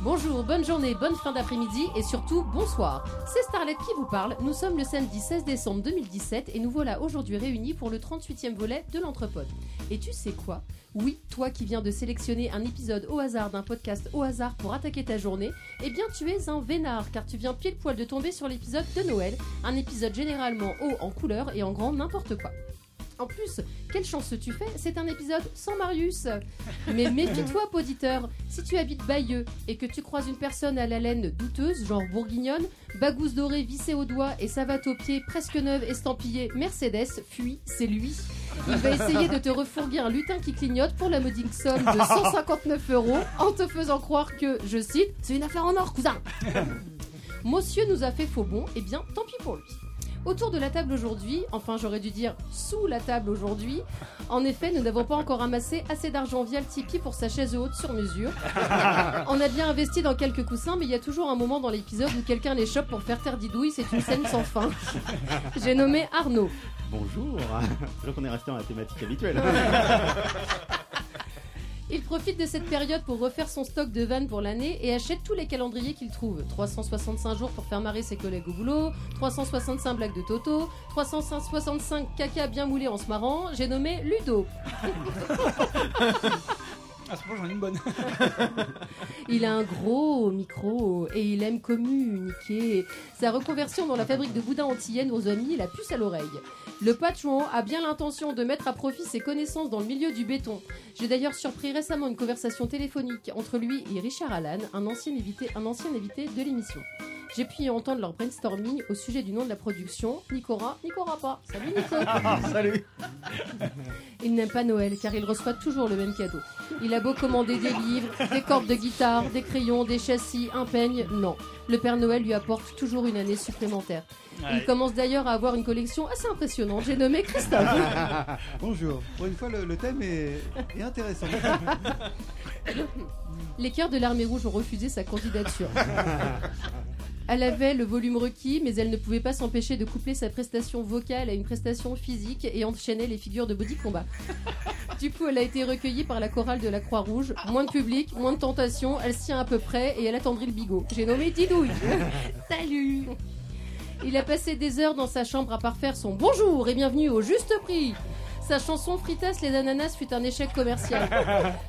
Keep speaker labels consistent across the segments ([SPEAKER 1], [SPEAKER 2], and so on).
[SPEAKER 1] Bonjour, bonne journée, bonne fin d'après-midi et surtout bonsoir. C'est Starlet qui vous parle. Nous sommes le samedi 16 décembre 2017 et nous voilà aujourd'hui réunis pour le 38e volet de l'Entrepode. Et tu sais quoi Oui, toi qui viens de sélectionner un épisode au hasard d'un podcast au hasard pour attaquer ta journée, eh bien tu es un vénard car tu viens pile poil de tomber sur l'épisode de Noël, un épisode généralement haut en couleur et en grand n'importe quoi. En plus, quelle chance tu fais, c'est un épisode sans Marius. Mais méfie-toi, poditeur. Si tu habites Bayeux et que tu croises une personne à la laine douteuse, genre bourguignonne, bagousse dorée vissée au doigt et savate aux pieds presque neuve estampillée Mercedes, fuis, c'est lui. Il va essayer de te refourguer un lutin qui clignote pour la modique somme de 159 euros en te faisant croire que, je cite, c'est une affaire en or, cousin. Monsieur nous a fait faux bon, et bien tant pis pour lui. Autour de la table aujourd'hui, enfin j'aurais dû dire sous la table aujourd'hui, en effet nous n'avons pas encore amassé assez d'argent via le Tipeee pour sa chaise haute sur mesure. On a bien investi dans quelques coussins mais il y a toujours un moment dans l'épisode où quelqu'un les chope pour faire terre didouille, c'est une scène sans fin. J'ai nommé Arnaud.
[SPEAKER 2] Bonjour. Je qu'on est resté dans la thématique habituelle.
[SPEAKER 1] Il profite de cette période pour refaire son stock de vannes pour l'année et achète tous les calendriers qu'il trouve. 365 jours pour faire marrer ses collègues au boulot, 365 blagues de Toto, 365 caca bien moulé en se marrant, j'ai nommé Ludo.
[SPEAKER 3] À ce point, j'en ai une bonne.
[SPEAKER 1] Il a un gros micro et il aime communiquer. Sa reconversion dans la fabrique de boudins antillais aux amis la puce à l'oreille. Le patron a bien l'intention de mettre à profit ses connaissances dans le milieu du béton. J'ai d'ailleurs surpris récemment une conversation téléphonique entre lui et Richard Allan, un ancien évité, un ancien invité de l'émission. J'ai pu y entendre leur brainstorming au sujet du nom de la production, Nicora, Nicora pas. Salut Nico
[SPEAKER 4] Salut
[SPEAKER 1] Il n'aime pas Noël car il reçoit toujours le même cadeau. Il a beau commander des livres, des cordes de guitare, des crayons, des châssis, un peigne, non. Le Père Noël lui apporte toujours une année supplémentaire. Il
[SPEAKER 5] Ouais.
[SPEAKER 1] commence d'ailleurs à avoir une collection assez impressionnante. J'ai nommé Christophe.
[SPEAKER 6] Bonjour. Pour une fois, le, le thème est, est intéressant.
[SPEAKER 1] Les cœurs de l'armée rouge ont refusé sa candidature. Elle avait le volume requis, mais elle ne pouvait pas s'empêcher de coupler sa prestation vocale à une prestation physique et enchaîner les figures de body combat. Du coup, elle a été recueillie par la chorale de la Croix-Rouge. Moins de public, moins de tentation, elle se tient à peu près et elle attendrit le bigot. J'ai nommé Didouille. Salut Il a passé des heures dans sa chambre à parfaire son bonjour et bienvenue au juste prix. Sa chanson Fritas les ananas fut un échec commercial.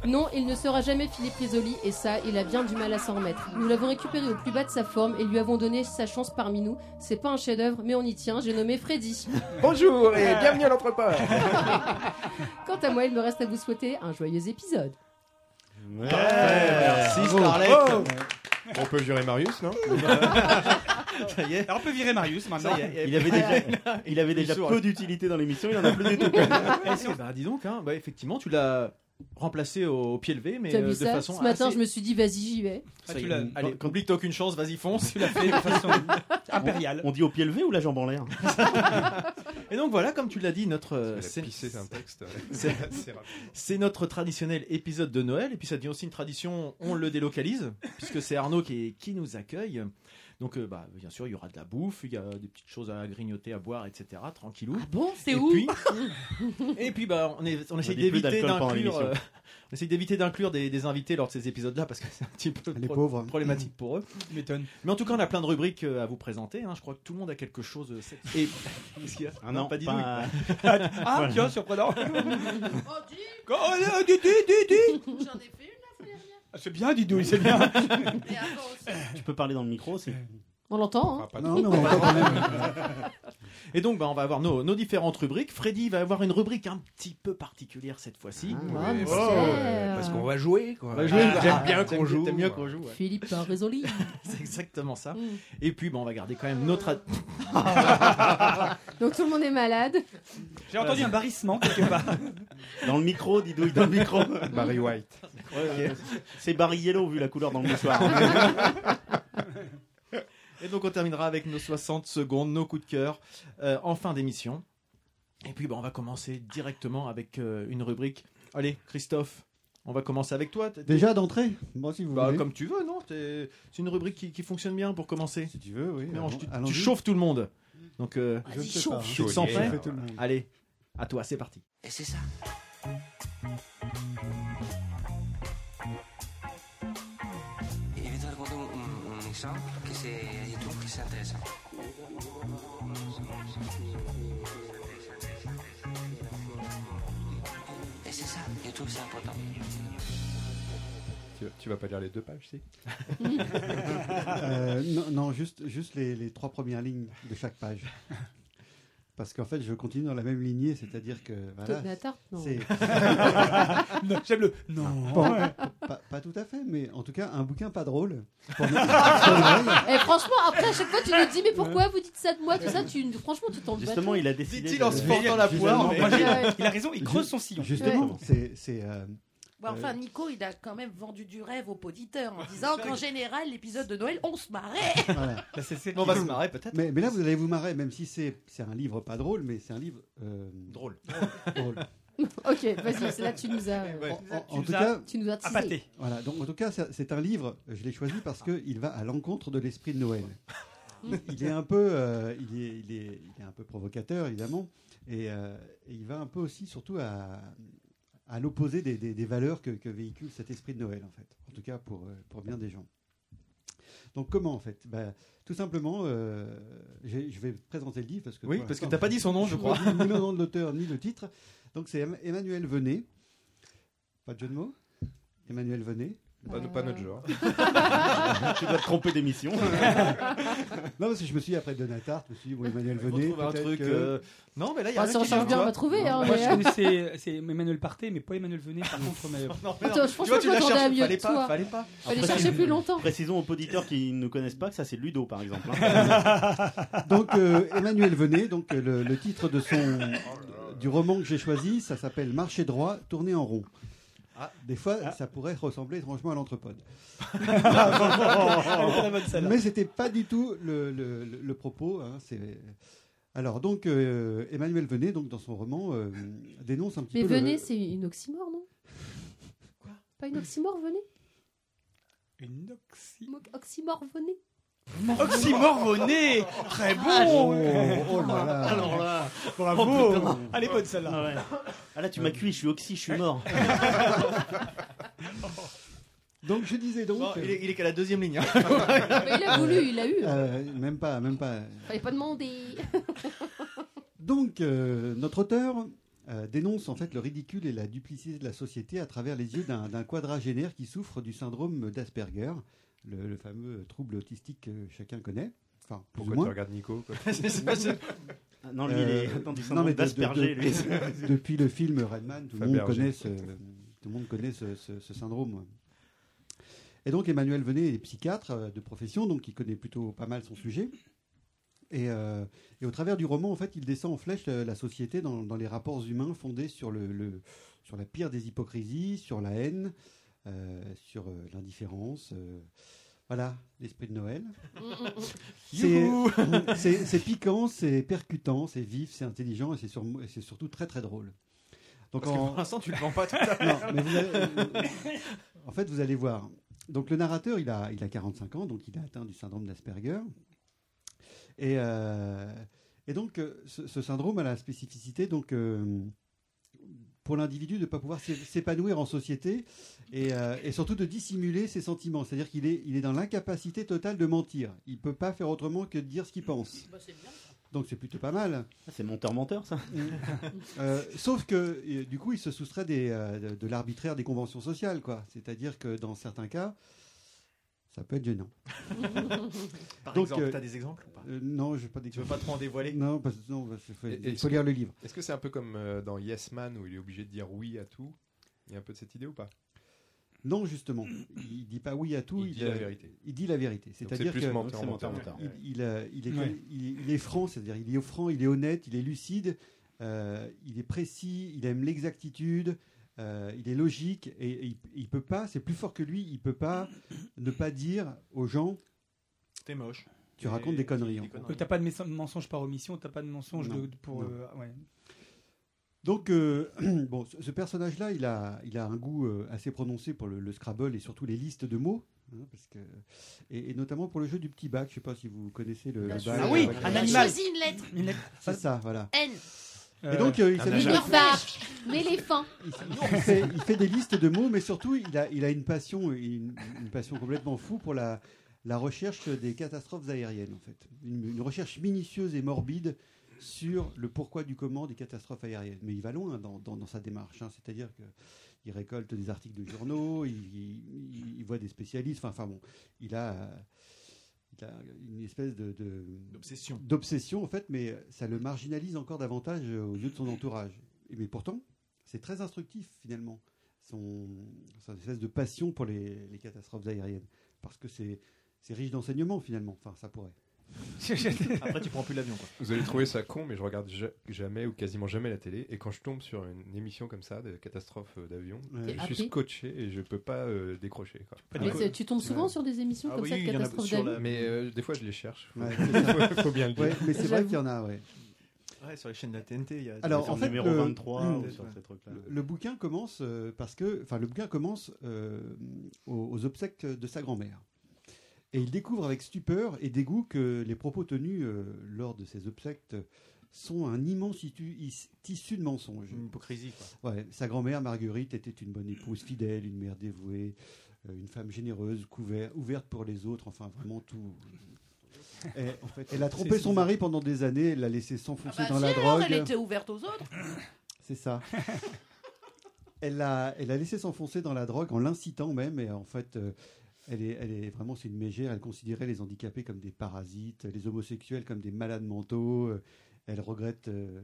[SPEAKER 1] Non, il ne sera jamais Philippe Risoli et ça, il a bien du mal à s'en remettre. Nous l'avons récupéré au plus bas de sa forme et lui avons donné sa chance parmi nous. C'est pas un chef-d'œuvre, mais on y tient. J'ai nommé Freddy.
[SPEAKER 7] Bonjour et
[SPEAKER 1] Euh.
[SPEAKER 7] bienvenue à l'entrepôt.
[SPEAKER 1] Quant à moi, il me reste à vous souhaiter un joyeux épisode.
[SPEAKER 7] Merci
[SPEAKER 3] Bravo.
[SPEAKER 7] Starlet.
[SPEAKER 3] Bravo.
[SPEAKER 7] On peut jurer Marius, non
[SPEAKER 3] Ça y est. Alors, on peut virer Marius maintenant.
[SPEAKER 7] Ça y est.
[SPEAKER 2] Il avait déjà, il avait
[SPEAKER 7] Il
[SPEAKER 2] déjà
[SPEAKER 7] sourit.
[SPEAKER 2] peu d'utilité dans l'émission, il en a plus du tout.
[SPEAKER 4] Eh, si, bah, dis donc, hein, bah, effectivement, tu l'as remplacé au, au pied levé, mais
[SPEAKER 1] T'as
[SPEAKER 4] euh, de
[SPEAKER 1] vu ça
[SPEAKER 4] façon.
[SPEAKER 1] Ce matin,
[SPEAKER 4] assez-
[SPEAKER 1] je me suis dit, vas-y, j'y vais.
[SPEAKER 3] Ah,
[SPEAKER 4] Ça y
[SPEAKER 3] tu
[SPEAKER 4] est,
[SPEAKER 3] l'as-
[SPEAKER 4] Allez, oublie que t'as aucune chance, vas-y, fonce.
[SPEAKER 3] Tu l'as fait de façon impériale.
[SPEAKER 2] On dit au pied levé ou la jambe en l'air
[SPEAKER 4] Et donc, voilà, comme tu l'as dit, notre. euh,
[SPEAKER 7] Elle a
[SPEAKER 4] c'est-
[SPEAKER 7] pissé d'un texte.
[SPEAKER 4] C'est-
[SPEAKER 7] assez rapide.
[SPEAKER 4] C'est notre traditionnel épisode de Noël, et puis ça devient aussi une tradition, on le délocalise, puisque c'est Arnaud qui, est- qui nous accueille. Donc, euh, bah, bien sûr, il y aura de la bouffe, il y a des petites choses à grignoter, à boire, etc. Tranquillou.
[SPEAKER 1] Ah bon, c'est
[SPEAKER 4] et
[SPEAKER 1] où
[SPEAKER 4] puis, Et puis, bah, on, est, on essaye
[SPEAKER 2] dit plus
[SPEAKER 4] d'éviter
[SPEAKER 2] d'alcool pendant
[SPEAKER 4] d'inclure,
[SPEAKER 2] l'émission.
[SPEAKER 4] euh, on essaye d'éviter d'inclure des, des invités lors de ces épisodes-là parce que c'est un petit peu
[SPEAKER 6] Les
[SPEAKER 4] pro-
[SPEAKER 6] pauvres.
[SPEAKER 4] problématique pour eux.
[SPEAKER 3] Tu m'étonnes.
[SPEAKER 4] Mais en tout cas, on a plein de rubriques euh, à vous présenter. hein. Je crois que tout le monde a quelque chose. euh, cette- Et qu'est-ce qu'il y a
[SPEAKER 2] Ah non,
[SPEAKER 4] pas dit
[SPEAKER 2] pas-
[SPEAKER 3] Ah,
[SPEAKER 2] Voilà.
[SPEAKER 3] tiens, surprenant.
[SPEAKER 8] Oh, dis,
[SPEAKER 3] Oh, oh, dis, dis, dis, dis.
[SPEAKER 8] j'en ai fait une la fois dernière.
[SPEAKER 3] Ah, C'est bien, Didouille,
[SPEAKER 4] Eh
[SPEAKER 3] c'est bien.
[SPEAKER 8] Et avant aussi.
[SPEAKER 2] Tu peux parler dans le micro aussi.
[SPEAKER 1] On l'entend, hein
[SPEAKER 7] Ah, pas
[SPEAKER 6] Non,
[SPEAKER 7] trop.
[SPEAKER 6] mais on entend quand même.
[SPEAKER 4] Et donc, bah, on va avoir nos, nos différentes rubriques. Freddy va avoir une rubrique un petit peu particulière cette fois-ci.
[SPEAKER 2] Ah.
[SPEAKER 1] Ah, mon
[SPEAKER 7] Oh,
[SPEAKER 1] cher.
[SPEAKER 7] parce qu'on va jouer, quoi.
[SPEAKER 4] On va jouer.
[SPEAKER 7] J'aime bien
[SPEAKER 4] Ah,
[SPEAKER 7] qu'on joue.
[SPEAKER 4] T'aimes mieux qu'on joue. ouais.
[SPEAKER 1] Philippe a résolu.
[SPEAKER 4] C'est exactement ça.
[SPEAKER 1] Mm.
[SPEAKER 4] Et puis, bah, on va garder quand même notre. ad-
[SPEAKER 1] Donc tout le monde est malade.
[SPEAKER 3] J'ai entendu un barrissement quelque part.
[SPEAKER 2] Dans le micro, Didouille, dans le micro.
[SPEAKER 7] Barry White.
[SPEAKER 2] C'est Barry Yellow vu la couleur dans le mouchoir.
[SPEAKER 4] hein. Et donc, on terminera avec nos 60 secondes, nos coups de cœur euh, en fin d'émission. Et puis, bah, on va commencer directement avec euh, une rubrique. Allez, Christophe, on va commencer avec toi. T'es-
[SPEAKER 6] Déjà d'entrée Moi, si vous
[SPEAKER 4] Bah,
[SPEAKER 6] voulez.
[SPEAKER 4] comme tu veux, non T'es- C'est une rubrique qui, qui fonctionne bien pour commencer.
[SPEAKER 6] Si tu veux, oui.
[SPEAKER 4] Non,
[SPEAKER 6] allons-
[SPEAKER 4] je- tu, tu
[SPEAKER 6] allons-y.
[SPEAKER 4] chauffes tout le monde. Donc, euh,
[SPEAKER 6] Je ne sais pas, hein.
[SPEAKER 4] tu te sens
[SPEAKER 7] Chauffe.
[SPEAKER 4] prêt
[SPEAKER 6] Chauffer tout le monde.
[SPEAKER 4] Allez, à toi, c'est parti.
[SPEAKER 9] Et c'est ça. Et
[SPEAKER 5] c'est je trouve que c'est intéressant. Et c'est ça, je trouve que c'est important.
[SPEAKER 7] Tu, tu vas pas lire les deux pages, si
[SPEAKER 6] Euh, non, non, juste, juste les, les trois premières lignes de chaque page. Parce qu'en fait, je continue dans la même lignée, c'est-à-dire que voilà,
[SPEAKER 1] Toc la tarte, non.
[SPEAKER 6] c'est
[SPEAKER 3] Non, J'aime le. Non.
[SPEAKER 6] Bon. pas, pas tout à fait, mais en tout cas un bouquin pas drôle. Pour Noël.
[SPEAKER 1] Eh, franchement, après, à chaque fois, tu nous dis, mais pourquoi vous dites ça de moi Tout ça, tu, franchement, tu t'en bats.
[SPEAKER 2] Justement, il a décidé.
[SPEAKER 4] Dit-il
[SPEAKER 2] de-
[SPEAKER 4] en se portant la poire. mais-
[SPEAKER 3] Moi, j'ai-
[SPEAKER 1] Ouais.
[SPEAKER 3] Il a raison, il creuse son sillon.
[SPEAKER 6] Justement, c'est c'est, euh,
[SPEAKER 8] Bon, enfin, Nico, il a quand même vendu du rêve aux auditeurs en disant qu'en général, l'épisode de Noël, on se marrait.
[SPEAKER 6] voilà.
[SPEAKER 3] Bah, c'est- c'est-
[SPEAKER 4] On va se marrer peut-être.
[SPEAKER 6] mais, mais là vous allez vous marrer, même si c'est c'est un livre pas drôle, mais c'est un livre euh,
[SPEAKER 4] Drôle.
[SPEAKER 6] drôle.
[SPEAKER 1] Ok, vas-y, c'est là que tu nous as.
[SPEAKER 6] En, en-
[SPEAKER 3] Tu
[SPEAKER 6] en
[SPEAKER 3] nous
[SPEAKER 6] tout
[SPEAKER 3] as-
[SPEAKER 6] cas,
[SPEAKER 1] Tu nous as
[SPEAKER 3] Ah,
[SPEAKER 1] tissé.
[SPEAKER 3] pâté.
[SPEAKER 6] Voilà, donc en tout cas, c'est c'est un livre, je l'ai choisi parce qu'il va à l'encontre de l'esprit de Noël. Il est un peu, euh, il, est, il, est, il est un peu provocateur, évidemment, et, euh, et il va un peu aussi, surtout, à, à l'opposé des, des- des valeurs que, que véhicule cet esprit de Noël, en fait, en tout cas pour, euh, pour bien des gens. Donc comment, en fait Bah, Tout simplement, euh, j'ai- je vais présenter le livre parce que...
[SPEAKER 4] Oui,
[SPEAKER 6] pour
[SPEAKER 4] parce que
[SPEAKER 6] l'instant,
[SPEAKER 4] t'as pas dit son nom, je crois.
[SPEAKER 6] Ni le nom de l'auteur, ni le titre. Donc c'est Em- Emmanuel Venet. Pas de jeu de mots Emmanuel Venet.
[SPEAKER 7] pas, pas notre genre.
[SPEAKER 2] hein. Tu dois te tromper d'émission.
[SPEAKER 6] Non, parce que je me suis dit, après Donatart, je me suis dit, bon, Emmanuel
[SPEAKER 4] On
[SPEAKER 6] Venet.
[SPEAKER 4] trouve un
[SPEAKER 6] peut-être
[SPEAKER 4] truc.
[SPEAKER 6] que-
[SPEAKER 4] euh, Non, mais là, il y a
[SPEAKER 1] Ah, si
[SPEAKER 4] rien
[SPEAKER 1] on
[SPEAKER 4] qui
[SPEAKER 1] change
[SPEAKER 4] vient,
[SPEAKER 1] bien, on
[SPEAKER 4] toi.
[SPEAKER 1] va trouver. hein,
[SPEAKER 3] Moi,
[SPEAKER 1] mais,
[SPEAKER 3] je
[SPEAKER 1] euh,
[SPEAKER 3] connaissais c'est Emmanuel Parté, mais pas Emmanuel Venet, par contre. mais-
[SPEAKER 4] Non, mais non.
[SPEAKER 1] Attends, je
[SPEAKER 4] Tu
[SPEAKER 1] pense
[SPEAKER 4] vois,
[SPEAKER 1] que
[SPEAKER 4] tu
[SPEAKER 1] je
[SPEAKER 4] la
[SPEAKER 1] m'attendais à
[SPEAKER 4] cherches.
[SPEAKER 1] mieux
[SPEAKER 4] Fallait
[SPEAKER 1] que
[SPEAKER 4] pas,
[SPEAKER 1] toi.
[SPEAKER 4] fallait pas.
[SPEAKER 1] Fallait
[SPEAKER 2] Après,
[SPEAKER 1] chercher
[SPEAKER 2] c'est-
[SPEAKER 1] plus longtemps.
[SPEAKER 2] Précisons aux auditeurs qui ne connaissent pas que ça, c'est Ludo, par exemple. hein.
[SPEAKER 6] Donc, euh, Emmanuel Venet, donc, euh, le, le titre de son, du roman que j'ai choisi, ça s'appelle Marcher droit, tourner en rond.
[SPEAKER 4] Ah.
[SPEAKER 6] Des fois, ça pourrait ressembler étrangement à l'anthropode.
[SPEAKER 3] Elle est très bonne, celle-là.
[SPEAKER 6] Mais c'était pas du tout le, le- le- le propos. hein, c'est- Alors, donc, euh, Emmanuel Venet, donc, dans son roman, euh, dénonce un petit
[SPEAKER 1] Mais
[SPEAKER 6] peu. le-
[SPEAKER 1] venez, c'est une oxymore, non Pas une oxymore, venez
[SPEAKER 3] Une oxy-
[SPEAKER 1] Mo- Oxymore, venez
[SPEAKER 3] Oxymore au nez Très
[SPEAKER 6] Oh,
[SPEAKER 3] bon
[SPEAKER 8] Ah,
[SPEAKER 6] oh là là.
[SPEAKER 2] Alors là,
[SPEAKER 3] Bravo Allez, bonne celle-là.
[SPEAKER 2] ah ouais. Ah là, tu m'as cuit, je suis oxy, je suis mort.
[SPEAKER 6] Donc, je disais donc.
[SPEAKER 4] Bon, Il est- il est qu'à la deuxième ligne. hein.
[SPEAKER 1] Mais Il a voulu, il a eu.
[SPEAKER 6] euh, même pas, même pas.
[SPEAKER 1] Fallait pas demander.
[SPEAKER 6] Donc, euh, notre auteur euh, dénonce en fait le ridicule et la duplicité de la société à travers les yeux d'un d'un quadragénaire qui souffre du syndrome d'Asperger, le, le fameux trouble autistique que chacun connaît. Enfin, plus ou
[SPEAKER 7] Pourquoi tu
[SPEAKER 6] moins.
[SPEAKER 7] regardes Nico quoi
[SPEAKER 2] Ah Non, lui, il est
[SPEAKER 6] Euh,
[SPEAKER 2] dans du
[SPEAKER 6] non,
[SPEAKER 2] syndrome
[SPEAKER 6] mais de- de-
[SPEAKER 2] d'Asperger,
[SPEAKER 6] de-
[SPEAKER 2] lui.
[SPEAKER 6] Depuis le film Redman, tout le monde
[SPEAKER 7] Fabergé.
[SPEAKER 6] connaît ce, tout le monde connaît ce, ce- ce syndrome. Et donc Emmanuel Venet est psychiatre euh, de profession, donc il connaît plutôt pas mal son sujet. Et, euh, et au travers du roman, en fait, il descend en flèche euh, la société dans, dans les rapports humains fondés sur, le, le- sur la pire des hypocrisies, sur la haine, euh, sur euh, l'indifférence. euh, voilà, l'esprit de Noël. C'est
[SPEAKER 4] Youhou
[SPEAKER 6] c'est- c'est piquant, c'est percutant, c'est vif, c'est intelligent et c'est sur- et c'est surtout très très drôle. Donc
[SPEAKER 4] Parce que
[SPEAKER 6] en-
[SPEAKER 4] pour l'instant, tu le vends pas tout à
[SPEAKER 6] non, mais vous allez- euh, en fait, vous allez voir. Donc le narrateur, il a, il a 45 ans, donc il est atteint du syndrome d'Asperger. Et, euh, et donc euh, ce, ce syndrome a la spécificité donc euh, pour l'individu de ne pas pouvoir s'é- s'épanouir en société et, euh, et surtout de dissimuler ses sentiments. C'est-à-dire qu'il est, il est dans l'incapacité totale de mentir. Il ne peut pas faire autrement que de dire ce qu'il pense.
[SPEAKER 8] Bah, c'est bien. ça.
[SPEAKER 6] Donc c'est plutôt pas mal.
[SPEAKER 2] Ah, C'est menteur-menteur, ça.
[SPEAKER 6] Euh, sauf que euh, du coup, il se soustrait des, euh, de, de l'arbitraire des conventions sociales, quoi. C'est-à-dire que dans certains cas, ça peut être gênant.
[SPEAKER 4] Par
[SPEAKER 6] Donc,
[SPEAKER 4] exemple,
[SPEAKER 6] euh,
[SPEAKER 4] t'as des exemples ou pas
[SPEAKER 6] Euh, non, je pas
[SPEAKER 4] Tu veux
[SPEAKER 6] d'exemple.
[SPEAKER 4] pas trop en dévoiler
[SPEAKER 6] Non, parce que non, parce qu'il faut,
[SPEAKER 7] Et-
[SPEAKER 6] il
[SPEAKER 7] est-ce
[SPEAKER 6] faut lire le livre.
[SPEAKER 7] Est-ce que c'est un peu comme euh, dans Yes Man où il est obligé de dire oui à tout Il y a un peu de cette idée ou pas
[SPEAKER 6] Non, justement, il dit pas oui à tout.
[SPEAKER 7] Mm. Il dit la
[SPEAKER 6] euh,
[SPEAKER 7] vérité.
[SPEAKER 6] Il dit la vérité.
[SPEAKER 7] Donc
[SPEAKER 6] C'est-à-dire
[SPEAKER 7] plus
[SPEAKER 6] que
[SPEAKER 7] menteur,
[SPEAKER 2] c'est
[SPEAKER 7] menteur,
[SPEAKER 2] menteur,
[SPEAKER 7] menteur.
[SPEAKER 6] il, il, euh, il est,
[SPEAKER 3] Ouais.
[SPEAKER 6] il- il est franc, c'est-à-dire il est franc, il est honnête, il est lucide, euh, il est précis, il aime l'exactitude, euh, il est logique et, et il, il peut pas, c'est plus fort que lui, il peut pas ne pas dire aux gens
[SPEAKER 4] T'es moche.
[SPEAKER 6] Tu racontes des conneries, en fait.
[SPEAKER 3] Donc, hein. Euh, T'as pas de mes- mensonge par omission, t'as pas de mensonge
[SPEAKER 6] Non.
[SPEAKER 3] de- de- pour.
[SPEAKER 6] Non.
[SPEAKER 3] euh, ouais.
[SPEAKER 6] Donc, euh, bon, ce ce personnage-là, il a, il a un goût euh, assez prononcé pour le, le Scrabble et surtout les listes de mots. hein, parce que, et, et notamment pour le jeu du petit bac. Je ne sais pas si vous connaissez le, le bac.
[SPEAKER 8] sûr.
[SPEAKER 3] Ah oui,
[SPEAKER 6] Le bac-
[SPEAKER 3] un
[SPEAKER 8] Il a
[SPEAKER 3] animal.
[SPEAKER 8] choisi une lettre.
[SPEAKER 3] Une lettre-
[SPEAKER 6] C'est ça, voilà.
[SPEAKER 8] N.
[SPEAKER 3] euh,
[SPEAKER 6] et donc, euh, il
[SPEAKER 7] un
[SPEAKER 6] s'agit
[SPEAKER 7] Mais
[SPEAKER 1] Une
[SPEAKER 7] je-
[SPEAKER 1] urbar, un éléphant.
[SPEAKER 6] Il, il fait, il fait des listes de mots, mais surtout, il a, il a une passion, une, une passion complètement fou pour la, la recherche des catastrophes aériennes, en fait. Une, une recherche minutieuse et morbide sur le pourquoi du comment des catastrophes aériennes. Mais il va loin dans, dans- dans sa démarche, hein. c'est-à-dire que il récolte des articles de journaux, il, il- il voit des spécialistes, enfin, enfin bon, il a, euh, il a une espèce de- de,
[SPEAKER 4] D'obsession.
[SPEAKER 6] d'obsession en fait, mais ça le marginalise encore davantage euh, aux yeux de son entourage. Et- Mais pourtant, c'est très instructif finalement, son, son espèce de passion pour les, les catastrophes aériennes, parce que c'est c'est riche d'enseignement finalement. Enfin, ça pourrait.
[SPEAKER 4] Après, tu prends plus l'avion, quoi.
[SPEAKER 7] Vous allez trouver ça con, mais je regarde ja- jamais ou quasiment jamais la télé. Et quand je tombe sur une émission comme ça, de catastrophes euh, d'avion,
[SPEAKER 6] Ouais.
[SPEAKER 7] je
[SPEAKER 1] Happé Ah,
[SPEAKER 7] suis scotché et je peux pas euh, décrocher. quoi.
[SPEAKER 1] Mais c'est- tu tombes souvent
[SPEAKER 6] Ouais.
[SPEAKER 1] sur des émissions
[SPEAKER 4] Ah
[SPEAKER 1] comme
[SPEAKER 4] oui,
[SPEAKER 1] ça de
[SPEAKER 4] il y en a
[SPEAKER 1] catastrophes
[SPEAKER 4] sur la-
[SPEAKER 1] d'avion.
[SPEAKER 7] Mais euh, des fois, je les cherche. Faut,
[SPEAKER 6] Ouais,
[SPEAKER 7] faut- faut bien le dire.
[SPEAKER 6] Ouais, mais c'est vrai
[SPEAKER 1] J'avoue.
[SPEAKER 6] qu'il y en a. Ouais.
[SPEAKER 4] Ouais, sur les chaînes de la TNT, il y a.
[SPEAKER 6] Alors,
[SPEAKER 4] des-
[SPEAKER 6] en
[SPEAKER 2] en
[SPEAKER 6] fait,
[SPEAKER 2] numéro
[SPEAKER 6] le-
[SPEAKER 2] 23
[SPEAKER 6] Mm.
[SPEAKER 2] ou sur ces trucs-là.
[SPEAKER 6] Le, le bouquin commence euh, parce que, enfin, le bouquin commence euh, aux, aux obsèques de sa grand-mère. Et il découvre avec stupeur et dégoût que les propos tenus euh, lors de ces obsèques sont un immense titu- is- tissu de mensonges.
[SPEAKER 4] une hypocrisie, quoi.
[SPEAKER 6] Ouais, sa grand-mère Marguerite était une bonne épouse fidèle, une mère dévouée, euh, une femme généreuse, couver- ouverte pour les autres, enfin vraiment tout. Et, en fait, elle a trompé son mari pendant des années, elle l'a laissé
[SPEAKER 8] Ah
[SPEAKER 6] s'enfoncer
[SPEAKER 8] bah
[SPEAKER 6] dans
[SPEAKER 8] si,
[SPEAKER 6] la
[SPEAKER 8] alors,
[SPEAKER 6] drogue.
[SPEAKER 8] elle était ouverte aux autres.
[SPEAKER 6] C'est ça. elle l'a elle a laissé s'enfoncer dans la drogue en l'incitant même. Et en fait, euh, elle, est, elle est vraiment, c'est une mégère. Elle considérait les handicapés comme des parasites, les homosexuels comme des malades mentaux. Euh, Elle regrette, euh,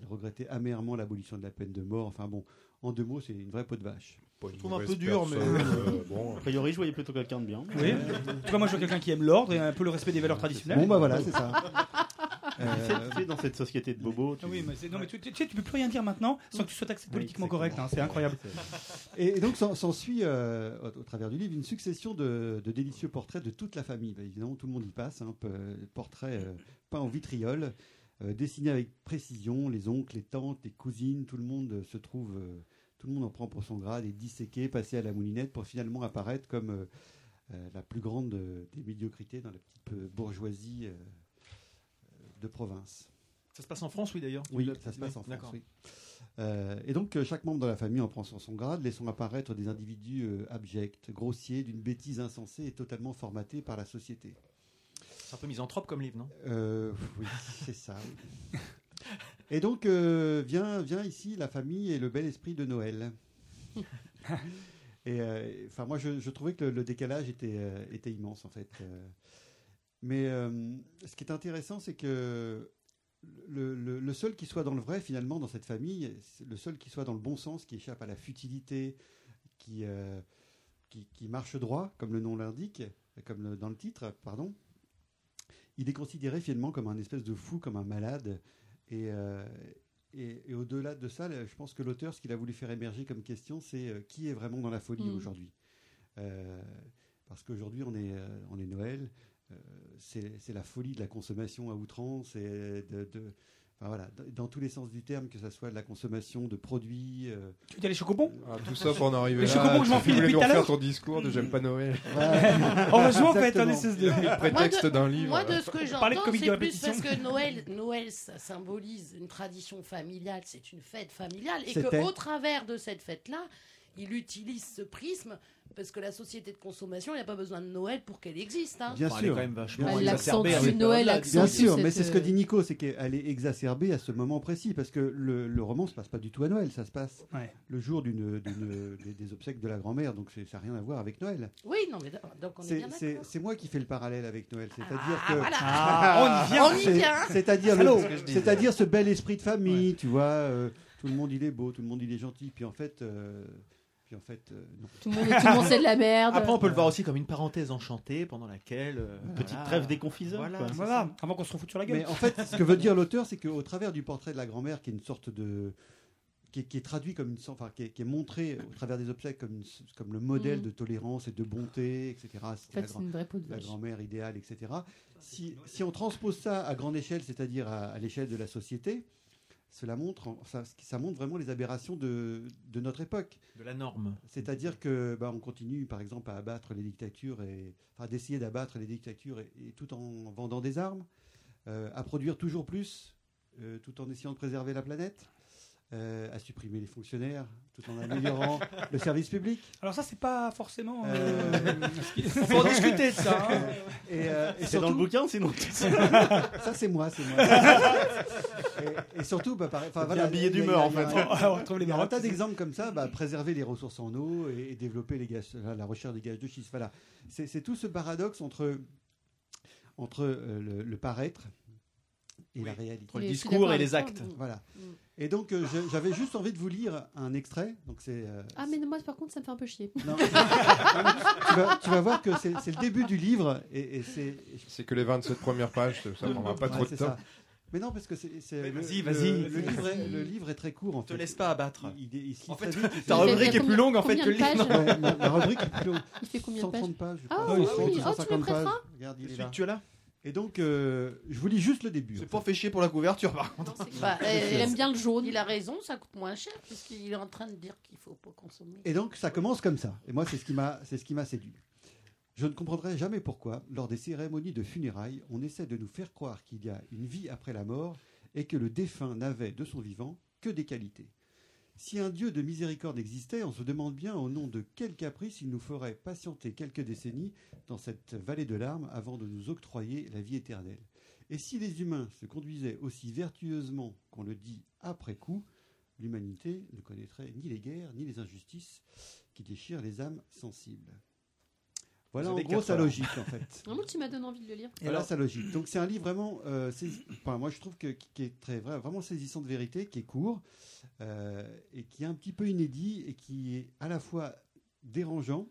[SPEAKER 6] elle regrettait amèrement l'abolition de la peine de mort. Enfin bon, en deux mots, c'est une vraie peau de vache.
[SPEAKER 7] Pas une
[SPEAKER 4] trouve un peu
[SPEAKER 7] mauvaise
[SPEAKER 4] dur, mais-
[SPEAKER 7] personne, euh, bon.
[SPEAKER 2] A priori, je voyais plutôt quelqu'un de bien. Euh,
[SPEAKER 3] Oui. Euh, En tout cas, moi, je vois quelqu'un qui aime l'ordre et un peu le respect des valeurs traditionnelles.
[SPEAKER 6] Bon bah voilà, c'est ça.
[SPEAKER 2] Tu sais-
[SPEAKER 6] Euh,
[SPEAKER 2] tu sais, dans cette société de bobos, tu
[SPEAKER 3] Ah oui, mais c'est- non, mais tu, tu sais, tu peux plus rien dire maintenant sans que tu sois taxé
[SPEAKER 2] Oui,
[SPEAKER 3] politiquement
[SPEAKER 2] exactement.
[SPEAKER 3] correct. hein, c'est incroyable.
[SPEAKER 6] Et, et donc s'en- s'ensuit, euh, au, au travers du livre, une succession de, de délicieux portraits de toute la famille. Bah, évidemment, tout le monde y passe. Hein, pe- portraits euh, peints en vitriol, euh, dessinés avec précision. Les oncles, les tantes, les cousines, tout le monde euh, se trouve, euh, tout le monde en prend pour son grade, est disséqué, passé à la moulinette pour finalement apparaître comme euh, euh, la plus grande euh, des médiocrités dans la petite euh, bourgeoisie euh, euh, de province.
[SPEAKER 4] Ça se passe en France, oui, d'ailleurs.
[SPEAKER 6] Oui, ça se passe en France.
[SPEAKER 4] D'accord.
[SPEAKER 6] oui. Euh, et donc, euh, chaque membre de la famille en prend sur son grade, laissant apparaître des individus euh, abjects, grossiers, d'une bêtise insensée et totalement formatés par la société.
[SPEAKER 4] C'est un peu misanthrope comme livre, non
[SPEAKER 6] Euh, oui, c'est ça. oui. Et donc, euh, vient, vient ici la famille et le bel esprit de Noël. Et euh, enfin, moi, je, je trouvais que le, le décalage était, euh, était immense, en fait. Euh, mais euh, ce qui est intéressant, c'est que le, le- le seul qui soit dans le vrai, finalement, dans cette famille, c'est le seul qui soit dans le bon sens, qui échappe à la futilité, qui, euh, qui, qui marche droit, comme le nom l'indique, comme le- dans le titre, pardon, il est considéré finalement comme un espèce de fou, comme un malade. Et, euh, et, et au-delà de ça, là, je pense que l'auteur, ce qu'il a voulu faire émerger comme question, c'est euh, qui est vraiment dans la folie
[SPEAKER 1] Mm.
[SPEAKER 6] aujourd'hui Euh, Parce qu'aujourd'hui, on, est, euh, on est Noël, euh, c'est c'est la folie de la consommation à outrance et de. de- enfin, voilà, d- dans tous les sens du terme, que ce soit de la consommation de produits. euh,
[SPEAKER 3] Tu dis les chocobons
[SPEAKER 7] Ah, tout ça pour en arriver
[SPEAKER 3] Mais
[SPEAKER 7] là.
[SPEAKER 3] je comprends que je
[SPEAKER 7] tu
[SPEAKER 3] m'en fiche
[SPEAKER 7] voulais
[SPEAKER 3] depuis
[SPEAKER 7] nous
[SPEAKER 3] tout à
[SPEAKER 7] refaire
[SPEAKER 3] l'heure. Oh, bah,
[SPEAKER 7] ton discours de j'aime pas Noël.
[SPEAKER 3] Heureusement, on peut être un
[SPEAKER 6] Exactement.
[SPEAKER 3] espèce hein, de.
[SPEAKER 7] Prétexte d'un livre.
[SPEAKER 8] Moi, de ce que
[SPEAKER 3] parlait de
[SPEAKER 8] j'entends,
[SPEAKER 3] comique de
[SPEAKER 8] c'est plus
[SPEAKER 3] répétition.
[SPEAKER 8] parce que Noël, Noël, ça symbolise une tradition familiale, c'est une fête familiale, et
[SPEAKER 6] C'était.
[SPEAKER 8] qu'au travers de cette fête-là, il utilise ce prisme parce que la société de consommation, il n'y a pas besoin de Noël pour qu'elle existe. hein.
[SPEAKER 6] Bien
[SPEAKER 4] Enfin, elle est
[SPEAKER 6] sûr.
[SPEAKER 4] quand même vachement
[SPEAKER 6] Ah,
[SPEAKER 1] Elle
[SPEAKER 4] exacerbée
[SPEAKER 1] l'accentue,
[SPEAKER 4] avec-
[SPEAKER 1] Noël
[SPEAKER 4] Bien
[SPEAKER 6] Bien
[SPEAKER 1] accentue
[SPEAKER 6] sûr, mais
[SPEAKER 1] cette,
[SPEAKER 6] c'est ce que
[SPEAKER 1] euh,
[SPEAKER 6] dit Nico, c'est qu'elle est exacerbée à ce moment précis, parce que le, le roman se passe pas du tout à Noël, ça se passe
[SPEAKER 3] Ouais.
[SPEAKER 6] le jour d'une, d'une- des, des obsèques de la grand-mère, donc c'est- ça n'a rien à voir avec Noël.
[SPEAKER 8] Oui, non, mais donc on est,
[SPEAKER 6] C'est,
[SPEAKER 8] bien
[SPEAKER 6] c'est-
[SPEAKER 8] d'accord.
[SPEAKER 6] c'est moi qui fais le parallèle avec Noël, c'est-à-dire
[SPEAKER 8] Ah,
[SPEAKER 6] que
[SPEAKER 8] voilà.
[SPEAKER 3] Ah, on y vient.
[SPEAKER 8] on y
[SPEAKER 6] c'est-
[SPEAKER 8] vient.
[SPEAKER 6] c'est-à-dire,
[SPEAKER 3] Salaud.
[SPEAKER 6] le-
[SPEAKER 3] C'est ce que je disais.
[SPEAKER 6] c'est-à-dire ce bel esprit de famille, tu vois, euh, tout le monde il est beau, tout le monde il est gentil, puis en fait, euh, puis en fait, euh, non. Euh.
[SPEAKER 1] Tout le monde, tout le monde c'est de la merde.
[SPEAKER 4] Après, on peut le voir aussi comme une parenthèse enchantée pendant laquelle. euh,
[SPEAKER 2] Petite
[SPEAKER 4] voilà.
[SPEAKER 2] trêve déconfiseur.
[SPEAKER 4] Voilà.
[SPEAKER 2] quoi.
[SPEAKER 3] Voilà, avant qu'on se foute sur la gueule.
[SPEAKER 6] Mais en fait, ce que veut dire l'auteur, c'est qu'au travers du portrait de la grand-mère, qui est une sorte de. qui est, qui est traduit comme une. sen- enfin, qui est, qui est montré au travers des obsèques comme, une s- comme le modèle
[SPEAKER 1] Mhm.
[SPEAKER 6] de tolérance et de bonté, etc.
[SPEAKER 1] En
[SPEAKER 6] C'était la
[SPEAKER 1] fait, c'est
[SPEAKER 6] grand-
[SPEAKER 1] une vraie peau de
[SPEAKER 6] la
[SPEAKER 1] vache.
[SPEAKER 6] grand-mère idéale, etc. Si, si on transpose ça à grande échelle, c'est-à-dire à, à l'échelle de la société, cela montre, en- ça, ça montre vraiment les aberrations de, de notre époque.
[SPEAKER 4] De la norme.
[SPEAKER 6] C'est-à-dire que bah, on continue, par exemple, à abattre les dictatures et enfin, d'essayer d'abattre les dictatures et, et tout en vendant des armes, euh, à produire toujours plus, euh, tout en essayant de préserver la planète, euh, à supprimer les fonctionnaires tout en améliorant le service public.
[SPEAKER 3] Alors ça, c'est pas forcément. euh,
[SPEAKER 6] Euh,
[SPEAKER 3] ce qui- on peut en discuter de ça. hein.
[SPEAKER 6] Et, euh, et
[SPEAKER 2] C'est dans le
[SPEAKER 6] surtout-
[SPEAKER 2] bouquin, sinon.
[SPEAKER 6] Ça, c'est moi, c'est moi. et, et surtout, bah, pareil- enfin,
[SPEAKER 2] Ça devient
[SPEAKER 6] voilà,
[SPEAKER 2] un billet
[SPEAKER 6] il y a-
[SPEAKER 2] d'humeur,
[SPEAKER 6] il y a-
[SPEAKER 2] en
[SPEAKER 6] il y a-
[SPEAKER 3] fait. On retrouve les
[SPEAKER 6] Il y a un
[SPEAKER 3] marottes.
[SPEAKER 6] tas d'exemples comme ça, bah, préserver les ressources en eau et, et développer les gaz, la la recherche des gaz de schiste. Voilà. C'est c'est tout ce paradoxe entre, entre euh, le, le paraître et la réalité.
[SPEAKER 4] Entre le
[SPEAKER 1] Mais je suis
[SPEAKER 4] discours
[SPEAKER 1] d'accord
[SPEAKER 4] et les
[SPEAKER 1] avec
[SPEAKER 4] actes.
[SPEAKER 1] toi.
[SPEAKER 6] Voilà.
[SPEAKER 8] Mm.
[SPEAKER 6] Et donc, euh, je- j'avais juste envie de vous lire un extrait. Donc, c'est. euh,
[SPEAKER 1] Ah, mais moi, par contre, ça me fait un peu chier.
[SPEAKER 6] non. tu, vas, tu vas voir que c'est c'est le début du livre et, et c'est.
[SPEAKER 7] C'est que les 27 premières pages, ça ça prendra pas
[SPEAKER 6] Ouais,
[SPEAKER 7] trop de
[SPEAKER 6] c'est
[SPEAKER 7] temps.
[SPEAKER 6] ça. Mais non, parce que c'est. c'est
[SPEAKER 4] Mais
[SPEAKER 6] le-
[SPEAKER 4] vas-y,
[SPEAKER 6] le-
[SPEAKER 4] vas-y.
[SPEAKER 6] Le, livre est- le livre est très court, en
[SPEAKER 4] Te
[SPEAKER 6] fait.
[SPEAKER 4] laisse pas abattre.
[SPEAKER 6] Il, il- il se lit
[SPEAKER 4] En fait,
[SPEAKER 6] très vite. il
[SPEAKER 4] ta
[SPEAKER 6] fait-
[SPEAKER 1] Il fait-
[SPEAKER 4] rubrique
[SPEAKER 1] il y a
[SPEAKER 4] est plus
[SPEAKER 1] combien-
[SPEAKER 4] longue, en fait,
[SPEAKER 1] combien
[SPEAKER 4] que
[SPEAKER 1] de
[SPEAKER 4] le livre.
[SPEAKER 1] pages
[SPEAKER 6] Ouais, ma, ma rubrique est plus longue.
[SPEAKER 1] Il fait combien de pages
[SPEAKER 6] 130 pages, je
[SPEAKER 1] Ah,
[SPEAKER 6] crois.
[SPEAKER 3] oui, oui,
[SPEAKER 1] oui. Oh, tu me
[SPEAKER 6] 150 pages.
[SPEAKER 1] prêteras
[SPEAKER 6] Regarde, il est
[SPEAKER 4] Celui
[SPEAKER 6] là.
[SPEAKER 4] que tu as là
[SPEAKER 6] Et donc, euh, je vous lis juste le début.
[SPEAKER 4] C'est pas fait chier pour la couverture, par contre.
[SPEAKER 8] Bah,
[SPEAKER 1] Il
[SPEAKER 8] euh,
[SPEAKER 1] aime bien le jaune.
[SPEAKER 8] Il a raison, ça coûte moins cher puisqu'il est en train de dire qu'il faut pas consommer.
[SPEAKER 6] Et donc, ça commence comme ça. Et moi, c'est ce qui m'a, c'est ce qui m'a séduit. Je ne comprendrai jamais pourquoi, lors des cérémonies de funérailles, on essaie de nous faire croire qu'il y a une vie après la mort et que le défunt n'avait de son vivant que des qualités. Si un Dieu de miséricorde existait, on se demande bien au nom de quel caprice il nous ferait patienter quelques décennies dans cette vallée de larmes avant de nous octroyer la vie éternelle. Et si les humains se conduisaient aussi vertueusement qu'on le dit après coup, l'humanité ne connaîtrait ni les guerres ni les injustices qui déchirent les âmes sensibles. Voilà
[SPEAKER 4] Vous
[SPEAKER 6] en
[SPEAKER 4] avez
[SPEAKER 6] gros
[SPEAKER 4] quatre
[SPEAKER 6] sa
[SPEAKER 4] heures.
[SPEAKER 6] logique en fait.
[SPEAKER 1] Vraiment, tu m'as donné envie de le lire.
[SPEAKER 6] Voilà sa logique. Donc c'est un livre vraiment, euh, saisi- enfin, moi je trouve que qui est très vra- vraiment saisissant de vérité, qui est court euh, et qui est un petit peu inédit et qui est à la fois dérangeant,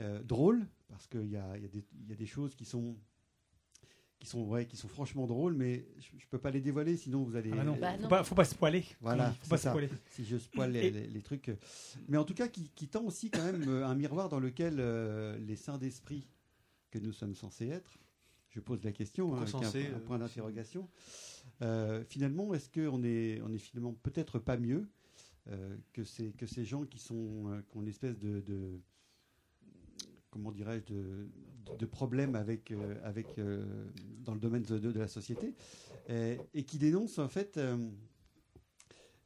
[SPEAKER 6] euh, drôle parce qu'il y a, il y, a des- il y a des choses qui sont qui sont ouais, qui sont franchement drôles, mais je, je peux pas les dévoiler sinon vous allez
[SPEAKER 3] Ah bah non,
[SPEAKER 8] Bah
[SPEAKER 3] faut
[SPEAKER 8] non.
[SPEAKER 3] pas, faut pas se poiler.
[SPEAKER 6] Voilà,
[SPEAKER 3] faut pas
[SPEAKER 6] c'est
[SPEAKER 3] se
[SPEAKER 6] ça.
[SPEAKER 3] poiler.
[SPEAKER 6] si je spoil les,
[SPEAKER 3] Et-
[SPEAKER 6] les- les trucs. Mais en tout cas, qui, qui tend aussi quand même euh, un miroir dans lequel euh, les saints d'esprit que nous sommes censés être, je pose la question hein, avec un-
[SPEAKER 4] censés,
[SPEAKER 6] un,
[SPEAKER 4] euh,
[SPEAKER 6] point d'interrogation, euh, finalement, est-ce qu'on est, on est finalement peut-être pas mieux euh, que, ces, que ces gens qui, sont, euh, qui ont une espèce de... de- comment dirais-je, de, de problèmes avec, euh, avec, euh, dans le domaine de, de- de la société, et, et qui dénonce en fait euh,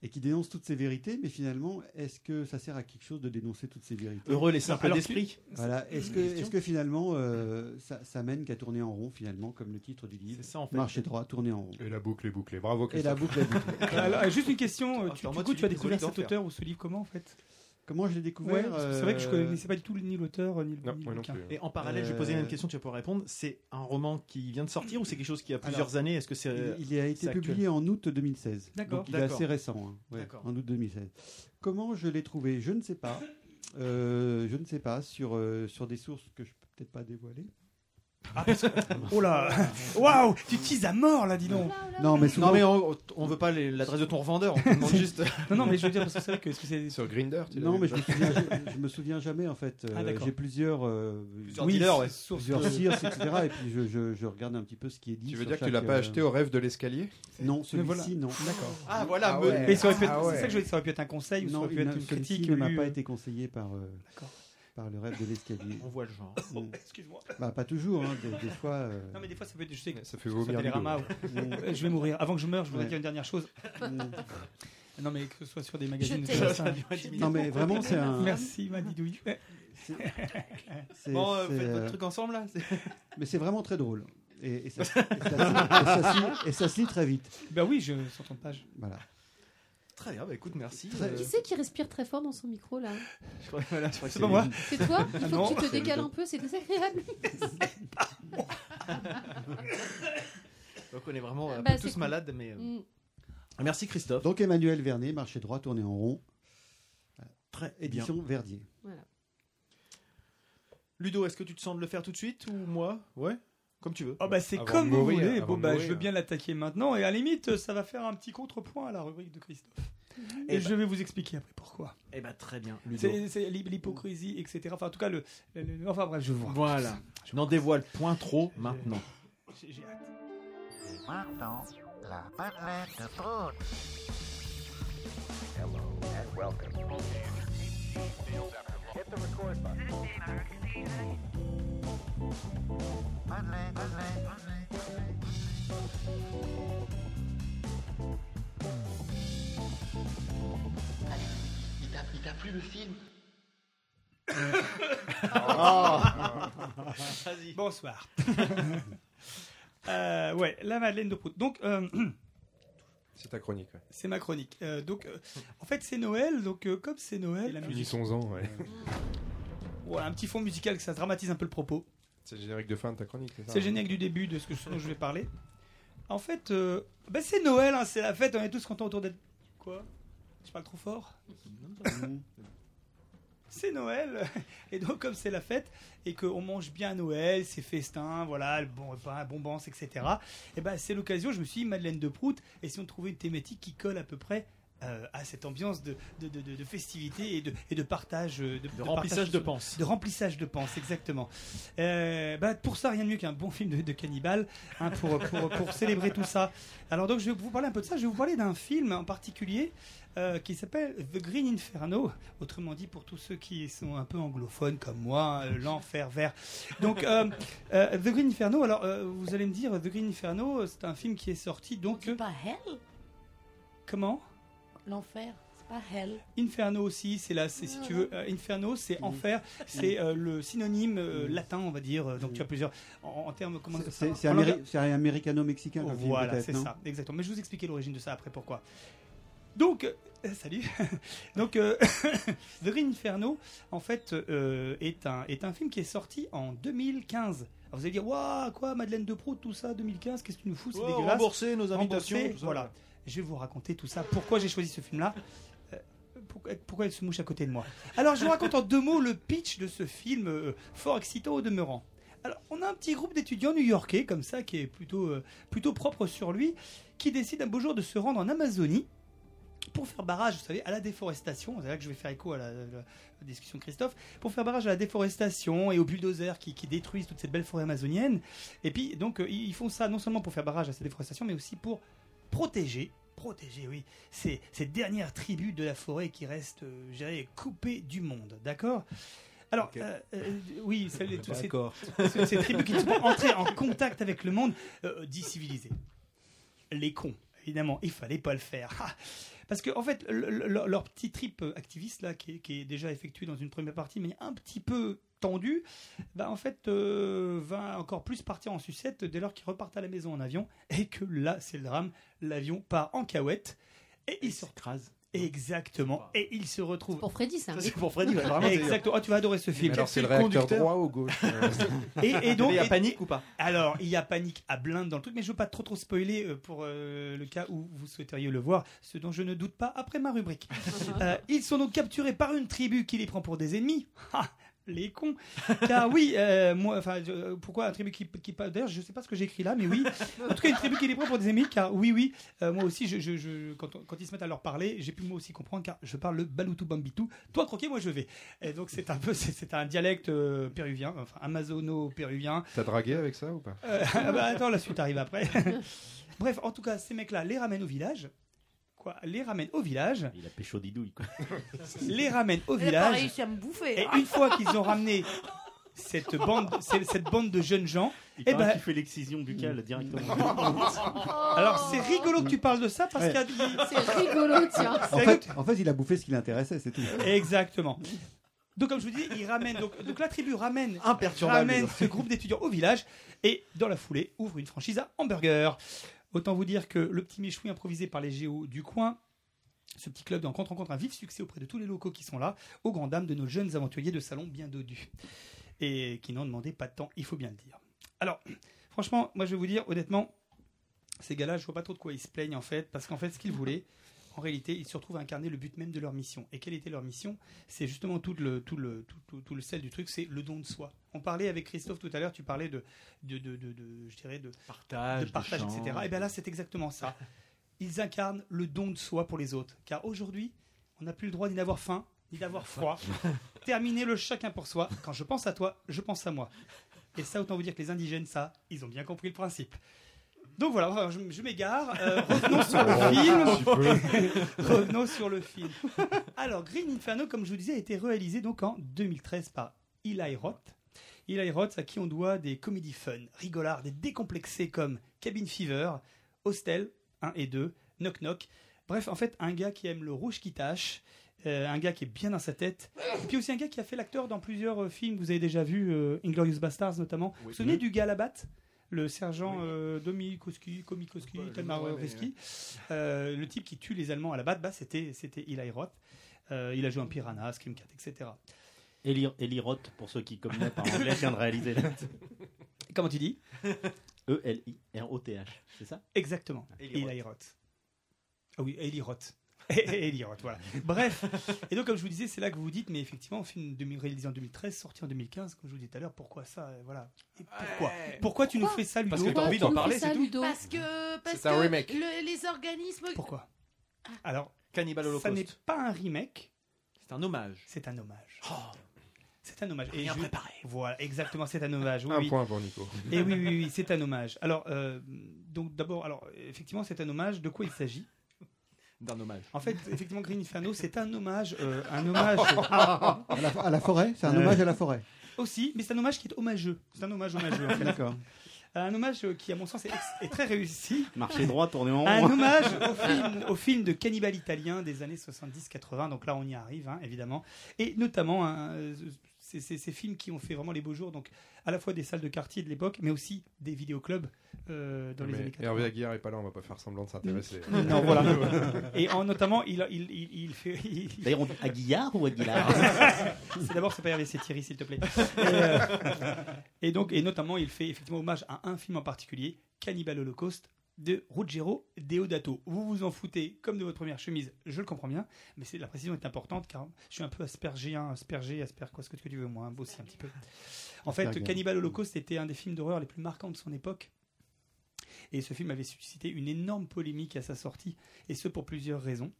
[SPEAKER 6] et qui dénonce toutes ces vérités, mais finalement, est-ce que ça sert à quelque chose de dénoncer toutes ces vérités
[SPEAKER 4] Heureux les simples
[SPEAKER 3] Alors,
[SPEAKER 4] d'esprit.
[SPEAKER 6] Voilà. Est-ce que, est-ce que finalement, euh, ça, ça mène qu'à tourner en rond, finalement, comme le titre du livre
[SPEAKER 4] C'est ça, en fait.
[SPEAKER 6] Marcher droit, tourner en rond.
[SPEAKER 7] Et la boucle est bouclée. Bravo,
[SPEAKER 6] Et
[SPEAKER 7] Christophe.
[SPEAKER 6] la boucle est bouclée.
[SPEAKER 3] Alors, euh, juste une question. euh,
[SPEAKER 4] Ah,
[SPEAKER 3] Tu,
[SPEAKER 4] en
[SPEAKER 3] du
[SPEAKER 4] mode,
[SPEAKER 3] coup,
[SPEAKER 4] tu
[SPEAKER 3] tu as
[SPEAKER 4] dis
[SPEAKER 3] découvert
[SPEAKER 4] désolé
[SPEAKER 3] cet
[SPEAKER 4] d'en
[SPEAKER 3] auteur ou ce livre comment en fait
[SPEAKER 6] Comment je l'ai
[SPEAKER 3] Ouais,
[SPEAKER 6] découvert
[SPEAKER 3] parce que c'est vrai que je
[SPEAKER 6] euh,
[SPEAKER 3] connaissais pas du tout ni l'auteur euh, ni le.
[SPEAKER 7] Non,
[SPEAKER 3] ni le
[SPEAKER 7] moi non
[SPEAKER 3] bouquin.
[SPEAKER 7] plus.
[SPEAKER 4] Et en parallèle, je vais poser
[SPEAKER 6] Euh,
[SPEAKER 4] la même question, tu vas pouvoir répondre. C'est un roman qui vient de sortir ou c'est quelque chose qui a
[SPEAKER 6] Alors,
[SPEAKER 4] plusieurs années Est-ce que c'est. euh,
[SPEAKER 6] Il, il a été
[SPEAKER 4] c'est actuel.
[SPEAKER 6] publié en août 2016.
[SPEAKER 3] D'accord.
[SPEAKER 6] Donc il est
[SPEAKER 4] D'accord.
[SPEAKER 6] assez récent. hein. Ouais,
[SPEAKER 4] D'accord.
[SPEAKER 6] en août 2016. Comment je l'ai trouvé Je ne sais pas. Euh, je ne sais pas. Sur, euh, sur des sources que je peux peut-être pas dévoiler.
[SPEAKER 3] Oh là Waouh Tu teases à mort là, dis donc
[SPEAKER 6] Non, mais souvent.
[SPEAKER 4] Non, mais on, on veut pas les- l'adresse de ton revendeur, on te demande juste. euh,
[SPEAKER 3] Non, non, mais je veux dire, parce que c'est vrai que. est-ce que c'est-
[SPEAKER 7] Sur Grinder, tu l'as
[SPEAKER 6] Non,
[SPEAKER 7] vu
[SPEAKER 6] mais je me souviens, je, je me souviens jamais en fait. Euh,
[SPEAKER 3] Ah, d'accord.
[SPEAKER 6] J'ai plusieurs, euh,
[SPEAKER 4] Plusieurs dealers, ouais.
[SPEAKER 6] plusieurs sources, etc. Et puis je, je- je regarde un petit peu ce qui est dit.
[SPEAKER 7] Tu veux
[SPEAKER 6] sur
[SPEAKER 7] dire que tu
[SPEAKER 6] chaque,
[SPEAKER 7] l'as pas
[SPEAKER 6] euh,
[SPEAKER 7] acheté au rêve de l'escalier
[SPEAKER 6] Non,
[SPEAKER 3] Mais
[SPEAKER 6] celui-ci
[SPEAKER 3] voilà.
[SPEAKER 6] non.
[SPEAKER 3] D'accord.
[SPEAKER 4] Ah voilà,
[SPEAKER 7] Ah
[SPEAKER 4] me-
[SPEAKER 7] ouais.
[SPEAKER 3] Mais ça aurait pu être-
[SPEAKER 7] Ah ouais.
[SPEAKER 3] c'est ça que je veux dire, ça aurait pu être un conseil ou ça
[SPEAKER 6] Non,
[SPEAKER 3] aurait pu
[SPEAKER 6] il n'a-
[SPEAKER 3] être une
[SPEAKER 6] celui-ci
[SPEAKER 3] critique.
[SPEAKER 6] ne m'a
[SPEAKER 3] lue,
[SPEAKER 6] pas
[SPEAKER 3] euh,
[SPEAKER 6] été conseillé par euh,
[SPEAKER 3] D'accord.
[SPEAKER 6] par le rêve de l'escalier.
[SPEAKER 4] on voit le genre.
[SPEAKER 6] Mm.
[SPEAKER 3] Excuse-moi.
[SPEAKER 6] Bah, pas toujours. hein, des, des fois. euh,
[SPEAKER 3] Non, mais des fois, ça peut être. Je sais que.
[SPEAKER 7] Ça fait
[SPEAKER 3] sur
[SPEAKER 7] vomir.
[SPEAKER 3] Télérama,
[SPEAKER 7] Ludo.
[SPEAKER 6] mm,
[SPEAKER 3] ou- euh, Je vais mourir. Avant que je meure, je voudrais
[SPEAKER 6] Ouais.
[SPEAKER 3] dire une dernière chose.
[SPEAKER 6] mm.
[SPEAKER 3] Non, mais que ce soit sur des magazines.
[SPEAKER 8] Je
[SPEAKER 3] de
[SPEAKER 8] t'aime.
[SPEAKER 3] presse, hein.
[SPEAKER 6] Non, mais vraiment, c'est un.
[SPEAKER 3] Merci, Madidouille.
[SPEAKER 6] c'est-
[SPEAKER 4] Bon, euh,
[SPEAKER 6] c'est,
[SPEAKER 4] faites votre
[SPEAKER 6] euh,
[SPEAKER 4] truc ensemble là. c'est-
[SPEAKER 6] mais c'est vraiment très drôle. Et, et ça, et ça se- et ça se- et ça se lit très vite.
[SPEAKER 3] Ben oui, je sur ton page.
[SPEAKER 6] Voilà.
[SPEAKER 4] Très bien, bah écoute, merci.
[SPEAKER 6] Très-
[SPEAKER 4] euh,
[SPEAKER 1] Qui c'est qui respire très fort dans son micro là
[SPEAKER 4] je crois- voilà, je crois que
[SPEAKER 3] C'est pas moi.
[SPEAKER 1] C'est toi Il
[SPEAKER 3] Ah
[SPEAKER 1] faut
[SPEAKER 3] non,
[SPEAKER 1] que tu te
[SPEAKER 7] c'est
[SPEAKER 1] décales
[SPEAKER 7] Ludo.
[SPEAKER 1] un peu, c'est désagréable.
[SPEAKER 4] Donc on est vraiment un
[SPEAKER 1] Bah,
[SPEAKER 4] peu
[SPEAKER 1] c'est
[SPEAKER 4] tous
[SPEAKER 1] cool.
[SPEAKER 4] malades, mais. euh,
[SPEAKER 1] Mm.
[SPEAKER 4] Merci Christophe.
[SPEAKER 6] Donc Emmanuel Vernet, marché droit, tourner en rond,
[SPEAKER 4] très bien.
[SPEAKER 6] édition Verdier.
[SPEAKER 4] Ludo, est-ce que tu te sens de le faire tout de suite ou moi Ouais, Ah comme tu veux.
[SPEAKER 3] Oh bah c'est
[SPEAKER 7] Avant
[SPEAKER 3] comme
[SPEAKER 7] de mourir,
[SPEAKER 3] vous voulez.
[SPEAKER 7] avant
[SPEAKER 3] Bon
[SPEAKER 7] de
[SPEAKER 3] bah
[SPEAKER 7] mourir.
[SPEAKER 3] je veux bien l'attaquer maintenant et à la limite ça va faire un petit contrepoint à la rubrique de Christophe. Et,
[SPEAKER 4] Eh
[SPEAKER 3] je vais vous expliquer après pourquoi.
[SPEAKER 4] Eh bah très bien, Ludo.
[SPEAKER 3] C'est c'est l'hy- l'hypocrisie etc. Enfin en tout cas le, le- le- enfin bref je vois.
[SPEAKER 4] Voilà. Je n'en dévoile point trop maintenant.
[SPEAKER 3] J'ai- j'ai hâte.
[SPEAKER 9] Maintenant, la parade de drone. Hello and welcome. Hit the record button. Parlez, parlez, parlez, parlez.
[SPEAKER 5] Il a, il a plus le film.
[SPEAKER 3] Oh.
[SPEAKER 2] Vas-y.
[SPEAKER 3] Bonsoir. Euh, ouais, la Madeleine de Prout. Donc, euh,
[SPEAKER 7] C'est ta chronique. Ouais.
[SPEAKER 3] c'est ma chronique. Euh, donc, euh, en fait, c'est Noël. Donc, euh, comme c'est Noël,
[SPEAKER 7] Unissons-en, ouais.
[SPEAKER 3] Ouais, un petit fond musical que ça dramatise un peu le propos.
[SPEAKER 7] C'est le générique de fin de ta chronique, c'est ça hein.
[SPEAKER 3] C'est le générique du début de ce que ce dont je vais parler. En fait, euh, bah, c'est Noël, hein, c'est la fête. On est tous contents autour d'être. Quoi Je parle trop fort
[SPEAKER 7] Mm.
[SPEAKER 3] c'est Noël. Et donc, comme c'est la fête et qu'on mange bien à Noël, c'est festin, voilà, le bon repas, bombance, etc. Et ben, c'est l'occasion, je me suis dit, Madeleine de Prout, et si on trouvait une thématique qui colle à peu près euh, à cette ambiance de, de, de- de- de festivité et de, et de partage. euh, De,
[SPEAKER 4] Le remplissage
[SPEAKER 3] partage-
[SPEAKER 4] de pense.
[SPEAKER 3] de remplissage de pense, exactement. Euh, bah, pour ça, rien de mieux qu'un bon film de, de cannibale hein, pour, pour, pour célébrer tout ça. Alors donc, je vais vous parler un peu de ça. Je vais vous parler d'un film en particulier euh, qui s'appelle The Green Inferno. Autrement dit, pour tous ceux qui sont un peu anglophones comme moi, euh, l'enfer vert. Donc, euh, euh, The Green Inferno. Alors, euh, vous allez me dire, The Green Inferno, euh, c'est un film qui est sorti donc euh,
[SPEAKER 8] C'est pas Hell
[SPEAKER 3] comment
[SPEAKER 8] L'enfer C'est pas Hell
[SPEAKER 3] Inferno aussi, c'est là, c'est si tu veux, euh, Inferno, c'est
[SPEAKER 6] Mm.
[SPEAKER 3] enfer, c'est euh, le synonyme euh, latin, on va dire. euh, Donc tu as plusieurs en, en termes comment
[SPEAKER 6] C'est-
[SPEAKER 3] ça
[SPEAKER 6] C'est
[SPEAKER 3] s'appelle
[SPEAKER 6] c'est
[SPEAKER 3] En
[SPEAKER 6] améri-
[SPEAKER 3] langage-
[SPEAKER 6] c'est américano-mexicain. comme film,
[SPEAKER 3] Voilà,
[SPEAKER 6] peut-être,
[SPEAKER 3] c'est
[SPEAKER 6] non
[SPEAKER 3] ça, exactement. Mais je vais vous expliquer l'origine de ça après pourquoi. Donc euh, salut. Donc euh, The Green Inferno, en fait, euh, est un est un film qui est sorti en 2015. Alors vous allez dire waouh quoi Madeleine de Proust tout ça 2015 qu'est-ce que tu nous fous c'est
[SPEAKER 4] Ouais,
[SPEAKER 3] dégueulasse
[SPEAKER 4] rembourser nos invitations.
[SPEAKER 3] remboursé,
[SPEAKER 4] tout ça.
[SPEAKER 3] Voilà. Je vais vous raconter tout ça. Pourquoi j'ai choisi ce film-là Euh, pourquoi, pourquoi elle se mouche à côté de moi Alors, je vous raconte en deux mots le pitch de ce film euh, fort excitant au demeurant. Alors, on a un petit groupe d'étudiants new-yorkais, comme ça, qui est plutôt, euh, plutôt propre sur lui, qui décide un beau jour de se rendre en Amazonie pour faire barrage, vous savez, à la déforestation. C'est là que je vais faire écho à la, la- la discussion de Christophe. Pour faire barrage à la déforestation et aux bulldozers qui, qui détruisent toute cette belle forêt amazonienne. Et puis, donc, euh, ils ils font ça non seulement pour faire barrage à cette déforestation, mais aussi pour protéger, protéger, oui, ces, ces dernières tribus de la forêt qui restent, euh, je dirais, coupées du monde, d'accord alors,
[SPEAKER 4] Ok.
[SPEAKER 3] euh, euh, oui, celles- toutes ces,
[SPEAKER 4] D'accord.
[SPEAKER 3] ces- ces tribus qui ne sont pas entrées en contact avec le monde euh, dit civilisé. Les cons, évidemment, il fallait pas le faire. Ah. Parce que, en fait, le- le- leur, leur petit trip euh, activiste, là, qui est, qui est déjà effectué dans une première partie, mais un petit peu tendu, bah, en fait, euh, va encore plus partir en sucette dès lors qu'ils repartent à la maison en avion, et que là, c'est le drame, l'avion part en cahuète, et ils se...
[SPEAKER 4] s'écrase.
[SPEAKER 3] Exactement, et ils se retrouvent...
[SPEAKER 1] Pour Freddy, ça.
[SPEAKER 4] Ça, c'est pour Freddy, ouais, vraiment. c'est-
[SPEAKER 3] Exactement, Ah, tu vas adorer ce film.
[SPEAKER 7] Alors, c'est le
[SPEAKER 4] Quel
[SPEAKER 7] réacteur
[SPEAKER 4] conducteur
[SPEAKER 7] droit ou gauche euh,
[SPEAKER 3] Et, et donc,
[SPEAKER 4] Mais il y a
[SPEAKER 3] et-
[SPEAKER 4] panique ou pas
[SPEAKER 3] Alors, il y a panique à blinde dans le truc, mais je veux pas trop trop spoiler euh, pour euh, le cas où vous souhaiteriez le voir, ce dont je ne doute pas après ma rubrique. Euh, ils sont donc capturés par une tribu qui les prend pour des ennemis. Ah, les cons. Car oui, euh, moi, enfin, je- pourquoi une tribu qui, qui pas D'ailleurs, je sais pas ce que j'écris là, mais oui. En tout cas, une tribu qui les prend pour des ennemis, car oui, oui. euh, moi aussi, je, je- je- quand, on- quand ils se mettent à leur parler, j'ai pu moi aussi comprendre, car je parle le baloutou bambitou. Toi croquer, moi je vais. Et donc, c'est un peu, c'est c'est un dialecte euh, péruvien, enfin amazono-péruvien.
[SPEAKER 7] T'as dragué avec ça ou pas
[SPEAKER 3] Euh, ah bah attends, la suite arrive après. Bref, en tout cas, ces mecs-là les ramènent au village. Quoi Les ramènent au village.
[SPEAKER 2] Il a pécho didouille, quoi.
[SPEAKER 3] Les ramènent au
[SPEAKER 8] Elle a pas
[SPEAKER 3] village.
[SPEAKER 8] réussi à me bouffer
[SPEAKER 3] Et
[SPEAKER 8] hein.
[SPEAKER 3] une fois qu'ils ont ramené cette bande, cette cette bande de jeunes gens,
[SPEAKER 2] Il
[SPEAKER 3] Eh
[SPEAKER 2] paraît
[SPEAKER 3] ben-
[SPEAKER 2] qu'il fait l'excision buccale directement.
[SPEAKER 3] alors c'est rigolo que tu parles de ça parce qu'il y a du-
[SPEAKER 1] C'est rigolo, tiens.
[SPEAKER 6] En
[SPEAKER 3] C'est-
[SPEAKER 6] fait, en fait, il a bouffé ce qui l'intéressait, c'est tout.
[SPEAKER 3] Exactement. Donc comme je vous dis, ils ramènent donc, donc la tribu ramène
[SPEAKER 4] Imperturbable. les
[SPEAKER 3] ramène
[SPEAKER 4] autres.
[SPEAKER 3] ce groupe d'étudiants au village et, dans la foulée, ouvre une franchise à hamburger. Autant vous dire que le petit méchoui improvisé par les géos du coin, ce petit club rencontre rencontre un vif succès auprès de tous les locaux qui sont là, aux grand dames de nos jeunes aventuriers de salon bien dodus et qui n'en demandaient pas tant, il faut bien le dire. Alors, franchement, moi je vais vous dire honnêtement, ces gars-là, je vois pas trop de quoi ils se plaignent en fait, parce qu'en fait, ce qu'ils voulaient, en réalité, ils se retrouvent à incarner le but même de leur mission. Et quelle était leur mission C'est justement tout le, tout, le, tout, tout- tout le sel du truc, c'est le don de soi. On parlait avec Christophe tout à l'heure, tu parlais de, de, de, de- de- je dirais, de,
[SPEAKER 4] Partage,
[SPEAKER 3] de partage,
[SPEAKER 4] d'échange.
[SPEAKER 3] etc. Et Eh ben, bien là, c'est exactement ça. Ils incarnent le don de soi pour les autres. Car aujourd'hui, on n'a plus le droit ni d'avoir faim, ni d'avoir froid. Terminez le chacun pour soi. Quand je pense à toi, je pense à moi. Et ça, autant vous dire que les indigènes, ça, ils ont bien compris le principe. Donc voilà, enfin, je, je m'égare. Euh, revenons sur le film. Revenons sur le film. Alors, Green Inferno, comme je vous disais, a été réalisé donc en 2013 par Eli Roth. Eli Roth, à qui on doit des comédies fun, rigolardes et décomplexées comme Cabin Fever, Hostel 1 et 2, Knock Knock. Bref, en fait, un gars qui aime le rouge qui tâche, euh, un gars qui est bien dans sa tête, et puis aussi un gars qui a fait l'acteur dans plusieurs euh, films. Vous avez déjà vu euh, Inglorious Bastards notamment. Vous vous souvenez du gars à la batte le sergent euh, Domikoski, Komikoski, Telmarovski, Euh, le type qui tue les Allemands à la batte, bah, c'était c'était Eli Roth. Euh, il a joué en Piranha, Scream 4, etc.
[SPEAKER 2] Eli, Eli Roth, pour ceux qui, comme moi, parlent anglais, viennent de réaliser.
[SPEAKER 3] Comment tu dis
[SPEAKER 2] E E-L-I-R-O-T-H, c'est ça
[SPEAKER 3] Exactement.
[SPEAKER 4] Eli Roth.
[SPEAKER 3] Eli Roth. Ah oui, Eli Roth. Eli Roth, voilà. Bref. Et donc, comme je vous disais, c'est là que vous vous dites, mais effectivement, film de, réalisé en 2013, sorti en 2015, comme je vous disais tout à l'heure, pourquoi ça euh, Voilà. Et pourquoi Pourquoi tu nous fais ça, Ludo
[SPEAKER 7] Parce que t'as envie d'en parler, c'est tout.
[SPEAKER 8] Parce que, parce
[SPEAKER 7] C'est un
[SPEAKER 8] que
[SPEAKER 7] remake.
[SPEAKER 8] le- les organismes.
[SPEAKER 3] Pourquoi Alors,
[SPEAKER 4] Cannibal
[SPEAKER 3] ça n'est
[SPEAKER 4] Holocaust.
[SPEAKER 3] pas un remake,
[SPEAKER 4] C'est un hommage.
[SPEAKER 3] c'est un hommage. C'est un hommage. Et je-
[SPEAKER 4] préparé.
[SPEAKER 3] Voilà, exactement, c'est un hommage. Oui,
[SPEAKER 7] Un
[SPEAKER 3] oui.
[SPEAKER 7] point pour Nico.
[SPEAKER 3] Et oui, oui, oui, c'est un hommage. Alors, euh, donc d'abord, alors effectivement, c'est un hommage. De quoi il s'agit
[SPEAKER 4] D'un hommage.
[SPEAKER 3] En fait, effectivement, Green Inferno, c'est un hommage, euh, un hommage
[SPEAKER 6] À la, à la forêt C'est un hommage à la forêt.
[SPEAKER 3] aussi, mais c'est un hommage qui est hommageux. C'est un hommage hommageux. en fait.
[SPEAKER 6] D'accord.
[SPEAKER 3] Un hommage euh, qui, à mon sens, est, ex- est très réussi.
[SPEAKER 2] Marcher droit, tourner en
[SPEAKER 3] Un
[SPEAKER 2] rond.
[SPEAKER 3] hommage au film, au film de cannibale italien des années 70-80. Donc là, on y arrive, hein, évidemment. Et notamment, hein, euh, ces, ces- ces films qui ont fait vraiment les beaux jours, donc à la fois des salles de quartier de l'époque, mais aussi des vidéoclubs euh,
[SPEAKER 2] Ah
[SPEAKER 3] dans les
[SPEAKER 7] Mais
[SPEAKER 3] années 80.
[SPEAKER 7] Hervé Aguirre est pas là, on va pas faire semblant de s'intéresser.
[SPEAKER 3] Mm. Non, voilà. Et en, notamment, il, il, il, il fait. il-
[SPEAKER 2] D'ailleurs, on dit Aguillard ou Aguilar
[SPEAKER 3] c'est D'abord, c'est pas Hervé, c'est Thierry, s'il te plaît. Et, euh, et donc, et notamment, il fait effectivement hommage à un film en particulier, Cannibal Holocaust de Ruggero Deodato. Vous vous en foutez comme de votre première chemise, je le comprends bien, mais c'est la précision est importante car je suis un peu aspergéen, aspergé, asper quoi, ce que tu veux, moi, hein, aussi un petit peu. En fait,
[SPEAKER 6] Asperger.
[SPEAKER 3] Cannibal Holocaust était un des films d'horreur les plus marquants de son époque. Et ce film avait suscité une énorme polémique à sa sortie, et ce pour plusieurs raisons.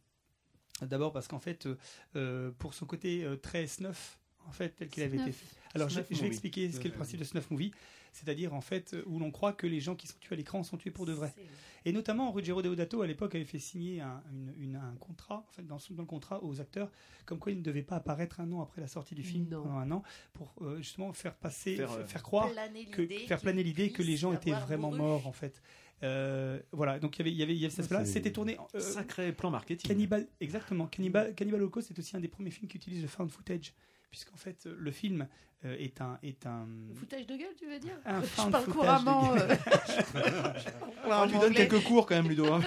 [SPEAKER 3] D'abord parce qu'en fait, euh, euh, pour son côté euh, très snuff, en fait, tel qu'il avait été fait. Alors, je,
[SPEAKER 4] Snuff
[SPEAKER 3] je vais
[SPEAKER 4] movie.
[SPEAKER 3] expliquer ce qu'est le principe de snuff movie, c'est-à-dire en fait euh, où l'on croit que les gens qui sont tués à l'écran sont tués pour de vrai. Et notamment, Ruggero Deodato, à l'époque, avait fait signer un, une- une- un contrat, en fait, dans, son- dans le contrat aux acteurs, comme quoi ils ne devaient pas apparaître un an après la sortie du film,
[SPEAKER 1] Non.
[SPEAKER 3] pendant un an, pour euh, justement faire passer,
[SPEAKER 4] Faire,
[SPEAKER 3] f-
[SPEAKER 4] euh,
[SPEAKER 3] faire croire que- faire planer l'idée que les gens étaient vraiment morts, en fait. Euh, voilà, donc il y avait, il y avait, il y avait cette là
[SPEAKER 6] c'est-
[SPEAKER 3] C'était tourné. en- euh,
[SPEAKER 4] Sacré plan marketing.
[SPEAKER 3] Cannibal, exactement. Cannibal, Cannibal Holocaust est aussi un des premiers films qui utilise le found footage, puisqu'en fait, euh, le film euh, est un. Est un
[SPEAKER 8] Foutage de gueule, tu veux dire
[SPEAKER 3] un
[SPEAKER 8] Je
[SPEAKER 3] found
[SPEAKER 8] parle
[SPEAKER 3] footage de
[SPEAKER 8] couramment.
[SPEAKER 3] guerre.
[SPEAKER 8] euh,
[SPEAKER 7] Ah,
[SPEAKER 4] on lui donne quelques cours quand même, Ludo. hein.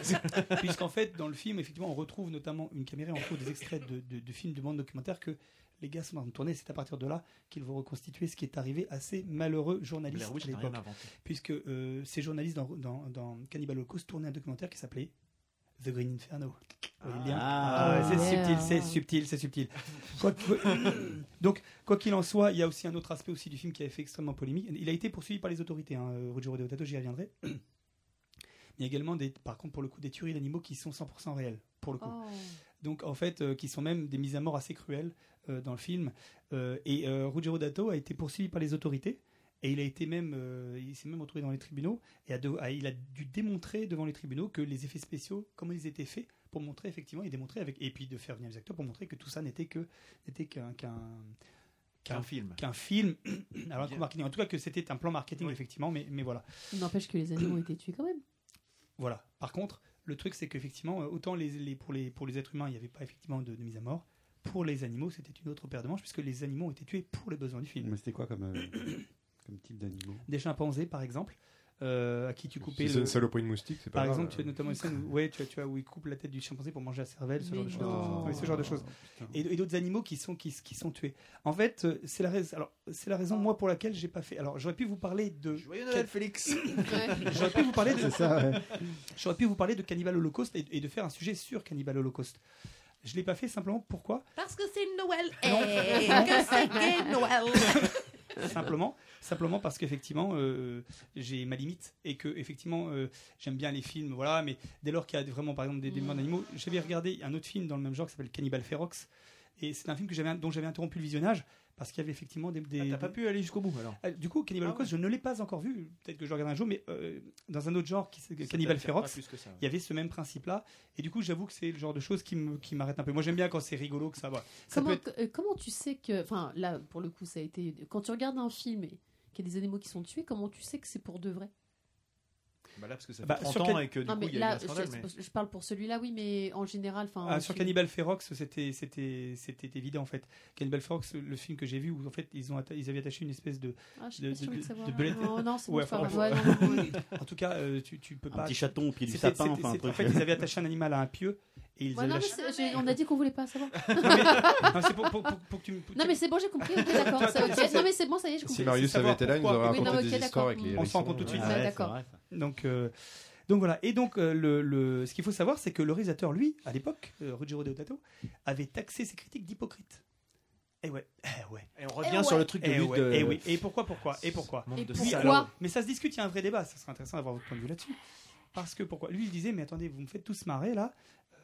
[SPEAKER 3] Puisqu'en fait, dans le film, effectivement, on retrouve notamment une caméra en cours des extraits de, de- de films de bande documentaire que les gars sont en train de tourner. C'est à partir de là qu'ils vont reconstituer ce qui est arrivé à ces malheureux journalistes
[SPEAKER 4] Blair Witch
[SPEAKER 3] à
[SPEAKER 4] n'a rien
[SPEAKER 3] l'époque.
[SPEAKER 4] inventé.
[SPEAKER 3] Puisque euh, ces journalistes dans, dans, dans Cannibal Holocaust tournaient un documentaire qui s'appelait The Green Inferno. Vous voyez le lien Ah
[SPEAKER 2] Ah,
[SPEAKER 3] ouais, c'est
[SPEAKER 1] ouais.
[SPEAKER 3] subtil, c'est subtil, c'est subtil. Quoi que- euh, Donc, quoi qu'il en soit, il y a aussi un autre aspect aussi du film qui avait fait extrêmement polémique. Il a été poursuivi par les autorités, hein, Ruggero Deodato, j'y reviendrai. Mais il y a également, des, par contre, pour le coup, des tueries d'animaux qui sont 100% réelles, pour le coup. Donc, en fait, euh, qui sont même des mises à mort assez cruelles euh, dans le film. Euh, et euh, Ruggero Dato a été poursuivi par les autorités. Et il a été même, euh, il s'est même retrouvé dans les tribunaux et a de- a- il a dû démontrer devant les tribunaux que les effets spéciaux, comment ils étaient faits, pour montrer effectivement et démontrer avec, et puis de faire venir les acteurs pour montrer que tout ça n'était que n'était qu'un qu'un
[SPEAKER 4] Qu'un film.
[SPEAKER 3] qu'un film, alors un coup
[SPEAKER 4] Bien.
[SPEAKER 3] marketing. En tout cas, que c'était un plan marketing
[SPEAKER 4] Oui.
[SPEAKER 3] effectivement, mais mais voilà.
[SPEAKER 1] N'empêche que les animaux ont été tués quand même.
[SPEAKER 3] Voilà. Par contre, le truc, c'est qu'effectivement, euh, autant les, les- pour, les, pour les êtres humains, il n'y avait pas effectivement de, de mise à mort. Pour les animaux, c'était une autre paire de manches, puisque les animaux ont été tués pour les besoins du film.
[SPEAKER 6] Mais c'était quoi comme, euh, comme type d'animaux
[SPEAKER 3] Des chimpanzés, par exemple, euh, à qui tu coupais
[SPEAKER 7] Si c'est
[SPEAKER 3] le.
[SPEAKER 7] une saloperie de moustique, c'est pas
[SPEAKER 3] Par
[SPEAKER 7] grave.
[SPEAKER 3] exemple, tu as notamment une scène où, ouais, tu as, tu as- où ils coupent la tête du chimpanzé pour manger la cervelle, ce
[SPEAKER 1] Mais
[SPEAKER 3] genre de
[SPEAKER 1] non.
[SPEAKER 4] Oh.
[SPEAKER 3] choses. Oui, ce genre de choses.
[SPEAKER 7] Oh,
[SPEAKER 3] Et, et d'autres animaux qui sont, qui, qui sont tués. En fait, euh, c'est la, rais- alors, c'est la raison, moi, pour laquelle j'ai pas fait. Alors, j'aurais pu vous parler de.
[SPEAKER 4] Joyeux Noël, Félix.
[SPEAKER 3] J'aurais pu vous parler de
[SPEAKER 6] C'est ça, ouais.
[SPEAKER 3] J'aurais pu vous parler de Cannibal Holocaust et, et de faire un sujet sur Cannibal Holocaust. Je l'ai pas fait simplement pourquoi
[SPEAKER 8] Parce que c'est Noël et que c'est gay Noël.
[SPEAKER 3] Simplement, simplement parce qu'effectivement euh, j'ai ma limite et que effectivement euh, j'aime bien les films, voilà. Mais dès lors qu'il y a vraiment par exemple des des morts d'animaux, j'avais regardé un autre film dans le même genre qui s'appelle Cannibal Ferox et c'est un film que j'avais dont j'avais interrompu le visionnage parce qu'il y avait effectivement des, des-
[SPEAKER 4] Ah, T'as pas pu aller jusqu'au bout alors.
[SPEAKER 3] Ah, du coup, Cannibal
[SPEAKER 4] Ah
[SPEAKER 3] Holocaust, je ne l'ai pas encore vu. Peut-être que je le regarderai un jour, mais euh, dans un autre genre qui s'appelle
[SPEAKER 4] Ça
[SPEAKER 3] Cannibal
[SPEAKER 4] t'attire pas
[SPEAKER 3] Ferox.
[SPEAKER 4] plus que ça, ouais.
[SPEAKER 3] il y avait ce même principe là et du coup j'avoue que c'est le genre de choses qui me- qui m'arrête un peu moi j'aime bien quand c'est rigolo que ça va ça
[SPEAKER 1] Comment,
[SPEAKER 3] peut être
[SPEAKER 1] euh, comment tu sais que. Enfin, là, pour le coup, ça a été. Quand tu regardes un film et qu'il y a des animaux qui sont tués, comment tu sais que c'est pour de vrai
[SPEAKER 4] Bah là, parce que ça fait
[SPEAKER 3] Bah,
[SPEAKER 4] 30
[SPEAKER 3] sur
[SPEAKER 4] ans
[SPEAKER 3] quel-
[SPEAKER 4] et que du
[SPEAKER 1] Non,
[SPEAKER 4] coup,
[SPEAKER 1] mais
[SPEAKER 4] il y a eu
[SPEAKER 1] là,
[SPEAKER 4] un scandale. mais-
[SPEAKER 1] je, je parle pour celui-là, oui, mais en général. enfin
[SPEAKER 3] Ah, sur
[SPEAKER 1] je-
[SPEAKER 3] Cannibal Ferox, c'était c'était c'était évident en fait. Cannibal Ferox, le film que j'ai vu où en fait ils ont atta- ils avaient attaché une espèce de
[SPEAKER 1] Ah, je suis
[SPEAKER 3] de-
[SPEAKER 1] pas sûre
[SPEAKER 3] de-
[SPEAKER 1] de
[SPEAKER 3] de-
[SPEAKER 1] savoir.
[SPEAKER 3] de belette.
[SPEAKER 1] Oh, non, c'est bon,
[SPEAKER 3] Ouais,
[SPEAKER 1] c'est pas
[SPEAKER 3] enfin, euh,
[SPEAKER 1] grave. Ouais, non, non, ouais.
[SPEAKER 3] en tout cas euh, tu tu peux
[SPEAKER 2] Un
[SPEAKER 3] pas.
[SPEAKER 2] petit chaton au pied du
[SPEAKER 3] C'était-
[SPEAKER 2] sapin,
[SPEAKER 3] c'était-
[SPEAKER 2] enfin un
[SPEAKER 3] c'était-
[SPEAKER 2] truc.
[SPEAKER 3] En fait, ils avaient attaché un animal à un pieu et ils
[SPEAKER 1] Ouais,
[SPEAKER 3] avaient
[SPEAKER 1] non, mais
[SPEAKER 3] lâché-
[SPEAKER 1] c'est- j'ai- on a dit qu'on voulait pas savoir.
[SPEAKER 3] Non, mais- non, c'est pour, pour- pour- pour que tu me.
[SPEAKER 1] Non, mais c'est bon, j'ai compris. Ok, d'accord.
[SPEAKER 3] Toi,
[SPEAKER 1] ça,
[SPEAKER 3] toi, tu
[SPEAKER 1] ok.
[SPEAKER 3] sais-
[SPEAKER 1] Non, mais c'est bon, ça y est, je
[SPEAKER 7] Si
[SPEAKER 1] comprends.
[SPEAKER 7] Marius
[SPEAKER 3] savoir
[SPEAKER 7] avait été là, il nous
[SPEAKER 3] pourquoi.
[SPEAKER 7] aurait
[SPEAKER 1] Oui, non,
[SPEAKER 7] raconté
[SPEAKER 1] ok,
[SPEAKER 7] des
[SPEAKER 1] d'accord.
[SPEAKER 7] histoires avec les
[SPEAKER 3] On s'en
[SPEAKER 7] hérissons.
[SPEAKER 3] rend compte tout de suite.
[SPEAKER 1] Ouais, d'accord.
[SPEAKER 3] Ah, Donc, euh, donc voilà. Et donc, euh, le, le- ce qu'il faut savoir, c'est que le réalisateur, lui, à l'époque, euh, Ruggero Deodato, avait taxé ses critiques d'hypocrites. Et ouais, eh ouais,
[SPEAKER 4] Et on
[SPEAKER 8] Eh
[SPEAKER 4] revient
[SPEAKER 8] ouais.
[SPEAKER 4] sur le truc de
[SPEAKER 3] eh
[SPEAKER 4] lui
[SPEAKER 3] ouais,
[SPEAKER 4] de-
[SPEAKER 3] eh oui. Et pourquoi, pourquoi, et pourquoi
[SPEAKER 4] Monde
[SPEAKER 1] Et
[SPEAKER 4] de
[SPEAKER 1] pourquoi
[SPEAKER 4] salauds.
[SPEAKER 3] Mais ça se discute, il y a un vrai débat. Ça serait intéressant d'avoir votre point de vue là-dessus. Parce que pourquoi Lui, il disait, mais attendez, vous me faites tous marrer là.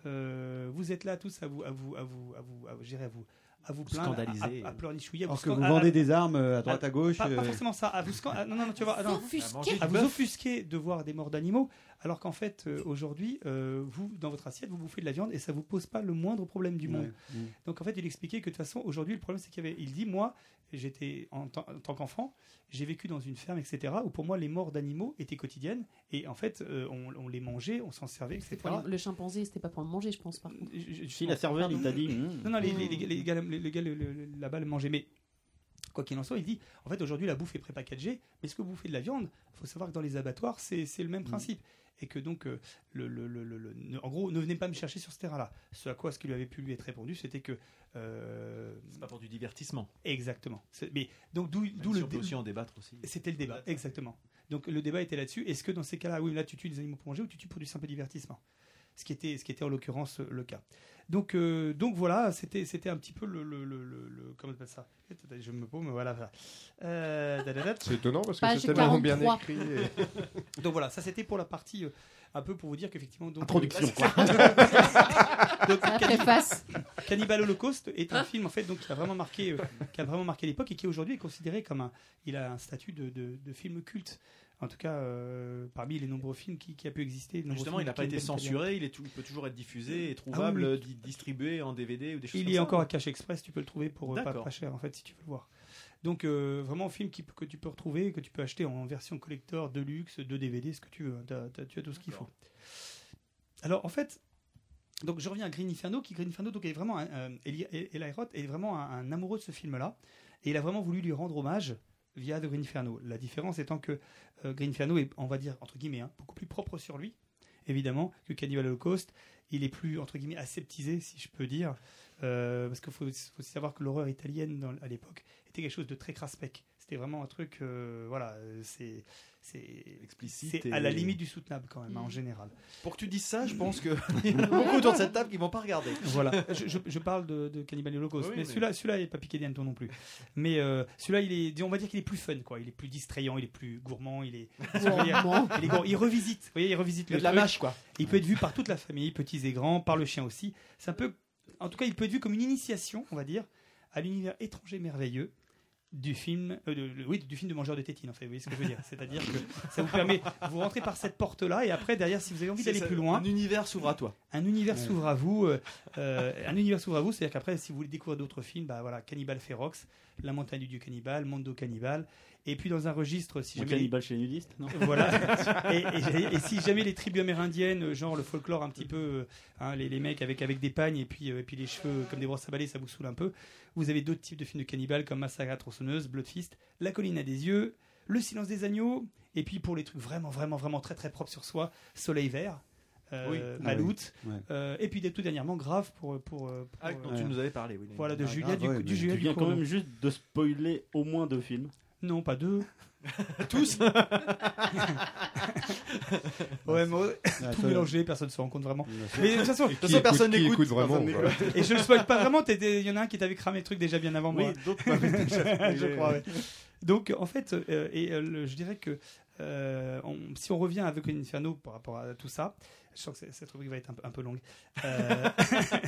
[SPEAKER 3] Euh, vous êtes là tous à vous, à vous, à vous, à vous, à vous, je dirais à vous, à vous plaindre,
[SPEAKER 4] Scandaliser.
[SPEAKER 3] à, à, à pleurnichouiller, à
[SPEAKER 6] Alors
[SPEAKER 3] vous
[SPEAKER 6] que vous
[SPEAKER 3] scan- à-
[SPEAKER 6] vendez
[SPEAKER 3] à-
[SPEAKER 6] des armes euh, à droite à gauche.
[SPEAKER 3] pas, pas
[SPEAKER 6] euh,
[SPEAKER 3] forcément ça. À vous scan- à- non, non, non, tu vois. non,
[SPEAKER 8] S'offusquer.
[SPEAKER 3] à vous offusquer de voir des morts d'animaux, alors qu'en fait, euh, aujourd'hui, euh, vous, dans votre assiette, vous bouffez de la viande et ça vous pose pas le moindre problème du monde.
[SPEAKER 6] ouais.
[SPEAKER 3] Donc en fait, il expliquait que de toute façon, aujourd'hui, le problème, c'est qu'il y avait. Il dit, moi, j'étais en, tant- en tant qu'enfant, j'ai vécu dans une ferme, etc., où pour moi, les morts d'animaux étaient quotidiennes et en fait, euh, on, on les mangeait, on s'en servait, etc.
[SPEAKER 1] C'était pour les- le chimpanzé, c'était pas pour le manger, je pense. Par contre.
[SPEAKER 3] Je- je- je-
[SPEAKER 2] Si la serveur, il t'a dit. Mm.
[SPEAKER 3] non, non, les, les, les gars- les gars, les- les gars, le- le- le- là-bas le mangeaient. Mais quoi qu'il en soit, il dit en fait, aujourd'hui, la bouffe est prépackagée. Mais ce que vous bouffez de la viande, il faut savoir que dans les abattoirs, c'est c'est le
[SPEAKER 2] Mm.
[SPEAKER 3] même principe. Et que donc, euh, le, le- le- le- le- ne- en gros, ne venez pas me chercher sur ce terrain-là. Ce à quoi ce qui lui avait pu lui être répondu, c'était que. euh,
[SPEAKER 4] C'est pas pour du divertissement.
[SPEAKER 3] exactement. C'est- Mais donc, d'où
[SPEAKER 4] Même
[SPEAKER 3] d'où
[SPEAKER 4] si
[SPEAKER 3] le.
[SPEAKER 4] on peut
[SPEAKER 3] dé-
[SPEAKER 4] aussi en débattre aussi.
[SPEAKER 3] C'était le débat, exactement. Donc le débat était là-dessus. Est-ce que dans ces cas-là, oui, là tu tues des animaux pour manger ou tu tues pour du simple divertissement ce qui, était, ce qui était en l'occurrence euh, le cas. Donc, euh, donc voilà, c'était c'était un petit peu le. le, le, le- le- comment on appelle ça Attendez, Je me paume, voilà. voilà. Euh, dadadad.
[SPEAKER 7] C'est étonnant parce que
[SPEAKER 1] Page
[SPEAKER 7] c'est tellement bien
[SPEAKER 1] 43.
[SPEAKER 7] écrit. et-
[SPEAKER 3] donc voilà, ça c'était pour la partie. euh, un peu pour vous dire qu'effectivement. donc,
[SPEAKER 2] Introduction,
[SPEAKER 3] euh,
[SPEAKER 2] quoi.
[SPEAKER 3] donc,
[SPEAKER 1] La
[SPEAKER 3] Cannibal-
[SPEAKER 1] préface.
[SPEAKER 3] Cannibal Holocaust est un film en fait donc qui a vraiment marqué euh, qui a vraiment marqué l'époque et qui aujourd'hui est considéré comme un il a un statut de, de- de film culte en tout cas euh, parmi les nombreux films qui, qui a pu exister les nombreux
[SPEAKER 4] Justement, il
[SPEAKER 3] films
[SPEAKER 4] n'a
[SPEAKER 3] qui
[SPEAKER 4] pas
[SPEAKER 3] ont
[SPEAKER 4] été
[SPEAKER 3] été
[SPEAKER 4] censuré, il, est tout- il peut toujours être diffusé et trouvable, euh,
[SPEAKER 3] Ah oui,
[SPEAKER 4] di- distribué en DVD ou des choses
[SPEAKER 3] il
[SPEAKER 4] comme
[SPEAKER 3] est
[SPEAKER 4] ça.
[SPEAKER 3] encore à Cache Express tu peux le trouver pour euh, pas,
[SPEAKER 4] D'accord.
[SPEAKER 3] pas cher en fait si tu veux le voir donc euh, vraiment un film qui, que tu peux retrouver que tu peux acheter en version collector de luxe de DVD ce que tu veux hein. T'as- t'as- tu as tout ce qu'il faut alors en fait donc je reviens à Green Inferno qui Green Inferno donc est vraiment un, euh, Eli- Eli Roth est vraiment un- un amoureux de ce film là et il a vraiment voulu lui rendre hommage via The Green Inferno. La différence étant que euh, Green Inferno est, on va dire, entre guillemets, hein, beaucoup plus propre sur lui, évidemment, que Cannibal Holocaust. Il est plus, entre guillemets, aseptisé, si je peux dire, euh, parce qu'il faut, faut aussi savoir que l'horreur italienne dans- à l'époque était quelque chose de très craspec. C'était vraiment un truc, euh, voilà, euh, c'est c'est
[SPEAKER 4] Explicite
[SPEAKER 3] c'est
[SPEAKER 4] et-
[SPEAKER 3] à la limite du soutenable quand même, hein, en
[SPEAKER 1] Mm.
[SPEAKER 3] général.
[SPEAKER 4] Pour que tu dises ça, je pense que il y en a beaucoup autour de cette table qui vont pas regarder.
[SPEAKER 3] voilà. Je, je- je parle de, de Cannibal Holocaust,
[SPEAKER 4] Oui,
[SPEAKER 3] mais,
[SPEAKER 4] mais-
[SPEAKER 3] celui-là, celui-là, il n'est pas piqué d'un ton non plus. Mais euh, celui-là, il est, on va dire qu'il est plus fun, quoi. Il est plus distrayant, il est plus gourmand, il est, il, est gourmand. Il revisite, vous voyez, il revisite
[SPEAKER 4] Il y a
[SPEAKER 3] le
[SPEAKER 4] de la
[SPEAKER 3] truc.
[SPEAKER 4] mâche, quoi.
[SPEAKER 3] Il peut être vu par toute la famille, petits et grands, par le chien aussi. C'est un peu, en tout cas, il peut être vu comme une initiation, on va dire, à l'univers étranger merveilleux du film, euh, de- le- oui, du film de mangeur de tétine. En fait, vous voyez ce que je veux dire. C'est-à-dire que ça vous permet, vous rentrez par cette porte-là, et après, derrière, si vous avez envie
[SPEAKER 4] C'est
[SPEAKER 3] d'aller
[SPEAKER 4] ça,
[SPEAKER 3] plus loin,
[SPEAKER 4] Un univers s'ouvre à toi.
[SPEAKER 3] un univers s'ouvre à vous. euh, euh, un univers s'ouvre à vous, c'est-à-dire qu'après, si vous voulez découvrir d'autres films, bah voilà, Cannibal Ferox, La montagne du cannibale, Mondo Cannibal. Et puis dans un registre, si
[SPEAKER 2] Mon
[SPEAKER 3] jamais. les-
[SPEAKER 2] cannibale chez les nudistes, non
[SPEAKER 3] Voilà. et, et- et si jamais les tribus amérindiennes, euh, genre le folklore un petit peu, euh, hein, les, les mecs avec, avec des pagnes et puis, euh, et puis les cheveux comme des brosses à balai, ça vous saoule un peu. Vous avez d'autres types de films de cannibales comme Massacre à la tronçonneuse, Blood Fist, La colline à des yeux, Le silence des agneaux. Et puis pour les trucs vraiment, vraiment, vraiment très, très propres sur soi, Soleil vert, euh,
[SPEAKER 6] Oui.
[SPEAKER 3] Maloute.
[SPEAKER 6] Ouais.
[SPEAKER 3] Euh, et puis des- tout dernièrement, grave pour. pour, euh, pour,
[SPEAKER 4] Ah,
[SPEAKER 3] euh,
[SPEAKER 4] dont
[SPEAKER 6] ouais.
[SPEAKER 4] tu nous avais parlé. Oui,
[SPEAKER 3] voilà, de
[SPEAKER 6] Ah,
[SPEAKER 3] Julia
[SPEAKER 6] grave,
[SPEAKER 3] du,
[SPEAKER 6] ouais,
[SPEAKER 3] du
[SPEAKER 6] mais
[SPEAKER 3] Julia
[SPEAKER 2] Tu viens quand
[SPEAKER 3] Ducournau.
[SPEAKER 2] même juste de spoiler au moins deux films.
[SPEAKER 3] Non, pas deux.
[SPEAKER 4] tous.
[SPEAKER 3] ouais, mais ouais,
[SPEAKER 6] Ah,
[SPEAKER 3] tout
[SPEAKER 6] ça-
[SPEAKER 3] mélangé, personne ne se rend compte vraiment.
[SPEAKER 6] Bien sûr.
[SPEAKER 3] Mais de toute façon,
[SPEAKER 4] toute façon, personne
[SPEAKER 7] qui
[SPEAKER 4] n'écoute.
[SPEAKER 7] écoute vraiment.
[SPEAKER 2] Personne
[SPEAKER 7] voilà.
[SPEAKER 3] et je le souhaite pas vraiment, t'étais- il y en a un qui t'avait cramé le truc déjà bien avant moi.
[SPEAKER 2] d'autres m'avaient déjà
[SPEAKER 3] je crois. ouais. Donc en fait, euh, et euh, le- je dirais que euh, on- si on revient avec Inferno par rapport à tout ça, je sens que c'est- cette rubrique va être un, peu- un peu longue. Euh,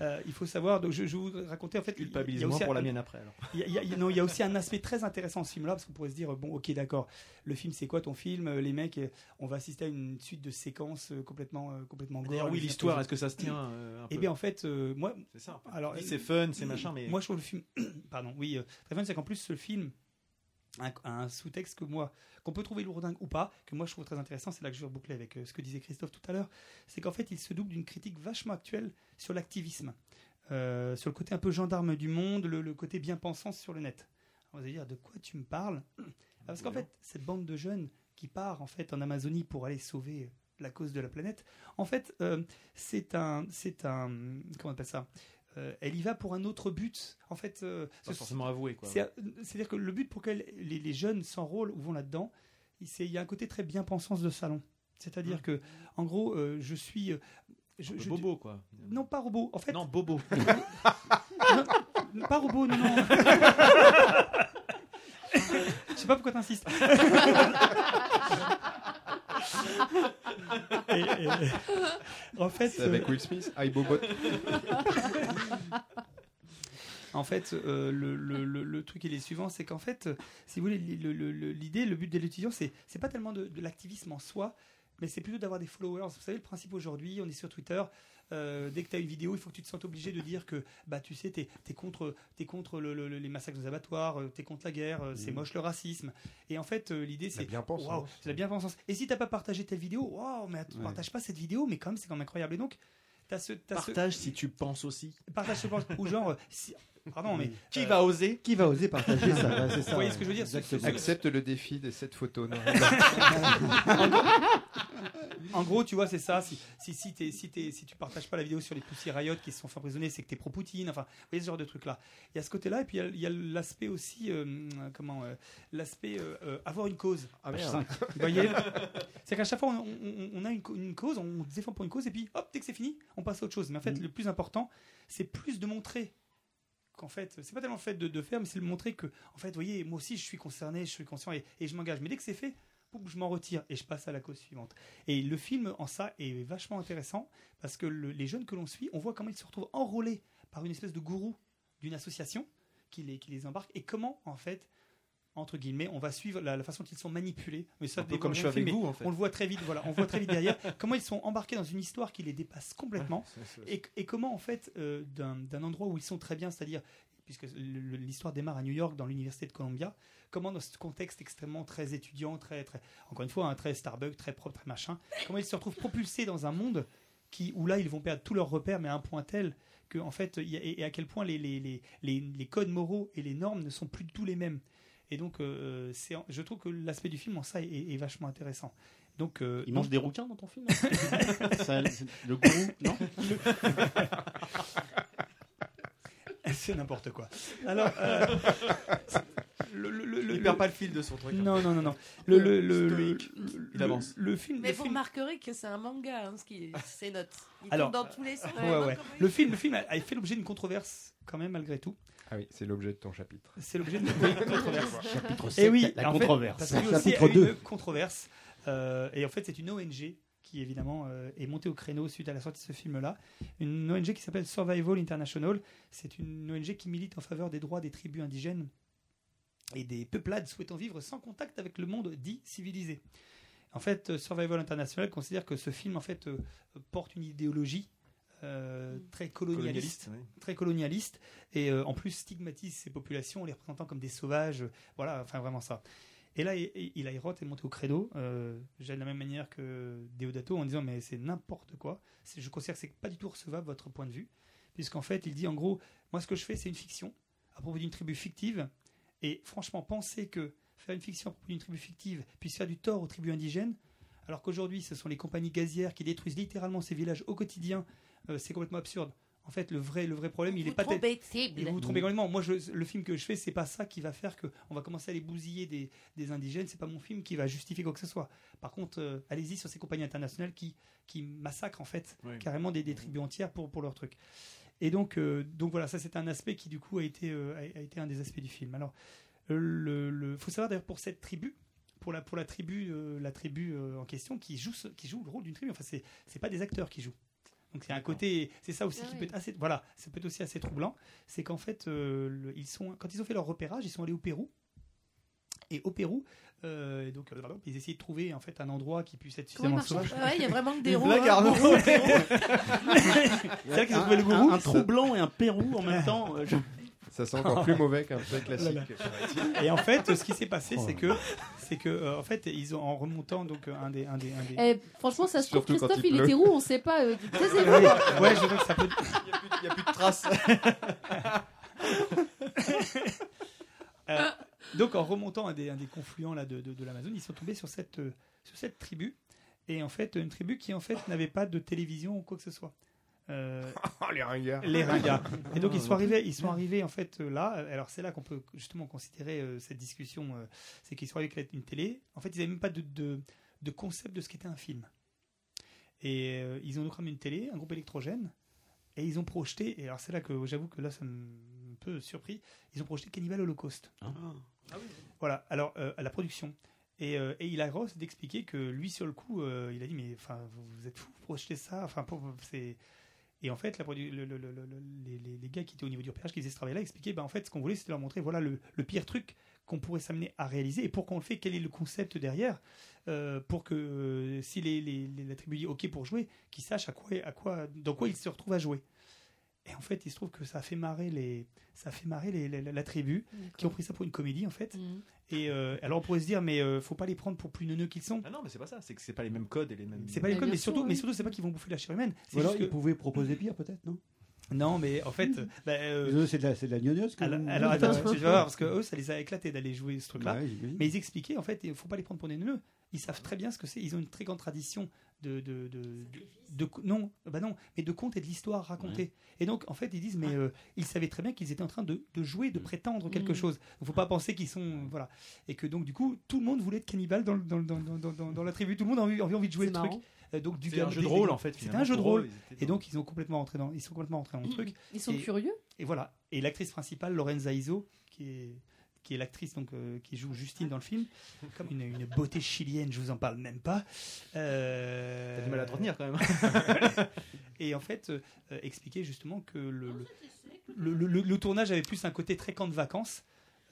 [SPEAKER 3] euh, il faut savoir, donc je, je vais vous raconter en fait. il y a
[SPEAKER 4] Culpabilise-moi
[SPEAKER 3] aussi
[SPEAKER 4] pour la
[SPEAKER 3] un-
[SPEAKER 4] mienne après. Alors.
[SPEAKER 3] Il y a- il y a- il y a- non, il y a aussi un aspect très intéressant à ce film-là, parce qu'on pourrait se dire, bon, ok, d'accord, le film, c'est quoi ton film Euh, Les mecs, euh, on va assister à une suite de séquences euh, complètement, euh, complètement gore,
[SPEAKER 4] D'ailleurs, oui,
[SPEAKER 3] les uns
[SPEAKER 4] l'histoire,
[SPEAKER 3] après
[SPEAKER 4] est-ce que ça se tient euh, un
[SPEAKER 3] les autres. Eh
[SPEAKER 4] peu
[SPEAKER 3] bien, en fait, euh, moi,
[SPEAKER 4] C'est ça.
[SPEAKER 3] alors,
[SPEAKER 4] Oui, C'est fun, c'est machin, mais
[SPEAKER 3] moi, je trouve le film, pardon, oui, euh, très fun, c'est qu'en plus, ce film, un, un sous-texte que moi, qu'on peut trouver lourdingue ou pas, que moi je trouve très intéressant, c'est là que je vais reboucler avec euh, ce que disait Christophe tout à l'heure, c'est qu'en fait il se double d'une critique vachement actuelle sur l'activisme, euh, sur le côté un peu gendarme du monde, le, le côté bien pensant sur le net. Alors, vous allez dire de quoi tu me parles Ah, Parce qu'en fait cette bande de jeunes qui part en fait en Amazonie pour aller sauver la cause de la planète, en fait euh, c'est un, c'est un, comment on appelle ça Euh, Elle y va pour un autre but. En fait, euh,
[SPEAKER 4] Pas
[SPEAKER 3] ce-
[SPEAKER 4] forcément avoué, quoi.
[SPEAKER 3] c'est- C'est-à-dire que le but pour lequel les, les jeunes s'enrôlent ou vont là-dedans, il c'est- il y a un côté très bien pensance de salon. C'est-à-dire
[SPEAKER 4] Mmh.
[SPEAKER 3] que, en gros, euh, je suis. euh, je,
[SPEAKER 4] Un peu
[SPEAKER 3] je-
[SPEAKER 4] bobo, quoi.
[SPEAKER 3] Non, pas robot. En fait,
[SPEAKER 4] Non, bobo.
[SPEAKER 3] non, pas robot, non, non. Je sais pas pourquoi t'insistes. Et, et, en fait, euh,
[SPEAKER 7] C'est avec Will Smith, I Bobot.
[SPEAKER 3] En fait, euh, le, le- le- le truc il est suivant, c'est qu'en fait, euh, si vous voulez, le- le- le- l'idée, le but de l'étudiant, c'est c'est pas tellement de, de l'activisme en soi, mais c'est plutôt d'avoir des followers. Vous savez, le principe aujourd'hui, on est sur Twitter. euh, dès que tu as une vidéo, il faut que tu te sentes obligé de dire que bah tu sais, t'es es contre, t'es contre le- le- le- les massacres aux abattoirs, euh, t'es contre la guerre, euh, c'est moche le racisme. Et en fait, euh, l'idée
[SPEAKER 7] C'est
[SPEAKER 3] c'est
[SPEAKER 7] bien pensé.
[SPEAKER 3] Waouh, c'est la bien-pensance. Et si t'as pas partagé telle vidéo, waouh, mais tu
[SPEAKER 6] Ouais.
[SPEAKER 3] partages pas cette vidéo, mais quand même, c'est quand même incroyable. Et donc, t'as ce, t'as ce-
[SPEAKER 4] Partage si tu penses aussi.
[SPEAKER 3] partage ce point- ou genre, si- pardon, mais
[SPEAKER 4] Qui
[SPEAKER 3] euh,
[SPEAKER 4] va oser
[SPEAKER 6] Qui va oser partager ça Ouais, c'est ça,
[SPEAKER 3] Vous voyez
[SPEAKER 6] ouais,
[SPEAKER 3] ce que je veux dire, ce-
[SPEAKER 6] exactement.
[SPEAKER 3] ce-
[SPEAKER 7] Accepte le défi des 7 photos. Non,
[SPEAKER 3] En gros, tu vois, c'est ça. Si, si, si, t'es- si, t'es- si tu partages pas la vidéo sur les poussières Riot qui se sont fait emprisonner, c'est que t'es pro-Poutine. Enfin, vous voyez ce genre de truc-là. Il y a ce côté-là, et puis il y a- il y a l'aspect aussi, euh, comment, euh, l'aspect euh, euh, avoir une cause.
[SPEAKER 7] Ah,
[SPEAKER 6] Page
[SPEAKER 7] merde.
[SPEAKER 6] cinq.
[SPEAKER 3] Vous voyez C'est qu'à chaque fois, on, on- on a une, co- une cause, on se défend pour une cause, et puis hop, dès que c'est fini, on passe à autre chose. Mais en fait, le plus important, c'est plus de montrer qu'en fait, c'est pas tellement le fait de, de faire, mais c'est de montrer que, en fait, vous voyez, moi aussi, je suis concerné, je suis conscient et, et je m'engage. Mais dès que c'est fait, boum, je m'en retire et je passe à la cause suivante. Et le film, en ça, est vachement intéressant parce que le- les jeunes que l'on suit, on voit comment ils se retrouvent enrôlés par une espèce de gourou d'une association qui les, qui les embarque et comment, en fait, entre guillemets, on va suivre la, la façon qu'ils sont manipulés. Mais ça,
[SPEAKER 4] Un
[SPEAKER 3] dès
[SPEAKER 4] peu comme
[SPEAKER 3] qu'on
[SPEAKER 4] je
[SPEAKER 3] est
[SPEAKER 4] suis
[SPEAKER 3] dans le film,
[SPEAKER 4] avec
[SPEAKER 3] mais
[SPEAKER 4] vous, en fait.
[SPEAKER 3] on le voit très vite, voilà, on voit très vite derrière comment ils sont embarqués dans une histoire qui les dépasse complètement et, et comment en fait euh, d'un d'un endroit où ils sont très bien, c'est-à-dire puisque le- le- l'histoire démarre à New York dans l'université de Columbia, comment dans ce contexte extrêmement très étudiant, très très encore une fois un très Starbucks, très propre, très machin, comment ils se retrouvent propulsés dans un monde qui où là ils vont perdre tous leurs repères, mais à un point tel que en fait il y a- et et à quel point les les, les, les les codes moraux et les normes ne sont plus du tout les mêmes. Et donc euh, c'est en- je trouve que l'aspect du film en ça est, est vachement intéressant. Donc euh,
[SPEAKER 2] Il mange des rouquins dans ton film hein Ça, c'est- Le gourou Non
[SPEAKER 3] C'est n'importe quoi. Alors, euh, le, le- le- le-
[SPEAKER 4] Il perd pas le fil de son truc. hein.
[SPEAKER 3] Non, non, non, non. Le, le, le, le,
[SPEAKER 4] Stoïque.
[SPEAKER 3] le-
[SPEAKER 4] Il avance.
[SPEAKER 3] Le, film.
[SPEAKER 8] Mais
[SPEAKER 3] le
[SPEAKER 8] vous
[SPEAKER 3] film-
[SPEAKER 8] remarquerez que c'est un manga, hein, ce qui c'est notes. Il
[SPEAKER 3] Alors,
[SPEAKER 8] tourne dans tous les sens.
[SPEAKER 3] Ouais, ouais. Le film, le film a, a fait l'objet d'une controverse quand même malgré tout.
[SPEAKER 7] Ah oui, c'est l'objet de ton chapitre.
[SPEAKER 3] C'est l'objet d'une controverse.
[SPEAKER 2] Chapitre
[SPEAKER 3] Et Eh oui,
[SPEAKER 2] la
[SPEAKER 3] en fait,
[SPEAKER 2] controverse.
[SPEAKER 3] Parce qu'il y a aussi eh,
[SPEAKER 6] Chapitre
[SPEAKER 3] une
[SPEAKER 6] deux.
[SPEAKER 3] controverse. Euh, et en fait, c'est une ONG qui, évidemment, euh, est montée au créneau suite à la sortie de ce film-là. Une ONG qui s'appelle Survival International. C'est une ONG qui milite en faveur des droits des tribus indigènes et des peuplades souhaitant vivre sans contact avec le monde dit civilisé. En fait, euh, Survival International considère que ce film, en fait, euh, porte une idéologie euh, très colonialiste
[SPEAKER 4] Colonialiste. ouais.
[SPEAKER 3] très colonialiste et euh, en plus stigmatise ces populations en les représentant comme des sauvages. euh, voilà, enfin vraiment ça. Et là, il- il- Eli Roth est monté au credo, euh, j'ai de la même manière que Deodato, en disant mais c'est n'importe quoi. C'est- Je considère que c'est pas du tout recevable votre point de vue, puisqu'en fait, il dit en gros, moi ce que je fais, c'est une fiction à propos d'une tribu fictive. Et franchement, penser que faire une fiction à propos d'une tribu fictive puisse faire du tort aux tribus indigènes, alors qu'aujourd'hui, ce sont les compagnies gazières qui détruisent littéralement ces villages au quotidien, euh, c'est complètement absurde. En fait, le vrai, le vrai problème, il est pas tel- et vous vous trompez complètement. Moi, je- le film que je fais, c'est pas ça qui va faire que on va commencer à les bousiller des, des indigènes. C'est pas mon film qui va justifier quoi que ce soit. Par contre, euh, allez-y sur ces compagnies internationales qui, qui massacrent en fait
[SPEAKER 4] Oui.
[SPEAKER 3] carrément des, des tribus entières pour, pour leur truc. Et donc, euh, donc voilà, ça c'est un aspect qui du coup a été, euh, a, a été un des aspects du film. Alors, euh, le, le- faut savoir d'ailleurs pour cette tribu. Pour la, pour la tribu, euh, la tribu euh, en question qui joue, ce- qui joue le rôle d'une tribu. Enfin, c'est c'est pas des acteurs qui jouent. Donc, c'est un côté. C'est ça aussi
[SPEAKER 1] Ah
[SPEAKER 3] qui
[SPEAKER 1] oui.
[SPEAKER 3] peut être assez. Voilà, ça peut être aussi assez troublant c'est qu'en fait, euh, le- ils sont, quand ils ont fait leur repérage, ils sont allés au Pérou. Et au Pérou, euh, et donc, euh, pardon, ils essayaient de trouver en fait un endroit qui puisse être
[SPEAKER 8] Comment il
[SPEAKER 3] suffisamment
[SPEAKER 8] marche
[SPEAKER 3] sauvage.
[SPEAKER 8] Ouais, il y a vraiment que des
[SPEAKER 4] Une
[SPEAKER 8] roues. hein.
[SPEAKER 4] blague, Arnaud.
[SPEAKER 3] C'est là qu'ils ont
[SPEAKER 2] Un-
[SPEAKER 3] trouvé le
[SPEAKER 2] un-
[SPEAKER 3] gourou.
[SPEAKER 2] Un, trou blanc et un Pérou en même temps. euh, je-
[SPEAKER 7] Ça Ça sent encore plus mauvais qu'un vrai
[SPEAKER 3] Oh
[SPEAKER 7] classique.
[SPEAKER 3] là là.
[SPEAKER 7] paraît-il.
[SPEAKER 3] Et en fait, ce qui s'est passé,
[SPEAKER 6] Oh
[SPEAKER 3] c'est
[SPEAKER 6] là
[SPEAKER 3] que, c'est que, euh, en fait, ils ont en remontant donc euh, un des, un des, un des.
[SPEAKER 1] Eh, franchement, ça se trouve,
[SPEAKER 7] Surtout quand
[SPEAKER 1] Christophe,
[SPEAKER 7] il
[SPEAKER 1] il,
[SPEAKER 7] pleut.
[SPEAKER 1] était roux, on sait pas. euh, taisez-vous.
[SPEAKER 3] Ouais, ouais, je vois que ça peut.
[SPEAKER 4] Il n'y a plus de traces.
[SPEAKER 3] Euh, donc en remontant un des, un des confluents là, de, de, de l'Amazone, ils sont tombés sur cette, euh, sur cette tribu. Et en fait, une tribu qui en fait n'avait pas de télévision ou quoi que ce soit. Euh,
[SPEAKER 7] Oh, les ringards.
[SPEAKER 3] les ringards. Et donc ils sont arrivés, ils sont arrivés en fait euh, là. Alors c'est là qu'on peut justement considérer euh, cette discussion, euh, c'est qu'ils sont arrivés avec la- une télé. En fait, ils n'avaient même pas de, de, de concept de ce qu'était un film. Et euh, ils ont donc ramené une télé, un groupe électrogène, et ils ont projeté. Et alors c'est là que j'avoue que là ça me un peu surpris. Ils ont projeté Cannibal Holocaust. Voilà. Alors euh, à la production. Et, euh, et il a grosse d'expliquer que lui sur le coup, euh, il a dit mais enfin vous, vous êtes fous, vous projetez ça. Enfin pour- c'est et en fait, la produ- le- le- le- le- les, les- les gars qui étaient au niveau du repérage, qui faisaient ce travail-là, expliquaient, bah, en fait, ce qu'on voulait, c'était leur montrer, voilà, le, le pire truc qu'on pourrait s'amener à réaliser et pourquoi on le fait, quel est le concept derrière, euh, pour que euh, si les, les, les- la tribu dit OK pour jouer, qu'ils sachent à quoi, à quoi, dans quoi ils se retrouvent à jouer. Et en fait, il se trouve que ça a fait marrer les, ça a fait marrer les- les- la, la tribu, qui ont pris ça pour une comédie, en fait.
[SPEAKER 1] Mhm.
[SPEAKER 3] Et euh, alors, on pourrait se dire, mais euh, faut pas les prendre pour plus neuneux qu'ils sont.
[SPEAKER 4] Ah non, mais c'est pas ça. C'est que c'est pas les mêmes codes et les mêmes.
[SPEAKER 3] C'est pas les
[SPEAKER 1] Bah,
[SPEAKER 3] codes,
[SPEAKER 1] bien
[SPEAKER 3] mais
[SPEAKER 1] sûr,
[SPEAKER 3] surtout,
[SPEAKER 1] oui.
[SPEAKER 3] mais surtout, c'est pas qu'ils vont bouffer la chair humaine. c'est
[SPEAKER 6] Ou alors,
[SPEAKER 3] juste
[SPEAKER 6] ils
[SPEAKER 3] que-
[SPEAKER 6] pouvaient proposer pire, peut-être, non
[SPEAKER 3] Non, mais en fait, bah, euh,
[SPEAKER 6] Eux, C'est de la, c'est de la gnognosse que
[SPEAKER 3] Alors,
[SPEAKER 6] vous-
[SPEAKER 3] alors,
[SPEAKER 6] vous-
[SPEAKER 3] attends, tu vas voir, parce que eux, ça les a éclatés d'aller jouer ce truc-là.
[SPEAKER 6] Ouais, j'imagine.
[SPEAKER 3] Mais ils expliquaient, en fait, il faut pas les prendre pour des neuneux. Ils savent très bien ce que c'est. Ils ont une très grande tradition de. de, de, de- de- non, bah non, mais de contes et de l'histoire racontée. Et donc, en fait, ils disent, mais euh, ils savaient très bien qu'ils étaient en train de, de jouer, de prétendre quelque
[SPEAKER 1] Mm.
[SPEAKER 3] chose. Il faut pas penser qu'ils sont. Voilà. Et que donc, du coup, tout le monde voulait être cannibale dans, le- dans, le- dans, dans, dans- dans- dans la tribu. Tout le monde avait envie, envie de jouer
[SPEAKER 1] C'est
[SPEAKER 3] le truc.
[SPEAKER 1] marrant.
[SPEAKER 3] Euh, donc, du
[SPEAKER 4] C'est un
[SPEAKER 3] gamin-
[SPEAKER 4] jeu de
[SPEAKER 3] des-
[SPEAKER 4] rôle
[SPEAKER 3] des-
[SPEAKER 4] en fait.
[SPEAKER 3] C'était
[SPEAKER 4] finalement,
[SPEAKER 3] un jeu de
[SPEAKER 4] pour eux,
[SPEAKER 3] rôle.
[SPEAKER 4] ils étaient
[SPEAKER 3] Et
[SPEAKER 4] dans-
[SPEAKER 3] donc, ils ont complètement rentré dans, ils sont complètement rentrés dans le truc.
[SPEAKER 1] Ils sont
[SPEAKER 3] Et-
[SPEAKER 1] curieux.
[SPEAKER 3] Et voilà. Et l'actrice principale, Lorenza Iso, qui est qui est l'actrice donc euh, qui joue Justine dans le film, comme une, une beauté chilienne, je vous en parle même pas. Euh,
[SPEAKER 4] T'as du mal à te retenir quand même.
[SPEAKER 3] Et en fait, euh, euh, expliquer justement que le, le, le- le- le- le tournage avait plus un côté très camp de vacances,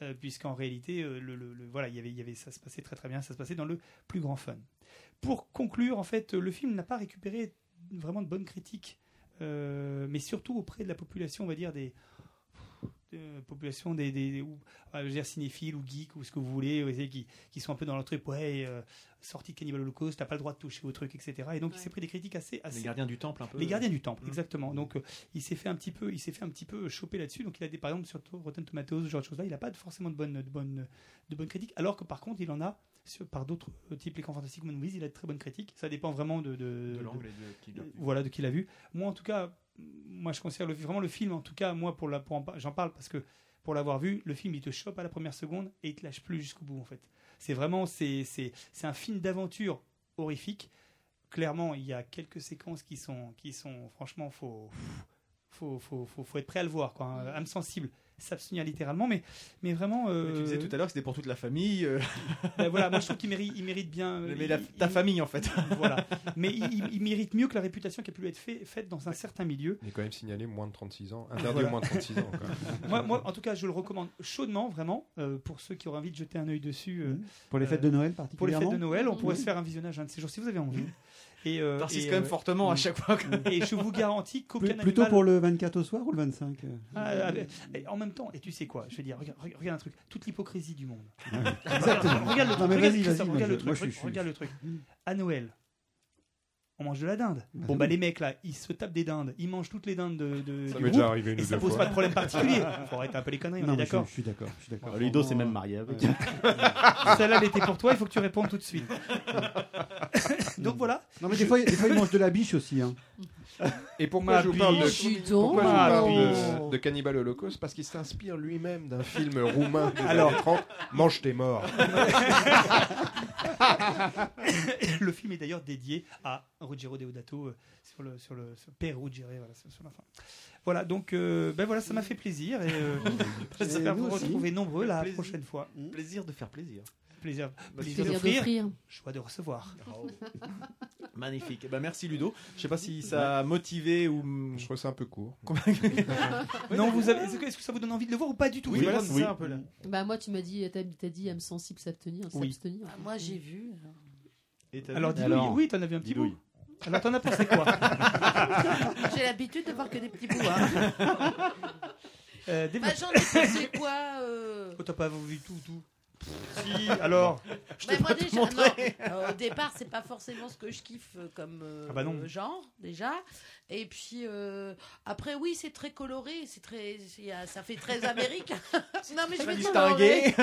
[SPEAKER 3] euh, puisqu'en réalité, euh, le, le- le- voilà, il y avait, il y avait, ça se passait très très bien, ça se passait dans le plus grand fun. Pour conclure, en fait, euh, le film n'a pas récupéré vraiment de bonnes critiques, euh, mais surtout auprès de la population, on va dire des euh, populations des, des, des- ou, euh, je veux dire cinéphiles ou geeks ou ce que vous voulez, vous savez, qui, qui sont un peu dans leur truc, ouais, euh, sortie de Cannibal Holocaust, t'as pas le droit de toucher au truc, etc. Et donc il
[SPEAKER 1] Ouais.
[SPEAKER 3] s'est pris des critiques assez,
[SPEAKER 4] Les
[SPEAKER 3] assez
[SPEAKER 4] gardiens du temple un peu.
[SPEAKER 3] les gardiens du temple,
[SPEAKER 4] Mm.
[SPEAKER 3] exactement. Donc euh, il s'est fait un petit peu, il s'est fait un petit peu euh, choper là-dessus. Donc il a des par exemple sur to- Rotten Tomatoes, ce genre de choses-là, il n'a pas de- forcément de bonnes de bonnes de bonnes critiques. Alors que par contre, il en a sur- par d'autres euh, types, les camps fantastiques ou movies, il a de très bonnes critiques. Ça dépend vraiment de, de-
[SPEAKER 4] de
[SPEAKER 3] de-
[SPEAKER 4] l'angle et de qui l'a-
[SPEAKER 3] voilà de qui l'a vu. Moi en tout cas, moi je considère le, vraiment le film en tout cas moi pour la pour en par- j'en parle parce que pour l'avoir vu, le film il te chope à la première seconde et il te lâche plus jusqu'au bout en fait. C'est vraiment c'est c'est c'est un film d'aventure horrifique. Clairement, il y a quelques séquences qui sont qui sont franchement faut faut faut faut, faut être prêt à le voir quoi, hein. âme sensible s'abstenir littéralement mais mais vraiment
[SPEAKER 4] Mm. Mais Tu disais
[SPEAKER 3] euh,
[SPEAKER 4] tout à l'heure que c'était pour toute la famille. euh,
[SPEAKER 3] bah, voilà, moi je trouve qu'il mérite il mérite bien euh,
[SPEAKER 4] mais
[SPEAKER 3] il-
[SPEAKER 4] la-
[SPEAKER 3] il-
[SPEAKER 4] ta famille en fait.
[SPEAKER 3] voilà. Mais il, il- il mérite mieux que la réputation qui a pu lui être fait- faite dans un certain milieu.
[SPEAKER 7] Il est quand même signalé moins de 36 ans. Interdit
[SPEAKER 3] Voilà.
[SPEAKER 7] au moins de 36 ans. Quoi.
[SPEAKER 3] moi, moi, en tout cas, je le recommande chaudement, vraiment, euh, pour ceux qui auraient envie de jeter un œil dessus. euh,
[SPEAKER 6] Mhm. Pour les fêtes de Noël, particulièrement Mmh.
[SPEAKER 3] Pour les fêtes de Noël, on
[SPEAKER 1] Mhm.
[SPEAKER 3] pourrait se faire un visionnage un de ces jours si vous avez envie. Et, euh,
[SPEAKER 4] T'insistes
[SPEAKER 3] et,
[SPEAKER 4] quand même
[SPEAKER 3] euh,
[SPEAKER 4] fortement à chaque fois. que-
[SPEAKER 3] et je vous garantis
[SPEAKER 6] Plus-
[SPEAKER 3] qu'aucun
[SPEAKER 6] Plutôt
[SPEAKER 3] animal-
[SPEAKER 6] pour le 24 au soir ou le 25 euh
[SPEAKER 3] Ah, ah, ah, et en même temps, et tu sais quoi, je veux dire, regarde, regarde- regarde un truc, toute l'hypocrisie du monde.
[SPEAKER 6] Exactement.
[SPEAKER 3] Regarde le
[SPEAKER 6] Ah Non,
[SPEAKER 3] truc,
[SPEAKER 6] mais
[SPEAKER 3] regarde,
[SPEAKER 6] vas-y,
[SPEAKER 3] Christophe,
[SPEAKER 6] vas-y, moi,
[SPEAKER 3] regarde
[SPEAKER 6] je-
[SPEAKER 3] le truc,
[SPEAKER 6] moi, je suis-
[SPEAKER 3] regarde le truc. À Noël, on mange de la dinde.
[SPEAKER 6] Bah
[SPEAKER 3] Bon,
[SPEAKER 6] oui.
[SPEAKER 3] bah les mecs là, ils se tapent des dindes, ils mangent toutes les dindes de, de-
[SPEAKER 7] Ça
[SPEAKER 3] du
[SPEAKER 7] m'est
[SPEAKER 3] groupe,
[SPEAKER 7] déjà arrivé une
[SPEAKER 3] et
[SPEAKER 7] ou
[SPEAKER 3] ça
[SPEAKER 7] deux
[SPEAKER 3] pose
[SPEAKER 7] fois.
[SPEAKER 3] pas de problème particulier. Faut arrêter un peu les conneries, on
[SPEAKER 6] Non,
[SPEAKER 3] est
[SPEAKER 6] mais
[SPEAKER 3] d'accord.
[SPEAKER 6] Je je suis d'accord. Je suis d'accord.
[SPEAKER 2] Alors, Ludo s'est même marié avec.
[SPEAKER 3] Celle-là, elle était pour toi, il faut que tu répondes tout de suite. Donc voilà.
[SPEAKER 6] Non, mais des fois, des fois, ils mangent de la biche aussi. Hein.
[SPEAKER 7] Et pourquoi je vous parle de
[SPEAKER 1] Dis donc.
[SPEAKER 7] Pourquoi je vous parle de,
[SPEAKER 3] puis-
[SPEAKER 7] de Cannibal Holocaust Parce qu'il s'inspire lui-même d'un film roumain des
[SPEAKER 3] Alors-
[SPEAKER 7] années 30, Mange tes morts.
[SPEAKER 3] Le film est d'ailleurs dédié à Ruggero Deodato euh, sur le sur le sur Père Ruggero, voilà, sur, sur la fin. Voilà, donc euh, ben voilà, ça m'a fait plaisir et euh, j'espère
[SPEAKER 6] nous
[SPEAKER 3] vous
[SPEAKER 6] aussi.
[SPEAKER 3] retrouver nombreux la
[SPEAKER 4] Plaisir.
[SPEAKER 3] prochaine fois.
[SPEAKER 4] Plaisir de faire plaisir. Bah,
[SPEAKER 3] Plaisir, plaisir
[SPEAKER 1] Plaisir
[SPEAKER 3] d'offrir,
[SPEAKER 1] d'offrir.
[SPEAKER 3] joie de recevoir.
[SPEAKER 4] Oh, Magnifique. Eh ben, merci Ludo. Je sais pas si ça a motivé ou.
[SPEAKER 7] Je trouve ça un peu court.
[SPEAKER 3] non, vous avez est-ce que, est-ce que ça vous donne envie de le voir ou pas du tout
[SPEAKER 4] Oui, voilà, c'est ça un peu là.
[SPEAKER 1] Bah moi, tu m'as dit, t'as t'as dit, âme sensible, s'abstenir,
[SPEAKER 3] Oui.
[SPEAKER 1] s'abstenir.
[SPEAKER 8] Ah, Moi j'ai vu.
[SPEAKER 4] Et t'as
[SPEAKER 3] Alors
[SPEAKER 4] vu-
[SPEAKER 3] dis
[SPEAKER 2] Alors,
[SPEAKER 3] oui, t'en avais un petit bout. Alors t'en as pensé quoi
[SPEAKER 8] J'ai l'habitude de voir que des petits bouts. hein.
[SPEAKER 3] Euh,
[SPEAKER 8] Bah,
[SPEAKER 3] développe.
[SPEAKER 8] j'en ai pensé quoi euh,
[SPEAKER 3] Oh, T'as pas vu tout, tout Si, alors
[SPEAKER 8] bah, moi, déjà, non, euh, au départ, c'est pas forcément ce que je kiffe euh, comme euh,
[SPEAKER 3] Ah bah non.
[SPEAKER 8] genre déjà. Et puis euh, après, oui, c'est très coloré, c'est très, il y a- ça fait très Amérique. non mais je veux dire
[SPEAKER 4] Distingué.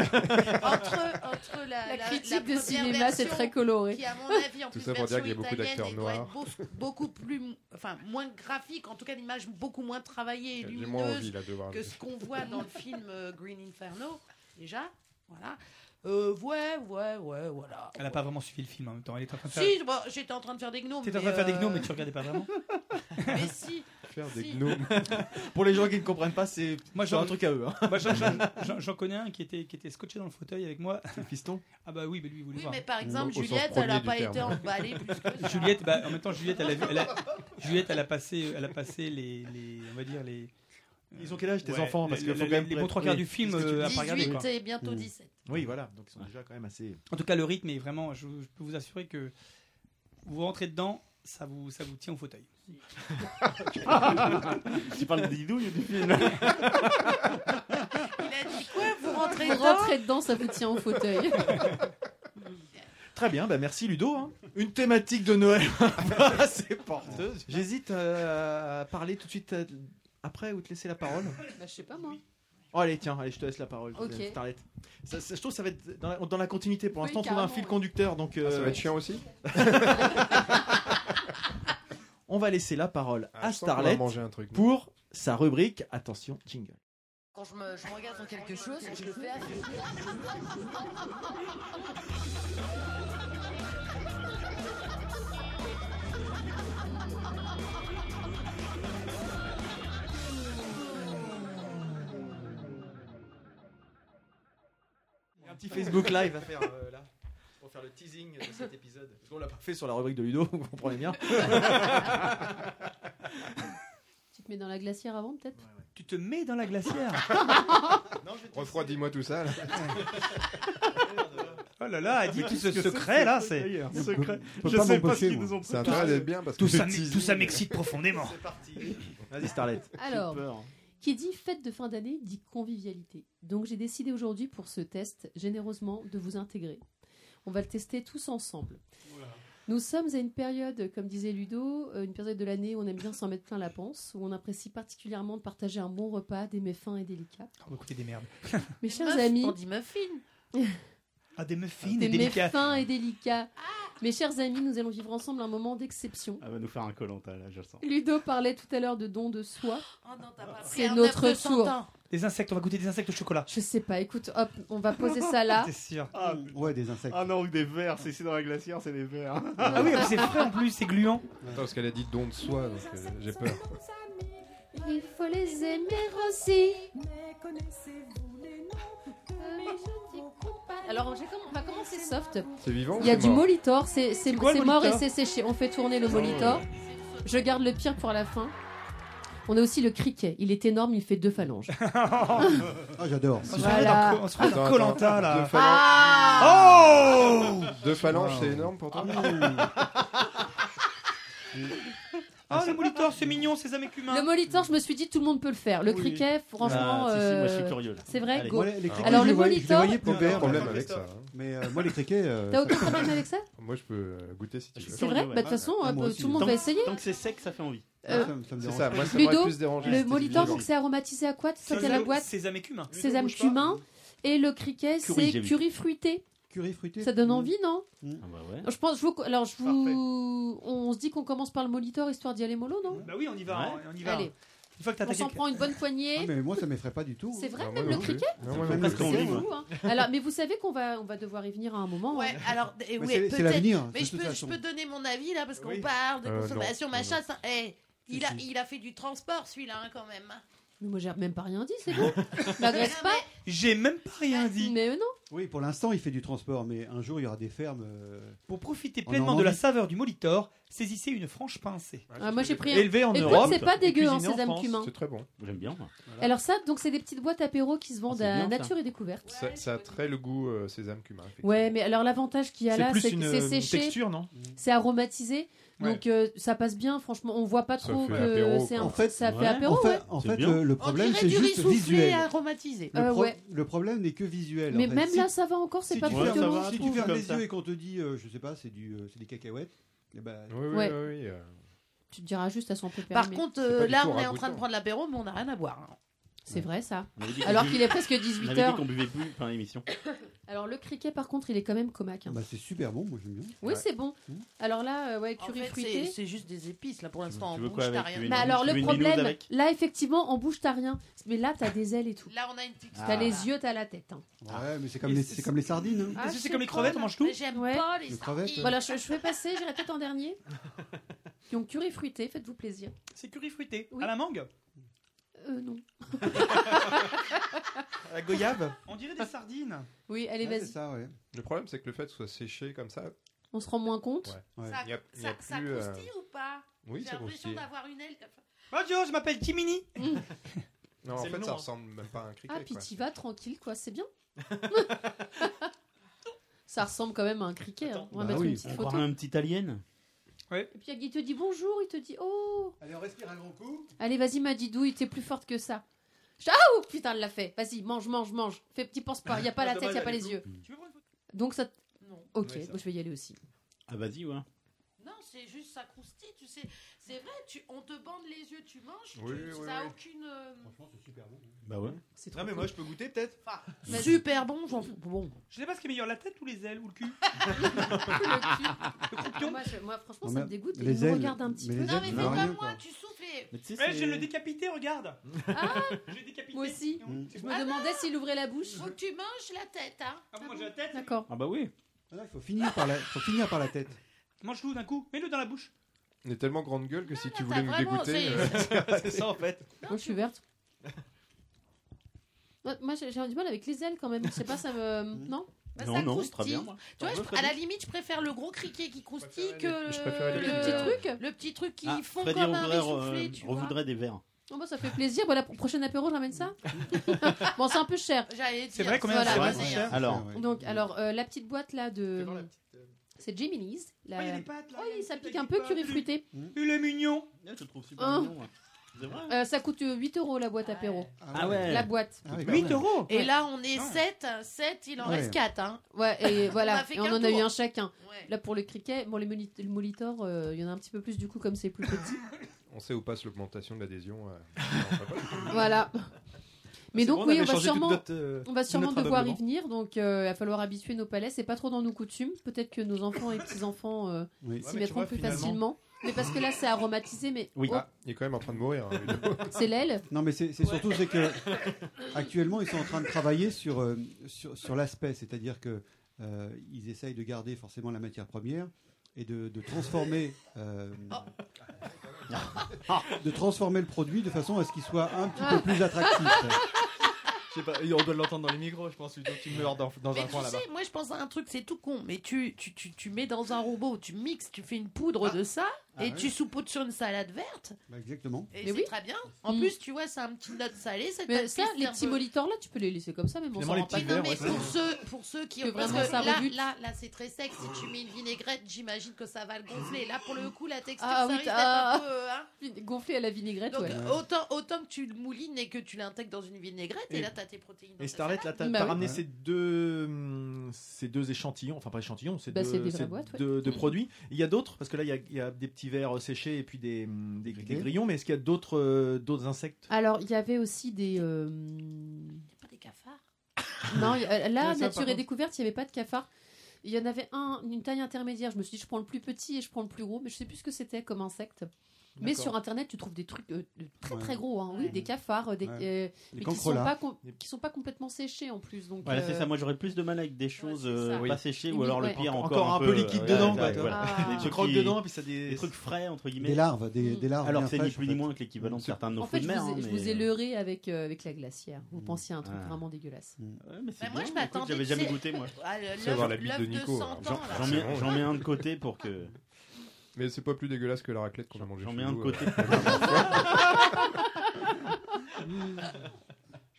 [SPEAKER 8] entre entre la,
[SPEAKER 1] La
[SPEAKER 8] la-
[SPEAKER 1] critique
[SPEAKER 8] la
[SPEAKER 1] de
[SPEAKER 8] première
[SPEAKER 1] cinéma, c'est
[SPEAKER 8] version,
[SPEAKER 1] très coloré.
[SPEAKER 8] Qui à mon avis en
[SPEAKER 7] Tout
[SPEAKER 8] plus
[SPEAKER 7] ça pour dire
[SPEAKER 8] version
[SPEAKER 7] qu'il y a beaucoup
[SPEAKER 8] italienne,
[SPEAKER 7] d'acteurs
[SPEAKER 8] elle doit être
[SPEAKER 7] noirs.
[SPEAKER 8] beau- beaucoup plus, enfin moins graphique, en tout cas l'image beaucoup moins travaillée et
[SPEAKER 7] J'ai moins envie
[SPEAKER 8] lumineuse
[SPEAKER 7] là de voir.
[SPEAKER 8] que
[SPEAKER 7] le-
[SPEAKER 8] ce qu'on voit dans le film euh, Green Inferno, déjà. Voilà. Euh, ouais, ouais, ouais, voilà.
[SPEAKER 3] Elle a pas vraiment suivi le film en même temps. Elle est en train de faire.
[SPEAKER 8] Si, bon, j'étais en train de faire des gnomes.
[SPEAKER 3] T'étais en train de faire des gnomes, mais
[SPEAKER 8] mais
[SPEAKER 3] tu regardais pas vraiment.
[SPEAKER 8] euh, mais si.
[SPEAKER 7] Faire des
[SPEAKER 8] Si.
[SPEAKER 7] gnomes.
[SPEAKER 4] Pour les gens qui ne comprennent pas, c'est
[SPEAKER 3] Moi,
[SPEAKER 4] c'est un
[SPEAKER 3] j'en
[SPEAKER 4] truc à eux. Hein.
[SPEAKER 3] moi, j'en- j'en- j'en- j'en connais un qui était, qui était scotché dans le fauteuil avec moi.
[SPEAKER 4] Les pistons.
[SPEAKER 3] Ah bah oui, mais lui, il voulait
[SPEAKER 8] Oui,
[SPEAKER 3] voir.
[SPEAKER 8] mais par
[SPEAKER 7] Au
[SPEAKER 8] exemple,
[SPEAKER 7] sens
[SPEAKER 8] Juliette,
[SPEAKER 7] premier
[SPEAKER 8] elle n'a
[SPEAKER 7] du
[SPEAKER 8] pas
[SPEAKER 7] terme.
[SPEAKER 8] été emballée plus que ça.
[SPEAKER 3] Juliette, bah, en même temps, Juliette, elle a, vu- elle a- Juliette, elle a passé, elle a passé les, les, on va dire les. euh,
[SPEAKER 4] Ils ont quel âge tes
[SPEAKER 3] Ouais,
[SPEAKER 4] enfants
[SPEAKER 3] les-
[SPEAKER 4] Parce qu'il
[SPEAKER 3] les-
[SPEAKER 4] faut quand même
[SPEAKER 3] les bons trois quarts
[SPEAKER 4] oui,
[SPEAKER 3] du film,
[SPEAKER 4] c'est ce que tu
[SPEAKER 3] euh, à
[SPEAKER 4] dis. Hmm.
[SPEAKER 3] pas regarder,
[SPEAKER 8] 18
[SPEAKER 3] quoi.
[SPEAKER 8] et bientôt
[SPEAKER 6] Mm.
[SPEAKER 8] 17.
[SPEAKER 4] Oui, voilà. Donc ils sont déjà quand même assez.
[SPEAKER 3] En tout cas, le rythme est vraiment. Je, je peux vous assurer que vous rentrez dedans, ça vous, ça vous tient au fauteuil.
[SPEAKER 2] Tu parles des douilles du film
[SPEAKER 8] Il a dit quoi Vous rentrez
[SPEAKER 1] Vous
[SPEAKER 8] dedans
[SPEAKER 1] rentrez dedans, ça vous tient au fauteuil.
[SPEAKER 4] Très bien. Bah merci Ludo. hein. Une thématique de Noël assez porteuse. J'hésite euh, à parler tout de suite euh, après ou te laisser la parole.
[SPEAKER 1] Bah, je sais pas moi.
[SPEAKER 4] Oh, allez, tiens, allez, je te laisse la parole.
[SPEAKER 1] Ok.
[SPEAKER 4] euh, Starlet. Ça- ça- je trouve que ça va être dans la, dans la continuité. Pour
[SPEAKER 1] Oui,
[SPEAKER 4] l'instant, on trouve un
[SPEAKER 1] carrément,
[SPEAKER 4] fil
[SPEAKER 1] oui.
[SPEAKER 4] conducteur. Donc,
[SPEAKER 7] Ah, Ça
[SPEAKER 4] euh,
[SPEAKER 7] va être chiant aussi.
[SPEAKER 4] on va laisser la parole
[SPEAKER 7] Ah,
[SPEAKER 4] à
[SPEAKER 7] je sens qu'on va
[SPEAKER 4] Starlet
[SPEAKER 7] manger un truc.
[SPEAKER 4] pour sa rubrique. Attention, jingle.
[SPEAKER 8] Quand je me, je me regarde dans quelque chose, je le fais avec.
[SPEAKER 4] Un petit Facebook Live à faire euh, là pour faire le teasing de cet épisode. Parce qu'on l'a pas fait sur la rubrique de Ludo, vous comprenez bien.
[SPEAKER 1] Tu te mets dans la glacière avant peut-être
[SPEAKER 3] Tu te mets dans la glacière.
[SPEAKER 7] Refroidis-moi tout ça. là.
[SPEAKER 3] Oh là là, elle dit tout ce secret là, c'est.
[SPEAKER 2] Secret.
[SPEAKER 6] peux
[SPEAKER 2] Je
[SPEAKER 6] pas
[SPEAKER 2] sais pas
[SPEAKER 6] m'empêcher,
[SPEAKER 2] ce qu'ils
[SPEAKER 6] moi.
[SPEAKER 2] nous ont
[SPEAKER 7] C'est
[SPEAKER 2] préparé.
[SPEAKER 7] intéressant d'être bien parce que
[SPEAKER 3] Tout ça,
[SPEAKER 7] le
[SPEAKER 3] m'ex-
[SPEAKER 7] teasing-
[SPEAKER 3] tout ça m'excite profondément.
[SPEAKER 4] Vas-y Starlet.
[SPEAKER 1] Alors, Qui dit fête de fin d'année dit convivialité. Donc j'ai décidé aujourd'hui pour ce test, généreusement, de vous intégrer. On va le tester tous ensemble. Nous sommes à une période, comme disait Ludo, euh, une période de l'année où on aime bien s'en mettre plein la panse, où on apprécie particulièrement de partager un bon repas, des mets fins et délicats.
[SPEAKER 3] On va écouter des merdes.
[SPEAKER 1] Mes chers
[SPEAKER 8] Meuf,
[SPEAKER 1] amis,
[SPEAKER 8] On dit muffin.
[SPEAKER 3] Ah, des meufs fines et
[SPEAKER 1] des mets
[SPEAKER 3] délicates.
[SPEAKER 1] fins et délicats. Mes chers amis, nous allons vivre ensemble un moment d'exception.
[SPEAKER 2] Elle va nous faire un colanta là, je le sens.
[SPEAKER 1] Ludo parlait tout à l'heure de don de soi.
[SPEAKER 8] Oh non, t'as pas
[SPEAKER 1] C'est
[SPEAKER 8] pris un
[SPEAKER 1] notre
[SPEAKER 8] œuf de cent
[SPEAKER 1] tour.
[SPEAKER 8] ans.
[SPEAKER 3] Des insectes, on va goûter des insectes au chocolat.
[SPEAKER 1] Je sais pas, écoute, hop, on va poser ça là.
[SPEAKER 3] C'est sûr.
[SPEAKER 2] Ah,
[SPEAKER 6] Ouais, des insectes.
[SPEAKER 2] ah non, ou des vers, c'est ici dans la glacière, c'est des vers.
[SPEAKER 3] Ah oui, mais c'est frais en plus, c'est gluant.
[SPEAKER 7] Attends, parce qu'elle a dit don de soi, donc euh, j'ai peur.
[SPEAKER 1] Il faut les aimer aussi. Alors, on on va commencer soft.
[SPEAKER 7] C'est vivant ou
[SPEAKER 1] Il y a
[SPEAKER 7] c'est
[SPEAKER 1] du
[SPEAKER 7] mort
[SPEAKER 1] Molitor, c'est c'est-
[SPEAKER 3] quoi, le
[SPEAKER 1] c'est mort et
[SPEAKER 3] Molitor
[SPEAKER 1] c'est séché. On fait tourner le Molitor. Je garde le pire pour la fin. On a aussi le criquet. Il est énorme, il fait deux phalanges.
[SPEAKER 6] Ah, j'adore.
[SPEAKER 3] On se
[SPEAKER 1] Voilà. Ah
[SPEAKER 3] remet dans- on se remet
[SPEAKER 7] Attends,
[SPEAKER 3] dans
[SPEAKER 7] attends.
[SPEAKER 3] Colanta
[SPEAKER 7] Deux
[SPEAKER 3] là.
[SPEAKER 7] phalanges,
[SPEAKER 3] Oh
[SPEAKER 7] deux phalanges,
[SPEAKER 6] Wow.
[SPEAKER 7] c'est énorme pour toi
[SPEAKER 3] Ah, le molitor, c'est mignon, ces amis
[SPEAKER 1] Le
[SPEAKER 3] humains.
[SPEAKER 1] Molitor, je me suis dit tout le monde peut le faire. Le criquet, franchement,
[SPEAKER 2] Ah, si, si, moi je suis
[SPEAKER 1] euh,
[SPEAKER 2] curieux là.
[SPEAKER 1] c'est vrai.
[SPEAKER 2] Allez.
[SPEAKER 1] Go.
[SPEAKER 6] Moi, les- les criquets,
[SPEAKER 1] Alors,
[SPEAKER 6] je
[SPEAKER 1] le
[SPEAKER 6] les voyais- je les
[SPEAKER 1] monitor-
[SPEAKER 6] voyais
[SPEAKER 7] J'ai un
[SPEAKER 6] popper,
[SPEAKER 7] problème
[SPEAKER 6] mais-
[SPEAKER 7] avec ça. hein.
[SPEAKER 6] Mais euh, moi, les criquets. euh,
[SPEAKER 1] T'as
[SPEAKER 6] ça-
[SPEAKER 1] aucun problème avec ça
[SPEAKER 7] Moi, je peux euh, goûter si tu veux.
[SPEAKER 1] C'est vrai Bah, De toute façon,
[SPEAKER 6] Ah,
[SPEAKER 1] euh,
[SPEAKER 6] moi
[SPEAKER 1] bah,
[SPEAKER 6] aussi.
[SPEAKER 1] tout le monde
[SPEAKER 2] Tant-
[SPEAKER 1] va essayer.
[SPEAKER 2] Tant que c'est sec, ça fait envie.
[SPEAKER 1] Euh,
[SPEAKER 6] ça me- ça me
[SPEAKER 7] C'est
[SPEAKER 6] dérange.
[SPEAKER 7] ça, moi, ça
[SPEAKER 1] Ludo,
[SPEAKER 7] m'aurait plus dérangé.
[SPEAKER 1] Le
[SPEAKER 7] c'était
[SPEAKER 1] Molitor,
[SPEAKER 7] vivant.
[SPEAKER 1] donc c'est aromatisé à quoi C'est ça qu'il y a à la boîte
[SPEAKER 3] Sésame cumin.
[SPEAKER 1] Sésame cumin. Et le criquet,
[SPEAKER 2] Curry,
[SPEAKER 1] c'est
[SPEAKER 2] j'ai vu.
[SPEAKER 1] curry fruité.
[SPEAKER 6] Curry fruité. Mmh. Hmm.
[SPEAKER 1] Ça donne envie, non
[SPEAKER 2] Ah bah ouais.
[SPEAKER 1] Je pense, je vous, alors je vous, on se dit qu'on commence par le molitor histoire d'y aller mollo, non
[SPEAKER 3] Bah oui, on y va,
[SPEAKER 2] Ouais.
[SPEAKER 3] on y va.
[SPEAKER 1] Allez,
[SPEAKER 3] Une fois que t'as
[SPEAKER 1] on s'en
[SPEAKER 3] attaqué.
[SPEAKER 1] prend une bonne
[SPEAKER 6] Ah,
[SPEAKER 1] poignée.
[SPEAKER 6] mais moi, ça m'effraie pas du tout. hein.
[SPEAKER 1] C'est vrai,
[SPEAKER 7] Ah, moi
[SPEAKER 1] même
[SPEAKER 7] non
[SPEAKER 1] le
[SPEAKER 7] plus.
[SPEAKER 1] criquet.
[SPEAKER 7] Non, moi
[SPEAKER 6] Même
[SPEAKER 7] non
[SPEAKER 6] le
[SPEAKER 7] plus.
[SPEAKER 2] Presque envie, moi.
[SPEAKER 1] Fou, hein. Alors, mais vous savez qu'on va, on va devoir y venir à un moment.
[SPEAKER 8] Ouais,
[SPEAKER 1] hein.
[SPEAKER 8] alors, et
[SPEAKER 6] Mais
[SPEAKER 8] ouais,
[SPEAKER 6] c'est- c'est
[SPEAKER 8] peut-être-
[SPEAKER 6] l'avenir,
[SPEAKER 8] Mais
[SPEAKER 6] de
[SPEAKER 8] je
[SPEAKER 6] toute
[SPEAKER 8] peux, je
[SPEAKER 6] façon.
[SPEAKER 8] peux donner mon avis là parce qu'on
[SPEAKER 4] Oui.
[SPEAKER 8] parle de
[SPEAKER 7] Euh, non,
[SPEAKER 8] consommation,
[SPEAKER 7] non,
[SPEAKER 8] machin.
[SPEAKER 7] non.
[SPEAKER 8] ça- eh, il,
[SPEAKER 6] Si,
[SPEAKER 8] a,
[SPEAKER 6] si.
[SPEAKER 8] il a fait du transport celui-là hein, quand même. hein.
[SPEAKER 1] Mais moi, j'ai même pas rien dit, c'est bon. Je m'agresse pas.
[SPEAKER 3] J'ai même pas rien dit.
[SPEAKER 1] Mais euh, non.
[SPEAKER 6] Oui, pour l'instant, il fait du transport, mais un jour, il y aura des fermes. euh,
[SPEAKER 3] Pour profiter
[SPEAKER 6] En
[SPEAKER 3] pleinement de la
[SPEAKER 6] Normandie.
[SPEAKER 3] saveur du molitor, saisissez une franche pincée.
[SPEAKER 1] Ah, moi, j'ai pris un.
[SPEAKER 4] Élevé en
[SPEAKER 1] Écoute,
[SPEAKER 4] Europe.
[SPEAKER 1] c'est pas dégueu, hein,
[SPEAKER 4] cuisiné en
[SPEAKER 1] sésame
[SPEAKER 4] France.
[SPEAKER 1] cumin.
[SPEAKER 7] C'est très bon.
[SPEAKER 2] J'aime bien. moi.
[SPEAKER 1] Alors ça, donc c'est des petites boîtes apéro qui se vendent
[SPEAKER 2] c'est bien,
[SPEAKER 1] à
[SPEAKER 2] ça.
[SPEAKER 1] Nature et Découverte.
[SPEAKER 7] Ah, Ça, ça a très le goût euh, sésame cumin.
[SPEAKER 1] Ouais, mais alors l'avantage qu'il y a
[SPEAKER 4] C'est
[SPEAKER 1] là,
[SPEAKER 4] plus
[SPEAKER 1] c'est que
[SPEAKER 4] une,
[SPEAKER 1] c'est
[SPEAKER 4] une
[SPEAKER 1] séché,
[SPEAKER 4] texture, non
[SPEAKER 1] c'est aromatisé. Donc euh, ça passe bien, franchement. On voit pas
[SPEAKER 7] Ça
[SPEAKER 1] trop
[SPEAKER 7] fait
[SPEAKER 1] que
[SPEAKER 7] apéro,
[SPEAKER 1] c'est
[SPEAKER 7] quoi.
[SPEAKER 1] un.
[SPEAKER 6] En fait,
[SPEAKER 1] ça fait
[SPEAKER 2] ouais.
[SPEAKER 1] apéro,
[SPEAKER 6] en fait,
[SPEAKER 1] ouais.
[SPEAKER 6] en
[SPEAKER 2] C'est
[SPEAKER 6] fait,
[SPEAKER 2] bien.
[SPEAKER 6] le, le
[SPEAKER 8] On
[SPEAKER 6] problème,
[SPEAKER 8] dirait
[SPEAKER 6] c'est
[SPEAKER 8] du riz
[SPEAKER 6] juste
[SPEAKER 8] soufflé
[SPEAKER 6] visuel.
[SPEAKER 8] aromatisé.
[SPEAKER 6] Le,
[SPEAKER 1] Euh,
[SPEAKER 6] pro-
[SPEAKER 1] ouais.
[SPEAKER 6] le problème n'est que visuel.
[SPEAKER 1] Mais
[SPEAKER 6] en fait.
[SPEAKER 1] même
[SPEAKER 6] Si-
[SPEAKER 1] là, ça va encore, c'est
[SPEAKER 6] si
[SPEAKER 1] pas
[SPEAKER 6] tu
[SPEAKER 1] trop
[SPEAKER 2] Ouais,
[SPEAKER 6] fermes,
[SPEAKER 2] ça va,
[SPEAKER 1] violent.
[SPEAKER 2] je
[SPEAKER 6] si tu
[SPEAKER 2] trouve,
[SPEAKER 6] fermes
[SPEAKER 2] comme
[SPEAKER 6] les
[SPEAKER 2] ça.
[SPEAKER 6] yeux et qu'on te dit, euh, je sais pas, c'est du, euh, c'est des cacahuètes. eh ben,
[SPEAKER 7] Oui, oui,
[SPEAKER 1] Ouais.
[SPEAKER 7] oui, oui, euh,
[SPEAKER 1] Tu te diras juste, elles sont un peu
[SPEAKER 8] Par
[SPEAKER 1] périmées.
[SPEAKER 8] contre,
[SPEAKER 7] C'est pas
[SPEAKER 8] euh,
[SPEAKER 7] du
[SPEAKER 8] là,
[SPEAKER 7] tout
[SPEAKER 8] on est en
[SPEAKER 7] ragoûtant.
[SPEAKER 8] train de prendre l'apéro, mais on n'a rien à boire. hein.
[SPEAKER 1] c'est vrai ça.
[SPEAKER 2] On avait dit qu'on
[SPEAKER 1] Alors
[SPEAKER 2] buvait-
[SPEAKER 1] qu'il est presque
[SPEAKER 2] on avait dit
[SPEAKER 1] 18h.
[SPEAKER 2] qu'on buvait plus, enfin l'émission.
[SPEAKER 1] Alors le criquet, par contre, il est quand même comac. hein.
[SPEAKER 6] bah, c'est super bon, moi j'aime bien.
[SPEAKER 1] Oui,
[SPEAKER 7] Ouais.
[SPEAKER 1] c'est bon.
[SPEAKER 6] Mmh.
[SPEAKER 1] Alors là, euh, ouais,
[SPEAKER 8] En
[SPEAKER 1] curry
[SPEAKER 8] fait, c'est-
[SPEAKER 1] fruité.
[SPEAKER 8] c'est juste des épices, là, pour
[SPEAKER 2] veux-
[SPEAKER 8] l'instant. En
[SPEAKER 2] tu veux
[SPEAKER 8] bouche,
[SPEAKER 2] quoi
[SPEAKER 8] t'as
[SPEAKER 2] avec
[SPEAKER 8] rien.
[SPEAKER 2] Tu veux
[SPEAKER 1] Mais
[SPEAKER 2] une-
[SPEAKER 1] alors
[SPEAKER 2] tu veux
[SPEAKER 1] le
[SPEAKER 2] une minouse
[SPEAKER 1] problème,
[SPEAKER 2] avec
[SPEAKER 1] là effectivement, en bouche t'as rien, mais là t'as des ailes et tout.
[SPEAKER 8] Là, on a une petite.
[SPEAKER 1] T'as les yeux, t'as la tête. hein.
[SPEAKER 6] Ouais, mais c'est comme,
[SPEAKER 3] Ah. Et
[SPEAKER 6] les,
[SPEAKER 3] c'est-
[SPEAKER 6] c'est comme les sardines. hein.
[SPEAKER 3] Est-ce
[SPEAKER 1] Ah,
[SPEAKER 3] que
[SPEAKER 1] je
[SPEAKER 3] c'est
[SPEAKER 1] sais
[SPEAKER 3] comme les
[SPEAKER 1] pas,
[SPEAKER 3] crevettes, on
[SPEAKER 1] là.
[SPEAKER 3] mange tout
[SPEAKER 8] Mais J'aime
[SPEAKER 1] Ouais.
[SPEAKER 8] pas les
[SPEAKER 6] Les crevettes,
[SPEAKER 7] euh.
[SPEAKER 8] sardines.
[SPEAKER 1] Voilà, je, je fais passer, j'irai peut-être en dernier. Donc curry fruité, faites-vous plaisir.
[SPEAKER 3] C'est curry fruité.
[SPEAKER 1] Oui.
[SPEAKER 3] À la mangue
[SPEAKER 1] Euh, non.
[SPEAKER 3] À la goyave On dirait des sardines.
[SPEAKER 1] Oui, allez,
[SPEAKER 6] Ouais, c'est
[SPEAKER 1] vas-y.
[SPEAKER 6] ça, ouais.
[SPEAKER 7] Le problème, c'est que le fait que ce soit séché comme ça,
[SPEAKER 1] On se rend moins compte.
[SPEAKER 7] Ouais.
[SPEAKER 6] Ouais.
[SPEAKER 8] Ça,
[SPEAKER 7] il n'y a, il y a
[SPEAKER 8] ça, ça
[SPEAKER 7] plus. euh,
[SPEAKER 8] croustille ou pas
[SPEAKER 7] Oui,
[SPEAKER 8] J'ai
[SPEAKER 7] c'est
[SPEAKER 8] l'impression
[SPEAKER 7] croustillé.
[SPEAKER 8] d'avoir une aile. comme-
[SPEAKER 3] Bonjour, Oh, je m'appelle Timini.
[SPEAKER 1] Mm.
[SPEAKER 7] Non, en
[SPEAKER 4] C'est le
[SPEAKER 7] fait,
[SPEAKER 4] nom,
[SPEAKER 7] ça
[SPEAKER 4] hein.
[SPEAKER 7] ressemble même pas à un criquet.
[SPEAKER 1] Ah, puis
[SPEAKER 7] quoi.
[SPEAKER 1] t'y vas tranquille, quoi, c'est bien. ça ressemble quand même à un criquet. hein. On va
[SPEAKER 6] Bah
[SPEAKER 1] mettre
[SPEAKER 6] oui,
[SPEAKER 1] une petite
[SPEAKER 2] On
[SPEAKER 1] photo.
[SPEAKER 2] croirait un petit alien.
[SPEAKER 1] Et puis il te dit bonjour, il te dit oh.
[SPEAKER 6] Allez, on respire un grand coup.
[SPEAKER 1] Allez, vas-y, ma didouille, t'es plus forte que ça. Je- Ah, oh, putain, elle l'a fait. Vas-y, mange, mange, mange. Fais, t'y penses pas. Y a pas
[SPEAKER 3] Ah,
[SPEAKER 1] la
[SPEAKER 3] dommage,
[SPEAKER 1] tête, y a pas
[SPEAKER 3] elle est
[SPEAKER 1] les yeux.
[SPEAKER 3] Tu veux prendre une photo
[SPEAKER 1] Donc ça. t-
[SPEAKER 8] Non.
[SPEAKER 1] Ok,
[SPEAKER 4] Ouais, ça.
[SPEAKER 1] moi, je vais y aller aussi.
[SPEAKER 2] Ah vas-y ouais.
[SPEAKER 8] Non, c'est juste ça croustille, tu sais. C'est vrai, tu, on te bande les yeux, tu manges,
[SPEAKER 7] Oui,
[SPEAKER 8] tu,
[SPEAKER 7] oui,
[SPEAKER 8] ça a
[SPEAKER 7] oui.
[SPEAKER 8] aucune. euh,
[SPEAKER 6] Franchement, c'est super bon.
[SPEAKER 2] Bah ouais.
[SPEAKER 1] C'est trop.
[SPEAKER 4] Non, mais moi je peux goûter peut-être.
[SPEAKER 8] enfin,
[SPEAKER 1] Vas-y.
[SPEAKER 8] super bon, j'en bon.
[SPEAKER 3] Je sais pas ce qui est meilleur, la tête ou les ailes ou le cul
[SPEAKER 10] Ah,
[SPEAKER 1] Le cul. Ah, moi, je- moi, franchement, ça me dégoûte. Il me regarde un petit
[SPEAKER 6] mais
[SPEAKER 1] peu.
[SPEAKER 6] les
[SPEAKER 8] Non,
[SPEAKER 6] ailes,
[SPEAKER 8] mais fais
[SPEAKER 6] on voit
[SPEAKER 8] comme
[SPEAKER 6] rien,
[SPEAKER 8] moi,
[SPEAKER 6] quoi.
[SPEAKER 8] tu souffles et-
[SPEAKER 2] Mais tu sais,
[SPEAKER 3] Ouais,
[SPEAKER 2] c'est-
[SPEAKER 3] je le décapité, regarde.
[SPEAKER 1] Ah,
[SPEAKER 3] J'ai décapité.
[SPEAKER 1] moi aussi.
[SPEAKER 6] Mm.
[SPEAKER 1] Je me demandais s'il ouvrait la bouche.
[SPEAKER 8] Faut que tu manges la tête, hein.
[SPEAKER 3] Ah, vous mangez la tête
[SPEAKER 1] D'accord.
[SPEAKER 2] Ah bah oui.
[SPEAKER 6] Ah non, il faut finir par la, faut finir par la tête.
[SPEAKER 3] Mange tout d'un coup, mets-le dans la bouche.
[SPEAKER 7] Il est tellement grande gueule que si tu
[SPEAKER 8] Là,
[SPEAKER 7] voulais
[SPEAKER 8] t'as
[SPEAKER 7] me
[SPEAKER 8] vraiment-
[SPEAKER 7] dégoûter.
[SPEAKER 8] c'est-
[SPEAKER 7] euh,
[SPEAKER 4] c'est ça en fait.
[SPEAKER 8] Non,
[SPEAKER 1] Moi, je suis
[SPEAKER 8] tu-
[SPEAKER 1] verte. Moi, Moi, j'ai j'ai du mal avec les ailes quand même. Je sais pas, ça me. euh, Non
[SPEAKER 8] bah, ça
[SPEAKER 2] Non non, c'est très
[SPEAKER 8] croustille.
[SPEAKER 2] bien. moi.
[SPEAKER 8] Tu vois,
[SPEAKER 2] T'en
[SPEAKER 8] je-
[SPEAKER 2] veux,
[SPEAKER 8] à
[SPEAKER 2] Freddy
[SPEAKER 8] la limite, je préfère le gros criquet qui croustille
[SPEAKER 7] préférais
[SPEAKER 8] que
[SPEAKER 7] les- je préférais
[SPEAKER 8] le,
[SPEAKER 7] les euh,
[SPEAKER 1] petits trucs.
[SPEAKER 8] euh, le petit truc qui
[SPEAKER 2] Ah,
[SPEAKER 8] fond
[SPEAKER 2] Freddy
[SPEAKER 8] comme un riz
[SPEAKER 2] Rouvray,
[SPEAKER 8] soufflé,
[SPEAKER 2] euh,
[SPEAKER 8] tu vois.
[SPEAKER 2] revoudrait des verres.
[SPEAKER 1] Oh, bah, ça fait plaisir. Voilà, pour le prochain apéro, je ramène ça. bon, c'est un peu cher.
[SPEAKER 8] J'allais dire.
[SPEAKER 3] C'est vrai, combien
[SPEAKER 1] Voilà,
[SPEAKER 3] ça
[SPEAKER 1] ouais,
[SPEAKER 3] coûte
[SPEAKER 1] c'est
[SPEAKER 3] cher
[SPEAKER 2] Alors.
[SPEAKER 6] Ouais.
[SPEAKER 1] Donc, alors, euh, la petite boîte là
[SPEAKER 7] fais
[SPEAKER 1] de.
[SPEAKER 7] voir la petite, euh,
[SPEAKER 1] C'est Jiminy's. La...
[SPEAKER 3] Ah, il y a des pâtes là.
[SPEAKER 1] Oh
[SPEAKER 3] il y a
[SPEAKER 1] oui,
[SPEAKER 3] des
[SPEAKER 1] ça
[SPEAKER 3] trucs
[SPEAKER 1] pique
[SPEAKER 3] avec
[SPEAKER 1] un
[SPEAKER 3] des
[SPEAKER 1] peu
[SPEAKER 3] pâtes,
[SPEAKER 1] curry
[SPEAKER 3] du-
[SPEAKER 1] fruité.
[SPEAKER 10] Hmm.
[SPEAKER 3] Il est mignon.
[SPEAKER 10] Eh,
[SPEAKER 2] Je te trouve
[SPEAKER 1] Oh.
[SPEAKER 2] super mignon. ouais. C'est
[SPEAKER 10] hein.
[SPEAKER 2] vrai.
[SPEAKER 1] Euh, ça coûte euh, 8 euros la boîte apéro.
[SPEAKER 2] Ah ouais.
[SPEAKER 1] La boîte.
[SPEAKER 6] Ah ouais,
[SPEAKER 3] 8
[SPEAKER 6] quand même.
[SPEAKER 3] euros
[SPEAKER 8] Et là, on est
[SPEAKER 3] Putain.
[SPEAKER 8] 7, 7, il en
[SPEAKER 6] Ouais.
[SPEAKER 8] reste 4. Hein.
[SPEAKER 1] Ouais, et
[SPEAKER 8] On
[SPEAKER 1] voilà.
[SPEAKER 8] a fait
[SPEAKER 1] et on
[SPEAKER 8] qu'un
[SPEAKER 1] en a eu
[SPEAKER 8] tour.
[SPEAKER 1] un chacun.
[SPEAKER 8] Ouais.
[SPEAKER 1] Là, pour le criquet, bon, les moni- le molitor, euh, il y en a un petit peu plus du coup, comme c'est plus petit.
[SPEAKER 7] On sait où passe l'augmentation de l'adhésion. euh, on va pas-
[SPEAKER 1] voilà.
[SPEAKER 8] Ah,
[SPEAKER 1] Mais
[SPEAKER 4] C'est
[SPEAKER 1] donc,
[SPEAKER 4] bon, on
[SPEAKER 1] oui,
[SPEAKER 4] avait
[SPEAKER 1] on va
[SPEAKER 4] changé toute
[SPEAKER 1] sûrement.
[SPEAKER 4] notre, euh,
[SPEAKER 1] On va
[SPEAKER 4] tout
[SPEAKER 1] sûrement
[SPEAKER 4] notre
[SPEAKER 1] devoir y
[SPEAKER 4] ameublement.
[SPEAKER 1] venir, donc euh, il va falloir habituer nos palais. C'est pas trop dans nos coutumes. Peut-être que nos enfants et petits-enfants euh,
[SPEAKER 6] Oui.
[SPEAKER 4] Ouais,
[SPEAKER 1] s'y
[SPEAKER 4] mais tu
[SPEAKER 1] mettront
[SPEAKER 4] vois,
[SPEAKER 1] plus
[SPEAKER 4] finalement-
[SPEAKER 1] facilement. Mais parce que là, c'est aromatisé, mais
[SPEAKER 2] Oui.
[SPEAKER 1] oh,
[SPEAKER 7] Ah, il est quand même en train de mourir. hein, Ludo.
[SPEAKER 1] c'est l'aile.
[SPEAKER 6] Non, mais c'est c'est surtout c'est que actuellement ils sont en train de travailler sur euh, sur, sur l'aspect, c'est-à-dire que euh, ils essayent de garder forcément la matière première et de, de transformer euh, de transformer le produit de façon à ce qu'il soit un petit peu plus attractif.
[SPEAKER 4] Je sais pas, on doit l'entendre dans les micros, je pense. Donc tu meurs dans, dans un
[SPEAKER 8] Mais tu
[SPEAKER 4] coin là-bas.
[SPEAKER 8] sais, moi je pense à un truc, c'est tout con, mais tu, tu, tu, tu mets dans un robot, tu mixes, tu fais une poudre de ça,
[SPEAKER 6] Ah
[SPEAKER 8] et
[SPEAKER 6] ouais.
[SPEAKER 8] tu saupoudres sur une salade verte,
[SPEAKER 6] Bah, exactement.
[SPEAKER 8] et c'est
[SPEAKER 1] Mais oui.
[SPEAKER 8] très bien. En
[SPEAKER 1] Mm.
[SPEAKER 8] plus, tu vois, c'est un petit note salé, ça te
[SPEAKER 1] Mais
[SPEAKER 8] tape
[SPEAKER 1] ça,
[SPEAKER 8] piste
[SPEAKER 1] les
[SPEAKER 8] un
[SPEAKER 1] petits
[SPEAKER 8] peu.
[SPEAKER 1] molitors là, tu peux les laisser comme ça, même on
[SPEAKER 4] Finalement,
[SPEAKER 1] s'en
[SPEAKER 4] les
[SPEAKER 1] rend pas
[SPEAKER 8] Mais
[SPEAKER 4] petits
[SPEAKER 1] compte.
[SPEAKER 8] non,
[SPEAKER 4] verres,
[SPEAKER 8] mais
[SPEAKER 4] ouais,
[SPEAKER 8] pour ceux, pour ceux qui
[SPEAKER 1] Que
[SPEAKER 8] parce
[SPEAKER 1] vraiment
[SPEAKER 8] que
[SPEAKER 1] ça
[SPEAKER 8] là,
[SPEAKER 1] rebute.
[SPEAKER 8] là, là, c'est très sec. Si tu mets une vinaigrette, j'imagine que ça va le gonfler. Là, pour le coup, la texture,
[SPEAKER 1] Ah
[SPEAKER 8] ça
[SPEAKER 1] oui,
[SPEAKER 8] risque d'être
[SPEAKER 1] t'as-
[SPEAKER 8] un peu. hein.
[SPEAKER 1] Gonflé à la vinaigrette,
[SPEAKER 8] Donc,
[SPEAKER 1] ouais.
[SPEAKER 8] autant, autant que tu le moulines et que tu l'intègres dans une vinaigrette, et,
[SPEAKER 4] Et-
[SPEAKER 8] là, t'as tes protéines. dans
[SPEAKER 4] Et
[SPEAKER 8] ta
[SPEAKER 4] Starlet, là, t'as
[SPEAKER 1] Bah
[SPEAKER 4] t'as
[SPEAKER 1] oui.
[SPEAKER 4] ramené
[SPEAKER 6] Ouais.
[SPEAKER 4] ces deux, hum, ces deux échantillons, enfin pas échantillons, ces
[SPEAKER 1] Bah, c'est
[SPEAKER 4] deux,
[SPEAKER 1] des
[SPEAKER 4] ces
[SPEAKER 1] vraies boîtes, ouais.
[SPEAKER 4] deux- deux produits. Il y a d'autres, parce que là, il y a, il y a des petits verres séchés et puis des, hum, des, des grillons, mais est-ce qu'il y a d'autres euh, d'autres insectes
[SPEAKER 1] Alors, il y avait aussi des. euh,
[SPEAKER 8] salade. Pas des cafards.
[SPEAKER 1] Non, y- euh, là,
[SPEAKER 4] Ouais, ça, par
[SPEAKER 1] nature et
[SPEAKER 4] contre.
[SPEAKER 1] découverte, il n'y avait pas de cafard. Il y en avait un, une taille intermédiaire. Je me suis dit, je prends le plus petit et je prends le plus gros, mais je sais plus ce que c'était comme insecte. Mais
[SPEAKER 4] D'accord.
[SPEAKER 1] sur internet, tu trouves des trucs euh, de très
[SPEAKER 6] Ouais.
[SPEAKER 1] très gros, hein. oui,
[SPEAKER 8] Ouais.
[SPEAKER 1] des cafards, euh, des,
[SPEAKER 6] Ouais.
[SPEAKER 1] euh,
[SPEAKER 6] Les
[SPEAKER 1] mais qui sont
[SPEAKER 6] cancrelats.
[SPEAKER 1] pas com- qui sont pas complètement séchés en plus. Donc,
[SPEAKER 2] Voilà,
[SPEAKER 1] euh,
[SPEAKER 2] c'est ça. Moi, j'aurais plus de mal avec des choses
[SPEAKER 8] c'est ça.
[SPEAKER 2] euh,
[SPEAKER 4] Oui.
[SPEAKER 2] pas séchées ou
[SPEAKER 1] Limite,
[SPEAKER 2] alors le
[SPEAKER 1] ouais.
[SPEAKER 2] pire
[SPEAKER 4] Encore-
[SPEAKER 2] encore,
[SPEAKER 4] encore un peu liquide
[SPEAKER 6] dedans,
[SPEAKER 2] ouais,
[SPEAKER 6] quoi,
[SPEAKER 2] ouais,
[SPEAKER 4] toi.
[SPEAKER 2] voilà.
[SPEAKER 1] Ah.
[SPEAKER 2] Des
[SPEAKER 4] Tu
[SPEAKER 2] trucs
[SPEAKER 4] croques
[SPEAKER 2] qui-
[SPEAKER 4] dedans, puis ça des,
[SPEAKER 2] Des trucs frais entre
[SPEAKER 6] Des
[SPEAKER 2] guillemets.
[SPEAKER 6] larves, des, des larves.
[SPEAKER 2] Alors
[SPEAKER 6] bien
[SPEAKER 2] c'est ni
[SPEAKER 6] fraîches,
[SPEAKER 2] plus
[SPEAKER 6] en
[SPEAKER 2] ni
[SPEAKER 6] fait.
[SPEAKER 2] moins que l'équivalent de
[SPEAKER 6] C'est-
[SPEAKER 2] certains de nos
[SPEAKER 1] en fait,
[SPEAKER 2] fruits de
[SPEAKER 1] je
[SPEAKER 2] mer.
[SPEAKER 1] vous ai,
[SPEAKER 2] hein,
[SPEAKER 1] je vous ai
[SPEAKER 2] mais-
[SPEAKER 1] leurré avec euh, avec la glacière. Vous pensiez à un truc
[SPEAKER 2] Ah.
[SPEAKER 1] vraiment dégueulasse.
[SPEAKER 2] Ouais, mais c'est
[SPEAKER 8] Bah, moi, je
[SPEAKER 2] bien, écoute,
[SPEAKER 8] m'attendais,
[SPEAKER 2] J'avais
[SPEAKER 8] tu
[SPEAKER 2] jamais
[SPEAKER 8] sais,
[SPEAKER 2] goûté moi.
[SPEAKER 8] Ah, le-
[SPEAKER 7] C'est voir la
[SPEAKER 8] l'œuf
[SPEAKER 7] bite de
[SPEAKER 8] l'œuf de 100
[SPEAKER 7] Nico, alors.
[SPEAKER 8] ans,
[SPEAKER 7] Genre-
[SPEAKER 8] là.
[SPEAKER 2] J'en
[SPEAKER 7] c'est
[SPEAKER 2] mets,
[SPEAKER 7] bon.
[SPEAKER 2] j'en mets un de côté pour que.
[SPEAKER 7] Mais c'est pas plus dégueulasse que la raclette qu'on a mangée.
[SPEAKER 2] J'en
[SPEAKER 7] chez euh.
[SPEAKER 2] mets un
[SPEAKER 7] nous,
[SPEAKER 2] de
[SPEAKER 7] euh.
[SPEAKER 2] côté.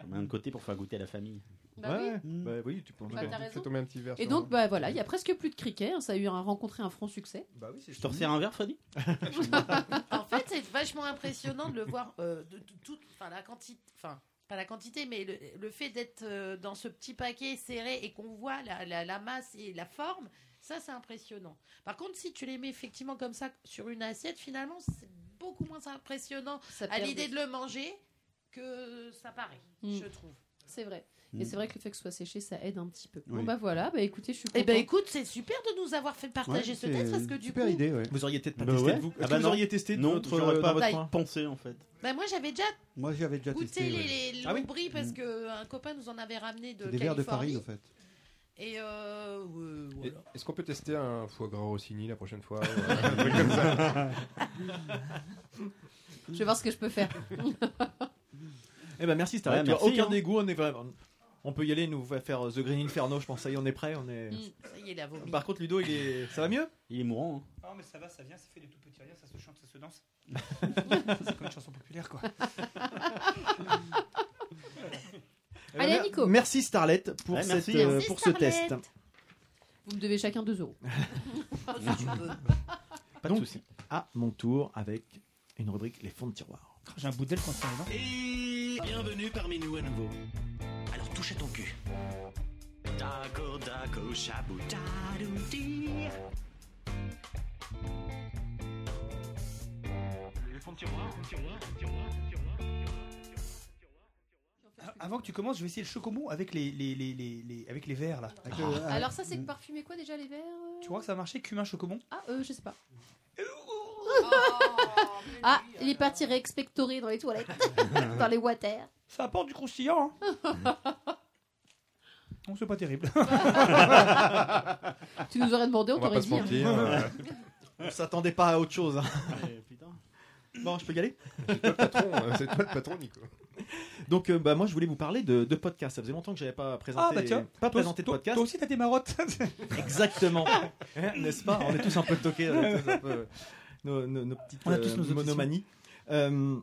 [SPEAKER 2] J'en mets un de côté pour faire goûter à la famille.
[SPEAKER 1] Bah oui.
[SPEAKER 4] Ouais, bah oui, tu peux en
[SPEAKER 1] Bah,
[SPEAKER 4] mettre
[SPEAKER 1] t'as
[SPEAKER 4] un petit-
[SPEAKER 1] raison.
[SPEAKER 7] Fais tomber un petit verre.
[SPEAKER 1] Et
[SPEAKER 7] sur
[SPEAKER 1] donc,
[SPEAKER 7] un-
[SPEAKER 1] bah voilà, il y a presque plus de criquet. hein, Ça a eu un, rencontré un franc succès.
[SPEAKER 4] Bah oui, c'est
[SPEAKER 2] Je te resserre un verre, Freddy
[SPEAKER 8] En fait, c'est vachement impressionnant de le voir, euh, de, de- toute, enfin la quantité, enfin pas la quantité, mais le, le fait d'être euh, dans ce petit paquet serré et qu'on voit la, la- la masse et la forme, ça c'est impressionnant. Par contre, si tu les mets effectivement comme ça sur une assiette, finalement, c'est beaucoup moins impressionnant
[SPEAKER 1] Ça
[SPEAKER 8] à
[SPEAKER 1] perd
[SPEAKER 8] l'idée de
[SPEAKER 1] des-
[SPEAKER 8] le manger que ça paraît,
[SPEAKER 1] Mm.
[SPEAKER 8] je trouve.
[SPEAKER 1] C'est vrai.
[SPEAKER 6] Mm.
[SPEAKER 1] Et c'est vrai que le fait que ce soit séché, ça aide un petit peu. Bon
[SPEAKER 6] Oui.
[SPEAKER 1] bah voilà, bah écoutez, je suis
[SPEAKER 8] Eh ben
[SPEAKER 1] contente.
[SPEAKER 8] écoute, c'est super de nous avoir fait partager
[SPEAKER 6] Ouais,
[SPEAKER 8] ce
[SPEAKER 6] c'est
[SPEAKER 8] test parce que du
[SPEAKER 6] super
[SPEAKER 8] coup,
[SPEAKER 6] idée, ouais.
[SPEAKER 4] Vous auriez peut-être pas
[SPEAKER 2] Bah
[SPEAKER 4] testé
[SPEAKER 2] ouais.
[SPEAKER 4] de vous.
[SPEAKER 2] Ah bah
[SPEAKER 4] Est-ce que vous
[SPEAKER 2] non.
[SPEAKER 4] auriez testé de
[SPEAKER 2] Non,
[SPEAKER 4] votre,
[SPEAKER 2] j'aurais
[SPEAKER 4] euh,
[SPEAKER 2] pas
[SPEAKER 4] dans votre
[SPEAKER 8] Bah,
[SPEAKER 4] coin
[SPEAKER 2] Pensez en fait.
[SPEAKER 8] bah, moi j'avais déjà
[SPEAKER 6] Moi, j'avais déjà
[SPEAKER 8] goûté
[SPEAKER 6] testé. ouais.
[SPEAKER 8] les, les
[SPEAKER 4] Ah oui.
[SPEAKER 8] lombris parce
[SPEAKER 6] Mm.
[SPEAKER 8] que un copain nous en avait ramené de
[SPEAKER 6] C'est des verres de
[SPEAKER 8] Californie.
[SPEAKER 6] farine, en fait.
[SPEAKER 8] Et euh, ouais,
[SPEAKER 7] Et-
[SPEAKER 8] voilà.
[SPEAKER 7] Est-ce qu'on peut tester un foie gras Rossini la prochaine fois ou, euh,
[SPEAKER 1] Je vais voir ce que je peux faire.
[SPEAKER 4] Eh ben merci Starlet.
[SPEAKER 2] Ouais,
[SPEAKER 4] Tu vois,
[SPEAKER 2] merci,
[SPEAKER 4] aucun
[SPEAKER 2] hein.
[SPEAKER 4] dégoût, on est vraiment. On peut y aller, nous on va faire euh, The Green Inferno, je pense. Ça y est, on est prêt, on est.
[SPEAKER 1] Mm.
[SPEAKER 8] Ça y est, la vomi.
[SPEAKER 4] Par contre, Ludo, il est. Ça va mieux
[SPEAKER 2] Il est mourant. hein.
[SPEAKER 3] Non, Ah, mais ça va, ça vient, ça fait des tout petits rires, ça se chante, ça se danse. c'est comme une chanson populaire, quoi.
[SPEAKER 4] Eh ben,
[SPEAKER 1] Allez,
[SPEAKER 4] mer-
[SPEAKER 1] Nico.
[SPEAKER 4] Merci Starlet pour,
[SPEAKER 2] Ouais,
[SPEAKER 4] cette,
[SPEAKER 2] merci,
[SPEAKER 4] euh,
[SPEAKER 8] Merci,
[SPEAKER 4] pour ce
[SPEAKER 8] Starlet.
[SPEAKER 4] test.
[SPEAKER 1] Vous me devez chacun 2 euros.
[SPEAKER 2] Pas
[SPEAKER 4] Donc,
[SPEAKER 2] de soucis.
[SPEAKER 4] À mon tour avec une rubrique Les fonds de tiroir.
[SPEAKER 3] J'ai un bout d'aile contre les dents.
[SPEAKER 10] Et bienvenue parmi nous à nouveau. Alors touche à ton cul. D'accord, d'accord, chabou, tadoudi.
[SPEAKER 3] Ah, Avant que tu commences, je vais essayer le chocomon avec les, les, les, les, les- avec les verres, là. Avec le- ah,
[SPEAKER 1] Alors ça, c'est parfumé quoi déjà les verres euh
[SPEAKER 3] Tu crois que ça va marcher, cumin chocomon
[SPEAKER 1] Ah, euh, je sais pas.
[SPEAKER 8] Oh,
[SPEAKER 1] Ah, il est parti réexpectorer dans les toilettes, dans les water.
[SPEAKER 3] Ça apporte du croustillant, hein Non, c'est pas terrible.
[SPEAKER 1] Tu nous aurais demandé, on,
[SPEAKER 7] On va pas
[SPEAKER 1] t'aurait
[SPEAKER 7] se
[SPEAKER 1] dit. hein.
[SPEAKER 7] mentir. euh,
[SPEAKER 4] On s'attendait pas à autre chose. hein.
[SPEAKER 2] Ouais, putain.
[SPEAKER 4] Bon, je peux y aller
[SPEAKER 7] patron, euh, c'est toi le patron, Nico.
[SPEAKER 4] Donc, euh, bah, moi, je voulais vous parler de, de podcast. Ça faisait longtemps que j'avais pas présenté,
[SPEAKER 3] Ah, bah tiens,
[SPEAKER 4] pas
[SPEAKER 3] Toi,
[SPEAKER 4] présenté de
[SPEAKER 3] toi-
[SPEAKER 4] podcast.
[SPEAKER 3] Toi aussi, t'as des marottes.
[SPEAKER 4] Exactement. Hein, N'est-ce pas On est tous un peu toqués. on est tous un peu, euh, nos, nos- nos petites
[SPEAKER 3] On a tous nos obsessions.
[SPEAKER 4] monomanies. Euh,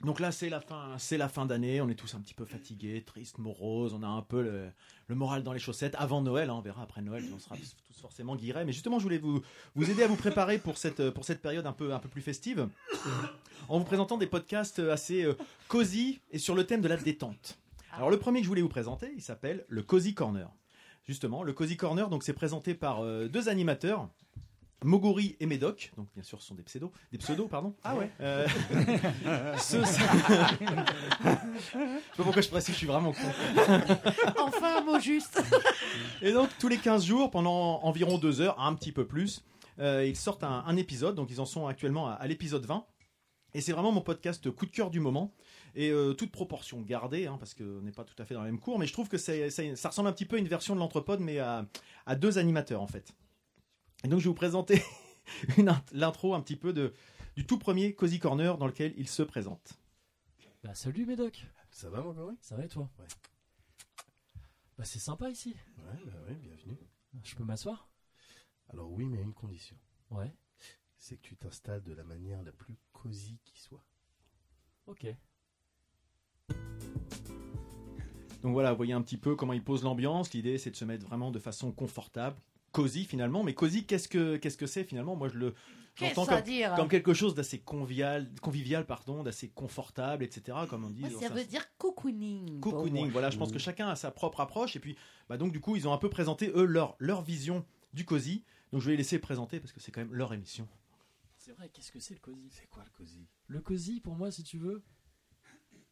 [SPEAKER 4] donc là, c'est la fin, c'est la fin d'année. On est tous un petit peu fatigués, tristes, moroses. On a un peu le, le moral dans les chaussettes. Avant Noël, hein, on verra après Noël, on sera tous forcément guirés. Mais justement, je voulais vous, vous aider à vous préparer pour cette, euh, pour cette période un peu, un peu plus festive, en vous présentant des podcasts assez euh, cosy et sur le thème de la détente. Alors le premier que je voulais vous présenter, il s'appelle le Cozy Corner. Justement, le Cozy Corner, donc c'est présenté par euh, deux animateurs, Moguri et Médoc. Donc bien sûr, ce sont des pseudos, des pseudos, pardon.
[SPEAKER 3] Ah ouais
[SPEAKER 4] Euh, ce- je sais pas pourquoi je précise, je suis vraiment con.
[SPEAKER 8] Enfin un mot juste.
[SPEAKER 4] Et donc, tous les 15 jours, pendant environ 2 heures, un petit peu plus, euh, ils sortent un, un épisode. Donc, ils en sont actuellement à, à l'épisode 20. Et c'est vraiment mon podcast coup de cœur du moment. Et euh, toute proportion gardée, hein, parce qu'on n'est pas tout à fait dans la même cour. Mais je trouve que c'est- c'est- ça ressemble un petit peu à une version de l'entrepode, mais à, à deux animateurs, en fait. Et donc, je vais vous présenter une int- l'intro un petit peu de, du tout premier Cozy Corner dans lequel ils se présentent.
[SPEAKER 10] Bah salut Médoc,
[SPEAKER 7] Ça va, mon gorille
[SPEAKER 10] ça va et toi
[SPEAKER 7] Ouais.
[SPEAKER 10] Bah c'est sympa ici.
[SPEAKER 7] Ouais, bah oui, bienvenue.
[SPEAKER 10] Je peux m'asseoir
[SPEAKER 7] Alors oui, mais à une condition.
[SPEAKER 10] Ouais.
[SPEAKER 7] C'est que tu t'installes de la manière la plus cosy qui soit.
[SPEAKER 10] Ok.
[SPEAKER 4] Donc voilà, vous voyez un petit peu comment ils posent l'ambiance. L'idée, c'est de se mettre vraiment de façon confortable, cosy finalement. Mais cosy, qu'est-ce que qu'est-ce que c'est finalement Moi, je le
[SPEAKER 8] Qu'est-ce
[SPEAKER 4] j'entends
[SPEAKER 8] à
[SPEAKER 4] comme,
[SPEAKER 8] dire
[SPEAKER 4] comme quelque chose d'assez convivial, convivial pardon, d'assez confortable, etc. Comme on dit.
[SPEAKER 8] Moi,
[SPEAKER 4] dans
[SPEAKER 8] Ça
[SPEAKER 4] sa-
[SPEAKER 8] veut dire cocooning. pour
[SPEAKER 4] Cocooning.
[SPEAKER 8] moi.
[SPEAKER 4] Voilà, je pense
[SPEAKER 10] Mmh.
[SPEAKER 4] que chacun a sa propre approche. Et puis, bah donc du coup, ils ont un peu présenté eux leur leur vision du cosy. Donc je vais les laisser présenter parce que c'est quand même leur émission.
[SPEAKER 10] C'est vrai, qu'est-ce que c'est le cosy C'est quoi le cosy Le cosy, pour moi, si tu veux,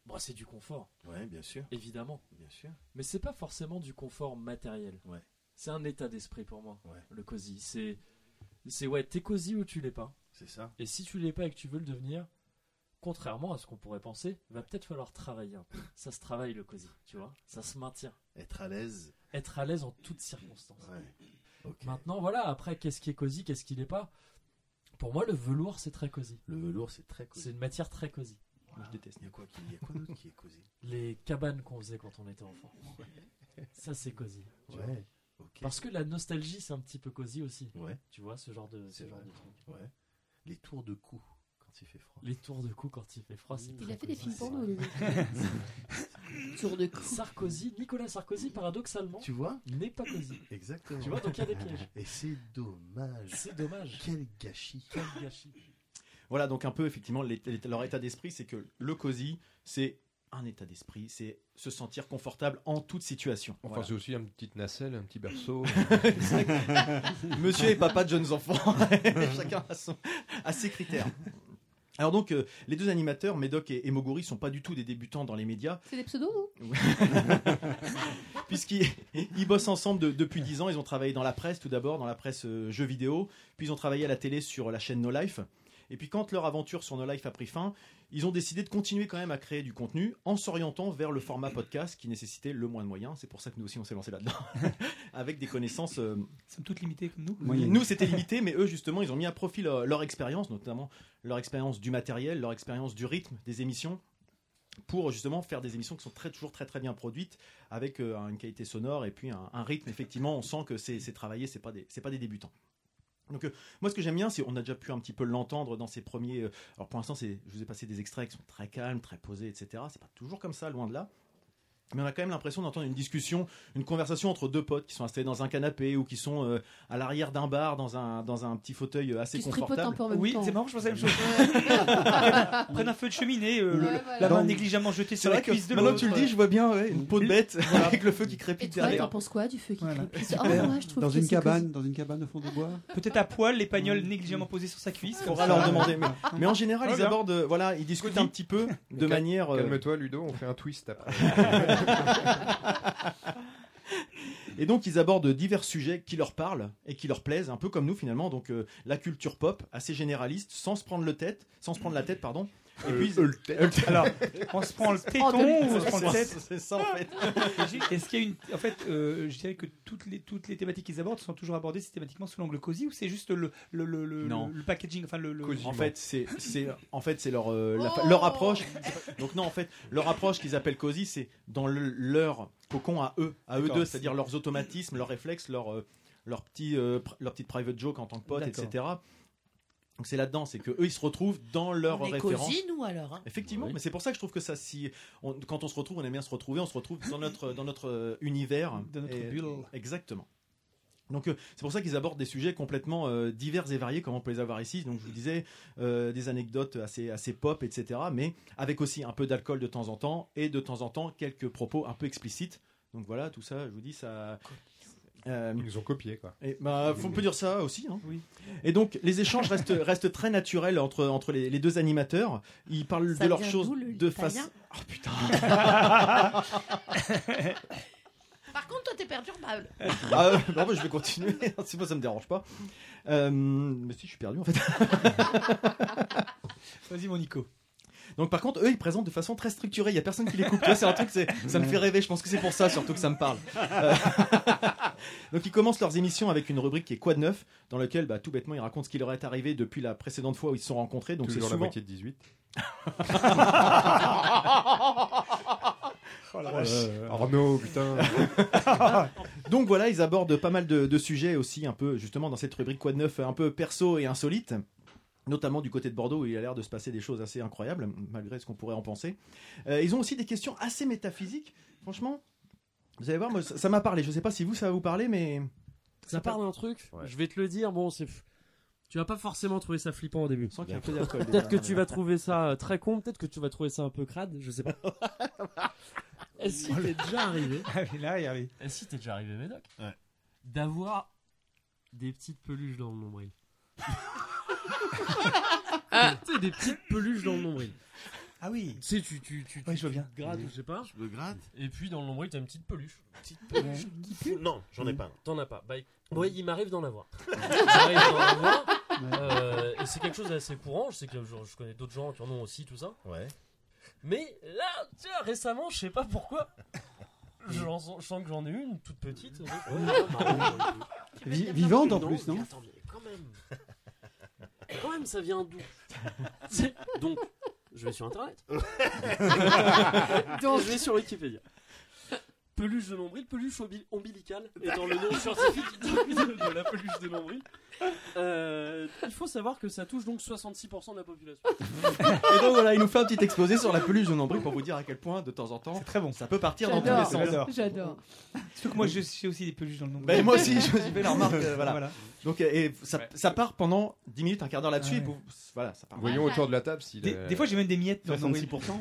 [SPEAKER 10] bon, c'est du confort.
[SPEAKER 7] Ouais, bien sûr,
[SPEAKER 10] Évidemment.
[SPEAKER 7] bien sûr.
[SPEAKER 10] Mais c'est pas forcément du confort matériel.
[SPEAKER 7] Ouais.
[SPEAKER 10] C'est un état d'esprit pour moi,
[SPEAKER 7] Ouais.
[SPEAKER 10] le cosy. C'est. C'est ouais, t'es cosy ou tu l'es pas.
[SPEAKER 7] C'est ça.
[SPEAKER 10] Et si tu l'es pas et que tu veux le devenir, contrairement à ce qu'on pourrait penser, va peut-être falloir travailler un peu. Ça se travaille le cosy, tu vois. Ça se maintient.
[SPEAKER 7] Être à l'aise.
[SPEAKER 10] Être à l'aise en toutes circonstances.
[SPEAKER 7] Ouais. Ok.
[SPEAKER 10] Maintenant, voilà, après, qu'est-ce qui est cosy, qu'est-ce qui l'est pas Pour moi, le velours, c'est très cosy.
[SPEAKER 7] Le velours, c'est très
[SPEAKER 10] C'est une matière très cosy.
[SPEAKER 4] Moi, je déteste.
[SPEAKER 7] Il y a quoi, qui- il y a quoi d'autre qui est cosy
[SPEAKER 10] les cabanes qu'on faisait quand on était enfant. Ça, c'est cosy. tu vois.
[SPEAKER 7] Ouais. Ok.
[SPEAKER 10] Parce que la nostalgie, c'est un petit peu cosy aussi.
[SPEAKER 7] Ouais.
[SPEAKER 10] Tu vois, ce genre de,
[SPEAKER 7] C'est
[SPEAKER 10] ce genre
[SPEAKER 7] vrai.
[SPEAKER 10] de truc.
[SPEAKER 7] Ouais. Les tours de cou quand il fait froid.
[SPEAKER 10] Les tours de cou quand il fait froid, c'est
[SPEAKER 1] Il
[SPEAKER 10] très
[SPEAKER 1] a fait des
[SPEAKER 10] cosy.
[SPEAKER 1] films pour nous. lui.
[SPEAKER 11] Tour de Sarkozy, Nicolas Sarkozy, paradoxalement,
[SPEAKER 12] Tu vois
[SPEAKER 11] n'est pas Cozy.
[SPEAKER 12] Exactement.
[SPEAKER 11] Tu vois, donc il y a des pièges.
[SPEAKER 12] Et c'est dommage.
[SPEAKER 11] C'est dommage.
[SPEAKER 12] Quel gâchis.
[SPEAKER 11] Quel gâchis.
[SPEAKER 4] Voilà, donc un peu effectivement, les- les- leur état d'esprit, c'est que le cosy, c'est un état d'esprit, c'est se sentir confortable en toute situation.
[SPEAKER 7] Enfin,
[SPEAKER 4] Voilà.
[SPEAKER 7] c'est aussi une petite nacelle, un petit berceau.
[SPEAKER 4] Exact. Monsieur et papa de jeunes enfants, chacun a, son- a ses critères. Alors donc, euh, les deux animateurs, Médoc et, et Moguri, sont pas du tout des débutants dans les médias.
[SPEAKER 1] C'est des pseudos, non
[SPEAKER 4] Puisqu'ils ils bossent ensemble de- depuis 10 ans, ils ont travaillé dans la presse tout d'abord, dans la presse euh, jeux vidéo, puis ils ont travaillé à la télé sur la chaîne No Life. Et puis quand leur aventure sur No Life a pris fin, ils ont décidé de continuer quand même à créer du contenu en s'orientant vers le format podcast qui nécessitait le moins de moyens. C'est pour ça que nous aussi on s'est lancé là-dedans, avec des connaissances euh,
[SPEAKER 3] sommes toutes limitées comme nous.
[SPEAKER 4] nous, c'était limité, mais eux, justement, ils ont mis à profit leur, leur expérience, notamment leur expérience du matériel, leur expérience du rythme des émissions, pour justement faire des émissions qui sont très, toujours très très bien produites, avec euh, une qualité sonore et puis un, un rythme. Effectivement, on sent que c'est c'est travaillé, c'est pas des- c'est pas des débutants. Donc euh, moi ce que j'aime bien c'est on a déjà pu un petit peu l'entendre dans ses premiers euh, alors pour l'instant c'est je vous ai passé des extraits qui sont très calmes très posés etc c'est pas toujours comme ça loin de là mais on a quand même l'impression d'entendre une discussion, une conversation entre deux potes qui sont installés dans un canapé ou qui sont euh, à l'arrière d'un bar dans un, dans un petit fauteuil euh, assez
[SPEAKER 3] Qui se tripotent
[SPEAKER 4] confortable.
[SPEAKER 3] un peu en même Oui, temps. c'est marrant, je pense à la même chose. Prennent un feu de cheminée, euh, le- la main négligemment jetée sur la cuisse de
[SPEAKER 4] Maintenant
[SPEAKER 3] l'autre.
[SPEAKER 4] que tu le dis, je vois bien ouais, une peau de bête avec le feu qui crépite
[SPEAKER 1] Et toi,
[SPEAKER 4] derrière.
[SPEAKER 1] t'en penses quoi du feu qui
[SPEAKER 4] Voilà.
[SPEAKER 1] crépite Oh,
[SPEAKER 4] Super.
[SPEAKER 1] moi, je trouve
[SPEAKER 6] Dans
[SPEAKER 1] que
[SPEAKER 6] une
[SPEAKER 1] c'est
[SPEAKER 6] cabane, dans une cabane au fond du bois.
[SPEAKER 3] Peut-être à poil, les pagnoles négligemment posées sur sa cuisse. comme
[SPEAKER 4] Faudra
[SPEAKER 3] ça.
[SPEAKER 4] leur demander. Mais, mais en général,
[SPEAKER 3] Ouais,
[SPEAKER 4] ils
[SPEAKER 3] bien.
[SPEAKER 4] abordent, euh, voilà, ils discutent un petit peu de
[SPEAKER 7] Calme-
[SPEAKER 4] manière. euh,
[SPEAKER 7] Calme-toi, Ludo, on fait un twist après.
[SPEAKER 4] Et donc ils abordent divers sujets qui leur parlent et qui leur plaisent, un peu comme nous finalement. Donc euh, la culture pop, assez généraliste, sans se prendre le tête, sans se prendre la tête, pardon. Et
[SPEAKER 3] Euh,
[SPEAKER 4] puis
[SPEAKER 3] euh, le tête. Alors, on se prend le téton ou on se prend le tête
[SPEAKER 4] C'est ça en fait.
[SPEAKER 3] Est-ce qu'il y a une. En fait, euh, je dirais que toutes les, toutes les thématiques qu'ils abordent sont toujours abordées systématiquement sous l'angle cosy ou c'est juste le, le, le, le-
[SPEAKER 4] Non.
[SPEAKER 3] le packaging, enfin le. le-
[SPEAKER 4] En fait, c'est c'est- en fait c'est leur euh, la fa-
[SPEAKER 8] Oh.
[SPEAKER 4] leur approche. C'est pas- Donc non, en fait, leur approche qu'ils appellent cosy, c'est dans le- leur cocon à eux, à eux
[SPEAKER 2] D'accord.
[SPEAKER 4] deux, c'est-à-dire leurs automatismes, leurs réflexes, leur euh, leur petit euh, pr- leur petite private joke en tant que pote,
[SPEAKER 8] D'accord.
[SPEAKER 4] etc. Donc c'est là-dedans, c'est que eux ils se retrouvent dans leur
[SPEAKER 8] On est
[SPEAKER 4] référence.
[SPEAKER 8] cosy, nous, alors, hein.
[SPEAKER 4] Effectivement, mais c'est pour ça que je trouve que ça si on- quand on se retrouve, on aime bien se retrouver, on se retrouve dans notre dans notre euh, univers,
[SPEAKER 3] Dans notre bulle.
[SPEAKER 4] Exactement. Donc euh, c'est pour ça qu'ils abordent des sujets complètement euh, divers et variés, comme on peut les avoir ici. Donc je vous disais euh, des anecdotes assez assez pop, etc. Mais avec aussi un peu d'alcool de temps en temps et de temps en temps quelques propos un peu explicites. Donc voilà, tout ça, je vous dis ça. Ils
[SPEAKER 7] nous ont copié quoi.
[SPEAKER 4] Et, bah, faut- on peut dire ça aussi. hein. Et donc les échanges restent, restent très naturels entre, entre les, les deux animateurs. Ils parlent
[SPEAKER 8] Ça
[SPEAKER 4] de leurs
[SPEAKER 8] vient
[SPEAKER 4] choses
[SPEAKER 8] d'où, le
[SPEAKER 4] de Ah,
[SPEAKER 8] l'italien
[SPEAKER 4] façon. Oh putain
[SPEAKER 8] Par contre, toi, t'es perturbable.
[SPEAKER 4] Ah, euh, non, mais je vais continuer. hein, si moi, ça me dérange pas. Euh, mais si, je suis perdu en fait.
[SPEAKER 3] Vas-y, mon Nico.
[SPEAKER 4] Donc, par contre, eux, ils présentent de façon très structurée. Il y a personne qui les coupe. Tu vois, c'est un truc, c'est- ça me fait rêver. Je pense que c'est pour ça, surtout que ça me parle. Euh, Donc, ils commencent leurs émissions avec une rubrique qui est Quoi de neuf, dans laquelle, bah, tout bêtement, ils racontent ce qui leur est arrivé depuis la précédente fois où ils se sont rencontrés. Donc, c'est
[SPEAKER 7] Toujours la
[SPEAKER 4] souvent...
[SPEAKER 7] moitié de 18.
[SPEAKER 4] la
[SPEAKER 7] Oh,
[SPEAKER 4] vache.
[SPEAKER 7] euh, Arnaud, putain.
[SPEAKER 4] Donc voilà, ils abordent pas mal de, de sujets aussi, un peu justement dans cette rubrique Quoi de neuf, un peu perso et insolite. Notamment du côté de Bordeaux où il a l'air de se passer des choses assez incroyables, malgré ce qu'on pourrait en penser. Euh, ils ont aussi des questions assez métaphysiques. Franchement, vous allez voir, moi, ça ça m'a parlé. Je sais pas si vous, ça va vous parler, mais.
[SPEAKER 11] Ça part d'un truc, je vais te le dire, bon, c'est. Tu vas pas forcément trouver ça flippant au début.
[SPEAKER 4] qu'il y a un peu d'alcool,
[SPEAKER 11] Peut-être que
[SPEAKER 4] déjà.
[SPEAKER 11] tu vas trouver ça euh, très con, peut-être que tu vas trouver ça un peu crade, je sais pas. Est-ce qu'il t'est déjà arrivé Est-ce qu'il t'est déjà arrivé, Médoc D'avoir des petites peluches dans le nombril. Tu sais, des petites peluches dans le nombril.
[SPEAKER 3] Ah oui.
[SPEAKER 11] Tu sais, tu, tu, tu,
[SPEAKER 3] Ouais, je vois bien.
[SPEAKER 11] tu te grattes, ou je sais pas.
[SPEAKER 12] Je me gratte.
[SPEAKER 11] Et puis dans le nombril, t'as une petite peluche. Petite
[SPEAKER 12] peluche
[SPEAKER 11] qui pue
[SPEAKER 12] Non, j'en ai pas.
[SPEAKER 11] T'en as pas. Bah, il-
[SPEAKER 6] Mmh.
[SPEAKER 11] ouais, il m'arrive d'en avoir. Il m'arrive d'en avoir. Euh, et c'est quelque chose d'assez courant. Je sais que je, je connais d'autres gens qui en ont aussi, tout ça.
[SPEAKER 12] Ouais.
[SPEAKER 11] Mais là, tu vois, récemment, je sais pas pourquoi.
[SPEAKER 6] Mmh.
[SPEAKER 11] Je, l'en- je sens que j'en ai une toute petite.
[SPEAKER 6] Ah, Vi- Mmh. vivante en plus, non
[SPEAKER 11] mais attends, mais quand même. Quand même, ça vient d'où C'est- Donc, je vais sur internet.
[SPEAKER 12] Donc.
[SPEAKER 11] je vais sur Wikipédia. Pe- peluche de nombril, peluche ombi- ombilicale, et dans le nom scientifique de de la peluche de nombril. Euh, il faut savoir que ça touche donc 66% de la population.
[SPEAKER 4] Et donc voilà, il nous fait un petit exposé sur la peluche de nombril pour vous dire à quel point, de temps en temps,
[SPEAKER 3] très bon.
[SPEAKER 4] ça peut partir dans tous les sens.
[SPEAKER 1] J'adore.
[SPEAKER 3] Surtout que moi, je suis aussi des peluches dans le nombril.
[SPEAKER 4] Ben, moi aussi, je me suis fait la remarque. euh, voilà. Donc, euh, et ça, ça part pendant 10 minutes, un quart d'heure là-dessus.
[SPEAKER 3] Ah Ouais.
[SPEAKER 4] et vous- Voilà, ça part.
[SPEAKER 7] Voyons autour de la table s'il
[SPEAKER 3] Des-
[SPEAKER 7] a-
[SPEAKER 3] des fois, j'ai même des miettes dans le nombril.
[SPEAKER 7] 66% ou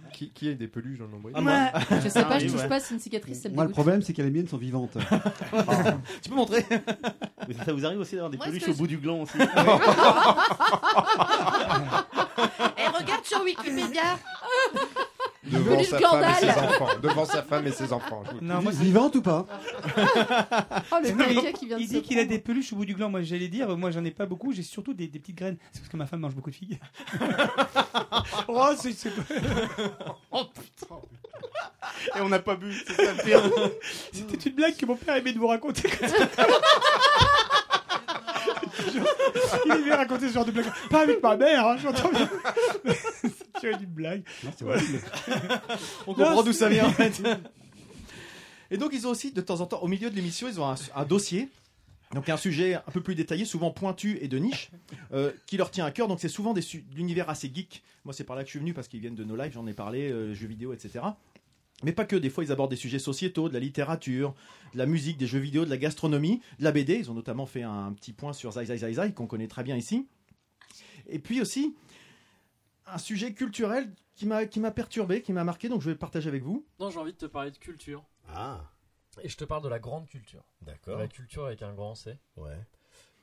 [SPEAKER 7] pas qui, qui a des peluches dans le nombril
[SPEAKER 3] Ah, moi.
[SPEAKER 1] Je sais pas, je touche pas, c'est une cicatrice, ça me
[SPEAKER 6] Moi, le
[SPEAKER 1] dégoûte.
[SPEAKER 6] problème, c'est que les miennes sont vivantes.
[SPEAKER 4] tu peux montrer
[SPEAKER 2] Ça vous arrive aussi d'avoir des
[SPEAKER 8] Moi, ce
[SPEAKER 2] peluches
[SPEAKER 8] que
[SPEAKER 2] au
[SPEAKER 8] je-
[SPEAKER 2] bout du gland aussi.
[SPEAKER 8] Et Eh, regarde sur Wikipédia.
[SPEAKER 7] Devant sa, femme et ses enfants. Devant sa femme et ses enfants. je vous le dis.
[SPEAKER 6] Vivante ou pas
[SPEAKER 3] C'est
[SPEAKER 1] mec
[SPEAKER 3] vrai,
[SPEAKER 1] Oh, qui vient de
[SPEAKER 3] il
[SPEAKER 1] se
[SPEAKER 3] dit qu'il a des peluches au bout du gland. Moi, j'allais dire, moi, j'en ai pas beaucoup. J'ai surtout des, des petites graines. C'est parce que ma femme mange beaucoup de figues. oh, c'est, c'est...
[SPEAKER 9] Oh putain.
[SPEAKER 3] Et on n'a pas bu. C'était une blague que mon père aimait de vous raconter. quand- Il aimait raconter ce genre de blague. Pas avec ma mère, hein, j'entends bien. C'est une blague.
[SPEAKER 4] vrai, On comprend d'où ça vient en fait. Et donc ils ont aussi de temps en temps, au milieu de l'émission, ils ont un, un dossier. Donc un sujet un peu plus détaillé, souvent pointu et de niche, euh, qui leur tient à cœur. Donc c'est souvent des su- de l'univers assez geek. Moi c'est par là que je suis venu parce qu'ils viennent de nos lives, j'en ai parlé, euh, jeux vidéo, etc. Mais pas que, des fois ils abordent des sujets sociétaux, de la littérature, de la musique, des jeux vidéo, de la gastronomie, de la BD. Ils ont notamment fait un petit point sur Zai Zai Zai Zai qu'on connaît très bien ici. Et puis aussi, un sujet culturel qui m'a qui m'a perturbé, qui m'a marqué, donc je vais le partager avec vous.
[SPEAKER 11] Non, j'ai envie de te parler de culture.
[SPEAKER 13] Ah.
[SPEAKER 11] Et je te parle de la grande culture.
[SPEAKER 13] D'accord.
[SPEAKER 11] De La culture avec un grand C.
[SPEAKER 13] Ouais.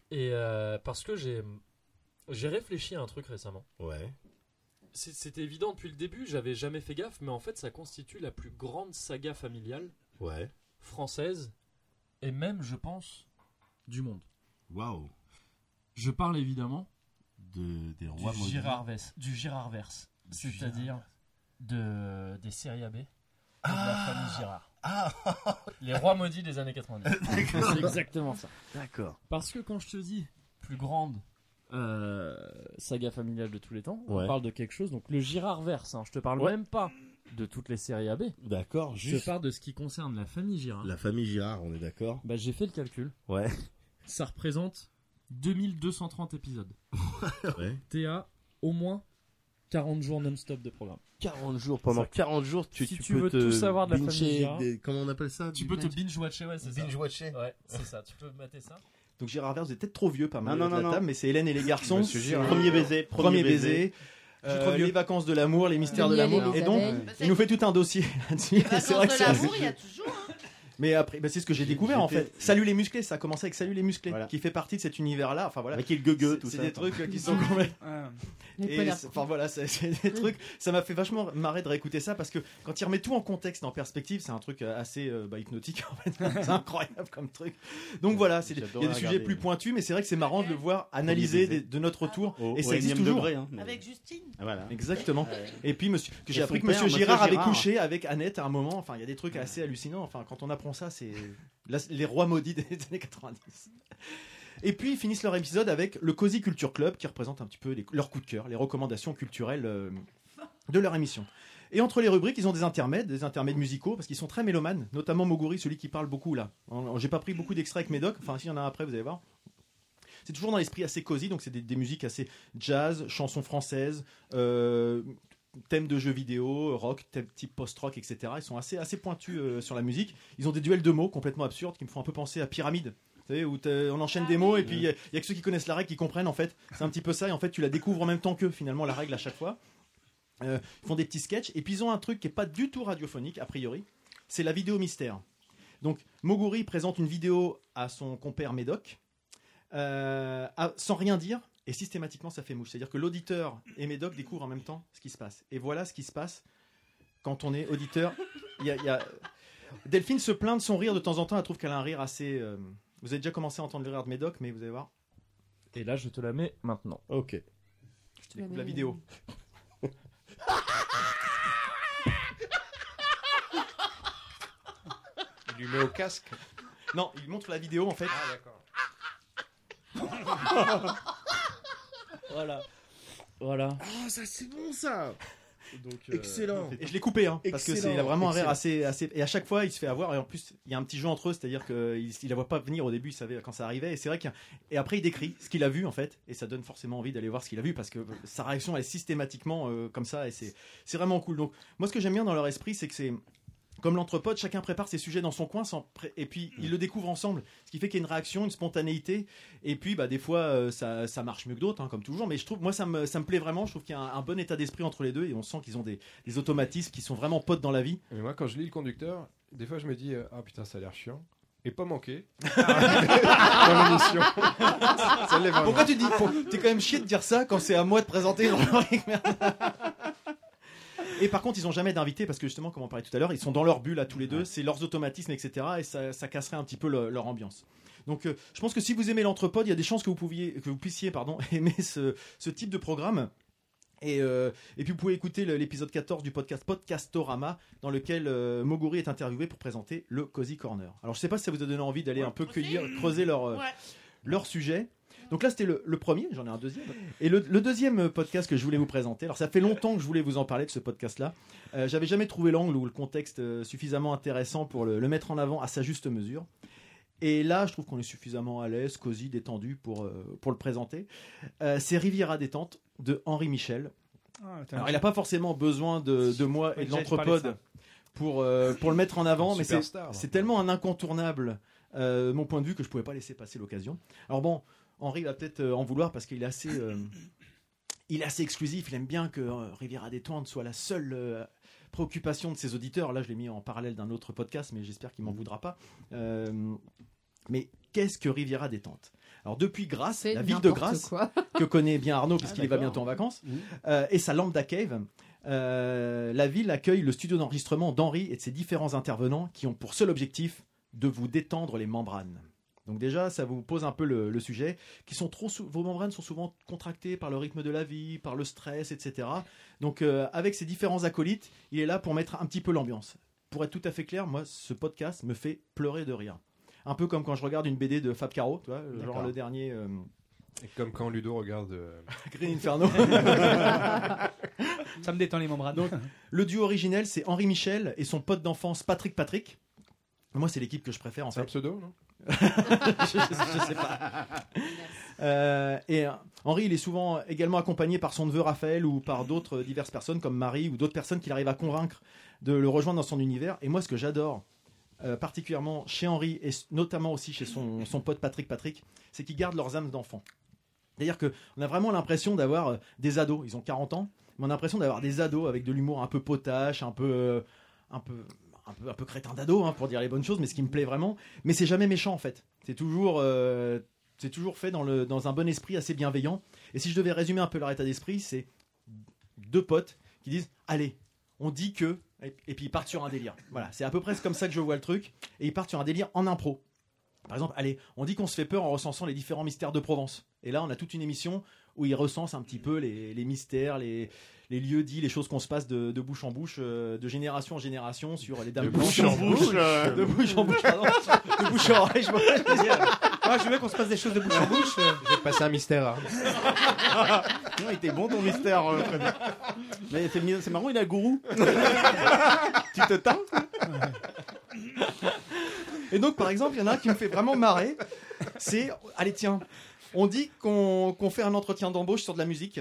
[SPEAKER 11] Et euh, parce que j'ai j'ai réfléchi à un truc récemment.
[SPEAKER 13] Ouais.
[SPEAKER 11] C'est- C'était évident depuis le début, j'avais jamais fait gaffe, mais en fait ça constitue la plus grande saga familiale
[SPEAKER 13] Ouais.
[SPEAKER 11] française et même, je pense, du monde.
[SPEAKER 13] Waouh.
[SPEAKER 11] Je parle évidemment
[SPEAKER 13] De, des rois
[SPEAKER 11] du
[SPEAKER 13] maudits.
[SPEAKER 11] Girardverse, du Girardverse, c'est-à-dire de des séries AB, et de la
[SPEAKER 13] Ah
[SPEAKER 11] famille Girard. Les rois maudits des années 90.
[SPEAKER 13] D'accord.
[SPEAKER 11] C'est exactement ça.
[SPEAKER 13] D'accord.
[SPEAKER 11] Parce que quand je te dis plus grande euh, saga familiale de tous les temps,
[SPEAKER 13] Ouais.
[SPEAKER 11] on parle de quelque chose. Donc le Girardverse, hein, je te parle
[SPEAKER 13] Ouais.
[SPEAKER 11] même pas de toutes les séries AB.
[SPEAKER 13] D'accord,
[SPEAKER 11] Je te
[SPEAKER 13] juste-
[SPEAKER 11] parle de ce qui concerne la famille Girard.
[SPEAKER 13] La famille Girard, on est d'accord
[SPEAKER 11] Bah j'ai fait le calcul.
[SPEAKER 13] Ouais.
[SPEAKER 11] Ça représente 2230 épisodes.
[SPEAKER 13] Ouais.
[SPEAKER 11] T'es à au moins 40 jours non-stop de programme.
[SPEAKER 13] 40 jours, pendant 40 jours, tu,
[SPEAKER 11] si tu,
[SPEAKER 13] peux
[SPEAKER 11] veux
[SPEAKER 13] te
[SPEAKER 11] tout savoir de la famille
[SPEAKER 13] bincher
[SPEAKER 11] Girard,
[SPEAKER 13] des- Comment on appelle ça
[SPEAKER 11] tu
[SPEAKER 13] du-
[SPEAKER 11] peux te binge-watcher, ouais, c'est ça.
[SPEAKER 13] Binge-watcher
[SPEAKER 11] Ouais, c'est ça, tu peux mater ça.
[SPEAKER 4] Donc Gérard Verse, vous êtes peut-être trop vieux, pas mal
[SPEAKER 2] Non,
[SPEAKER 4] de
[SPEAKER 2] non,
[SPEAKER 4] la
[SPEAKER 2] non,
[SPEAKER 4] table,
[SPEAKER 2] non.
[SPEAKER 4] mais c'est Hélène et les garçons.
[SPEAKER 2] Monsieur Girard.
[SPEAKER 4] C'est-
[SPEAKER 2] Premier baiser, premier
[SPEAKER 4] baiser.
[SPEAKER 2] baiser.
[SPEAKER 4] euh,
[SPEAKER 2] Je suis trop vieux.
[SPEAKER 4] les vacances de l'amour, les mystères
[SPEAKER 2] Le
[SPEAKER 4] de
[SPEAKER 2] miel et
[SPEAKER 4] l'amour.
[SPEAKER 2] les
[SPEAKER 4] Et donc,
[SPEAKER 2] abeilles.
[SPEAKER 4] il nous fait tout un dossier là-dessus. Et C'est vrai que c'est assez-
[SPEAKER 8] il y a toujours.
[SPEAKER 3] hein.
[SPEAKER 4] Mais après, bah, c'est ce que j'ai découvert en
[SPEAKER 2] j'étais-
[SPEAKER 4] fait. Salut les musclés, ça a commencé avec Salut les musclés, qui fait partie de cet univers-là. Enfin voilà.
[SPEAKER 2] Avec le gueugue,
[SPEAKER 4] C'est-
[SPEAKER 2] tout
[SPEAKER 4] C'est
[SPEAKER 2] ça,
[SPEAKER 4] des
[SPEAKER 2] attends.
[SPEAKER 4] trucs euh, qui sont complètement.
[SPEAKER 2] Les
[SPEAKER 4] Et
[SPEAKER 2] polars.
[SPEAKER 4] c'est- enfin voilà, c'est c'est des trucs. Ça m'a fait vachement marrer de réécouter ça parce que quand il remet tout en contexte, en perspective, c'est un truc euh, assez euh, bah, hypnotique en fait. C'est incroyable comme truc. Donc voilà, c'est des- il y a des
[SPEAKER 2] J'adorais
[SPEAKER 4] sujets
[SPEAKER 2] regarder.
[SPEAKER 4] plus pointus, mais c'est vrai que c'est marrant de le voir analysé
[SPEAKER 2] baiser.
[SPEAKER 4] des- de notre retour.
[SPEAKER 2] Au-
[SPEAKER 4] et
[SPEAKER 2] au
[SPEAKER 4] ça existe
[SPEAKER 2] énième
[SPEAKER 4] toujours.
[SPEAKER 2] degré, hein, mais-
[SPEAKER 8] Avec Justine.
[SPEAKER 13] Ah
[SPEAKER 2] Voilà.
[SPEAKER 4] Exactement.
[SPEAKER 2] Ouais.
[SPEAKER 4] Et puis monsieur, que
[SPEAKER 2] Et
[SPEAKER 4] j'ai
[SPEAKER 2] son
[SPEAKER 4] appris que
[SPEAKER 2] père,
[SPEAKER 4] Monsieur
[SPEAKER 2] monsieur
[SPEAKER 4] Girard avait
[SPEAKER 2] Girard.
[SPEAKER 4] couché avec Annette à un moment. Enfin, il y a des trucs assez hallucinants. Enfin, quand on apprend ça, c'est la- les rois maudits des années 90. Et puis ils finissent leur épisode avec le Cozy Culture Club qui représente un petit peu les- leurs coups de cœur, les recommandations culturelles euh, de leur émission. Et entre les rubriques, ils ont des intermèdes, des intermèdes musicaux parce qu'ils sont très mélomanes, notamment Moguri, celui qui parle beaucoup là. En- J'ai pas pris beaucoup d'extraits avec Médoc, enfin s'il y en a un après, vous allez voir. C'est toujours dans l'esprit assez cosy, donc c'est des, des musiques assez jazz, chansons françaises, euh, thèmes de jeux vidéo, rock, thème- type post-rock, etc. Ils sont assez, assez pointus euh, sur la musique. Ils ont des duels de mots complètement absurdes qui me font un peu penser à Pyramide. Vous savez, où t'as- on enchaîne des mots et puis il n'y a, y a que ceux qui connaissent la règle qui comprennent en fait. C'est un petit peu ça et en fait tu la découvres en même temps qu'eux finalement la règle à chaque fois. Euh, ils font des petits sketchs et puis ils ont un truc qui n'est pas du tout radiophonique a priori. C'est la vidéo mystère. Donc Moguri présente une vidéo à son compère Médoc euh, à- sans rien dire et systématiquement ça fait mouche. C'est-à-dire que l'auditeur et Médoc découvrent en même temps ce qui se passe. Et voilà ce qui se passe quand on est auditeur. Il y a- il y a- Delphine se plaint de son rire de temps en temps. Elle trouve qu'elle a un rire assez. euh, Vous avez déjà commencé à entendre le rire de Médoc, mais vous allez voir.
[SPEAKER 11] Et là, je te la mets maintenant.
[SPEAKER 13] Ok.
[SPEAKER 4] Je te découpe la vidéo.
[SPEAKER 7] Il lui met au casque.
[SPEAKER 4] Non, il montre la vidéo en fait.
[SPEAKER 7] Ah, d'accord.
[SPEAKER 11] Voilà. Voilà.
[SPEAKER 13] Oh, ça c'est Ah, bon ça
[SPEAKER 14] Donc,
[SPEAKER 4] euh, Et je l'ai coupé, hein, parce que c'est il a vraiment un rire assez, assez. Et à chaque fois, il se fait avoir. Et en plus, il y a un petit jeu entre eux, c'est-à-dire qu'il il la voit pas venir au début, il savait quand ça arrivait. Et c'est vrai qu'il y a- Et après, il décrit ce qu'il a vu, en fait. Et ça donne forcément envie d'aller voir ce qu'il a vu, parce que euh, sa réaction, elle est systématiquement euh, comme ça. Et c'est c'est vraiment cool. Donc, moi, ce que j'aime bien dans leur esprit, c'est que c'est. Comme l'entrepôt, chacun prépare ses sujets dans son coin, sans pré- et puis ils le découvrent ensemble. Ce qui fait qu'il y a une réaction, une spontanéité. Et puis, bah, des fois, euh, ça, ça marche mieux que d'autres, hein, comme toujours. Mais je trouve, moi, ça me, ça me plaît vraiment. Je trouve qu'il y a un, un bon état d'esprit entre les deux, et on sent qu'ils ont des, des automatismes qui sont vraiment potes dans la vie.
[SPEAKER 7] Mais moi, quand je lis le conducteur, des fois, je me dis euh, Ah putain, ça a l'air chiant. Et pas manqué. Dans l'émission.
[SPEAKER 3] Ah.
[SPEAKER 7] Ça l'est vraiment.
[SPEAKER 4] Pourquoi tu dis pour- T'es quand même chier de dire ça quand c'est à moi de présenter. Jean-Luc Merde. Et par contre, ils n'ont jamais d'invité parce que justement, comme on parlait tout à l'heure, ils sont dans leur bulle à tous les deux, c'est leurs automatismes, etc. Et ça, ça casserait un petit peu le- leur ambiance. Donc, euh, je pense que si vous aimez l'entrepode, il y a des chances que vous, pouviez, que vous puissiez pardon, aimer ce, ce type de programme. Et, euh, et puis vous pouvez écouter le- l'épisode 14 du podcast Podcastorama dans lequel euh, Moguri est interviewé pour présenter le Cozy Corner. Alors je sais pas si ça vous a donné envie d'aller un peu cueillir, creuser leur, euh, leur sujet. Donc là c'était le, le premier, j'en ai un deuxième. Et le, le deuxième euh, podcast que je voulais vous présenter, alors ça fait longtemps que je voulais vous en parler de ce podcast-là. Euh, J'avais jamais trouvé l'angle ou le contexte euh, suffisamment intéressant pour le- le mettre en avant à sa juste mesure. Et là, je trouve qu'on est suffisamment à l'aise, cosy, détendu pour, euh, pour le présenter. Euh, c'est Riviera détente de Henri Michel.
[SPEAKER 10] Ah, attends.
[SPEAKER 4] Alors, il n'a pas forcément besoin de, de moi et
[SPEAKER 10] Ouais,
[SPEAKER 4] de
[SPEAKER 10] j'allais te parler de
[SPEAKER 4] l'anthropode pour, euh, pour le mettre en avant, mais c'est
[SPEAKER 10] Superstar.
[SPEAKER 4] c'est tellement un incontournable, euh, mon point de vue, que je ne pouvais pas laisser passer l'occasion. Alors bon, Henri va peut-être euh, en vouloir parce qu'il est assez... euh, il est assez exclusif, il aime bien que euh, Riviera détente soit la seule euh, préoccupation de ses auditeurs. Là, je l'ai mis en parallèle d'un autre podcast, mais j'espère qu'il m'en voudra pas. Euh, mais qu'est-ce que Riviera détente Alors depuis Grasse, la ville de
[SPEAKER 15] n'importe
[SPEAKER 4] Grasse,
[SPEAKER 15] quoi. Ah,
[SPEAKER 4] que connaît bien Arnaud puisqu'il y va
[SPEAKER 15] d'accord.
[SPEAKER 4] bientôt en vacances, euh, et sa Lambda Cave, euh, la ville accueille le studio d'enregistrement d'Henri et de ses différents intervenants qui ont pour seul objectif de vous détendre les membranes. Donc déjà, ça vous pose un peu le, le sujet, qui sont trop sou- vos membranes sont souvent contractées par le rythme de la vie, par le stress, etc. Donc euh, avec ses différents acolytes, il est là pour mettre un petit peu l'ambiance. Pour être tout à fait clair, moi, ce podcast me fait pleurer de rire. Un peu comme quand je regarde une BD de Fab Caro, tu vois, genre
[SPEAKER 7] D'accord.
[SPEAKER 4] le dernier. euh,
[SPEAKER 7] Et comme quand Ludo regarde. euh,
[SPEAKER 4] Green Inferno.
[SPEAKER 10] Ça me détend les membranes.
[SPEAKER 4] Donc, le duo originel, c'est Henri Michel et son pote d'enfance Patrick Patrick. Moi, c'est l'équipe que je préfère en fait. C'est un
[SPEAKER 7] pseudo, non
[SPEAKER 4] je, je- je sais pas. Euh, et euh, Henri, il est souvent également accompagné par son neveu Raphaël ou par d'autres euh, diverses personnes comme Marie ou d'autres personnes qu'il arrive à convaincre de le rejoindre dans son univers. Et moi, ce que j'adore, euh, particulièrement chez Henri et s- notamment aussi chez son, son pote Patrick Patrick, c'est qu'ils gardent leurs âmes d'enfants. C'est-à-dire qu'on a vraiment l'impression d'avoir euh, des ados. Ils ont 40 ans, mais on a l'impression d'avoir des ados avec de l'humour un peu potache, un peu, euh, un peu, un peu, un peu crétin d'ado, hein, pour dire les bonnes choses, mais ce qui me plaît vraiment. Mais c'est jamais méchant en fait. C'est toujours, euh, c'est toujours fait dans, le, dans un bon esprit assez bienveillant. Et si je devais résumer un peu leur état d'esprit, c'est deux potes qui disent Allez, on dit que. Et, et puis ils partent sur un délire. Voilà, c'est à peu près comme ça que je vois le truc. Et ils partent sur un délire en impro. Par exemple, allez, on dit qu'on se fait peur en recensant les différents mystères de Provence. Et là, on a toute une émission où ils recensent un petit peu les, les mystères, les, les lieux dits, les choses qu'on se passe de, de bouche en bouche, euh, de génération en génération sur les dames
[SPEAKER 13] De
[SPEAKER 4] blanches.
[SPEAKER 13] bouche en bouche, euh.
[SPEAKER 4] De bouche en bouche, pardon. De bouche en oreille, je m'en fais plaisir.
[SPEAKER 10] Moi, je veux qu'on se passe des choses de bouche en bouche.
[SPEAKER 7] J'ai passé un mystère. hein.
[SPEAKER 13] Non, il était bon ton mystère, euh, Fred. Mais c'est mignon, c'est marrant, il a gourou. tu te tapes
[SPEAKER 4] Et donc, par exemple, il y en a un qui me fait vraiment marrer. C'est, allez, tiens, on dit qu'on qu'on fait un entretien d'embauche sur de la musique.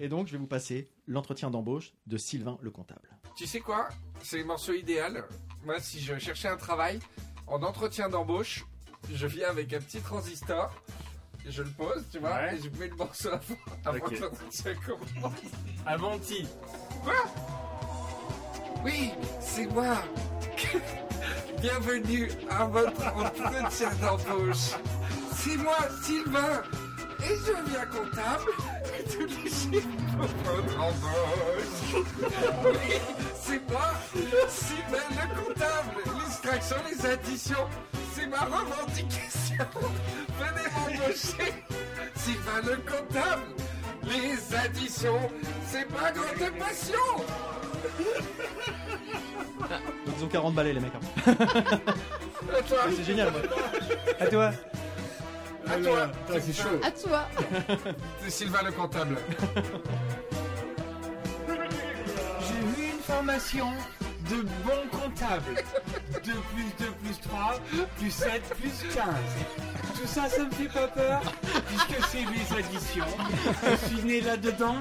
[SPEAKER 4] Et donc, je vais vous passer l'entretien d'embauche de Sylvain le comptable.
[SPEAKER 9] Tu sais quoi C'est le morceau idéal. Moi, si je cherchais un travail, en entretien d'embauche, je viens avec un petit transistor, et je le pose, tu vois,
[SPEAKER 16] Ouais.
[SPEAKER 9] et je mets le morceau avant, avant
[SPEAKER 16] Ok.
[SPEAKER 9] que l'entretien commence.
[SPEAKER 16] Avant qui
[SPEAKER 9] Quoi Oui, c'est moi Bienvenue à votre entretien d'embauche. C'est moi, Sylvain, et je viens comptable et tous les chiffres pour votre embauche. Oui, c'est moi, Sylvain le comptable. Les extractions, les additions, c'est ma revendication. Venez m'embaucher, Sylvain le comptable. Les additions, c'est ma grande passion.
[SPEAKER 4] Donc, ils ont 40 balais, les mecs. hein. Ah, C'est génial, moi.
[SPEAKER 10] À toi.
[SPEAKER 9] À toi.
[SPEAKER 15] Ah, c'est chaud. À toi.
[SPEAKER 9] C'est Sylvain le comptable.
[SPEAKER 17] formation de bon comptable. 2 plus 2 plus 3 plus 7 plus 15. Tout ça, ça me fait pas peur, puisque c'est mes additions. Je suis né là-dedans,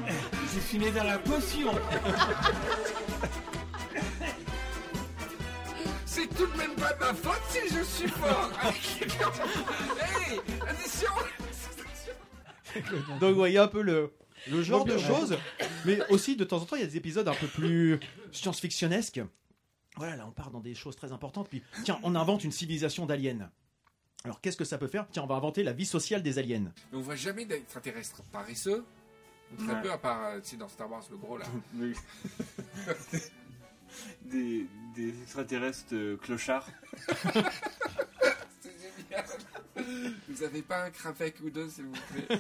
[SPEAKER 17] je suis né dans la potion.
[SPEAKER 9] C'est tout de même pas ma faute si je suis fort. hey, addition.
[SPEAKER 4] Donc, vous voyez un peu le, le genre
[SPEAKER 2] Donc,
[SPEAKER 4] de
[SPEAKER 2] ouais.
[SPEAKER 4] choses. Mais aussi, de temps en temps, il y a des épisodes un peu plus science-fictionnesques. Voilà, là, on part dans des choses très importantes. Puis, tiens, on invente une civilisation d'aliens. Alors, qu'est-ce que ça peut faire Tiens, on va inventer la vie sociale des aliens.
[SPEAKER 9] Mais on voit jamais d'extraterrestres paresseux. Ou Très
[SPEAKER 4] Ouais.
[SPEAKER 9] peu, à part euh, tu sais, dans Star Wars, le gros là.
[SPEAKER 18] Des, des extraterrestres euh, clochards.
[SPEAKER 9] C'est génial. Vous avez pas un Kravek ou deux, s'il vous plaît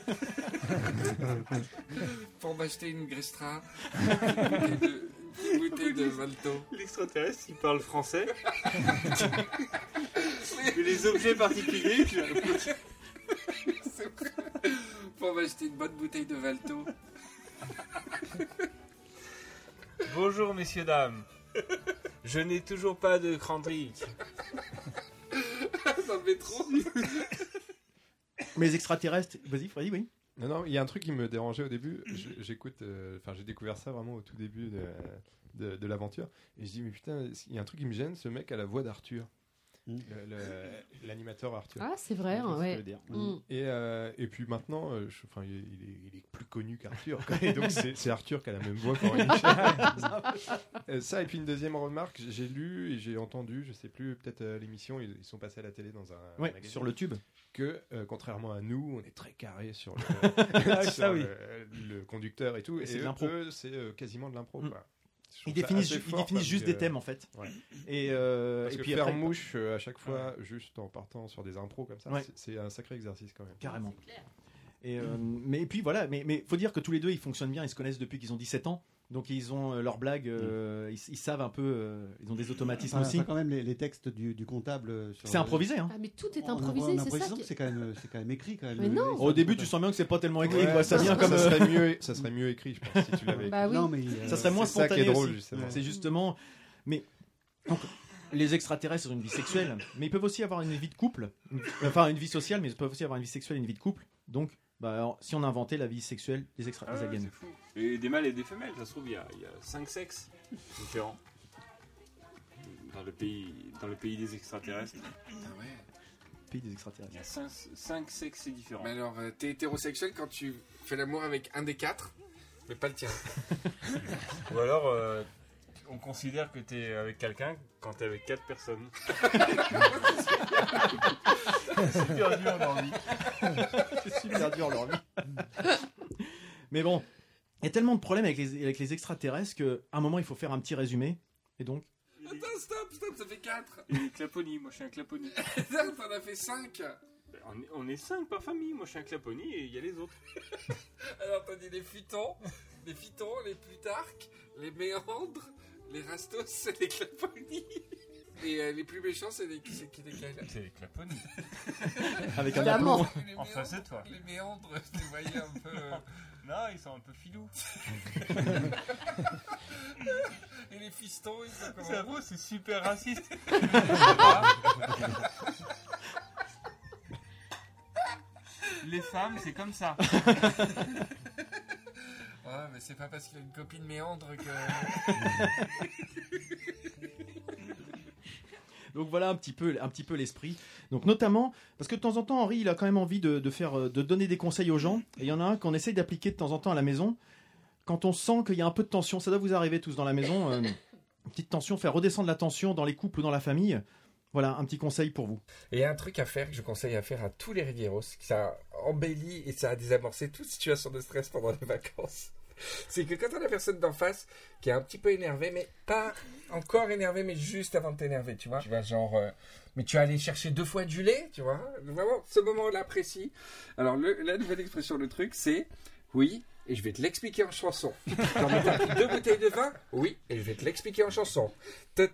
[SPEAKER 9] Pour m'acheter une Grestra, une bouteille de- une bouteille de Malto.
[SPEAKER 18] L'extraterrestre, il parle français. Mais les objets particuliers. je-
[SPEAKER 9] C'est vrai. Pour m'acheter une bonne bouteille de Valto.
[SPEAKER 18] Bonjour, messieurs, dames. Je n'ai toujours pas de crantrique.
[SPEAKER 9] Dans le métro.
[SPEAKER 4] Mais les extraterrestres, vas-y, Freddy, oui.
[SPEAKER 7] Non, non, il y a un truc qui me dérangeait au début. Je- J'écoute, euh, enfin, j'ai découvert ça vraiment au tout début de, de, de l'aventure. Et je dis, mais putain, il y a un truc qui me gêne, ce mec a la voix d'Arthur.
[SPEAKER 4] Mm.
[SPEAKER 7] Le- le- L'animateur Arthur.
[SPEAKER 1] Ah, c'est vrai,
[SPEAKER 7] Je sais ce que
[SPEAKER 1] ouais.
[SPEAKER 7] veut dire.
[SPEAKER 1] Mm.
[SPEAKER 7] Et, euh, et puis maintenant, euh, je- enfin, il, est- il est, il est plus connu qu'Arthur. quoi. Et donc, c'est c'est Arthur qui a la même voix qu'Henri Michel. Euh, ça, et puis une deuxième remarque, j'ai lu et j'ai entendu, je sais plus, peut-être euh, l'émission, ils, ils sont passés à la télé dans un.
[SPEAKER 4] Ouais,
[SPEAKER 7] un magazine,
[SPEAKER 4] sur le tube.
[SPEAKER 7] Que, euh, contrairement à nous, on est très carré sur le,
[SPEAKER 4] Ah,
[SPEAKER 7] sur euh,
[SPEAKER 4] ça, oui.
[SPEAKER 7] le- le conducteur et tout.
[SPEAKER 4] Et
[SPEAKER 7] Et,
[SPEAKER 4] c'est de
[SPEAKER 7] eux,
[SPEAKER 4] l'impro. Mm.
[SPEAKER 7] eux, c'est euh, quasiment de l'impro. quoi. Je trouve
[SPEAKER 4] Ils
[SPEAKER 7] ça
[SPEAKER 4] définissent,
[SPEAKER 7] assez
[SPEAKER 4] ju- ils
[SPEAKER 7] fort
[SPEAKER 4] définissent
[SPEAKER 7] parce
[SPEAKER 4] juste
[SPEAKER 7] que-
[SPEAKER 4] des thèmes en fait.
[SPEAKER 7] euh, Ouais.
[SPEAKER 4] Et, euh,
[SPEAKER 7] Parce
[SPEAKER 4] et
[SPEAKER 7] que
[SPEAKER 4] puis
[SPEAKER 7] faire
[SPEAKER 4] après-
[SPEAKER 7] mouche euh, à chaque fois, juste en partant sur des impros comme ça,
[SPEAKER 4] Ouais.
[SPEAKER 7] c'est- c'est un sacré exercice quand même.
[SPEAKER 4] Carrément. Et euh, mais et puis voilà, mais mais faut dire que tous les deux ils fonctionnent bien, ils se connaissent depuis qu'ils ont 17 ans, donc ils ont euh, leurs blagues, euh,
[SPEAKER 7] Mm.
[SPEAKER 4] ils, ils savent un peu, euh, ils ont
[SPEAKER 7] Ah,
[SPEAKER 4] des automatismes
[SPEAKER 6] Enfin,
[SPEAKER 4] aussi.
[SPEAKER 6] enfin, quand même les, les textes du, du comptable. euh, sur
[SPEAKER 4] C'est
[SPEAKER 6] le-
[SPEAKER 4] improvisé, hein.
[SPEAKER 1] Ah, mais tout est
[SPEAKER 6] En- en- en
[SPEAKER 1] improvisé, c'est ça
[SPEAKER 6] improvisant,
[SPEAKER 1] qui-
[SPEAKER 6] C'est quand même, euh, c'est quand même écrit quand même.
[SPEAKER 1] Mais non.
[SPEAKER 4] Au début tu sens bien que c'est pas tellement écrit,
[SPEAKER 6] Ouais,
[SPEAKER 4] tu vois, ça
[SPEAKER 6] ça-
[SPEAKER 4] vient
[SPEAKER 6] ça
[SPEAKER 4] comme euh,
[SPEAKER 6] serait
[SPEAKER 7] mieux- ça serait mieux écrit, je pense, si tu l'avais Bah écrit. oui.
[SPEAKER 4] Non, mais, euh, ça serait moins
[SPEAKER 7] c'est ça qui est
[SPEAKER 4] spontané
[SPEAKER 7] drôle,
[SPEAKER 4] aussi.
[SPEAKER 7] justement.
[SPEAKER 4] C'est justement, mais donc, les extraterrestres ont une vie sexuelle, mais ils peuvent aussi avoir une vie de couple, une- enfin une vie sociale, mais ils peuvent aussi avoir une vie sexuelle et une vie de couple. Donc, bah, alors, si on inventait la vie sexuelle des extra
[SPEAKER 18] Ah
[SPEAKER 4] des
[SPEAKER 18] ouais,
[SPEAKER 4] aliens.
[SPEAKER 18] c'est fou. Et des mâles et des femelles, ça se trouve, il y a, il y a cinq sexes différents. Dans le pays, dans le pays des extraterrestres.
[SPEAKER 9] Ah
[SPEAKER 4] Pays des extraterrestres.
[SPEAKER 18] Il y a cinq, cinq sexes différents.
[SPEAKER 9] Mais alors, euh, t'es hétérosexuel quand tu fais l'amour avec un des quatre, mais pas le tien.
[SPEAKER 18] Ou alors, euh, on considère que t'es avec quelqu'un quand t'es avec quatre personnes. C'est super dur en leur vie.
[SPEAKER 4] C'est super dur leur vie. Mais bon, il y a tellement de problèmes avec les, avec les extraterrestres qu'à un moment, il faut faire un petit résumé. Et donc,
[SPEAKER 9] Attends, stop, stop, ça fait quatre.
[SPEAKER 18] Il est claponie, moi je suis un claponie.
[SPEAKER 9] Attends, T'en as fait cinq.
[SPEAKER 18] On est, on est cinq par famille, moi je suis un claponie et il y a les autres.
[SPEAKER 9] Alors t'as dit les futons, les fitons, les plutarques, les méandres, les rastos, c'est les claponies. Et euh, les plus méchants, c'est les, c'est qui lesquels
[SPEAKER 18] C'est les claponies.
[SPEAKER 4] Avec un Évidemment. aplomb.
[SPEAKER 9] Les
[SPEAKER 18] En
[SPEAKER 9] méandres,
[SPEAKER 18] face de toi.
[SPEAKER 9] Les méandres, je les voyais un peu... euh,
[SPEAKER 18] Non, ils sont un peu filous.
[SPEAKER 9] Et les fistons, ils sont comment
[SPEAKER 18] J'avoue, c'est super raciste. Les femmes, c'est comme ça.
[SPEAKER 9] Ouais, mais c'est pas parce qu'il a une copine méandre que...
[SPEAKER 4] donc voilà un petit peu, un petit peu l'esprit. Donc notamment, parce que de temps en temps, Henri, il a quand même envie de, de faire, euh, de donner des conseils aux gens. Et il y en a un qu'on essaye d'appliquer de temps en temps à la maison. Quand on sent qu'il y a un peu de tension, ça doit vous arriver tous dans la maison, euh, une petite tension, faire redescendre la tension dans les couples ou dans la famille. Voilà un petit conseil pour vous.
[SPEAKER 9] Et il y a un truc à faire que je conseille à faire à tous les Rivieros, que ça embellit et ça a désamorcé toute situation de stress pendant les vacances. C'est que quand t'as la personne d'en face qui est un petit peu énervée, mais pas encore énervée, mais juste avant de t'énerver, tu vois. Tu vas genre, euh, mais tu as allé chercher deux fois du lait, tu vois. Vraiment, ce moment-là précis. Alors, le- la nouvelle expression, le truc, c'est oui, et je vais te l'expliquer en chanson. T'en mets t'as pris deux bouteilles de vin Oui, et je vais te l'expliquer en chanson.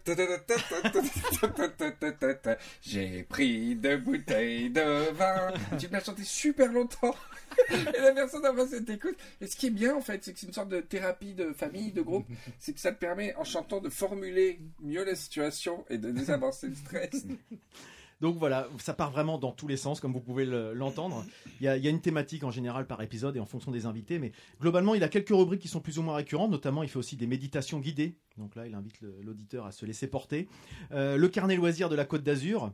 [SPEAKER 9] J'ai pris deux bouteilles de vin. Tu me l'as chanté super longtemps. Et la personne en face elle t'écoute. Et ce qui est bien en fait, c'est que c'est une sorte de thérapie de famille, de groupe. C'est que ça te permet en chantant de formuler mieux la situation et de désamorcer le stress.
[SPEAKER 4] Donc voilà, ça part vraiment dans tous les sens, comme vous pouvez le- l'entendre. Il y, a, il y a une thématique en général par épisode et en fonction des invités, mais globalement, il a quelques rubriques qui sont plus ou moins récurrentes. Notamment, il fait aussi des méditations guidées. Donc là, il invite le- l'auditeur à se laisser porter. Euh, le carnet loisir de la Côte d'Azur,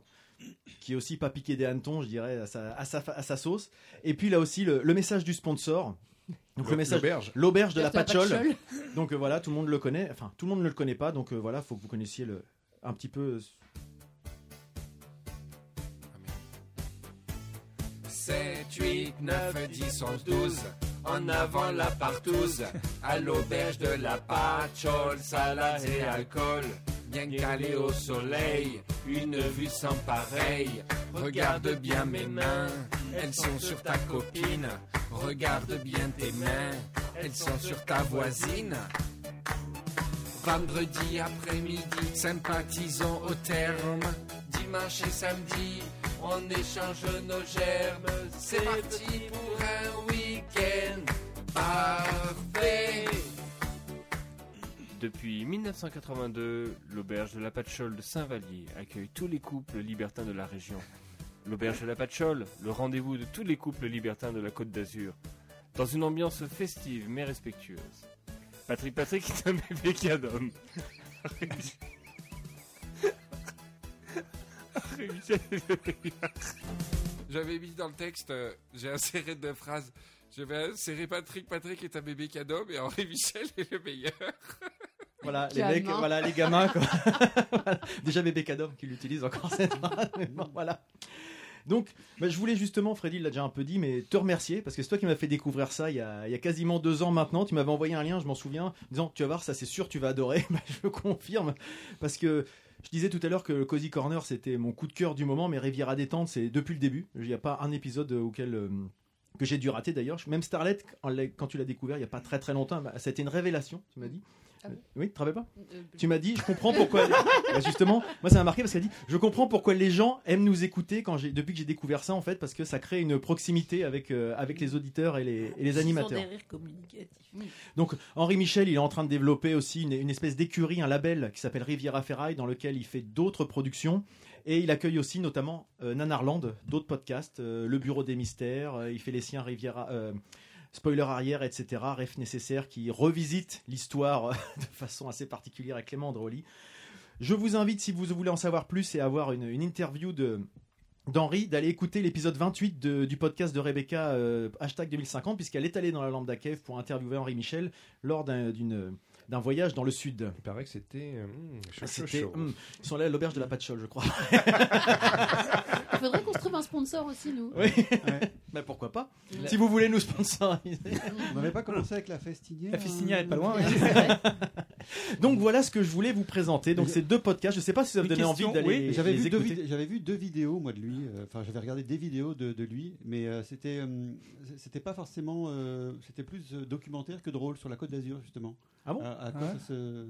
[SPEAKER 4] qui est aussi pas piqué des hannetons, je dirais, à sa, à sa fa- à sa sauce. Et puis là aussi, le, le message du sponsor. Donc le
[SPEAKER 7] L'au-
[SPEAKER 4] message
[SPEAKER 7] l'auberge.
[SPEAKER 4] l'auberge de la
[SPEAKER 7] De la
[SPEAKER 4] patchole.
[SPEAKER 7] patchole.
[SPEAKER 4] Donc euh, voilà, tout le monde le connaît. Enfin, tout le monde ne le connaît pas. Donc euh, voilà, faut que vous connaissiez le un petit peu. euh,
[SPEAKER 9] Sept, 8, 9, 10, 11, 12. En avant la partouze, à l'auberge de la patchole, salade et alcool. Bien calé au soleil, une vue sans pareille. Regarde bien mes mains, elles sont sur ta copine. Regarde bien tes mains, elles sont sur ta voisine. Vendredi après-midi, sympathisons au terme. Dimanche et samedi, on échange nos germes. C'est parti pour un week-end parfait.
[SPEAKER 19] Depuis 1982, l'auberge de la Patchole de Saint-Vallier accueille tous les couples libertins de la région. L'auberge de la Patchole, le rendez-vous de tous les couples libertins de la Côte d'Azur, dans une ambiance festive mais respectueuse. Patrick Patrick est un bébé qui a d'homme.
[SPEAKER 9] J'avais mis dans le texte, euh, j'ai inséré deux phrases. J'avais inséré Patrick, Patrick est un bébé cadeau, et Henri Michel est le meilleur.
[SPEAKER 4] Voilà, les mecs, voilà, les gamins, quoi. Voilà. Déjà bébé cadom qui l'utilise encore cette phrase, mais bon, voilà. Donc, bah, je voulais justement, Freddy l'a déjà un peu dit, mais te remercier parce que c'est toi qui m'as fait découvrir ça il y, a, il y a quasiment deux ans maintenant. Tu m'avais envoyé un lien, je m'en souviens, en disant Tu vas voir, ça c'est sûr, tu vas adorer. Bah, je confirme parce que je disais tout à l'heure que le Cozy Corner c'était mon coup de cœur du moment, mais Riviera détente, c'est depuis le début. Il n'y a pas un épisode auquel. euh, que j'ai dû rater d'ailleurs. Même Starlet, quand l'a- quand tu l'as découvert il n'y a pas très très longtemps, bah, c'était une révélation, tu m'as dit.
[SPEAKER 1] Ah bon
[SPEAKER 4] oui, tu te rappelles pas
[SPEAKER 1] Euh,
[SPEAKER 4] tu m'as dit, je comprends pourquoi. Bah, justement, moi ça m'a marqué parce qu'elle dit, je comprends pourquoi les gens aiment nous écouter quand j'ai, depuis que j'ai découvert ça en fait, parce que ça crée une proximité avec euh, avec les auditeurs et les, et les animateurs.
[SPEAKER 8] des rires communicatifs.
[SPEAKER 4] Donc Henri Michel, il est en train de développer aussi une, une espèce d'écurie, un label qui s'appelle Riviera Ferraille, dans lequel il fait d'autres productions. Et il accueille aussi notamment euh, Nanarland, d'autres podcasts, euh, Le Bureau des Mystères, euh, il fait les siens Riviera... euh, Spoiler arrière, etc. Ref nécessaire qui revisite l'histoire euh, de façon assez particulière avec Clément Androli. Je vous invite, si vous voulez en savoir plus et avoir une, une interview de d'Henri, d'aller écouter l'épisode 28 de- du podcast de Rebecca euh, hashtag 2050, puisqu'elle est allée dans la Lambda Cave pour interviewer Henri Michel lors d'un d'une- d'un voyage dans le sud. Il paraît que c'était... hmm,
[SPEAKER 7] chaud, chaud.
[SPEAKER 4] ils sont allés à l'auberge de la Patchole, je crois.
[SPEAKER 1] Il faudrait qu'on se trouve un sponsor aussi, nous.
[SPEAKER 4] Oui. Bah, pourquoi pas
[SPEAKER 1] Ouais.
[SPEAKER 4] Si vous voulez nous sponsoriser.
[SPEAKER 6] On n'avait pas commencé avec la festinière.
[SPEAKER 4] La festinière est pas loin,
[SPEAKER 6] euh,
[SPEAKER 4] oui.
[SPEAKER 6] c'est vrai.
[SPEAKER 4] Donc voilà ce que je voulais vous présenter. Donc ces deux podcasts, je sais pas si ça vous
[SPEAKER 6] Une
[SPEAKER 4] donne envie
[SPEAKER 6] question,
[SPEAKER 4] d'aller
[SPEAKER 6] oui.
[SPEAKER 4] les-
[SPEAKER 6] J'avais
[SPEAKER 4] les
[SPEAKER 6] vu, deux
[SPEAKER 4] écouter.
[SPEAKER 6] vid- j'avais vu deux vidéos, moi, de lui. euh, Enfin, j'avais regardé des vidéos de, de lui, mais euh, c'était euh, c'était pas forcément. euh, c'était plus euh, documentaire que drôle sur la Côte d'Azur, justement.
[SPEAKER 4] Ah bon
[SPEAKER 6] À, à quoi
[SPEAKER 4] Ah ouais.
[SPEAKER 6] ça se.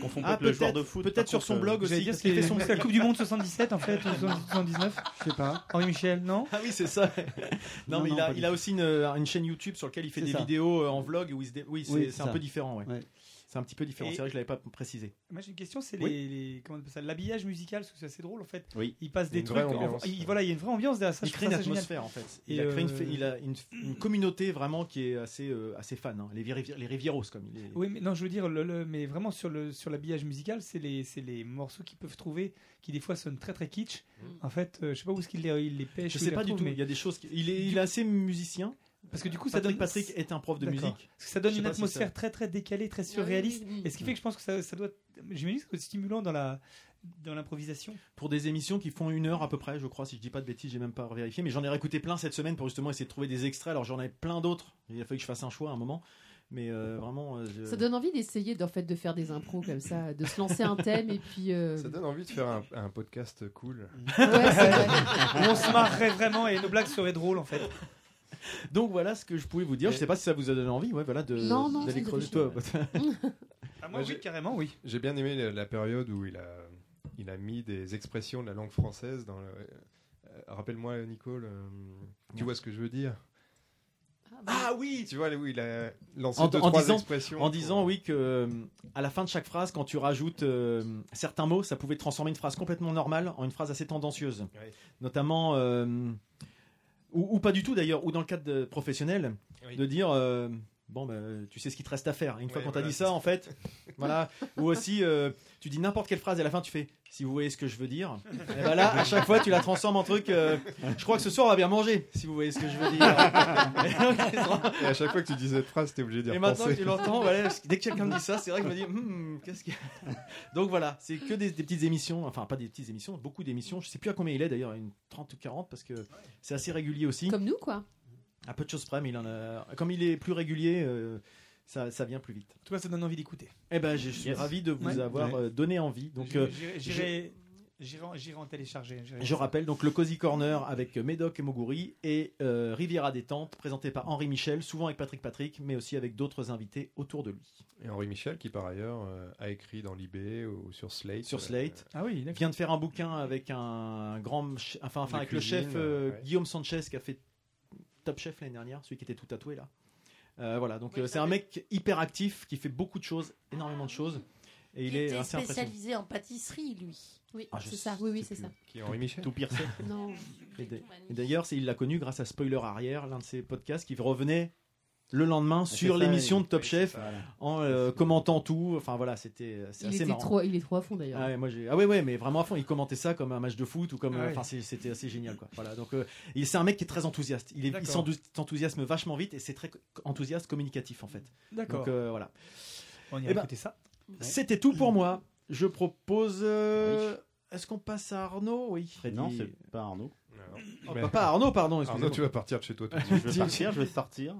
[SPEAKER 2] Confonds
[SPEAKER 4] Ah, peut-être- peut-être sur son blog aussi.
[SPEAKER 3] dire
[SPEAKER 4] parce
[SPEAKER 3] ce qu'il
[SPEAKER 4] qu'il
[SPEAKER 3] fait
[SPEAKER 4] est-
[SPEAKER 3] son la Coupe du Monde 77 en fait, ou 79.
[SPEAKER 6] Je sais pas.
[SPEAKER 3] Henri Michel, non
[SPEAKER 4] Ah oui, c'est ça. Non,
[SPEAKER 3] Non,
[SPEAKER 4] mais
[SPEAKER 3] non,
[SPEAKER 4] il,
[SPEAKER 3] pas
[SPEAKER 4] a,
[SPEAKER 3] du
[SPEAKER 4] il a aussi une, euh, une chaîne YouTube sur laquelle il fait
[SPEAKER 3] C'est
[SPEAKER 4] des
[SPEAKER 3] ça.
[SPEAKER 4] vidéos euh, en vlog. Où il se dé- Oui, c'est
[SPEAKER 3] Oui, c'est
[SPEAKER 4] c'est un
[SPEAKER 3] ça.
[SPEAKER 4] peu différent. ouais.
[SPEAKER 3] Ouais.
[SPEAKER 4] C'est un petit peu différent.
[SPEAKER 3] Et-
[SPEAKER 4] C'est vrai que je l'avais pas précisé.
[SPEAKER 3] Moi j'ai une question, c'est
[SPEAKER 4] Oui.
[SPEAKER 3] les, les- comment on appelle ça, l'habillage musical, parce que c'est assez drôle en fait.
[SPEAKER 4] Oui.
[SPEAKER 3] Il passe
[SPEAKER 4] Il y a
[SPEAKER 3] des
[SPEAKER 4] une
[SPEAKER 3] trucs.
[SPEAKER 4] vraie
[SPEAKER 3] en-
[SPEAKER 4] ambiance.
[SPEAKER 3] il- voilà, il y a une vraie ambiance derrière ça.
[SPEAKER 4] il
[SPEAKER 3] je
[SPEAKER 4] crée
[SPEAKER 3] trouve
[SPEAKER 4] une
[SPEAKER 3] ça génial.
[SPEAKER 4] atmosphère en fait. Il
[SPEAKER 3] Et,
[SPEAKER 4] a créé une, fa-
[SPEAKER 3] euh,
[SPEAKER 4] il a une, une communauté vraiment qui est assez, euh, assez fan. hein. Les, Rivi- les Rivieros comme il est.
[SPEAKER 3] Oui, mais non, je veux dire, le, le- mais vraiment sur le sur l'habillage musical, c'est les c'est les morceaux qu'ils peuvent trouver qui des fois sonnent très très kitsch. En fait, euh, je sais pas où est-ce qu'il les, il les pêche.
[SPEAKER 4] Je
[SPEAKER 3] où
[SPEAKER 4] sais
[SPEAKER 3] il les
[SPEAKER 4] pas du
[SPEAKER 3] retrouve,
[SPEAKER 4] tout.
[SPEAKER 3] mais-
[SPEAKER 4] Il y a des choses. qui- Il est, il est assez musicien.
[SPEAKER 3] Parce que du coup, ça
[SPEAKER 4] Patrick
[SPEAKER 3] donne.
[SPEAKER 4] Patrick est un prof de
[SPEAKER 3] D'accord.
[SPEAKER 4] musique.
[SPEAKER 3] Parce que ça donne
[SPEAKER 4] Je sais
[SPEAKER 3] une
[SPEAKER 4] pas si ça-
[SPEAKER 3] atmosphère très très décalée, très surréaliste. Et ce qui fait que je pense que ça, ça doit. J'imagine que c'est stimulant dans la dans l'improvisation.
[SPEAKER 4] pour des émissions qui font une heure à peu près, je crois, si je dis pas de bêtises, j'ai même pas vérifié, mais j'en ai réécouté plein cette semaine pour justement essayer de trouver des extraits. Alors j'en ai plein d'autres. Il a fallu que je fasse un choix à un moment, mais euh, vraiment. euh, je-
[SPEAKER 1] Ça donne envie d'essayer d'en fait de faire des impros comme ça, de se lancer un thème et puis. euh,
[SPEAKER 7] Ça donne envie de faire un, un podcast cool.
[SPEAKER 1] Ouais, c'est vrai.
[SPEAKER 4] Ah.
[SPEAKER 3] Où on se marrerait vraiment et nos blagues seraient drôles en fait.
[SPEAKER 4] Donc voilà ce que je pouvais vous dire. Je sais pas si ça vous a donné envie, ouais, voilà, de
[SPEAKER 3] Non, non, ça
[SPEAKER 4] d'aller
[SPEAKER 3] me
[SPEAKER 4] creuser
[SPEAKER 3] donne
[SPEAKER 4] toi.
[SPEAKER 3] envie. Ah, moi, oui, carrément, oui.
[SPEAKER 7] J'ai bien aimé la, la période où il a, il a mis des expressions de la langue française dans le. euh, Rappelle-moi, Nicole, euh, tu vois ce que je veux dire
[SPEAKER 15] bah.
[SPEAKER 4] Ah
[SPEAKER 7] oui Tu vois, où il a lancé
[SPEAKER 4] En,
[SPEAKER 7] deux,
[SPEAKER 4] en
[SPEAKER 7] trois
[SPEAKER 4] disant,
[SPEAKER 7] expressions.
[SPEAKER 4] en disant oui que euh, à la fin de chaque phrase, quand tu rajoutes euh, certains mots, ça pouvait transformer une phrase complètement normale en une phrase assez tendancieuse.
[SPEAKER 7] Ouais.
[SPEAKER 4] Notamment, euh, ou, ou pas du tout d'ailleurs, ou dans le cadre de- professionnel,
[SPEAKER 7] Oui.
[SPEAKER 4] de dire euh, bon, bah, tu sais ce qu'il te reste à faire. Et une fois
[SPEAKER 7] Ouais,
[SPEAKER 4] qu'on t'a
[SPEAKER 7] voilà.
[SPEAKER 4] dit ça, en fait, voilà. Ou aussi, euh, tu dis n'importe quelle phrase et à la fin, tu fais si vous voyez ce que je veux dire. Et voilà, à chaque fois, tu la transformes en truc. euh, je crois que ce soir, on va bien manger, si vous voyez ce que je veux dire.
[SPEAKER 7] Et à chaque fois que tu dis cette phrase, t'es obligé d'y
[SPEAKER 4] Et maintenant que
[SPEAKER 7] repenser.
[SPEAKER 4] tu l'entends, voilà, parce que dès que quelqu'un me dit ça, c'est vrai que je me dis, Hmm, qu'est-ce qu'il y a Donc voilà, c'est que des, des petites émissions, enfin pas des petites émissions, beaucoup d'émissions. Je sais plus à combien il est d'ailleurs, une 30 ou 40, parce que c'est assez régulier aussi.
[SPEAKER 1] Comme nous, quoi.
[SPEAKER 4] À peu de choses près, mais il en a. Comme il est plus régulier, euh, ça, ça vient plus vite.
[SPEAKER 3] En tout cas, ça donne envie d'écouter.
[SPEAKER 4] Eh ben, je suis
[SPEAKER 3] Yes.
[SPEAKER 4] ravi de vous
[SPEAKER 3] Ouais.
[SPEAKER 4] avoir
[SPEAKER 3] Ouais.
[SPEAKER 4] euh, donné envie. Donc, euh,
[SPEAKER 3] J'irai- J'irai j'irai en- j'irai en télécharger. j'irai-
[SPEAKER 4] Je rappelle donc le Cozy Corner avec euh, Médoc et Moguri et euh, Riviera Détente, présenté par Henri Michel, souvent avec Patrick Patrick, mais aussi avec d'autres invités autour de lui.
[SPEAKER 7] Et Henri Michel, qui par ailleurs euh, a écrit dans l'IB ou sur Slate.
[SPEAKER 4] Sur
[SPEAKER 7] euh,
[SPEAKER 4] Slate.
[SPEAKER 3] Ah oui,
[SPEAKER 4] vient de faire un bouquin avec un grand, ch- enfin, enfin
[SPEAKER 7] De
[SPEAKER 4] avec
[SPEAKER 7] cuisine,
[SPEAKER 4] le chef euh,
[SPEAKER 7] ouais.
[SPEAKER 4] Guillaume Sanchez qui a fait Top Chef l'année dernière, celui qui était tout tatoué là. Euh, voilà, donc euh, c'est un mec hyper actif qui fait beaucoup de choses, énormément de
[SPEAKER 1] Ah.
[SPEAKER 4] choses, et il, est
[SPEAKER 8] était
[SPEAKER 4] assez impressionnant.
[SPEAKER 8] spécialisé en pâtisserie, lui. Oui,
[SPEAKER 4] Ah, je
[SPEAKER 8] c'est ça. Oui, oui, c'est ça.
[SPEAKER 7] Qui est Henri Michel
[SPEAKER 4] Tout piercé.
[SPEAKER 8] Non.
[SPEAKER 4] Et d'a- et d'ailleurs, c'est- il l'a connu grâce à Spoiler Arrière, l'un de ses podcasts qui revenait le lendemain
[SPEAKER 2] Ah, c'est
[SPEAKER 4] sur
[SPEAKER 2] ça,
[SPEAKER 4] l'émission
[SPEAKER 2] il-
[SPEAKER 4] de Top
[SPEAKER 2] oui,
[SPEAKER 4] Chef
[SPEAKER 2] c'est ça, voilà.
[SPEAKER 4] en euh, commentant tout. Enfin voilà, c'était c'est
[SPEAKER 1] Il
[SPEAKER 4] assez
[SPEAKER 1] était
[SPEAKER 4] marrant.
[SPEAKER 1] trop- il est trop à fond, d'ailleurs.
[SPEAKER 4] Ah ouais, moi j'ai- ah ouais, ouais, mais vraiment à fond. Il commentait ça comme un match de foot ou
[SPEAKER 3] Ah
[SPEAKER 4] comme. euh,
[SPEAKER 1] Ouais.
[SPEAKER 4] Enfin, c'est- c'était assez génial quoi. Voilà, donc euh, il- c'est un mec qui est très enthousiaste. Il est- il
[SPEAKER 3] D'accord.
[SPEAKER 4] s'endu- s'enthousiasme vachement vite et c'est très co- enthousiaste communicatif en fait.
[SPEAKER 3] D'accord.
[SPEAKER 4] Donc euh, voilà.
[SPEAKER 3] On ira
[SPEAKER 4] Eh ben,
[SPEAKER 3] écouter ça.
[SPEAKER 4] C'était tout pour moi. Je propose. euh, Est-ce qu'on passe à Arnaud Oui.
[SPEAKER 2] Non,
[SPEAKER 4] Freddy.
[SPEAKER 2] c'est pas Arnaud.
[SPEAKER 4] Oh, pas- pas Arnaud, pardon,
[SPEAKER 7] Arnaud,
[SPEAKER 4] excusez-moi.
[SPEAKER 7] tu vas partir de chez toi tout de
[SPEAKER 2] je
[SPEAKER 7] suite.
[SPEAKER 2] vais partir, je vais sortir.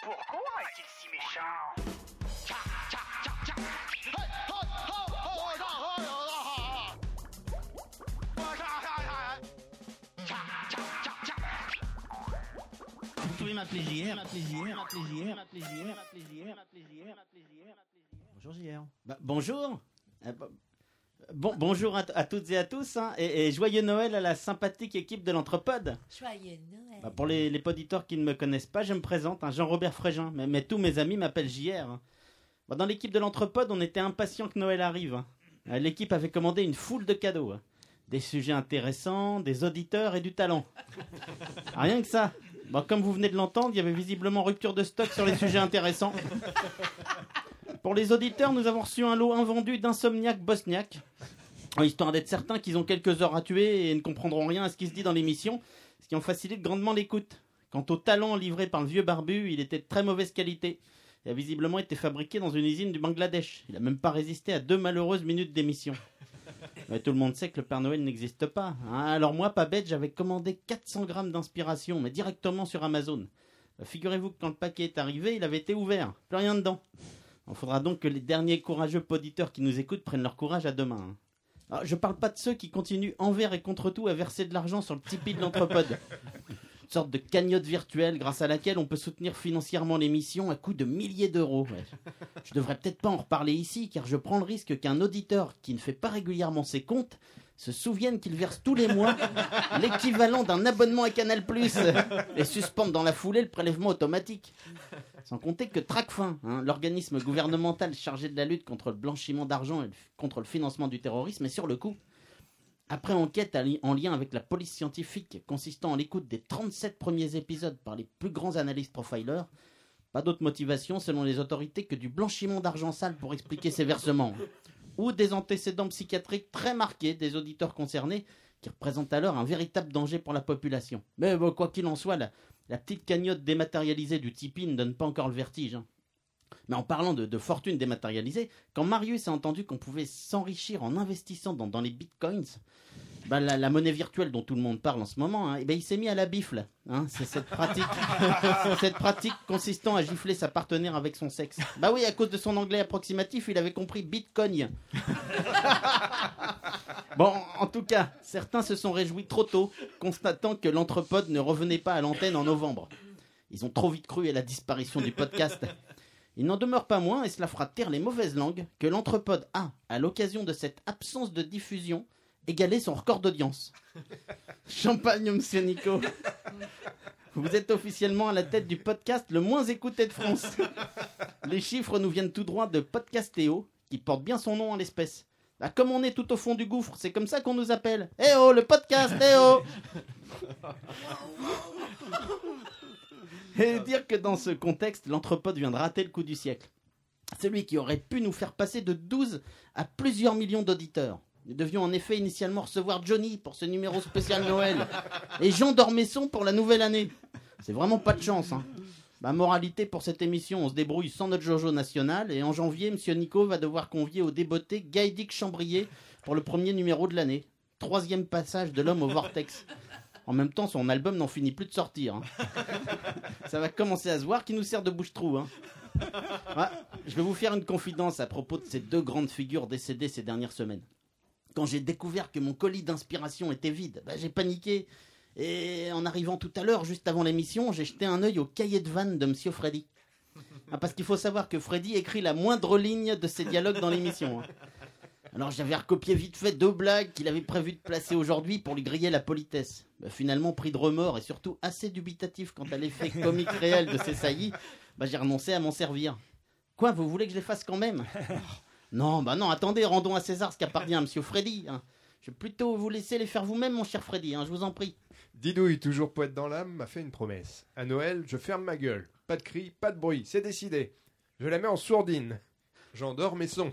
[SPEAKER 10] Pourquoi est-il si méchant
[SPEAKER 12] Vous pouvez m'appeler JR, m'appeler JR,
[SPEAKER 4] Bonjour JR.
[SPEAKER 12] Bah,
[SPEAKER 2] bonjour. Euh, bon- bon- bonjour à, à toutes et à tous hein, et, et joyeux Noël à la sympathique équipe de l'Entrepode.
[SPEAKER 8] Joyeux Noël.
[SPEAKER 2] Bah, pour les, les poditeurs qui ne me connaissent pas, je me présente, hein, Jean-Robert Frégin, mais, mais tous mes amis m'appellent JR. hein. Bah, dans l'équipe de l'Entrepode, on était impatients que Noël arrive. hein. Euh, L'équipe avait commandé une foule de cadeaux. hein. Des sujets intéressants, des auditeurs et du talent. Ah, Rien que ça. Bon, comme vous venez de l'entendre, il y avait visiblement rupture de stock sur les sujets intéressants. Pour les auditeurs, nous avons reçu un lot invendu d'insomniaques bosniaques. Histoire d'être certain qu'ils ont quelques heures à tuer et ne comprendront rien à ce qui se dit dans l'émission, ce qui en facilite grandement l'écoute. Quant au talent livré par le vieux barbu, il était de très mauvaise qualité. Il a visiblement été fabriqué dans une usine du Bangladesh. Il n'a même pas résisté à deux malheureuses minutes d'émission. Mais tout le monde sait que le Père Noël n'existe pas. hein. Alors moi, pas bête, j'avais commandé 400 grammes d'inspiration, mais directement sur Amazon. Bah, Figurez-vous que quand le paquet est arrivé, il avait été ouvert. Plus rien dedans. Il faudra donc que les derniers courageux poditeurs qui nous écoutent prennent leur courage à deux mains. hein. Ah, je parle pas de ceux qui continuent envers et contre tout à verser de l'argent sur le Tipeee de l'Entrepode. Une sorte de cagnotte virtuelle grâce à laquelle on peut soutenir financièrement l'émission à coût de milliers d'euros. ouais. Je devrais peut-être pas en reparler ici car je prends le risque qu'un auditeur qui ne fait pas régulièrement ses comptes se souvienne qu'il verse tous les mois l'équivalent d'un abonnement à Canal+, et suspende dans la foulée le prélèvement automatique. Sans compter que Tracfin, hein, l'organisme gouvernemental chargé de la lutte contre le blanchiment d'argent et le- contre le financement du terrorisme, est sur le coup. Après enquête à li- en lien avec la police scientifique, consistant en l'écoute des 37 premiers épisodes par les plus grands analystes profilers, pas d'autre motivation selon les autorités que du blanchiment d'argent sale pour expliquer ces versements, ou des antécédents psychiatriques très marqués des auditeurs concernés, qui représentent alors un véritable danger pour la population. Mais bon, quoi qu'il en soit, la, la petite cagnotte dématérialisée du Tipeee ne donne pas encore le vertige. hein. Mais en parlant de, de fortune dématérialisée, quand Marius a entendu qu'on pouvait s'enrichir en investissant dans, dans les bitcoins, bah, la, la monnaie virtuelle dont tout le monde parle en ce moment, hein, eh ben, il s'est mis à la bifle. hein. c'est cette pratique, cette pratique consistant à gifler sa partenaire avec son sexe. Bah oui, à cause de son anglais approximatif, il avait compris Bitcoin. Bon, en tout cas, certains se sont réjouis trop tôt, constatant que l'entrepode ne revenait pas à l'antenne en novembre. Ils ont trop vite cru à la disparition du podcast. Il n'en demeure pas moins, et cela fera taire les mauvaises langues, que l'entrepode a, à l'occasion de cette absence de diffusion, égalé son record d'audience. Champagne, monsieur Nico. Vous êtes officiellement à la tête du podcast le moins écouté de France. Les chiffres nous viennent tout droit de Podcastéo, qui porte bien son nom en l'espèce. Là, comme on est tout au fond du gouffre, c'est comme ça qu'on nous appelle. Eh oh, le podcast, eh oh Et dire que dans ce contexte, l'entrepôt vient de rater le coup du siècle. Celui qui aurait pu nous faire passer de 12 à plusieurs millions d'auditeurs. Nous devions en effet initialement recevoir Johnny pour ce numéro spécial Noël et Jean Dormesson pour la nouvelle année. C'est vraiment pas de chance. Hein. Bah, moralité pour cette émission, on se débrouille sans notre Jojo national et en janvier, Monsieur Nico va devoir convier au déboté Gaïdic Chambrier pour le premier numéro de l'année. Troisième passage de l'homme au vortex. En même temps, son album n'en finit plus de sortir. hein. Ça va commencer à se voir qui nous sert de bouche-trou. hein. Ouais, je vais vous faire une confidence à propos de ces deux grandes figures décédées ces dernières semaines. Quand j'ai découvert que mon colis d'inspiration était vide, bah, j'ai paniqué. Et en arrivant tout à l'heure, juste avant l'émission, j'ai jeté un œil au cahier de vanne de Monsieur Freddy. Ah, parce qu'il faut savoir que Freddy écrit la moindre ligne de ses dialogues dans l'émission. hein. Alors j'avais recopié vite fait deux blagues qu'il avait prévu de placer aujourd'hui pour lui griller la politesse. Bah, finalement, pris de remords et surtout assez dubitatif quant à l'effet comique réel de ces saillies, bah, j'ai renoncé à m'en servir. Quoi, vous voulez que je les fasse quand même Non, bah non, attendez, rendons à César ce qu'appartient à Monsieur Freddy. hein. Je vais plutôt vous laisser les faire vous-même, mon cher Freddy, hein, je vous en prie.
[SPEAKER 7] Didouille, toujours poète dans l'âme, m'a fait une promesse. À Noël, je ferme ma gueule. Pas de cris, pas de bruit, c'est décidé. Je la mets en sourdine. J'endors mes sons.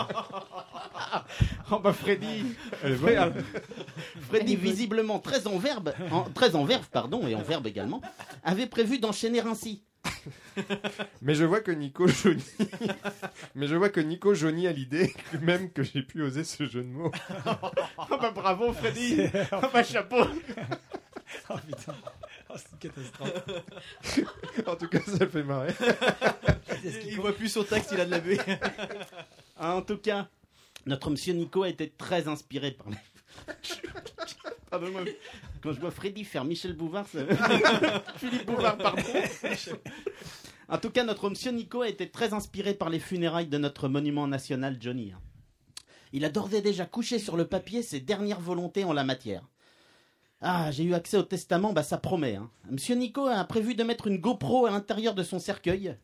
[SPEAKER 2] oh bah Freddy
[SPEAKER 7] Elle est bonne.
[SPEAKER 2] Freddy, visiblement très en verbe, en- très en verve, pardon, et en verbe également, avait prévu d'enchaîner ainsi.
[SPEAKER 7] Mais je vois que Nico Johnny. Mais je vois que Nico Johnny a l'idée que même que j'ai pu oser ce jeu de mots.
[SPEAKER 2] Oh bah bravo Freddy
[SPEAKER 7] Oh bah
[SPEAKER 2] chapeau
[SPEAKER 3] Oh putain, Oh, c'est une catastrophe.
[SPEAKER 7] en tout cas, ça le fait marrer.
[SPEAKER 2] il voit plus son texte, il a de la vue. en tout cas, notre monsieur Nico a été très inspiré par les... Pardon-moi. Ah ben Quand je vois Freddy faire Michel Bouvard, ça- Philippe Bouvard, pardon. En tout cas, notre monsieur Nico a été très inspiré par les funérailles de notre monument national Johnny. hein. Il a d'ores et déjà couché sur le papier ses dernières volontés en la matière. Ah, j'ai eu accès au testament, bah ça promet. hein. Monsieur Nico a prévu de mettre une GoPro à l'intérieur de son cercueil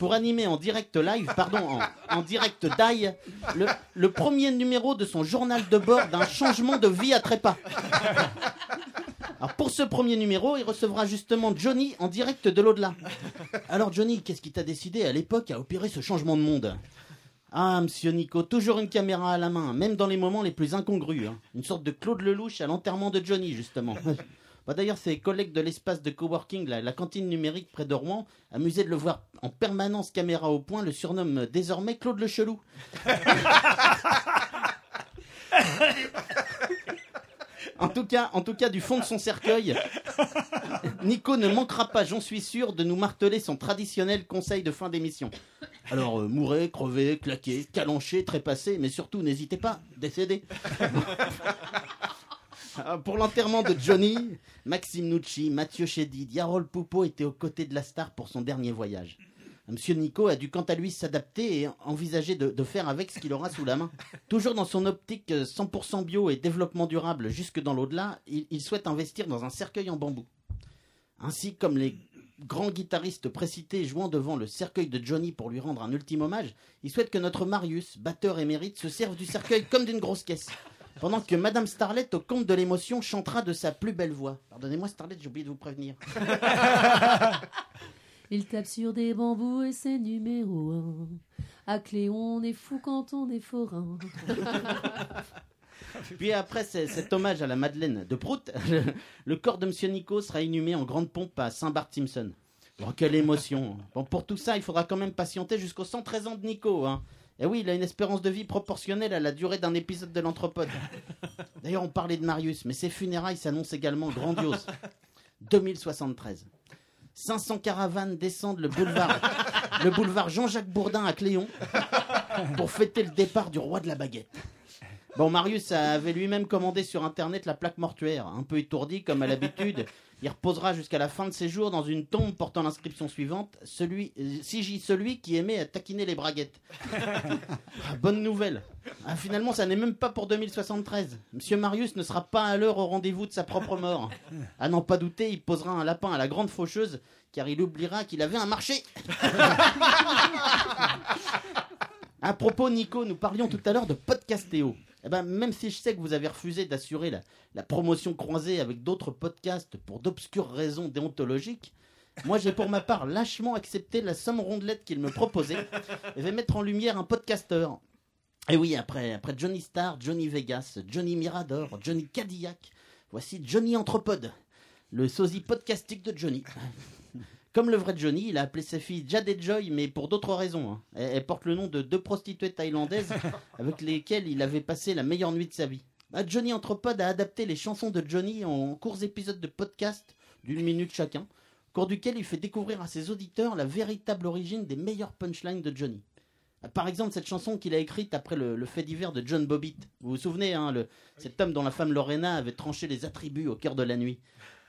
[SPEAKER 2] pour animer en direct live, pardon, en, en direct die, le, le premier numéro de son journal de bord d'un changement de vie à trépas. Alors pour ce premier numéro, il recevra justement Johnny en direct de l'au-delà. Alors Johnny, qu'est-ce qui t'a décidé à l'époque à opérer ce changement de monde ah, monsieur Nico, toujours une caméra à la main, même dans les moments les plus incongrus. hein. Une sorte de Claude Lelouch à l'enterrement de Johnny, justement. Bah, D'ailleurs, ses collègues de l'espace de coworking, la, la cantine numérique près de Rouen, amusés de le voir en permanence caméra au point, le surnomme désormais Claude le Chelou. En tout cas, en tout cas, du fond de son cercueil, Nico ne manquera pas, j'en suis sûr, de nous marteler son traditionnel conseil de fin d'émission. Alors, euh, mourez, crevez, claquez, calanchez, trépassez, mais surtout, n'hésitez pas, décédez. Euh, Pour l'enterrement de Johnny, Maxime Nucci, Mathieu Chédid, Yarol Poupeau étaient aux côtés de la star pour son dernier voyage. Monsieur Nico a dû quant à lui s'adapter et envisager de, de faire avec ce qu'il aura sous la main. Toujours dans son optique euh, 100% bio et développement durable jusque dans l'au-delà, il- il souhaite investir dans un cercueil en bambou. Ainsi comme les grands guitaristes précités jouant devant le cercueil de Johnny pour lui rendre un ultime hommage, il souhaite que notre Marius, batteur émérite, se serve du cercueil comme d'une grosse caisse. Pendant que Madame Starlet, au compte de l'émotion, chantera de sa plus belle voix. Pardonnez-moi Starlet, j'ai oublié de vous prévenir.
[SPEAKER 1] Il tape sur des bambous et c'est numéro un. À clé, on est fou quand on est forain.
[SPEAKER 2] Puis après ce- cet hommage à la Madeleine de Prout, le corps de Monsieur Nico sera inhumé en grande pompe à Oh, Saint-Barth-Simpson. Bon, quelle émotion Bon, pour tout ça, il faudra quand même patienter jusqu'aux 113 ans de Nico. hein. Et oui, il a une espérance de vie proportionnelle à la durée d'un épisode de l'Anthropode. D'ailleurs, on parlait de Marius, mais ses funérailles s'annoncent également grandioses. 2073. 500 caravanes descendent le boulevard, le boulevard Jean-Jacques Bourdin à Cléon pour fêter le départ du roi de la baguette. Bon, Marius avait lui-même commandé sur internet la plaque mortuaire. Un peu étourdi, comme à l'habitude, il reposera jusqu'à la fin de ses jours dans une tombe portant l'inscription suivante celui, euh, Sigi, celui qui aimait à taquiner les braguettes. Ah, bonne nouvelle. Ah, finalement, ça n'est même pas pour 2073. Monsieur Marius ne sera pas à l'heure au rendez-vous de sa propre mort. À n'en pas douter, il posera un lapin à la grande faucheuse, car il oubliera qu'il avait un marché. À propos, Nico, nous parlions tout à l'heure de Podcastéo. Eh ben, même si je sais que vous avez refusé d'assurer la, la promotion croisée avec d'autres podcasts pour d'obscures raisons déontologiques, moi j'ai pour ma part lâchement accepté la somme rondelette qu'il me proposait et vais mettre en lumière un podcasteur. Et oui, après, après Johnny Star, Johnny Vegas, Johnny Mirador, Johnny Cadillac, voici Johnny Anthropode, le sosie podcastique de Johnny. Comme le vrai Johnny, il a appelé sa fille Jade et Joy, mais pour d'autres raisons. hein. Elle, elle porte le nom de deux prostituées thaïlandaises avec lesquelles il avait passé la meilleure nuit de sa vie. Bah, Johnny Anthropode a adapté les chansons de Johnny en courts épisodes de podcast d'une minute chacun, au cours duquel il fait découvrir à ses auditeurs la véritable origine des meilleures punchlines de Johnny. Par exemple, cette chanson qu'il a écrite après le, le fait divers de John Bobbitt. Vous vous souvenez, hein, le- cet homme dont la femme Lorena avait tranché les attributs au cœur de la nuit.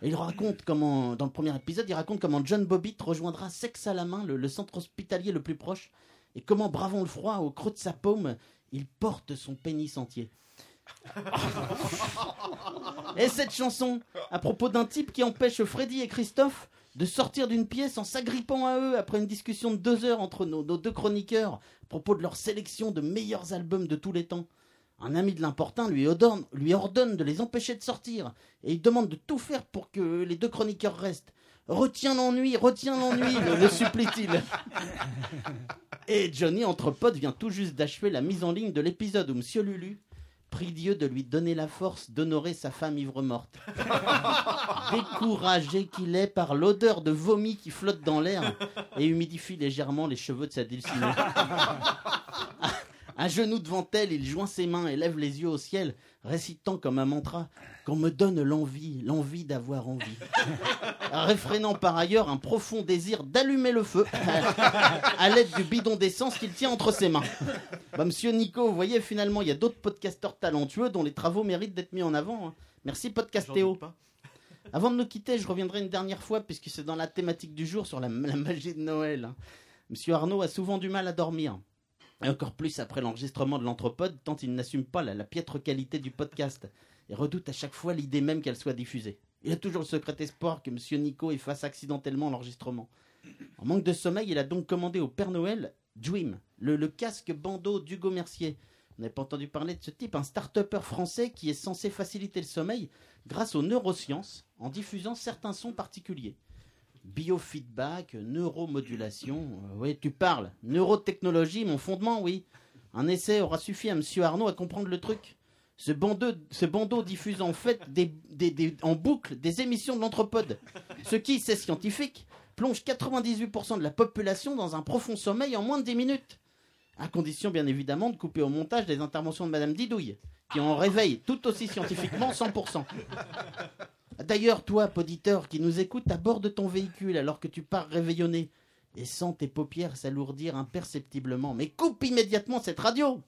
[SPEAKER 2] Et il raconte comment, dans le premier épisode, il raconte comment John Bobbitt rejoindra sexe à la main le, le centre hospitalier le plus proche et comment, bravant le froid au creux de sa paume, il porte son pénis entier. Et cette chanson, à propos d'un type qui empêche Freddy et Christophe de sortir d'une pièce en s'agrippant à eux après une discussion de deux heures entre nos, nos deux chroniqueurs à propos de leur sélection de meilleurs albums de tous les temps. Un ami de l'important lui ordonne, lui ordonne de les empêcher de sortir et il demande de tout faire pour que les deux chroniqueurs restent. Retiens l'ennui, retiens l'ennui, le, le supplie-t-il. Et Johnny, entre potes, vient tout juste d'achever la mise en ligne de l'épisode où Monsieur Lulu prie Dieu de lui donner la force d'honorer sa femme ivre-morte. Découragé qu'il est par l'odeur de vomi qui flotte dans l'air et humidifie légèrement les cheveux de sa dulcinée. À genoux devant elle, il joint ses mains et lève les yeux au ciel, récitant comme un mantra Qu'on me donne l'envie, l'envie d'avoir envie. Réfrénant par ailleurs un profond désir d'allumer le feu à l'aide du bidon d'essence qu'il tient entre ses mains. Bah, monsieur Nico, vous voyez, finalement, il y a d'autres podcasteurs talentueux dont les travaux méritent d'être mis en avant. hein. Merci, Podcastéo. Avant de nous quitter, je reviendrai une dernière fois, puisque c'est dans la thématique du jour sur la, la magie de Noël. hein. Monsieur Arnaud a souvent du mal à dormir. Et encore plus après l'enregistrement de l'Anthropode, tant il n'assume pas la, la piètre qualité du podcast et redoute à chaque fois l'idée même qu'elle soit diffusée. Il a toujours le secret espoir que Monsieur Nico efface accidentellement l'enregistrement. En manque de sommeil, il a donc commandé au Père Noël Dream, le, le casque bandeau d'Hugo Mercier. Vous n'avez pas entendu parler de ce type, un start-upper français qui est censé faciliter le sommeil grâce aux neurosciences en diffusant certains sons particuliers biofeedback, neuromodulation. euh, oui, tu parles. Neurotechnologie, mon fondement, oui. Un essai aura suffi à Monsieur Arnaud à comprendre le truc. Ce bandeau, ce bandeau diffuse en fait des, des- des- en boucle des émissions de l'anthropode. Ce qui, c'est scientifique, plonge 98% de la population dans un profond sommeil en moins de 10 minutes. À condition, bien évidemment, de couper au montage les interventions de Madame Didouille, qui en réveille tout aussi scientifiquement 100%. D'ailleurs, toi, poditeur, qui nous écoute à bord de ton véhicule alors que tu pars réveillonné et sens tes paupières s'alourdir imperceptiblement, mais coupe immédiatement cette radio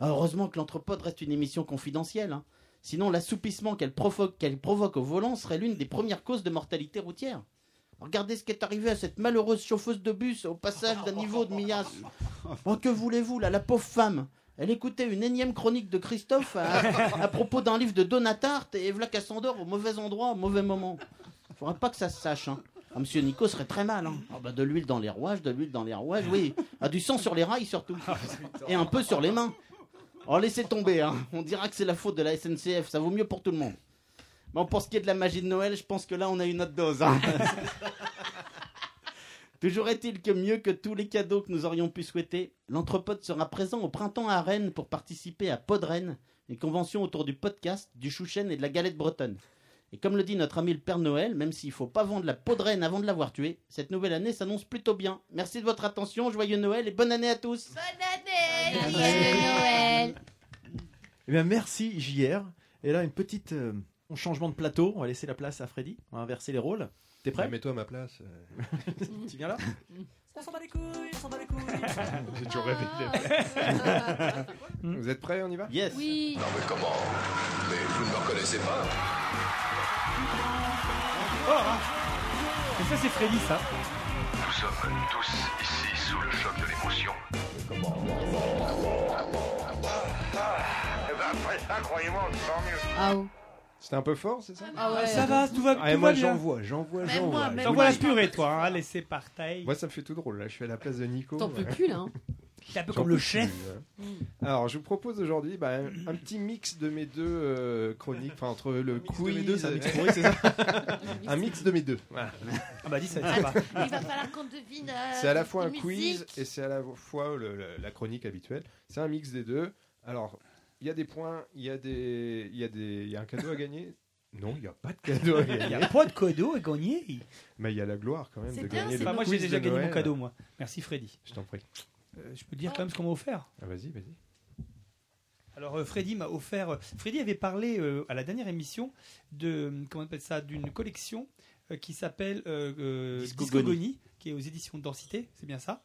[SPEAKER 2] Ah, Heureusement que l'Anthropode reste une émission confidentielle. hein. Sinon, l'assoupissement qu'elle provoque, qu'elle provoque au volant serait l'une des premières causes de mortalité routière. Regardez ce qui est arrivé à cette malheureuse chauffeuse de bus au passage d'un niveau de Mias. Oh, que voulez-vous, là, la pauvre femme Elle écoutait une énième chronique de Christophe à, à propos d'un livre de Donatarte et voilà qu'elle s'endort au mauvais endroit, au mauvais moment. Faudrait pas que ça se sache, hein. Ah, monsieur Nico serait très mal, hein. Ah, bah, de l'huile dans les rouages, de l'huile dans les rouages, oui. Ah, du sang sur les rails surtout. Et un peu sur les mains. Oh, laissez tomber, hein. On dira que c'est la faute de la SNCF, ça vaut mieux pour tout le monde. Bon, pour ce qui est de la magie de Noël, je pense que là, on a une autre dose. hein. Toujours est-il que mieux que tous les cadeaux que nous aurions pu souhaiter, l'Entrepode sera présent au printemps à Rennes pour participer à Podrennes, une convention autour du podcast, du chouchen et de la galette bretonne. Et comme le dit notre ami le Père Noël, même s'il faut pas vendre la peau de Rennes avant de l'avoir tuée, cette nouvelle année s'annonce plutôt bien. Merci de votre attention, joyeux Noël et bonne année à tous
[SPEAKER 8] Bonne année
[SPEAKER 1] Noël.
[SPEAKER 4] Eh bien, merci JR. Et là, une petite euh, un changement de plateau. On va laisser la place à Freddy. On va inverser les rôles. T'es prêt
[SPEAKER 7] Bah, Mets-toi à ma place. euh.
[SPEAKER 4] tu viens là
[SPEAKER 20] On s'en bat les couilles, on s'en bat les couilles.
[SPEAKER 7] J'ai toujours rêvé de le faire. Vous êtes prêts On y va
[SPEAKER 13] Yes.
[SPEAKER 20] Oui.
[SPEAKER 21] Non mais comment Mais vous ne me reconnaissez pas
[SPEAKER 3] Et ça, c'est Freddy, ça.
[SPEAKER 21] Nous sommes tous ici sous le choc de l'émotion.
[SPEAKER 1] Ah, oh.
[SPEAKER 7] C'était un peu fort, c'est ça
[SPEAKER 1] Ah ouais.
[SPEAKER 3] Ça va, tout va, tout
[SPEAKER 7] Ah, et moi,
[SPEAKER 3] va bien.
[SPEAKER 7] j'en vois, j'en vois, j'en vois.
[SPEAKER 3] T'en vois la purée, toi, hein, allez, c'est parti.
[SPEAKER 7] Moi, ça me fait tout drôle. Là, je suis à la place de Nico. euh.
[SPEAKER 3] T'en peux plus, là, hein. T'es un peu comme le chef.
[SPEAKER 7] hein. Alors, je vous propose aujourd'hui bah, un, un petit mix de mes deux euh, chroniques, enfin entre le quiz,
[SPEAKER 4] mes deux, c'est un mix pourri, c'est ça
[SPEAKER 7] Un mix de mes deux. voilà.
[SPEAKER 3] Ah bah dis ça,
[SPEAKER 10] Ah, Il va falloir qu'on devine. euh,
[SPEAKER 7] C'est à la fois un
[SPEAKER 10] musique.
[SPEAKER 7] quiz et c'est à la fois le- le- la chronique habituelle. C'est un mix des deux. Alors, il y a des points, il y a des, il y a des, il y a un cadeau à gagner. Non, il n'y a pas de cadeau à gagner.
[SPEAKER 3] Il y a pas de cadeau à gagner.
[SPEAKER 7] Mais il y a la gloire quand même
[SPEAKER 3] C'est
[SPEAKER 7] de
[SPEAKER 3] bien,
[SPEAKER 7] gagner.
[SPEAKER 3] c'est
[SPEAKER 7] le
[SPEAKER 3] Bah, moi, j'ai
[SPEAKER 7] quiz
[SPEAKER 3] déjà
[SPEAKER 7] de
[SPEAKER 3] gagné mon
[SPEAKER 7] Noël.
[SPEAKER 3] cadeau, moi. Merci, Freddy.
[SPEAKER 7] Je t'en prie.
[SPEAKER 3] Euh, je peux te dire quand même ce qu'on m'a offert.
[SPEAKER 7] Ah, vas-y, vas-y.
[SPEAKER 3] Alors euh, Freddy m'a offert. euh, Freddy avait parlé euh, à la dernière émission de euh, comment on appelle ça d'une collection euh, qui s'appelle euh, euh,
[SPEAKER 4] Discogonie.
[SPEAKER 3] Discogonie, qui est aux éditions Densité, c'est bien ça.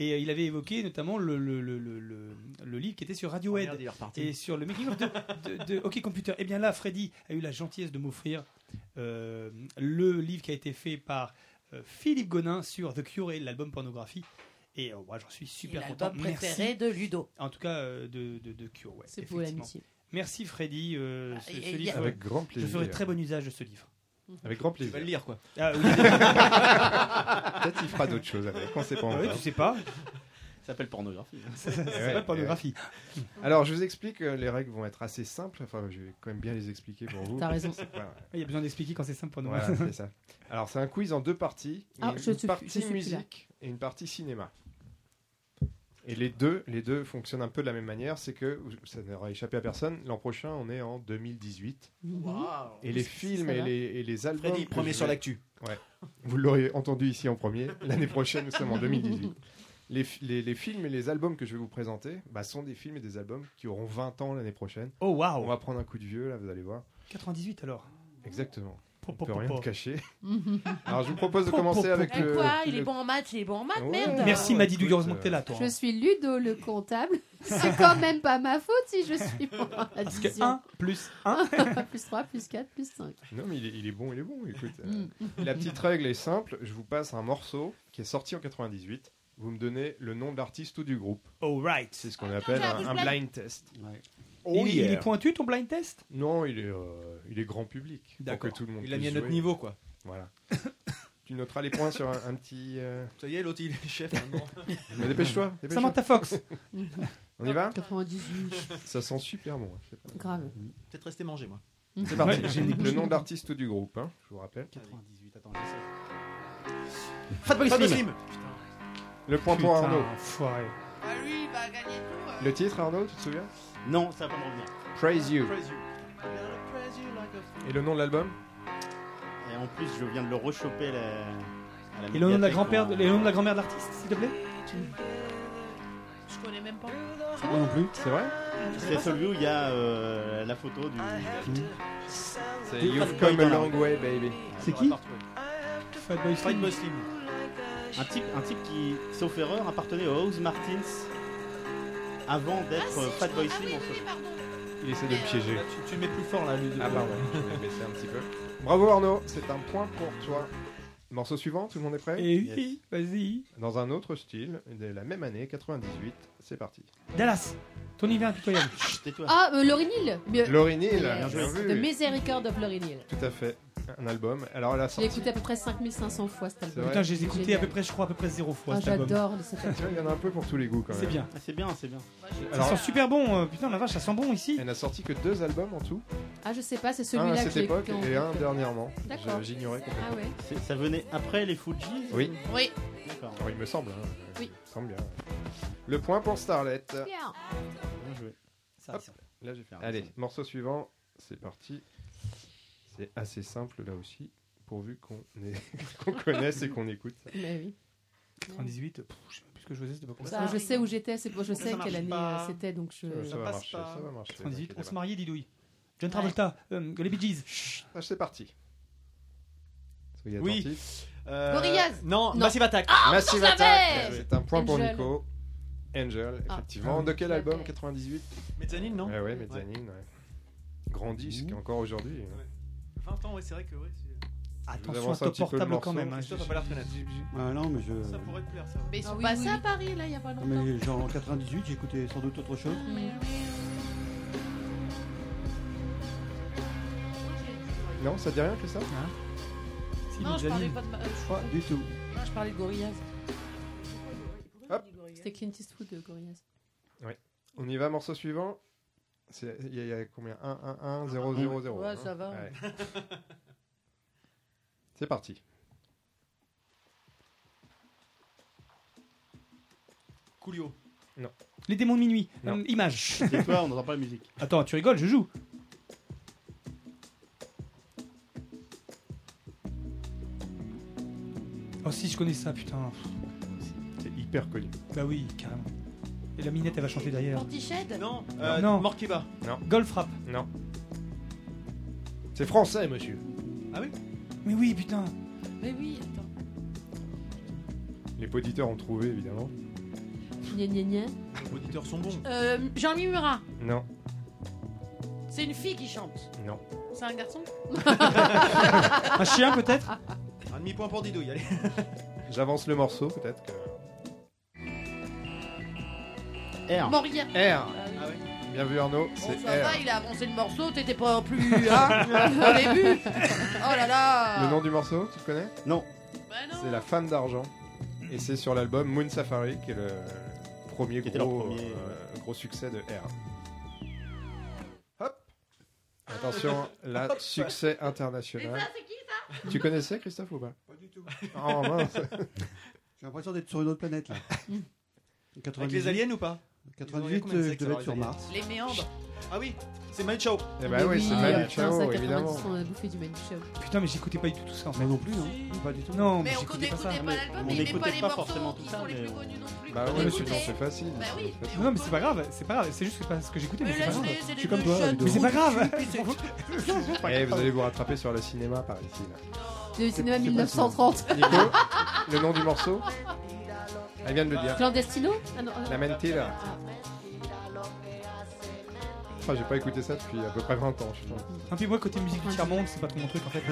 [SPEAKER 3] Et euh, il avait évoqué notamment le, le, le, le, le- le livre qui était sur Radiohead
[SPEAKER 4] Oh merde, il est reparti.
[SPEAKER 3] et sur le making of de, de- de OK Computer. Et bien là, Freddy a eu la gentillesse de m'offrir euh, le livre qui a été fait par euh, Philippe Gonin sur The Cure et l'album pornographie. Et euh, moi, j'en suis super
[SPEAKER 10] Et
[SPEAKER 3] content.
[SPEAKER 10] l'album préféré
[SPEAKER 3] Merci.
[SPEAKER 10] de Ludo.
[SPEAKER 3] En tout cas, euh, de, de, de Cure, ouais.
[SPEAKER 10] C'est pour
[SPEAKER 3] effectivement.
[SPEAKER 10] l'amitié.
[SPEAKER 3] Merci Freddy. euh, ce,
[SPEAKER 10] Ah, et-
[SPEAKER 3] ce
[SPEAKER 10] et-
[SPEAKER 3] livre,
[SPEAKER 7] Avec
[SPEAKER 3] euh,
[SPEAKER 7] grand plaisir.
[SPEAKER 3] Je ferai très bon usage de ce livre.
[SPEAKER 7] Avec grand plaisir.
[SPEAKER 4] Tu vas le lire, quoi.
[SPEAKER 3] Ah, oui.
[SPEAKER 7] Peut-être il fera d'autres choses avec, on sait pas
[SPEAKER 13] Ah
[SPEAKER 3] Ouais,
[SPEAKER 7] encore.
[SPEAKER 3] tu sais pas.
[SPEAKER 13] Ça s'appelle pornographie.
[SPEAKER 3] Ça
[SPEAKER 7] Eh
[SPEAKER 3] s'appelle
[SPEAKER 7] ouais,
[SPEAKER 3] pornographie.
[SPEAKER 7] eh ouais. Alors, je vous explique, euh, les règles vont être assez simples. Enfin, je vais quand même bien les expliquer pour vous.
[SPEAKER 3] T'as raison.
[SPEAKER 7] Voilà,
[SPEAKER 3] Il y a besoin d'expliquer quand c'est simple pour nous.
[SPEAKER 7] voilà, c'est ça. Alors, c'est un quiz en deux parties.
[SPEAKER 3] Ah,
[SPEAKER 7] une
[SPEAKER 3] je suis- je
[SPEAKER 7] partie
[SPEAKER 3] suis plus là.
[SPEAKER 7] musique et une partie cinéma. Et les deux, les deux fonctionnent un peu de la même manière. C'est que, ça n'aura échappé à personne, l'an prochain, on est en 2018.
[SPEAKER 3] Mmh.
[SPEAKER 7] Et les films
[SPEAKER 4] Ça
[SPEAKER 7] et
[SPEAKER 4] va.
[SPEAKER 7] les, et les albums.
[SPEAKER 4] Freddy,
[SPEAKER 7] que
[SPEAKER 4] premier
[SPEAKER 7] je
[SPEAKER 4] sur
[SPEAKER 7] vais-
[SPEAKER 4] l'actu.
[SPEAKER 7] Ouais. Vous l'aurez entendu ici en premier. L'année prochaine, nous sommes en 2018. Les, fi- les- les films et les albums que je vais vous présenter bah, sont des films et des albums qui auront 20 ans l'année prochaine.
[SPEAKER 3] Oh waouh
[SPEAKER 7] On va prendre un coup de vieux, là, vous allez voir.
[SPEAKER 3] 98 alors.
[SPEAKER 7] Exactement.
[SPEAKER 3] On
[SPEAKER 7] peut
[SPEAKER 3] po,
[SPEAKER 7] rien
[SPEAKER 3] po.
[SPEAKER 7] te cacher. Alors, je vous propose de commencer avec
[SPEAKER 10] Eh
[SPEAKER 7] le.
[SPEAKER 10] quoi Il
[SPEAKER 7] le-
[SPEAKER 10] est bon en maths, il est bon en maths,
[SPEAKER 7] Ouais.
[SPEAKER 10] merde.
[SPEAKER 3] Merci Maddy Douga, heureusement que
[SPEAKER 7] euh,
[SPEAKER 3] t'es là, toi. hein.
[SPEAKER 1] Je suis Ludo le comptable. C'est quand même pas ma faute si je suis bon en
[SPEAKER 3] Parce que
[SPEAKER 1] addition.
[SPEAKER 3] 1 plus 1.
[SPEAKER 1] 1, plus 3, plus 4, plus 5.
[SPEAKER 7] Non, mais il est, il est bon, il est bon. Écoute, euh,
[SPEAKER 1] Mm.
[SPEAKER 7] la petite règle est simple. Je vous passe un morceau qui est sorti en 98. Vous me donnez le nom de l'artiste ou du groupe.
[SPEAKER 3] All right.
[SPEAKER 7] C'est ce qu'on appelle
[SPEAKER 3] Attends,
[SPEAKER 7] un,
[SPEAKER 3] je
[SPEAKER 7] un
[SPEAKER 3] blague.
[SPEAKER 7] blind test.
[SPEAKER 3] il, il est
[SPEAKER 7] oh, yeah.
[SPEAKER 3] pointu ton blind test
[SPEAKER 7] Non, il est, euh, il est grand public. pour
[SPEAKER 4] D'accord.
[SPEAKER 7] que tout le monde
[SPEAKER 4] Il l'a
[SPEAKER 7] puisse
[SPEAKER 4] mis à notre
[SPEAKER 7] jouer.
[SPEAKER 4] niveau, quoi.
[SPEAKER 7] Voilà. tu noteras les points sur un, un petit. euh,
[SPEAKER 4] Ça y est, l'autre il est chef maintenant.
[SPEAKER 7] Mais dépêche-toi. dépêche-toi.
[SPEAKER 3] Samantha Fox.
[SPEAKER 7] On y va
[SPEAKER 1] 98.
[SPEAKER 7] Ça sent super bon. hein, je sais pas.
[SPEAKER 1] Grave.
[SPEAKER 4] Peut-être rester manger, moi.
[SPEAKER 7] C'est parti.
[SPEAKER 4] Ouais, j'ai une
[SPEAKER 7] le
[SPEAKER 4] bouche.
[SPEAKER 7] nom d'artiste ou du groupe, hein, je vous rappelle.
[SPEAKER 4] 98, attends, Fatboy
[SPEAKER 7] Fatboy
[SPEAKER 4] Slim.
[SPEAKER 7] Slim. Le point pour
[SPEAKER 3] Putain,
[SPEAKER 7] Arnaud.
[SPEAKER 3] enfoiré.
[SPEAKER 10] Ah, lui, il va gagner tout.
[SPEAKER 4] euh.
[SPEAKER 7] Le titre, Arnaud, tu te souviens
[SPEAKER 13] Non, ça va pas me revenir.
[SPEAKER 7] Praise You. Et le nom de l'album
[SPEAKER 13] Et en plus, je viens de le rechoper la... à la
[SPEAKER 3] Et le nom de la
[SPEAKER 13] médiathèque
[SPEAKER 3] grand-père,
[SPEAKER 13] en-
[SPEAKER 3] le nom de la grand-mère de l'artiste, s'il te plaît
[SPEAKER 10] Je connais même pas.
[SPEAKER 7] Moi non plus. C'est vrai
[SPEAKER 13] C'est celui où il y a euh, la photo du.
[SPEAKER 7] C'est
[SPEAKER 13] Tout
[SPEAKER 7] You've
[SPEAKER 13] Fatboy
[SPEAKER 7] Come a
[SPEAKER 13] dans la-
[SPEAKER 7] Long Way, Baby.
[SPEAKER 3] C'est qui
[SPEAKER 13] Fatboy Slim. Un type, un type qui, sauf erreur, appartenait aux House Martins avant d'être euh, Fatboy Slim en solo.
[SPEAKER 7] Il essaie de me piéger.
[SPEAKER 4] Tu le mets plus fort là, Ludo.
[SPEAKER 7] Ah, pardon, je vais baisser un petit peu. Bravo Arnaud, c'est un point pour toi. Morceau suivant, tout le monde est prêt
[SPEAKER 3] Eh oui, vas-y.
[SPEAKER 7] Dans un autre style, de la même année, 98, c'est parti.
[SPEAKER 3] Dallas, ton hiver impitoyable.
[SPEAKER 7] tais-toi.
[SPEAKER 1] Ah, euh, Lauryn Hill. Bien-
[SPEAKER 7] Lauryn Hill,
[SPEAKER 1] Yes.
[SPEAKER 7] bien joué.
[SPEAKER 1] The Misericord of Lauryn Hill.
[SPEAKER 7] Tout à fait, un album. Alors elle a
[SPEAKER 1] J'ai
[SPEAKER 7] sorti...
[SPEAKER 1] écouté à peu près 5500 fois cet album.
[SPEAKER 3] Putain, je les ai écoutés à
[SPEAKER 1] Génial.
[SPEAKER 3] peu près, je crois, à peu près zéro fois.
[SPEAKER 1] Ah,
[SPEAKER 3] cet album.
[SPEAKER 1] j'adore cet album.
[SPEAKER 7] Il y en a un peu pour tous les goûts quand même.
[SPEAKER 3] C'est bien.
[SPEAKER 13] Ah, c'est bien, c'est bien.
[SPEAKER 3] ça sent super bon, euh, putain la vache, ça sent bon ici.
[SPEAKER 7] Elle n'a sorti que deux albums en tout.
[SPEAKER 1] Ah, je sais pas, c'est
[SPEAKER 7] un à
[SPEAKER 1] celui-là que
[SPEAKER 7] cette
[SPEAKER 1] j'ai
[SPEAKER 7] époque
[SPEAKER 1] écouté en
[SPEAKER 7] et un
[SPEAKER 1] boucle.
[SPEAKER 7] dernièrement.
[SPEAKER 1] D'accord.
[SPEAKER 7] Je- J'ignorais complètement.
[SPEAKER 1] Ah ouais.
[SPEAKER 13] C'est- Ça venait après les Fuji
[SPEAKER 7] Oui.
[SPEAKER 10] Oui.
[SPEAKER 13] D'accord.
[SPEAKER 7] Alors, il me semble. hein.
[SPEAKER 1] Oui.
[SPEAKER 7] Il me semble bien. Le point pour Starlet.
[SPEAKER 1] Bien.
[SPEAKER 13] Bien joué.
[SPEAKER 7] Hop, Là, j'ai fait un Allez, morceau suivant, c'est parti. C'est
[SPEAKER 8] Eh
[SPEAKER 7] assez simple là aussi, pourvu qu'on ait- qu'on connaisse et qu'on écoute.
[SPEAKER 1] Mais oui.
[SPEAKER 3] 98, pff, je sais même plus ce que je faisais, c'était pas
[SPEAKER 1] Moi, je sais où j'étais, c'est je sais quelle année euh, c'était, donc je.
[SPEAKER 3] Ça, passe pas. 98, on se mariait, Didouille. John
[SPEAKER 1] Ouais.
[SPEAKER 3] Travolta, euh, les Bee Gees.
[SPEAKER 7] c'est parti. Soyez
[SPEAKER 4] Oui.
[SPEAKER 7] attentifs.
[SPEAKER 4] Euh,
[SPEAKER 8] Gorillaz
[SPEAKER 4] Non,
[SPEAKER 8] Non.
[SPEAKER 4] Massive Attack.
[SPEAKER 8] Ah, on
[SPEAKER 7] Massive
[SPEAKER 8] s'en
[SPEAKER 7] Attack,
[SPEAKER 8] savait
[SPEAKER 7] c'est un point pour
[SPEAKER 8] Angel.
[SPEAKER 7] Nico. Angel,
[SPEAKER 8] Ah,
[SPEAKER 7] effectivement.
[SPEAKER 4] ah,
[SPEAKER 7] de quel
[SPEAKER 4] je
[SPEAKER 7] album
[SPEAKER 4] l'avais.
[SPEAKER 7] 98
[SPEAKER 4] Mezzanine, non
[SPEAKER 7] Ah ouais, Mezzanine, ouais. Grand disque, encore aujourd'hui. hein.
[SPEAKER 4] 20 ans, ouais, c'est vrai que. Ouais,
[SPEAKER 7] Nous avons
[SPEAKER 3] Attention à
[SPEAKER 7] ça
[SPEAKER 3] ton
[SPEAKER 7] un petit peu le
[SPEAKER 3] portable
[SPEAKER 7] morceau.
[SPEAKER 3] quand même. hein.
[SPEAKER 4] Christophe a pas l'air très net.
[SPEAKER 6] Ah non, mais je.
[SPEAKER 4] Ça pourrait te plaire, ça.
[SPEAKER 8] Mais ils sont
[SPEAKER 4] Ah oui,
[SPEAKER 8] passés
[SPEAKER 4] oui,
[SPEAKER 8] à
[SPEAKER 4] oui.
[SPEAKER 8] Paris, là, il n'y a pas longtemps.
[SPEAKER 6] Mais genre en 98, j'écoutais sans doute autre chose.
[SPEAKER 7] Non, ça dit rien que ça
[SPEAKER 8] Ah. Non, je parlais pas de. ma- euh,
[SPEAKER 7] Pas du tout.
[SPEAKER 8] Non, Ah, je parlais de Gorillaz.
[SPEAKER 1] C'était Clint Eastwood, euh, Gorillaz.
[SPEAKER 7] Ouais. On y va, morceau suivant. C'est- Il y, a- il y a combien 1, 1, 1, 0, 0, 0.
[SPEAKER 8] Ah, Ouais, ça va.
[SPEAKER 7] C'est parti.
[SPEAKER 4] Coolio.
[SPEAKER 7] Non.
[SPEAKER 3] Les démons de minuit.
[SPEAKER 7] Non.
[SPEAKER 3] Hum, image.
[SPEAKER 7] C'est toi, on n'entend pas la musique.
[SPEAKER 3] Attends, tu rigoles, je joue. Oh si, je connais ça, putain.
[SPEAKER 7] C'est hyper connu.
[SPEAKER 3] Bah oui, carrément. Et la minette, elle va chanter derrière.
[SPEAKER 8] Portiched
[SPEAKER 4] Non.
[SPEAKER 3] Euh, non.
[SPEAKER 4] Morkeba.
[SPEAKER 7] Non.
[SPEAKER 3] Golf Rap.
[SPEAKER 7] Non. C'est français, monsieur.
[SPEAKER 4] Ah oui
[SPEAKER 3] Mais oui, putain.
[SPEAKER 8] Mais oui, attends.
[SPEAKER 7] Les auditeurs ont trouvé, évidemment.
[SPEAKER 8] Gna, gna, gna.
[SPEAKER 4] Les auditeurs sont bons.
[SPEAKER 8] Euh, Jean-Mi Murat,
[SPEAKER 7] Non,
[SPEAKER 8] c'est une fille qui chante.
[SPEAKER 7] non.
[SPEAKER 8] C'est un garçon
[SPEAKER 3] Un chien, peut-être
[SPEAKER 4] Un demi-point pour Didouille, allez.
[SPEAKER 7] J'avance le morceau, peut-être que. R.
[SPEAKER 8] Moria.
[SPEAKER 7] R.
[SPEAKER 8] Ah oui.
[SPEAKER 7] Bien vu, Arnaud.
[SPEAKER 8] Bon,
[SPEAKER 7] C'est
[SPEAKER 8] ça va,
[SPEAKER 7] R.
[SPEAKER 8] il a avancé le morceau, t'étais pas plus. Hein, au début Oh là là
[SPEAKER 7] Le nom du morceau, tu le connais Non.
[SPEAKER 8] Bah
[SPEAKER 7] C'est La femme d'argent. Et c'est sur l'album Moon Safari, qui est le premier,
[SPEAKER 2] Qui était
[SPEAKER 7] gros,
[SPEAKER 2] leur premier,
[SPEAKER 7] euh, gros succès de R. Hop Attention, là, succès international. Tu connaissais Christophe ou pas Pas du tout. Oh mince
[SPEAKER 6] J'ai l'impression d'être sur une autre planète là.
[SPEAKER 4] Avec les aliens ou pas
[SPEAKER 6] 98,
[SPEAKER 4] Ils ont eu combien de
[SPEAKER 6] euh, je
[SPEAKER 4] sexes,
[SPEAKER 6] devais
[SPEAKER 4] alors,
[SPEAKER 6] être sur
[SPEAKER 4] les aliens
[SPEAKER 6] Mars.
[SPEAKER 8] Les méandres.
[SPEAKER 4] Ah oui, c'est Manu Chao.
[SPEAKER 7] Eh ben oui, c'est Manu Chao, évidemment.
[SPEAKER 1] On a bouffé euh, du Manu Chao.
[SPEAKER 3] Putain, mais j'écoutais pas du tout tout ça en fait.
[SPEAKER 6] non
[SPEAKER 7] hein.
[SPEAKER 6] plus, Pas du tout.
[SPEAKER 3] Non,
[SPEAKER 8] Mais
[SPEAKER 3] mais
[SPEAKER 8] on
[SPEAKER 3] j'écoutais
[SPEAKER 8] connaît
[SPEAKER 3] pas ça.
[SPEAKER 8] pas l'album, mais il
[SPEAKER 7] on
[SPEAKER 8] met pas
[SPEAKER 7] n'écoutait
[SPEAKER 8] les
[SPEAKER 7] pas
[SPEAKER 8] morceaux
[SPEAKER 7] forcément
[SPEAKER 8] qui
[SPEAKER 7] tout
[SPEAKER 8] sont
[SPEAKER 7] ça,
[SPEAKER 8] hein, les
[SPEAKER 7] mais-
[SPEAKER 8] plus connus non plus.
[SPEAKER 7] Bah
[SPEAKER 8] qu'on
[SPEAKER 7] ouais, mais
[SPEAKER 8] écoutait.
[SPEAKER 7] c'est- c'est facile.
[SPEAKER 8] Bah oui, mais
[SPEAKER 3] Non, mais c'est pas grave, c'est pas grave, c'est juste que c'est pas ce que j'écoutais.
[SPEAKER 8] Mais
[SPEAKER 3] Mais, c'est pas
[SPEAKER 8] lâche-les,
[SPEAKER 3] grave.
[SPEAKER 8] c'est des deux jeunes
[SPEAKER 3] Mais c'est pas grave.
[SPEAKER 7] Eh, vous allez vous rattraper sur le cinéma par ici. Là.
[SPEAKER 1] Le cinéma 1930.
[SPEAKER 7] Nico, le nom du morceau Elle vient de le dire.
[SPEAKER 1] Clandestino Ah non, euh,
[SPEAKER 7] La Mentira. Ah, j'ai pas écouté ça depuis à peu près 20 ans, je pense.
[SPEAKER 3] Un peu moi côté musique tiers monde, c'est pas trop mon truc en fait.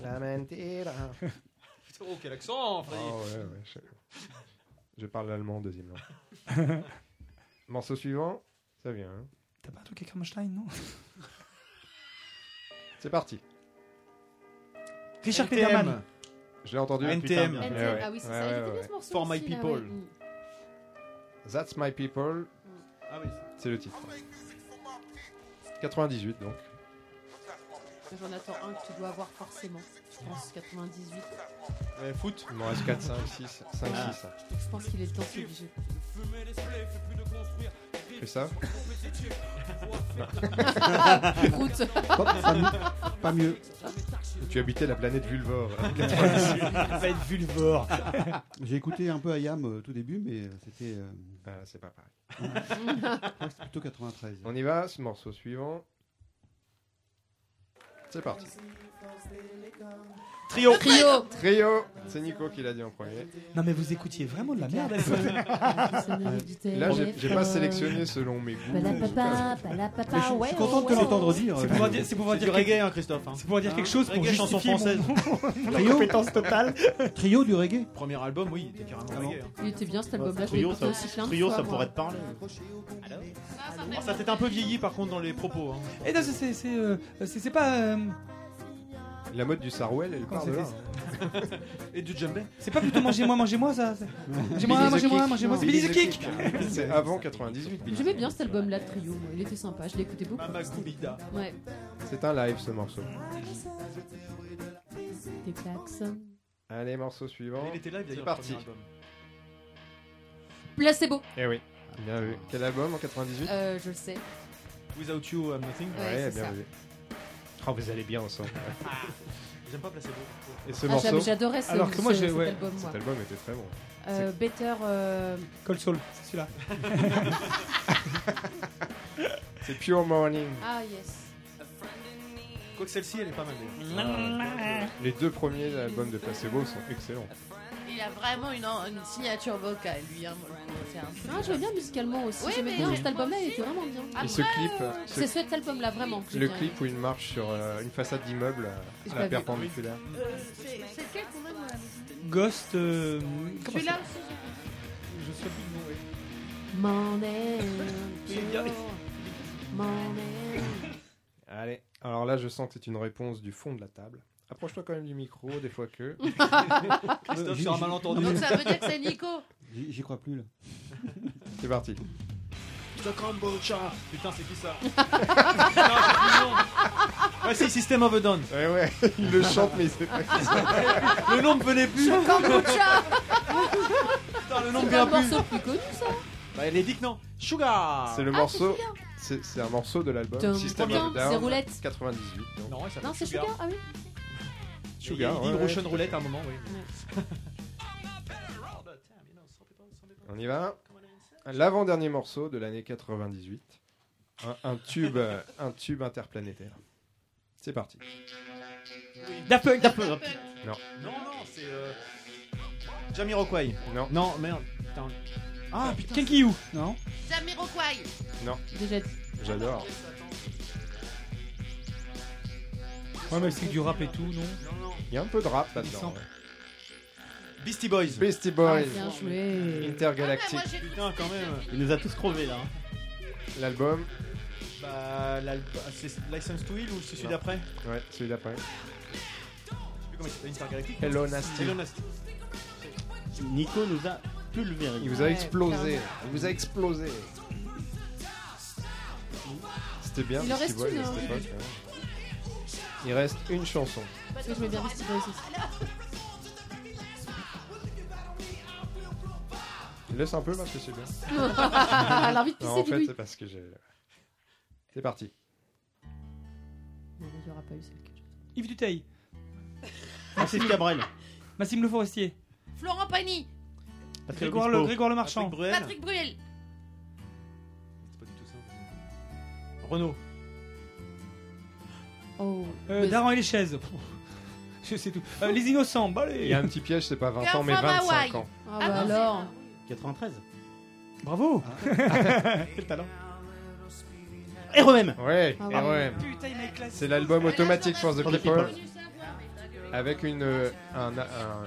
[SPEAKER 7] La mentira.
[SPEAKER 4] Oh, quel accent,
[SPEAKER 7] Ah ouais, ouais, je... je parle l'allemand, deuxième langue. morceau suivant, ça vient. hein.
[SPEAKER 3] T'as pas un truc avec Rammstein, non
[SPEAKER 7] C'est parti.
[SPEAKER 3] Richard Clayderman.
[SPEAKER 7] Je l'ai entendu.
[SPEAKER 4] NTM.
[SPEAKER 7] putain.
[SPEAKER 4] NTM,
[SPEAKER 7] Ouais, ouais.
[SPEAKER 1] ah oui, c'est
[SPEAKER 7] Ouais,
[SPEAKER 1] ça, il
[SPEAKER 7] ouais,
[SPEAKER 1] était bien
[SPEAKER 7] ouais.
[SPEAKER 1] ce morceau.
[SPEAKER 4] For my
[SPEAKER 1] aussi, là,
[SPEAKER 4] people.
[SPEAKER 1] ouais.
[SPEAKER 7] That's My People,
[SPEAKER 4] Ah oui.
[SPEAKER 7] c'est le titre. 98 donc.
[SPEAKER 1] J'en attends un que tu dois avoir forcément. Je pense 98.
[SPEAKER 4] Ouais, foot.
[SPEAKER 7] Il m'en reste 4, 5, 6, 5, 6.
[SPEAKER 1] Je pense qu'il est temps, c'est obligé.
[SPEAKER 7] Christophe
[SPEAKER 1] Route.
[SPEAKER 7] Hop, pas mieux. Pas mieux. Tu habitais la planète Vulvor. hein, 98.
[SPEAKER 3] Va être vulvore.
[SPEAKER 6] J'ai écouté un peu Ayam au tout début, mais euh, c'était. euh,
[SPEAKER 7] Ah, c'est pas pareil.
[SPEAKER 6] je crois que c'était plutôt 93.
[SPEAKER 7] On y va, ce morceau suivant. C'est parti.
[SPEAKER 4] Trio.
[SPEAKER 1] Trio.
[SPEAKER 7] Trio. C'est Nico qui l'a dit en premier.
[SPEAKER 3] Non mais vous écoutiez
[SPEAKER 7] Oh,
[SPEAKER 3] vraiment de la merde.
[SPEAKER 7] Là, j'ai j'ai pas sélectionné selon mes
[SPEAKER 1] Bah,
[SPEAKER 7] goûts.
[SPEAKER 3] Mais je- je, suis content de te l'entendre dire. C'est pouvoir dire, c'est pouvoir
[SPEAKER 4] C'est
[SPEAKER 3] dire
[SPEAKER 4] du reggae,
[SPEAKER 3] quelque-
[SPEAKER 4] hein, Christophe. hein.
[SPEAKER 3] C'est pouvoir dire
[SPEAKER 4] Hein,
[SPEAKER 3] quelque chose pour
[SPEAKER 4] reggae, chanson
[SPEAKER 3] justifier
[SPEAKER 4] française.
[SPEAKER 3] mon, mon incompétence totale.
[SPEAKER 6] Trio du reggae
[SPEAKER 4] Premier album, oui, il était carrément
[SPEAKER 3] Ah
[SPEAKER 4] reggae. hein.
[SPEAKER 1] Il était bien cet album-là. je l'ai
[SPEAKER 2] Bah, Trio,
[SPEAKER 1] écouté
[SPEAKER 2] ça-
[SPEAKER 1] aussi plein de
[SPEAKER 2] Trio,
[SPEAKER 1] fois,
[SPEAKER 2] ça
[SPEAKER 1] moi.
[SPEAKER 2] pourrait te parler.
[SPEAKER 4] Ah, ça a peut-être un peu vieilli par contre dans les propos. hein.
[SPEAKER 3] Et non, c'est- c'est c'est euh, c'est- c'est pas euh,
[SPEAKER 7] La mode du Sarwell, elle
[SPEAKER 3] Comment
[SPEAKER 7] part de là.
[SPEAKER 4] Et du djembé.
[SPEAKER 3] c'est pas plutôt mangez-moi, mangez-moi ça. c'est-
[SPEAKER 7] Billy
[SPEAKER 3] Mangez-moi,
[SPEAKER 7] the
[SPEAKER 3] mangez-moi,
[SPEAKER 7] Kick.
[SPEAKER 3] mangez-moi. C'est
[SPEAKER 7] Billy
[SPEAKER 3] Billy the
[SPEAKER 7] the
[SPEAKER 3] Kick.
[SPEAKER 7] Kick. C'est avant 98. Billy the
[SPEAKER 1] J'aimais
[SPEAKER 7] Kick.
[SPEAKER 1] bien cet album-là, de Trio. moi. Il était sympa, je l'écoutais beaucoup.
[SPEAKER 4] Mama Goubida.
[SPEAKER 1] Ouais.
[SPEAKER 7] C'est un live ce morceau.
[SPEAKER 1] Des klaxons.
[SPEAKER 7] Allez, morceau suivant.
[SPEAKER 4] Il était live
[SPEAKER 7] C'est
[SPEAKER 4] d'ailleurs.
[SPEAKER 7] parti.
[SPEAKER 4] le premier album.
[SPEAKER 1] Placebo.
[SPEAKER 7] Eh oui, bien vu. Quel album en 98
[SPEAKER 1] Euh, je le sais.
[SPEAKER 4] Without You, I'm Nothing.
[SPEAKER 7] ben
[SPEAKER 4] Ah,
[SPEAKER 1] ouais, c'est
[SPEAKER 7] bien
[SPEAKER 1] ça.
[SPEAKER 7] vu. Oh, vous allez bien ensemble.
[SPEAKER 4] J'aime pas placebo.
[SPEAKER 7] Et ce
[SPEAKER 1] Ah,
[SPEAKER 7] morceau
[SPEAKER 1] j'aime- j'adorais ce-
[SPEAKER 7] Alors que moi,
[SPEAKER 1] ce-
[SPEAKER 7] j'ai-
[SPEAKER 1] cet
[SPEAKER 7] ouais,
[SPEAKER 1] album, moi.
[SPEAKER 7] Cet album était très bon.
[SPEAKER 1] Euh, Better. euh,
[SPEAKER 3] Call Saul, celui-là.
[SPEAKER 7] C'est Pure Morning.
[SPEAKER 1] Ah, yes.
[SPEAKER 4] Quoique celle-ci, elle est pas mal.
[SPEAKER 7] Ah. Les deux premiers albums de Placebo sont excellents.
[SPEAKER 8] Il a vraiment une, une signature vocale, lui. Hein, moi, c'est un truc.
[SPEAKER 1] Ah, j'aimais bien musicalement aussi.
[SPEAKER 8] Oui,
[SPEAKER 1] J'aimais
[SPEAKER 8] mais
[SPEAKER 1] bien
[SPEAKER 8] oui.
[SPEAKER 1] cet album-là, il était vraiment bien.
[SPEAKER 7] Et ce clip, euh,
[SPEAKER 1] C'est
[SPEAKER 7] ce-
[SPEAKER 1] cet album-là, vraiment. que j'ai
[SPEAKER 7] Le
[SPEAKER 1] bien
[SPEAKER 7] clip où il marche sur euh, une façade d'immeuble euh,
[SPEAKER 1] J'ai
[SPEAKER 7] à la
[SPEAKER 1] pas vu.
[SPEAKER 7] perpendiculaire.
[SPEAKER 8] Euh, c'est c'est lequel qu'on a dans la musique
[SPEAKER 3] Ghost. euh, comment
[SPEAKER 8] Celui-là
[SPEAKER 3] ça
[SPEAKER 8] aussi,
[SPEAKER 3] Je sais plus le nom, oui.
[SPEAKER 1] aimé. Mon angel, mon angel.
[SPEAKER 7] Allez, alors là, je sens que c'est une réponse du fond de la table. Approche-toi quand même du micro, des fois que.
[SPEAKER 4] Christophe, sur un malentendu.
[SPEAKER 8] Donc ça veut dire que c'est Nico
[SPEAKER 6] J'y j'y crois plus là.
[SPEAKER 7] C'est parti.
[SPEAKER 4] Putain, Kombucha Putain, c'est qui ça Putain, c'est mignon. Ouais, c'est System of a Down.
[SPEAKER 7] Ouais, Eh ouais, il le chante, mais c'est pas qui ça.
[SPEAKER 4] Le nom me venait plus.
[SPEAKER 1] Kombucha
[SPEAKER 4] Putain, le nom me
[SPEAKER 1] C'est pas
[SPEAKER 4] vient
[SPEAKER 1] un
[SPEAKER 4] plus.
[SPEAKER 1] morceau plus connu, ça
[SPEAKER 4] Bah, elle est dit que non. Sugar
[SPEAKER 7] C'est le morceau. C'est c'est un morceau de l'album
[SPEAKER 1] Dum,
[SPEAKER 7] System
[SPEAKER 1] dum,
[SPEAKER 7] of a
[SPEAKER 1] c'est
[SPEAKER 7] Down
[SPEAKER 1] Roulette.
[SPEAKER 7] 98. donc.
[SPEAKER 4] Non, ouais, ça
[SPEAKER 1] Non, c'est
[SPEAKER 4] s'appelle
[SPEAKER 1] Sugar, ah oui.
[SPEAKER 7] Sugar,
[SPEAKER 4] Il dit
[SPEAKER 7] ouais,
[SPEAKER 4] Russian
[SPEAKER 7] ouais,
[SPEAKER 4] Roulette à un moment, oui.
[SPEAKER 1] Ah
[SPEAKER 7] On y va. L'avant-dernier morceau de l'année 98. Un, un tube, euh, un tube interplanétaire. C'est parti.
[SPEAKER 4] Daft Punk, Daft Punk.
[SPEAKER 7] Non.
[SPEAKER 4] Non, non, c'est. Euh... Jamiroquai.
[SPEAKER 7] Non.
[SPEAKER 4] Non, merde. Putain. Ah, putain. Kenki You.
[SPEAKER 3] Non.
[SPEAKER 8] Jamiroquai
[SPEAKER 7] Non.
[SPEAKER 1] Déjà dit.
[SPEAKER 7] J'adore.
[SPEAKER 3] Ouais, mais c'est du rap et tout, non
[SPEAKER 7] Il y a un peu de rap
[SPEAKER 3] Il
[SPEAKER 7] là-dedans.
[SPEAKER 3] sent-
[SPEAKER 4] Beastie Boys.
[SPEAKER 7] Beastie Boys.
[SPEAKER 1] Ah, bien joué. Ah,
[SPEAKER 7] Intergalactique.
[SPEAKER 4] Putain, quand même.
[SPEAKER 2] euh, Il nous a tous crevés là. hein.
[SPEAKER 7] L'album.
[SPEAKER 4] Bah, l'al- c'est License to Heal ou c'est celui
[SPEAKER 7] Non.
[SPEAKER 4] d'après
[SPEAKER 7] Ouais, celui d'après.
[SPEAKER 4] Je sais plus comment il s'appelle, Intergalactique.
[SPEAKER 7] Hello, Nasty.
[SPEAKER 4] Hello Nasty.
[SPEAKER 2] Nico nous a pulvérisé.
[SPEAKER 7] Il vous a explosé. Il vous a explosé. C'était bien.
[SPEAKER 1] Il en
[SPEAKER 7] Beastie
[SPEAKER 1] reste
[SPEAKER 7] Boys,
[SPEAKER 1] une,
[SPEAKER 7] à
[SPEAKER 1] hein.
[SPEAKER 7] cette époque, ouais. Il reste une chanson.
[SPEAKER 1] Parce que je mets bien Beastie Boys aussi.
[SPEAKER 7] Laisse un peu parce que c'est bien.
[SPEAKER 1] Elle a envie de pisser
[SPEAKER 7] Non, en
[SPEAKER 1] du
[SPEAKER 7] fait,
[SPEAKER 1] louis.
[SPEAKER 7] c'est parce que j'ai. C'est parti.
[SPEAKER 1] Non, il n'y aura pas eu celle que je-
[SPEAKER 3] Yves Duteil.
[SPEAKER 2] Francis Cabrel.
[SPEAKER 3] Maxime Le Forestier.
[SPEAKER 8] Florent Pagny
[SPEAKER 3] Grégoire le, Grégoire le Marchand.
[SPEAKER 8] Patrick Bruel
[SPEAKER 4] C'est pas du tout ça. Renaud.
[SPEAKER 1] Oh.
[SPEAKER 3] Euh, Daran et les chaises. Pff, Je sais tout. Euh, les innocents. Bah, allez.
[SPEAKER 7] Il y a un petit piège, c'est pas 20 ans, mais
[SPEAKER 3] Enfin,
[SPEAKER 7] 25
[SPEAKER 3] Hawaï.
[SPEAKER 7] ans.
[SPEAKER 1] Ah, bah alors.
[SPEAKER 2] 93.
[SPEAKER 3] Bravo.
[SPEAKER 2] Quel talent. R.E.M.
[SPEAKER 7] Ouais,
[SPEAKER 2] Ah,
[SPEAKER 7] et ouais.
[SPEAKER 3] Putain, il m'a éclaté.
[SPEAKER 7] C'est l'album Automatic for the
[SPEAKER 2] For the
[SPEAKER 7] People
[SPEAKER 2] People.
[SPEAKER 7] avec une, euh, un, un,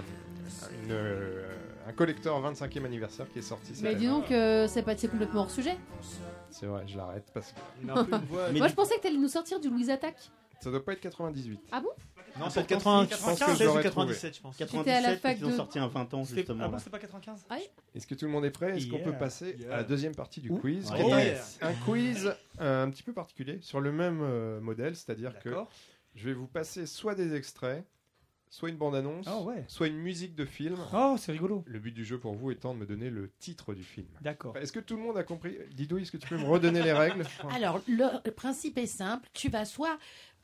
[SPEAKER 7] une, euh, un collector 25e anniversaire qui est sorti. cette
[SPEAKER 1] Mais dis
[SPEAKER 7] année.
[SPEAKER 1] donc, euh, c'est pas c'est complètement hors sujet.
[SPEAKER 7] C'est vrai, je l'arrête parce que
[SPEAKER 1] Moi, je pensais que t'allais nous sortir du Louise Attack.
[SPEAKER 7] ça doit pas être 98.
[SPEAKER 1] Ah bon
[SPEAKER 4] Non, c'est
[SPEAKER 2] Ah,
[SPEAKER 4] 80,
[SPEAKER 2] je pense que
[SPEAKER 4] 96 ou
[SPEAKER 2] j'aurais
[SPEAKER 4] 97, je pense.
[SPEAKER 2] trouvé.
[SPEAKER 1] J'étais à la
[SPEAKER 2] 97,
[SPEAKER 1] fac
[SPEAKER 2] ils ont
[SPEAKER 1] de-
[SPEAKER 2] sorti un 20 ans
[SPEAKER 3] C'était-
[SPEAKER 2] justement.
[SPEAKER 3] Ah bon,
[SPEAKER 2] là.
[SPEAKER 3] c'est pas 95
[SPEAKER 1] Ouais.
[SPEAKER 7] Est-ce que tout le monde est prêt Est-ce qu'on peut
[SPEAKER 3] Yeah.
[SPEAKER 7] passer à la
[SPEAKER 4] Yeah.
[SPEAKER 7] deuxième partie du
[SPEAKER 4] Ouh.
[SPEAKER 7] quiz
[SPEAKER 4] Oh
[SPEAKER 7] qui est
[SPEAKER 4] yes.
[SPEAKER 7] Un quiz euh, un petit peu particulier sur le même euh, modèle, c'est-à-dire que
[SPEAKER 3] D'accord.
[SPEAKER 7] je vais vous passer soit des extraits, soit une bande-annonce,
[SPEAKER 3] Ah ouais.
[SPEAKER 7] soit une musique de film.
[SPEAKER 3] Oh, c'est rigolo.
[SPEAKER 7] Le but du jeu pour vous étant de me donner le titre du film.
[SPEAKER 3] D'accord.
[SPEAKER 7] Est-ce que tout le monde a compris Didou, est-ce que tu peux me redonner les règles
[SPEAKER 8] Alors, le principe est simple. Tu vas soit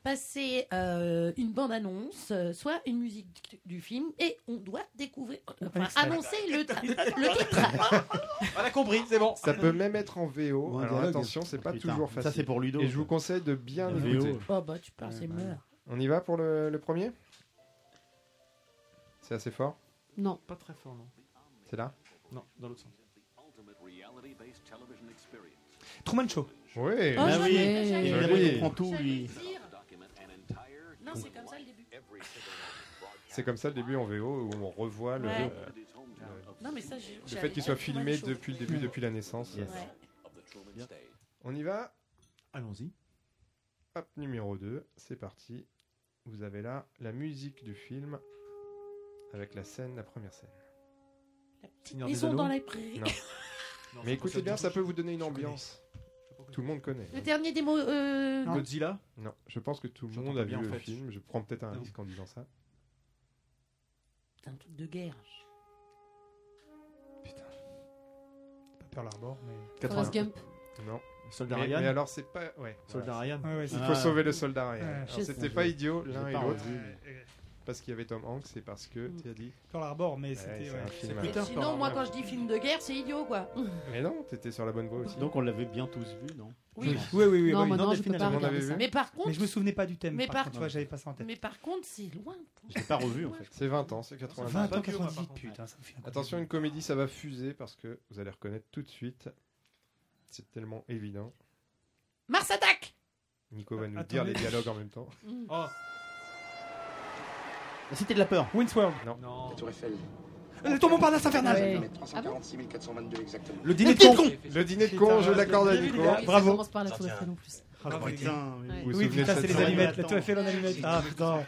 [SPEAKER 8] passer euh, une bande-annonce, euh, soit une musique du- du film, et on doit découvrir, euh, enfin,
[SPEAKER 4] extrait.
[SPEAKER 8] annoncer le, le titre.
[SPEAKER 4] Ah, On a compris, c'est bon.
[SPEAKER 7] Ça peut même être en VO.
[SPEAKER 2] Ou un
[SPEAKER 7] Alors
[SPEAKER 2] dialogue.
[SPEAKER 7] attention, c'est pas
[SPEAKER 2] Putain,
[SPEAKER 7] toujours
[SPEAKER 2] ça,
[SPEAKER 7] facile.
[SPEAKER 2] c'est pour Ludo,
[SPEAKER 7] Et je
[SPEAKER 2] ça.
[SPEAKER 7] vous conseille de bien
[SPEAKER 2] La
[SPEAKER 7] écouter.
[SPEAKER 2] VO.
[SPEAKER 8] Oh bah, tu pars, c'est meurs.
[SPEAKER 7] On y va pour le, le premier C'est assez fort
[SPEAKER 1] Non.
[SPEAKER 4] Pas très fort, non.
[SPEAKER 7] C'est là
[SPEAKER 4] Non, dans l'autre sens.
[SPEAKER 3] Truman Show.
[SPEAKER 7] Oui.
[SPEAKER 1] Oh,
[SPEAKER 10] Ah
[SPEAKER 2] Bah
[SPEAKER 1] je
[SPEAKER 2] oui,
[SPEAKER 1] l'ai.
[SPEAKER 2] évidemment,
[SPEAKER 7] Joli.
[SPEAKER 2] il prend tout lui.
[SPEAKER 8] Non, c'est comme ça le début.
[SPEAKER 7] C'est comme ça le début en VO où on revoit le,
[SPEAKER 8] Ouais.
[SPEAKER 7] euh,
[SPEAKER 8] Non, mais ça, j'ai-
[SPEAKER 7] le
[SPEAKER 8] j'avais
[SPEAKER 7] fait qu'il
[SPEAKER 8] pas
[SPEAKER 7] soit
[SPEAKER 8] trouvé la
[SPEAKER 7] filmé
[SPEAKER 8] chose.
[SPEAKER 7] depuis le début, depuis la naissance.
[SPEAKER 8] Ouais.
[SPEAKER 7] On y va
[SPEAKER 4] Allons-y.
[SPEAKER 7] Hop, numéro 2, c'est parti. Vous avez là la musique du film avec la scène, la première scène.
[SPEAKER 4] Seigneur
[SPEAKER 8] Ils
[SPEAKER 4] des
[SPEAKER 8] sont
[SPEAKER 4] Anneaux.
[SPEAKER 8] dans les prairies.
[SPEAKER 7] Non.
[SPEAKER 4] Non,
[SPEAKER 7] Mais
[SPEAKER 4] c'est
[SPEAKER 7] écoutez
[SPEAKER 4] pas
[SPEAKER 7] bien,
[SPEAKER 4] du
[SPEAKER 7] ça
[SPEAKER 4] tout.
[SPEAKER 7] peut vous donner une
[SPEAKER 4] Je connais.
[SPEAKER 7] ambiance. Tout le monde connaît.
[SPEAKER 8] Le dernier des mots. euh,
[SPEAKER 7] Non.
[SPEAKER 4] Godzilla
[SPEAKER 7] Non, je pense que tout le
[SPEAKER 4] J'entends
[SPEAKER 7] monde
[SPEAKER 4] pas
[SPEAKER 7] a vu
[SPEAKER 4] bien, en
[SPEAKER 7] le
[SPEAKER 4] fait.
[SPEAKER 7] film. Je prends peut-être un
[SPEAKER 4] Non.
[SPEAKER 7] risque en disant ça.
[SPEAKER 8] C'est un truc de guerre.
[SPEAKER 7] Putain.
[SPEAKER 3] Pas Pearl Harbor, mais.
[SPEAKER 1] Forrest Gump.
[SPEAKER 7] Non.
[SPEAKER 4] Soldat
[SPEAKER 7] Mais, mais
[SPEAKER 4] Ryan.
[SPEAKER 7] alors, c'est pas. Ouais.
[SPEAKER 4] Soldat Ryan.
[SPEAKER 3] Ouais, ouais,
[SPEAKER 7] Il
[SPEAKER 3] c'est-
[SPEAKER 7] faut sauver le soldat Ryan.
[SPEAKER 3] Ouais.
[SPEAKER 7] Alors,
[SPEAKER 3] Je
[SPEAKER 7] C'était
[SPEAKER 2] sais.
[SPEAKER 7] pas idiot l'un
[SPEAKER 2] J'ai
[SPEAKER 7] et
[SPEAKER 2] pas
[SPEAKER 7] l'autre.
[SPEAKER 2] revu,
[SPEAKER 3] Euh,
[SPEAKER 7] parce qu'il y avait Tom Hanks, c'est parce que
[SPEAKER 3] Mm.
[SPEAKER 7] tu as dit.
[SPEAKER 3] Pearl Harbor, mais
[SPEAKER 7] Ouais,
[SPEAKER 3] c'était.
[SPEAKER 7] c'est un
[SPEAKER 3] ouais.
[SPEAKER 7] film,
[SPEAKER 3] C'est
[SPEAKER 7] euh,
[SPEAKER 3] Bah, Peter Pan.
[SPEAKER 8] Sinon, moi, quand je dis film de guerre, c'est idiot, quoi.
[SPEAKER 7] Mais non, t'étais sur la bonne voie aussi.
[SPEAKER 2] Donc on l'avait bien tous vu, non
[SPEAKER 3] Oui, oui, oui. oui,
[SPEAKER 8] Non,
[SPEAKER 3] oui.
[SPEAKER 8] maintenant, je peux
[SPEAKER 3] définitivement.
[SPEAKER 8] pas regarder ça. Mais par contre-
[SPEAKER 3] mais je me souvenais pas du thème.
[SPEAKER 8] Mais
[SPEAKER 3] par,
[SPEAKER 8] par
[SPEAKER 3] contre, tu vois, j'avais pas ça en tête.
[SPEAKER 8] Mais par contre, c'est loin.
[SPEAKER 7] Je l'ai pas revu en fait. C'est 20 ans, c'est 90.
[SPEAKER 3] 20 ans, 98, putain, ça me fait un coup.
[SPEAKER 7] Attention, une comédie, ça va fuser parce que vous allez reconnaître tout de suite. C'est tellement évident.
[SPEAKER 8] Mars attaque
[SPEAKER 7] Nico va nous
[SPEAKER 3] Attendez.
[SPEAKER 7] dire les dialogues en même temps.
[SPEAKER 3] Oh.
[SPEAKER 2] La cité de la peur.
[SPEAKER 3] Windsworld.
[SPEAKER 7] Non.
[SPEAKER 22] La Tour Eiffel.
[SPEAKER 4] Euh,
[SPEAKER 3] Le tombeau Parnasse infernal.
[SPEAKER 22] Mais 346 422 exactement.
[SPEAKER 7] Le dîner de con. Le dîner de con, je l'accorde à Nico.
[SPEAKER 3] Bravo.
[SPEAKER 7] Ah,
[SPEAKER 3] Bravo.
[SPEAKER 7] putain, oui. Vous
[SPEAKER 3] Oui,
[SPEAKER 7] vous souvenez
[SPEAKER 3] putain,
[SPEAKER 7] de
[SPEAKER 3] c'est
[SPEAKER 7] cette
[SPEAKER 3] les
[SPEAKER 7] soirée
[SPEAKER 3] allumettes. La
[SPEAKER 7] Attends.
[SPEAKER 3] tour Eiffel en allumettes. Ah, putain.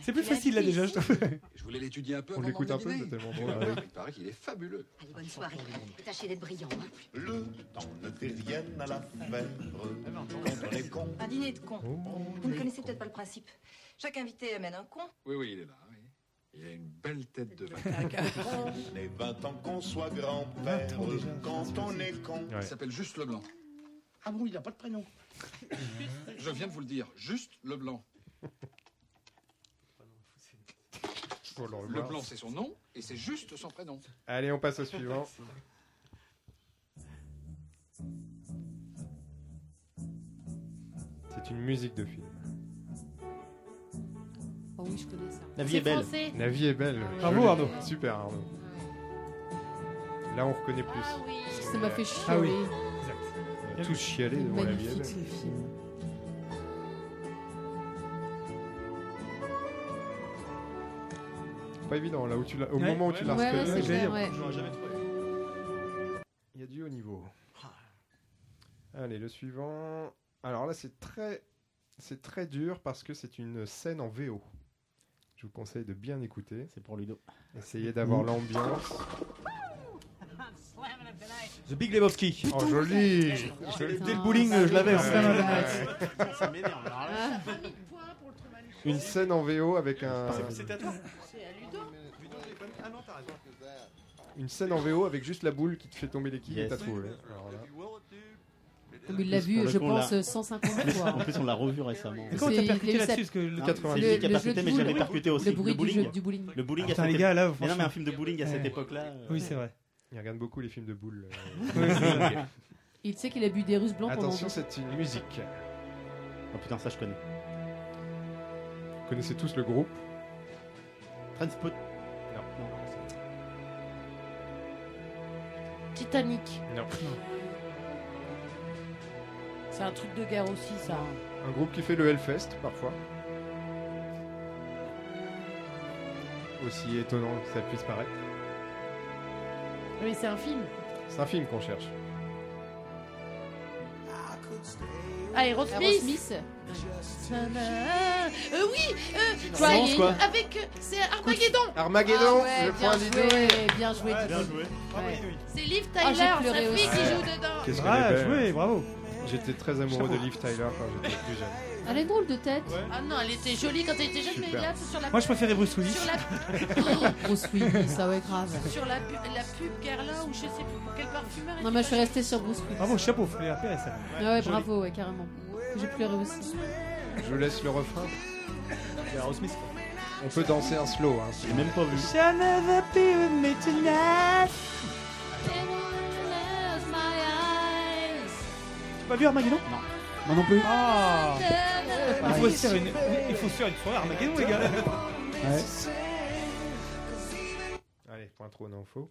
[SPEAKER 3] C'est plus facile là déjà, je trouve.
[SPEAKER 22] Je voulais l'étudier un peu.
[SPEAKER 7] On
[SPEAKER 22] avant
[SPEAKER 7] l'écoute
[SPEAKER 22] de
[SPEAKER 7] un peu,
[SPEAKER 22] dîner.
[SPEAKER 7] c'est tellement
[SPEAKER 22] Tu
[SPEAKER 7] drôle,
[SPEAKER 22] vas
[SPEAKER 7] ouais.
[SPEAKER 22] voir, Il paraît qu'il est fabuleux.
[SPEAKER 23] Allez, bonne soirée. Tâchez d'être brillant. hein.
[SPEAKER 24] Le temps ne fait rien à la fièvre. On est con.
[SPEAKER 23] Un dîner de cons.
[SPEAKER 10] Oh.
[SPEAKER 23] Vous ne connaissez peut-être pas le principe. Chaque invité amène un con.
[SPEAKER 22] Oui, oui, il est là. oui. Il a une belle tête de vache.
[SPEAKER 24] Les 20 ans qu'on soit grand-père, quand on est con.
[SPEAKER 22] Il s'appelle Juste Leblanc.
[SPEAKER 24] Ah bon, il n'a pas de prénom.
[SPEAKER 22] Je viens de vous le dire. Juste Leblanc.
[SPEAKER 7] Faut le revoir.
[SPEAKER 22] Leblanc, c'est son nom et c'est juste son prénom.
[SPEAKER 7] Allez, on passe au suivant. C'est une musique de film.
[SPEAKER 1] Oh oui, je connais ça.
[SPEAKER 7] La
[SPEAKER 1] vie est C'est belle. français.
[SPEAKER 7] La vie est belle.
[SPEAKER 1] Ah ouais.
[SPEAKER 7] Joli.
[SPEAKER 1] Bravo, Arnaud.
[SPEAKER 7] Super Arnaud. Là, on reconnaît plus.
[SPEAKER 1] Ça m'a fait chialer.
[SPEAKER 7] Ah oui. On a tous chialé devant la vie est
[SPEAKER 1] Magnifique,
[SPEAKER 7] belle.
[SPEAKER 1] ce film.
[SPEAKER 7] Pas évident là où tu l'as- au
[SPEAKER 3] Ouais.
[SPEAKER 7] moment où tu l'as
[SPEAKER 3] Ouais,
[SPEAKER 7] reconnu,
[SPEAKER 3] ouais, c'est
[SPEAKER 7] j'allais
[SPEAKER 3] clair,
[SPEAKER 7] dire,
[SPEAKER 3] ouais.
[SPEAKER 7] j'aurais jamais trouvé. Il y a du haut niveau.
[SPEAKER 4] Ah,
[SPEAKER 7] Allez, le suivant. Alors là, c'est très, c'est très dur parce que c'est une scène en VO. Je vous conseille de bien écouter.
[SPEAKER 2] C'est pour Ludo.
[SPEAKER 7] Essayez d'avoir
[SPEAKER 2] Ouh.
[SPEAKER 7] l'ambiance.
[SPEAKER 4] The Big Lebowski.
[SPEAKER 7] Oh, joli.
[SPEAKER 4] Joli. Dès le bowling, euh, je l'avais. en fait.
[SPEAKER 7] Ouais.
[SPEAKER 4] Ça m'énerve,
[SPEAKER 8] Ah.
[SPEAKER 4] alors là.
[SPEAKER 7] Une euh, scène en VO avec un.
[SPEAKER 8] C'est à Ludo.
[SPEAKER 4] Ah non, t'as raison.
[SPEAKER 7] Une scène en VO avec juste la boule qui te fait tomber les quilles
[SPEAKER 2] Yes.
[SPEAKER 7] et t'as trouvé. Alors là.
[SPEAKER 1] Comme il l'a
[SPEAKER 2] Plus,
[SPEAKER 1] vu,
[SPEAKER 2] pour le
[SPEAKER 1] je
[SPEAKER 2] coup, on
[SPEAKER 1] pense,
[SPEAKER 2] l'a-
[SPEAKER 1] 150
[SPEAKER 2] En plus-
[SPEAKER 1] fois.
[SPEAKER 2] En plus, on l'a revu récemment.
[SPEAKER 1] Mais comment t'as C'est- percuté il a eu là-dessus, sa- parce que le-
[SPEAKER 2] Ah,
[SPEAKER 1] 90.
[SPEAKER 2] C'est lui qui a
[SPEAKER 1] Le- le jeu
[SPEAKER 2] percuté,
[SPEAKER 1] de
[SPEAKER 2] mais j'avais
[SPEAKER 1] bowling.
[SPEAKER 2] percuté
[SPEAKER 1] Le
[SPEAKER 2] aussi.
[SPEAKER 1] bruit du
[SPEAKER 2] bowling.
[SPEAKER 1] jeu du bowling.
[SPEAKER 2] Le bowling à
[SPEAKER 7] Putain,
[SPEAKER 2] cette
[SPEAKER 7] les gars, là,
[SPEAKER 2] époque- Mais non, mais
[SPEAKER 7] franchement.
[SPEAKER 2] un film de bowling à cette
[SPEAKER 7] Ouais.
[SPEAKER 2] époque-là. euh,
[SPEAKER 7] Oui, c'est vrai. Il regarde beaucoup les films de boules. euh.
[SPEAKER 1] Il sait qu'il a bu des russes blancs pendant
[SPEAKER 7] Attention, c'est une musique.
[SPEAKER 2] Oh putain, ça je connais.
[SPEAKER 7] Vous connaissez tous le groupe
[SPEAKER 2] Transpot.
[SPEAKER 7] Non.
[SPEAKER 8] Titanic.
[SPEAKER 7] Non.
[SPEAKER 8] C'est un truc de guerre aussi, ça.
[SPEAKER 7] Un groupe qui fait le Hellfest parfois. Aussi étonnant que ça puisse paraître.
[SPEAKER 8] Mais c'est un film.
[SPEAKER 7] C'est un film qu'on cherche.
[SPEAKER 8] Aerosmith.
[SPEAKER 1] Ah, Aerosmith.
[SPEAKER 8] Ta-da. Euh, oui, euh,
[SPEAKER 7] Silence,
[SPEAKER 8] c'est
[SPEAKER 7] quoi.
[SPEAKER 8] avec. euh, C'est Armageddon.
[SPEAKER 7] Armageddon,
[SPEAKER 8] Ah ouais,
[SPEAKER 7] le
[SPEAKER 8] bien
[SPEAKER 7] point
[SPEAKER 8] joué,
[SPEAKER 7] Ludo.
[SPEAKER 1] bien joué.
[SPEAKER 7] Ouais, bien
[SPEAKER 1] Didou.
[SPEAKER 7] joué.
[SPEAKER 10] Ah,
[SPEAKER 1] Ouais.
[SPEAKER 8] C'est Liv
[SPEAKER 1] Ah, j'ai
[SPEAKER 8] Tyler, sa
[SPEAKER 1] pleuré
[SPEAKER 8] fille
[SPEAKER 1] aussi.
[SPEAKER 8] qui joue dedans.
[SPEAKER 7] Qu'est-ce qu'elle
[SPEAKER 3] Ah,
[SPEAKER 7] est belle.
[SPEAKER 3] joué, bravo.
[SPEAKER 7] J'étais très amoureux de Liv Tyler quand j'étais plus jeune.
[SPEAKER 1] Elle est drôle de tête.
[SPEAKER 8] Ah non, elle était jolie quand elle était jeune, mais
[SPEAKER 7] Super.
[SPEAKER 8] là, c'est sur la.
[SPEAKER 3] Moi, je préférais Bruce Willis.
[SPEAKER 8] Sur la,
[SPEAKER 1] Bruce Willis, ça ouais, grave.
[SPEAKER 8] sur la, pu- la pub Guerlain ou je sais plus quel parfumeur.
[SPEAKER 1] Non, mais je suis restée sur Bruce Willis.
[SPEAKER 3] Bravo, chapeau, fallait la paix, ça.
[SPEAKER 1] Ah ouais, bravo, ouais, carrément. J'ai pleuré aussi.
[SPEAKER 7] Je vous laisse le refrain.
[SPEAKER 4] Aerosmith.
[SPEAKER 7] On peut danser un slow. Hein, si-
[SPEAKER 2] même pas vu.
[SPEAKER 3] Shall never be with me tonight. T'as pas vu Armageddon
[SPEAKER 2] Non.
[SPEAKER 6] Moi non plus.
[SPEAKER 3] Ah Il faut
[SPEAKER 6] Pareil.
[SPEAKER 3] se faire une, il faut se faire une soirée Armageddon, les gars.
[SPEAKER 7] Allez, point trop, non, faux.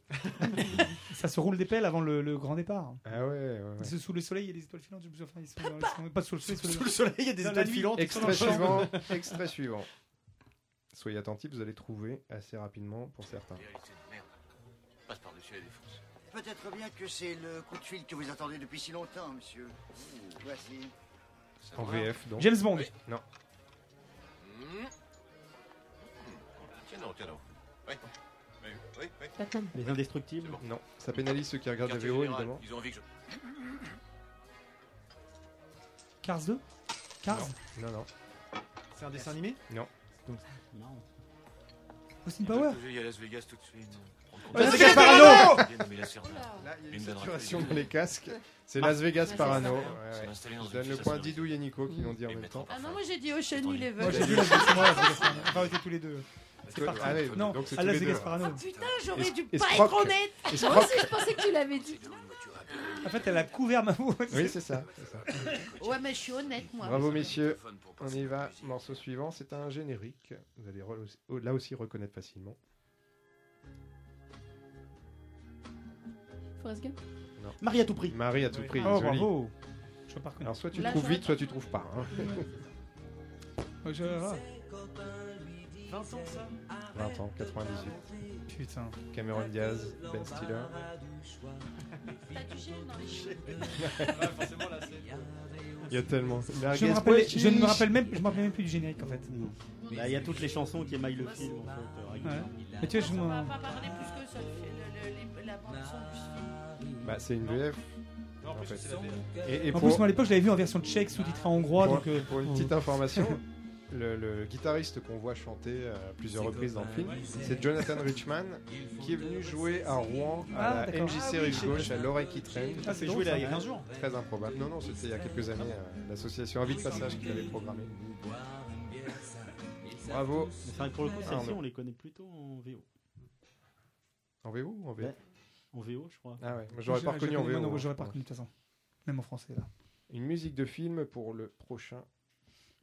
[SPEAKER 3] Ça se roule des pelles avant le, le grand départ.
[SPEAKER 7] Ah ouais, ouais, ouais.
[SPEAKER 3] C'est Sous le soleil, il y a des étoiles filantes. je me souviens, ils sont dans- ils sont- pas sous le soleil,
[SPEAKER 4] Sous le soleil, il y a des
[SPEAKER 3] Dans la
[SPEAKER 4] étoiles
[SPEAKER 3] nuit.
[SPEAKER 4] filantes.
[SPEAKER 7] Extrait suivant, extrait suivant. Soyez attentifs, vous allez trouver assez rapidement pour certains.
[SPEAKER 5] Passe par-dessus la défense.
[SPEAKER 25] Peut-être bien que c'est le coup de fil que vous attendez depuis si longtemps, monsieur. Voici.
[SPEAKER 7] En VF, donc.
[SPEAKER 3] James Bond.
[SPEAKER 7] Non.
[SPEAKER 5] Tiens non, tiens non. Oui, oui, oui. oui.
[SPEAKER 2] Les indestructibles
[SPEAKER 7] Non. Ça pénalise ceux qui regardent la
[SPEAKER 5] Quartier
[SPEAKER 7] VO,
[SPEAKER 5] général,
[SPEAKER 7] évidemment.
[SPEAKER 5] Ils ont envie que je...
[SPEAKER 3] Cars 2 Cars
[SPEAKER 7] Non, non.
[SPEAKER 4] C'est un dessin animé
[SPEAKER 7] Non.
[SPEAKER 4] Donc,
[SPEAKER 3] Austin Power
[SPEAKER 5] Je vais y aller à Las Vegas tout de suite. On
[SPEAKER 7] Las
[SPEAKER 17] Monsieur
[SPEAKER 7] Vegas
[SPEAKER 17] Parano
[SPEAKER 7] Parano
[SPEAKER 17] Bien, mais la sœur, là, il y a une
[SPEAKER 7] Une
[SPEAKER 17] bonne
[SPEAKER 7] saturation
[SPEAKER 17] raclée.
[SPEAKER 7] dans les casques. C'est
[SPEAKER 17] Ah.
[SPEAKER 7] Las
[SPEAKER 17] Ouais,
[SPEAKER 7] Vegas
[SPEAKER 17] c'est
[SPEAKER 7] Parano.
[SPEAKER 17] ça.
[SPEAKER 7] Ouais,
[SPEAKER 17] Ils sont
[SPEAKER 7] ouais.
[SPEAKER 17] installés dans
[SPEAKER 7] Je
[SPEAKER 17] une
[SPEAKER 7] donne le
[SPEAKER 17] pièce
[SPEAKER 7] point à
[SPEAKER 17] isolée.
[SPEAKER 7] Didou et Nico qui l'ont dit en même temps.
[SPEAKER 8] Ah non, moi j'ai dit Ocean Eleven.
[SPEAKER 3] Moi, j'ai vu Las Vegas Parano. Enfin, on était tous les deux. C'est
[SPEAKER 7] Toi,
[SPEAKER 3] parti.
[SPEAKER 7] allez,
[SPEAKER 3] Non,
[SPEAKER 7] donc c'est
[SPEAKER 3] à
[SPEAKER 7] tous
[SPEAKER 3] Las
[SPEAKER 7] les
[SPEAKER 3] Vegas
[SPEAKER 7] deux.
[SPEAKER 3] Parano.
[SPEAKER 8] Oh, putain, j'aurais dû pas
[SPEAKER 7] escroc.
[SPEAKER 8] être honnête.
[SPEAKER 7] Escroc.
[SPEAKER 26] Moi aussi, je pensais que tu l'avais dit.
[SPEAKER 3] En fait, elle a couvert ma voix.
[SPEAKER 7] Oui, c'est ça. c'est ça.
[SPEAKER 8] Ouais, mais je suis honnête, moi.
[SPEAKER 7] Bravo messieurs, on y va. Morceau suivant, c'est un générique. Vous allez re- au- là aussi reconnaître facilement.
[SPEAKER 1] Forrest Gump.
[SPEAKER 7] Non.
[SPEAKER 2] Marie à tout prix.
[SPEAKER 7] Marie à tout
[SPEAKER 2] Oui.
[SPEAKER 7] prix.
[SPEAKER 3] Oh,
[SPEAKER 7] joli.
[SPEAKER 3] bravo. Je repars comme-
[SPEAKER 7] Alors soit tu
[SPEAKER 3] Là,
[SPEAKER 7] trouves
[SPEAKER 3] j'aurais
[SPEAKER 7] vite, soit tu trouves pas. hein.
[SPEAKER 3] Ouais, je- ah.
[SPEAKER 10] 20 ans, ça
[SPEAKER 7] 20 ans, 98.
[SPEAKER 3] Putain.
[SPEAKER 7] Cameron Diaz, Ben Stiller.
[SPEAKER 8] T'as du gel dans les cheveux.
[SPEAKER 7] Il y a tellement.
[SPEAKER 3] Je, me rappelle, je ne me rappelle même, je me rappelle même plus du générique en fait. Bah,
[SPEAKER 2] bah, Il
[SPEAKER 8] bah,
[SPEAKER 2] y a toutes les chansons qui émaillent le film. En fait, euh,
[SPEAKER 3] Ouais.
[SPEAKER 2] régulièrement.
[SPEAKER 3] Mais tu vois, je
[SPEAKER 8] On va
[SPEAKER 3] m'en.
[SPEAKER 8] pas parler plus que ça. le- le- le- la bande-son du film.
[SPEAKER 7] Bah, c'est une VF. en fait. Et, et
[SPEAKER 3] en
[SPEAKER 7] pour,
[SPEAKER 3] plus, moi à l'époque, je l'avais vu en version tchèque, sous-titrée en hongrois.
[SPEAKER 7] pour-
[SPEAKER 3] donc, euh,
[SPEAKER 7] pour une petite information, le, le guitariste qu'on voit chanter euh, à plusieurs reprises dans le film, c'est Jonathan Richman qui est venu jouer à Rouen à
[SPEAKER 3] Ah,
[SPEAKER 7] la
[SPEAKER 3] d'accord.
[SPEAKER 7] MJC
[SPEAKER 3] Ah oui,
[SPEAKER 7] Rive
[SPEAKER 3] c'est-
[SPEAKER 7] Gauche à l'oreille qui traîne.
[SPEAKER 3] Ah, c'est joué là, il y a 15 jours.
[SPEAKER 7] Très improbable. Non, non, c'était il y a quelques années. euh, L'association Envie de Passage qui l'avait programmé. Bravo.
[SPEAKER 2] Mais c'est vrai que pour le coup, celles-ci,
[SPEAKER 7] Arnaud.
[SPEAKER 2] on les connaît plutôt en VO.
[SPEAKER 7] En VO ou en VF
[SPEAKER 2] Ouais. En VO, je crois.
[SPEAKER 7] Ah ouais, moi j'aurais pas reconnu en
[SPEAKER 3] moi,
[SPEAKER 7] VO.
[SPEAKER 3] non,
[SPEAKER 7] hein.
[SPEAKER 3] J'aurais pas reconnu de toute façon. Même en français là.
[SPEAKER 7] Une musique de film pour le prochain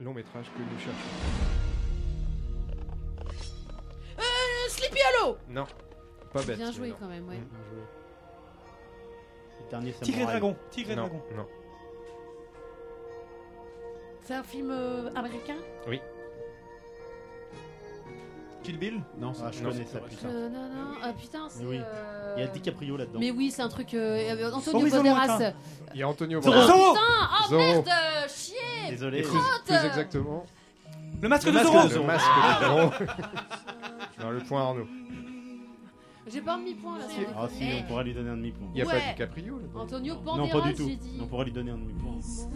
[SPEAKER 7] long métrage que nous cherchons.
[SPEAKER 8] Euh, Sleepy Hollow
[SPEAKER 7] Non, pas bête.
[SPEAKER 26] Bien
[SPEAKER 7] mais
[SPEAKER 26] joué
[SPEAKER 7] non.
[SPEAKER 26] quand même, ouais.
[SPEAKER 7] Bien joué.
[SPEAKER 2] Mm, Le dernier
[SPEAKER 3] Tigre et
[SPEAKER 2] samouraï.
[SPEAKER 3] dragon. Tigre et
[SPEAKER 7] Non,
[SPEAKER 3] dragon.
[SPEAKER 7] Non.
[SPEAKER 8] C'est un film euh, américain
[SPEAKER 7] Oui.
[SPEAKER 4] Kill Bill Non,
[SPEAKER 2] Ah, je
[SPEAKER 7] Non.
[SPEAKER 2] connais ça, putain.
[SPEAKER 26] Euh, non, non, ah putain, c'est.
[SPEAKER 2] Mais oui.
[SPEAKER 26] euh,
[SPEAKER 2] Il y a DiCaprio là-dedans.
[SPEAKER 26] Mais oui, c'est un truc. euh, euh, Antonio
[SPEAKER 2] Horizon
[SPEAKER 26] Banderas.
[SPEAKER 2] lointain.
[SPEAKER 7] Il y a Antonio
[SPEAKER 2] Zorro.
[SPEAKER 7] Banderas.
[SPEAKER 26] Zorro. Putain, oh
[SPEAKER 7] Zorro.
[SPEAKER 26] merde, euh, chier.
[SPEAKER 7] Et plus,
[SPEAKER 26] Crotte.
[SPEAKER 7] plus exactement.
[SPEAKER 3] Le masque
[SPEAKER 7] Le
[SPEAKER 3] de
[SPEAKER 7] masque
[SPEAKER 3] Zorro. Ah.
[SPEAKER 7] de- le masque de Zorro. non, le point Arnaud.
[SPEAKER 26] J'ai pas un demi-point là. c'est
[SPEAKER 2] Ah si,
[SPEAKER 26] déconné.
[SPEAKER 2] on pourra lui donner un demi-point.
[SPEAKER 7] Il y a pas Ouais. DiCaprio,
[SPEAKER 2] là-dedans
[SPEAKER 26] Antonio
[SPEAKER 2] Non, pas
[SPEAKER 26] Banderas,
[SPEAKER 2] du tout.
[SPEAKER 26] j'ai dit.
[SPEAKER 2] On pourra lui donner un demi-point.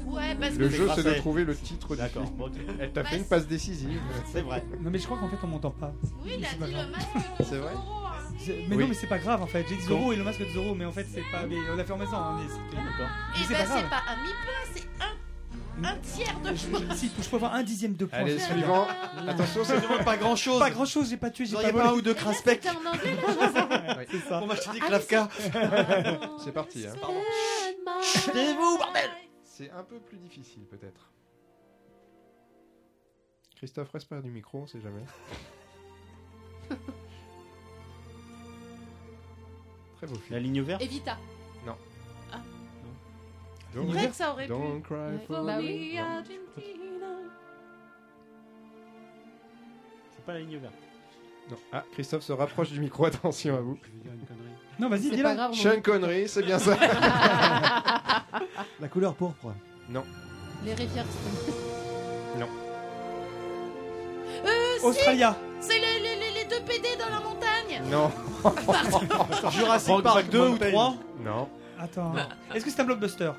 [SPEAKER 8] Ouais, parce
[SPEAKER 7] Le
[SPEAKER 8] que. Bah,
[SPEAKER 7] jeu, c'est de
[SPEAKER 2] Parfait.
[SPEAKER 7] trouver le titre du
[SPEAKER 2] D'accord,
[SPEAKER 7] film.
[SPEAKER 2] ok.
[SPEAKER 7] Elle t'a fait une passe décisive.
[SPEAKER 2] C'est vrai.
[SPEAKER 3] Non, mais je crois qu'en fait, on m'entend pas.
[SPEAKER 8] Oui, il
[SPEAKER 3] Mais
[SPEAKER 8] a
[SPEAKER 3] c'est
[SPEAKER 8] dit
[SPEAKER 3] pas grave.
[SPEAKER 8] le masque de
[SPEAKER 7] C'est vrai
[SPEAKER 8] Zorro, hein.
[SPEAKER 3] C'est- Mais
[SPEAKER 7] Oui.
[SPEAKER 3] non, mais c'est pas grave en fait. J'ai dit Zorro
[SPEAKER 7] Quand
[SPEAKER 3] et le masque de Zorro, mais en fait, c'est pas. Mais on a fait en même temps. hein, mais c'était-
[SPEAKER 8] Et
[SPEAKER 3] Mais
[SPEAKER 8] bah, c'est
[SPEAKER 3] grave.
[SPEAKER 8] pas un mi-point, c'est un, un tiers de
[SPEAKER 3] Je- je- Si, je peux avoir un dixième de point.
[SPEAKER 7] Allez,
[SPEAKER 3] s'il te plaît.
[SPEAKER 7] suivant. Attention, c'est vraiment pas grand-chose.
[SPEAKER 3] Pas grand chose, j'ai pas tué, j'ai
[SPEAKER 4] Vous
[SPEAKER 3] pas
[SPEAKER 4] auriez pas un
[SPEAKER 3] volé.
[SPEAKER 4] ou deux Kraspek
[SPEAKER 8] C'était en anglais, la chanson.
[SPEAKER 7] C'est
[SPEAKER 3] ça.
[SPEAKER 4] Pour m'acheter des
[SPEAKER 8] Ah,
[SPEAKER 4] Kravka.
[SPEAKER 7] C'est parti. hein.
[SPEAKER 4] Taisez-vous, bordel
[SPEAKER 7] C'est un peu plus difficile, peut-être. Christophe, reste près du micro, on sait jamais. Très beau film.
[SPEAKER 2] La ligne verte
[SPEAKER 26] Evita.
[SPEAKER 7] Non.
[SPEAKER 26] Ah.
[SPEAKER 7] Don't-
[SPEAKER 8] vrai que ça aurait pu.
[SPEAKER 7] Don't cry for
[SPEAKER 26] Bah
[SPEAKER 7] me.
[SPEAKER 26] oui.
[SPEAKER 7] Non.
[SPEAKER 2] C'est pas la ligne verte.
[SPEAKER 7] Non. Ah, Christophe se rapproche du micro, attention à vous.
[SPEAKER 3] Non, vas-y,
[SPEAKER 26] C'est
[SPEAKER 3] dis
[SPEAKER 26] pas
[SPEAKER 3] là.
[SPEAKER 26] grave. on-
[SPEAKER 7] Sean Connery, c'est bien ça.
[SPEAKER 6] La couleur pourpre.
[SPEAKER 7] non,
[SPEAKER 26] Les
[SPEAKER 1] Eh
[SPEAKER 26] rivières.
[SPEAKER 7] non.
[SPEAKER 8] Euh, si,
[SPEAKER 3] Australia.
[SPEAKER 8] C'est les, les- les- les deux PD dans la montagne.
[SPEAKER 7] Non.
[SPEAKER 4] Jurassic Park 2 ou 3
[SPEAKER 7] Non.
[SPEAKER 3] Attends. Est-ce que c'est un blockbuster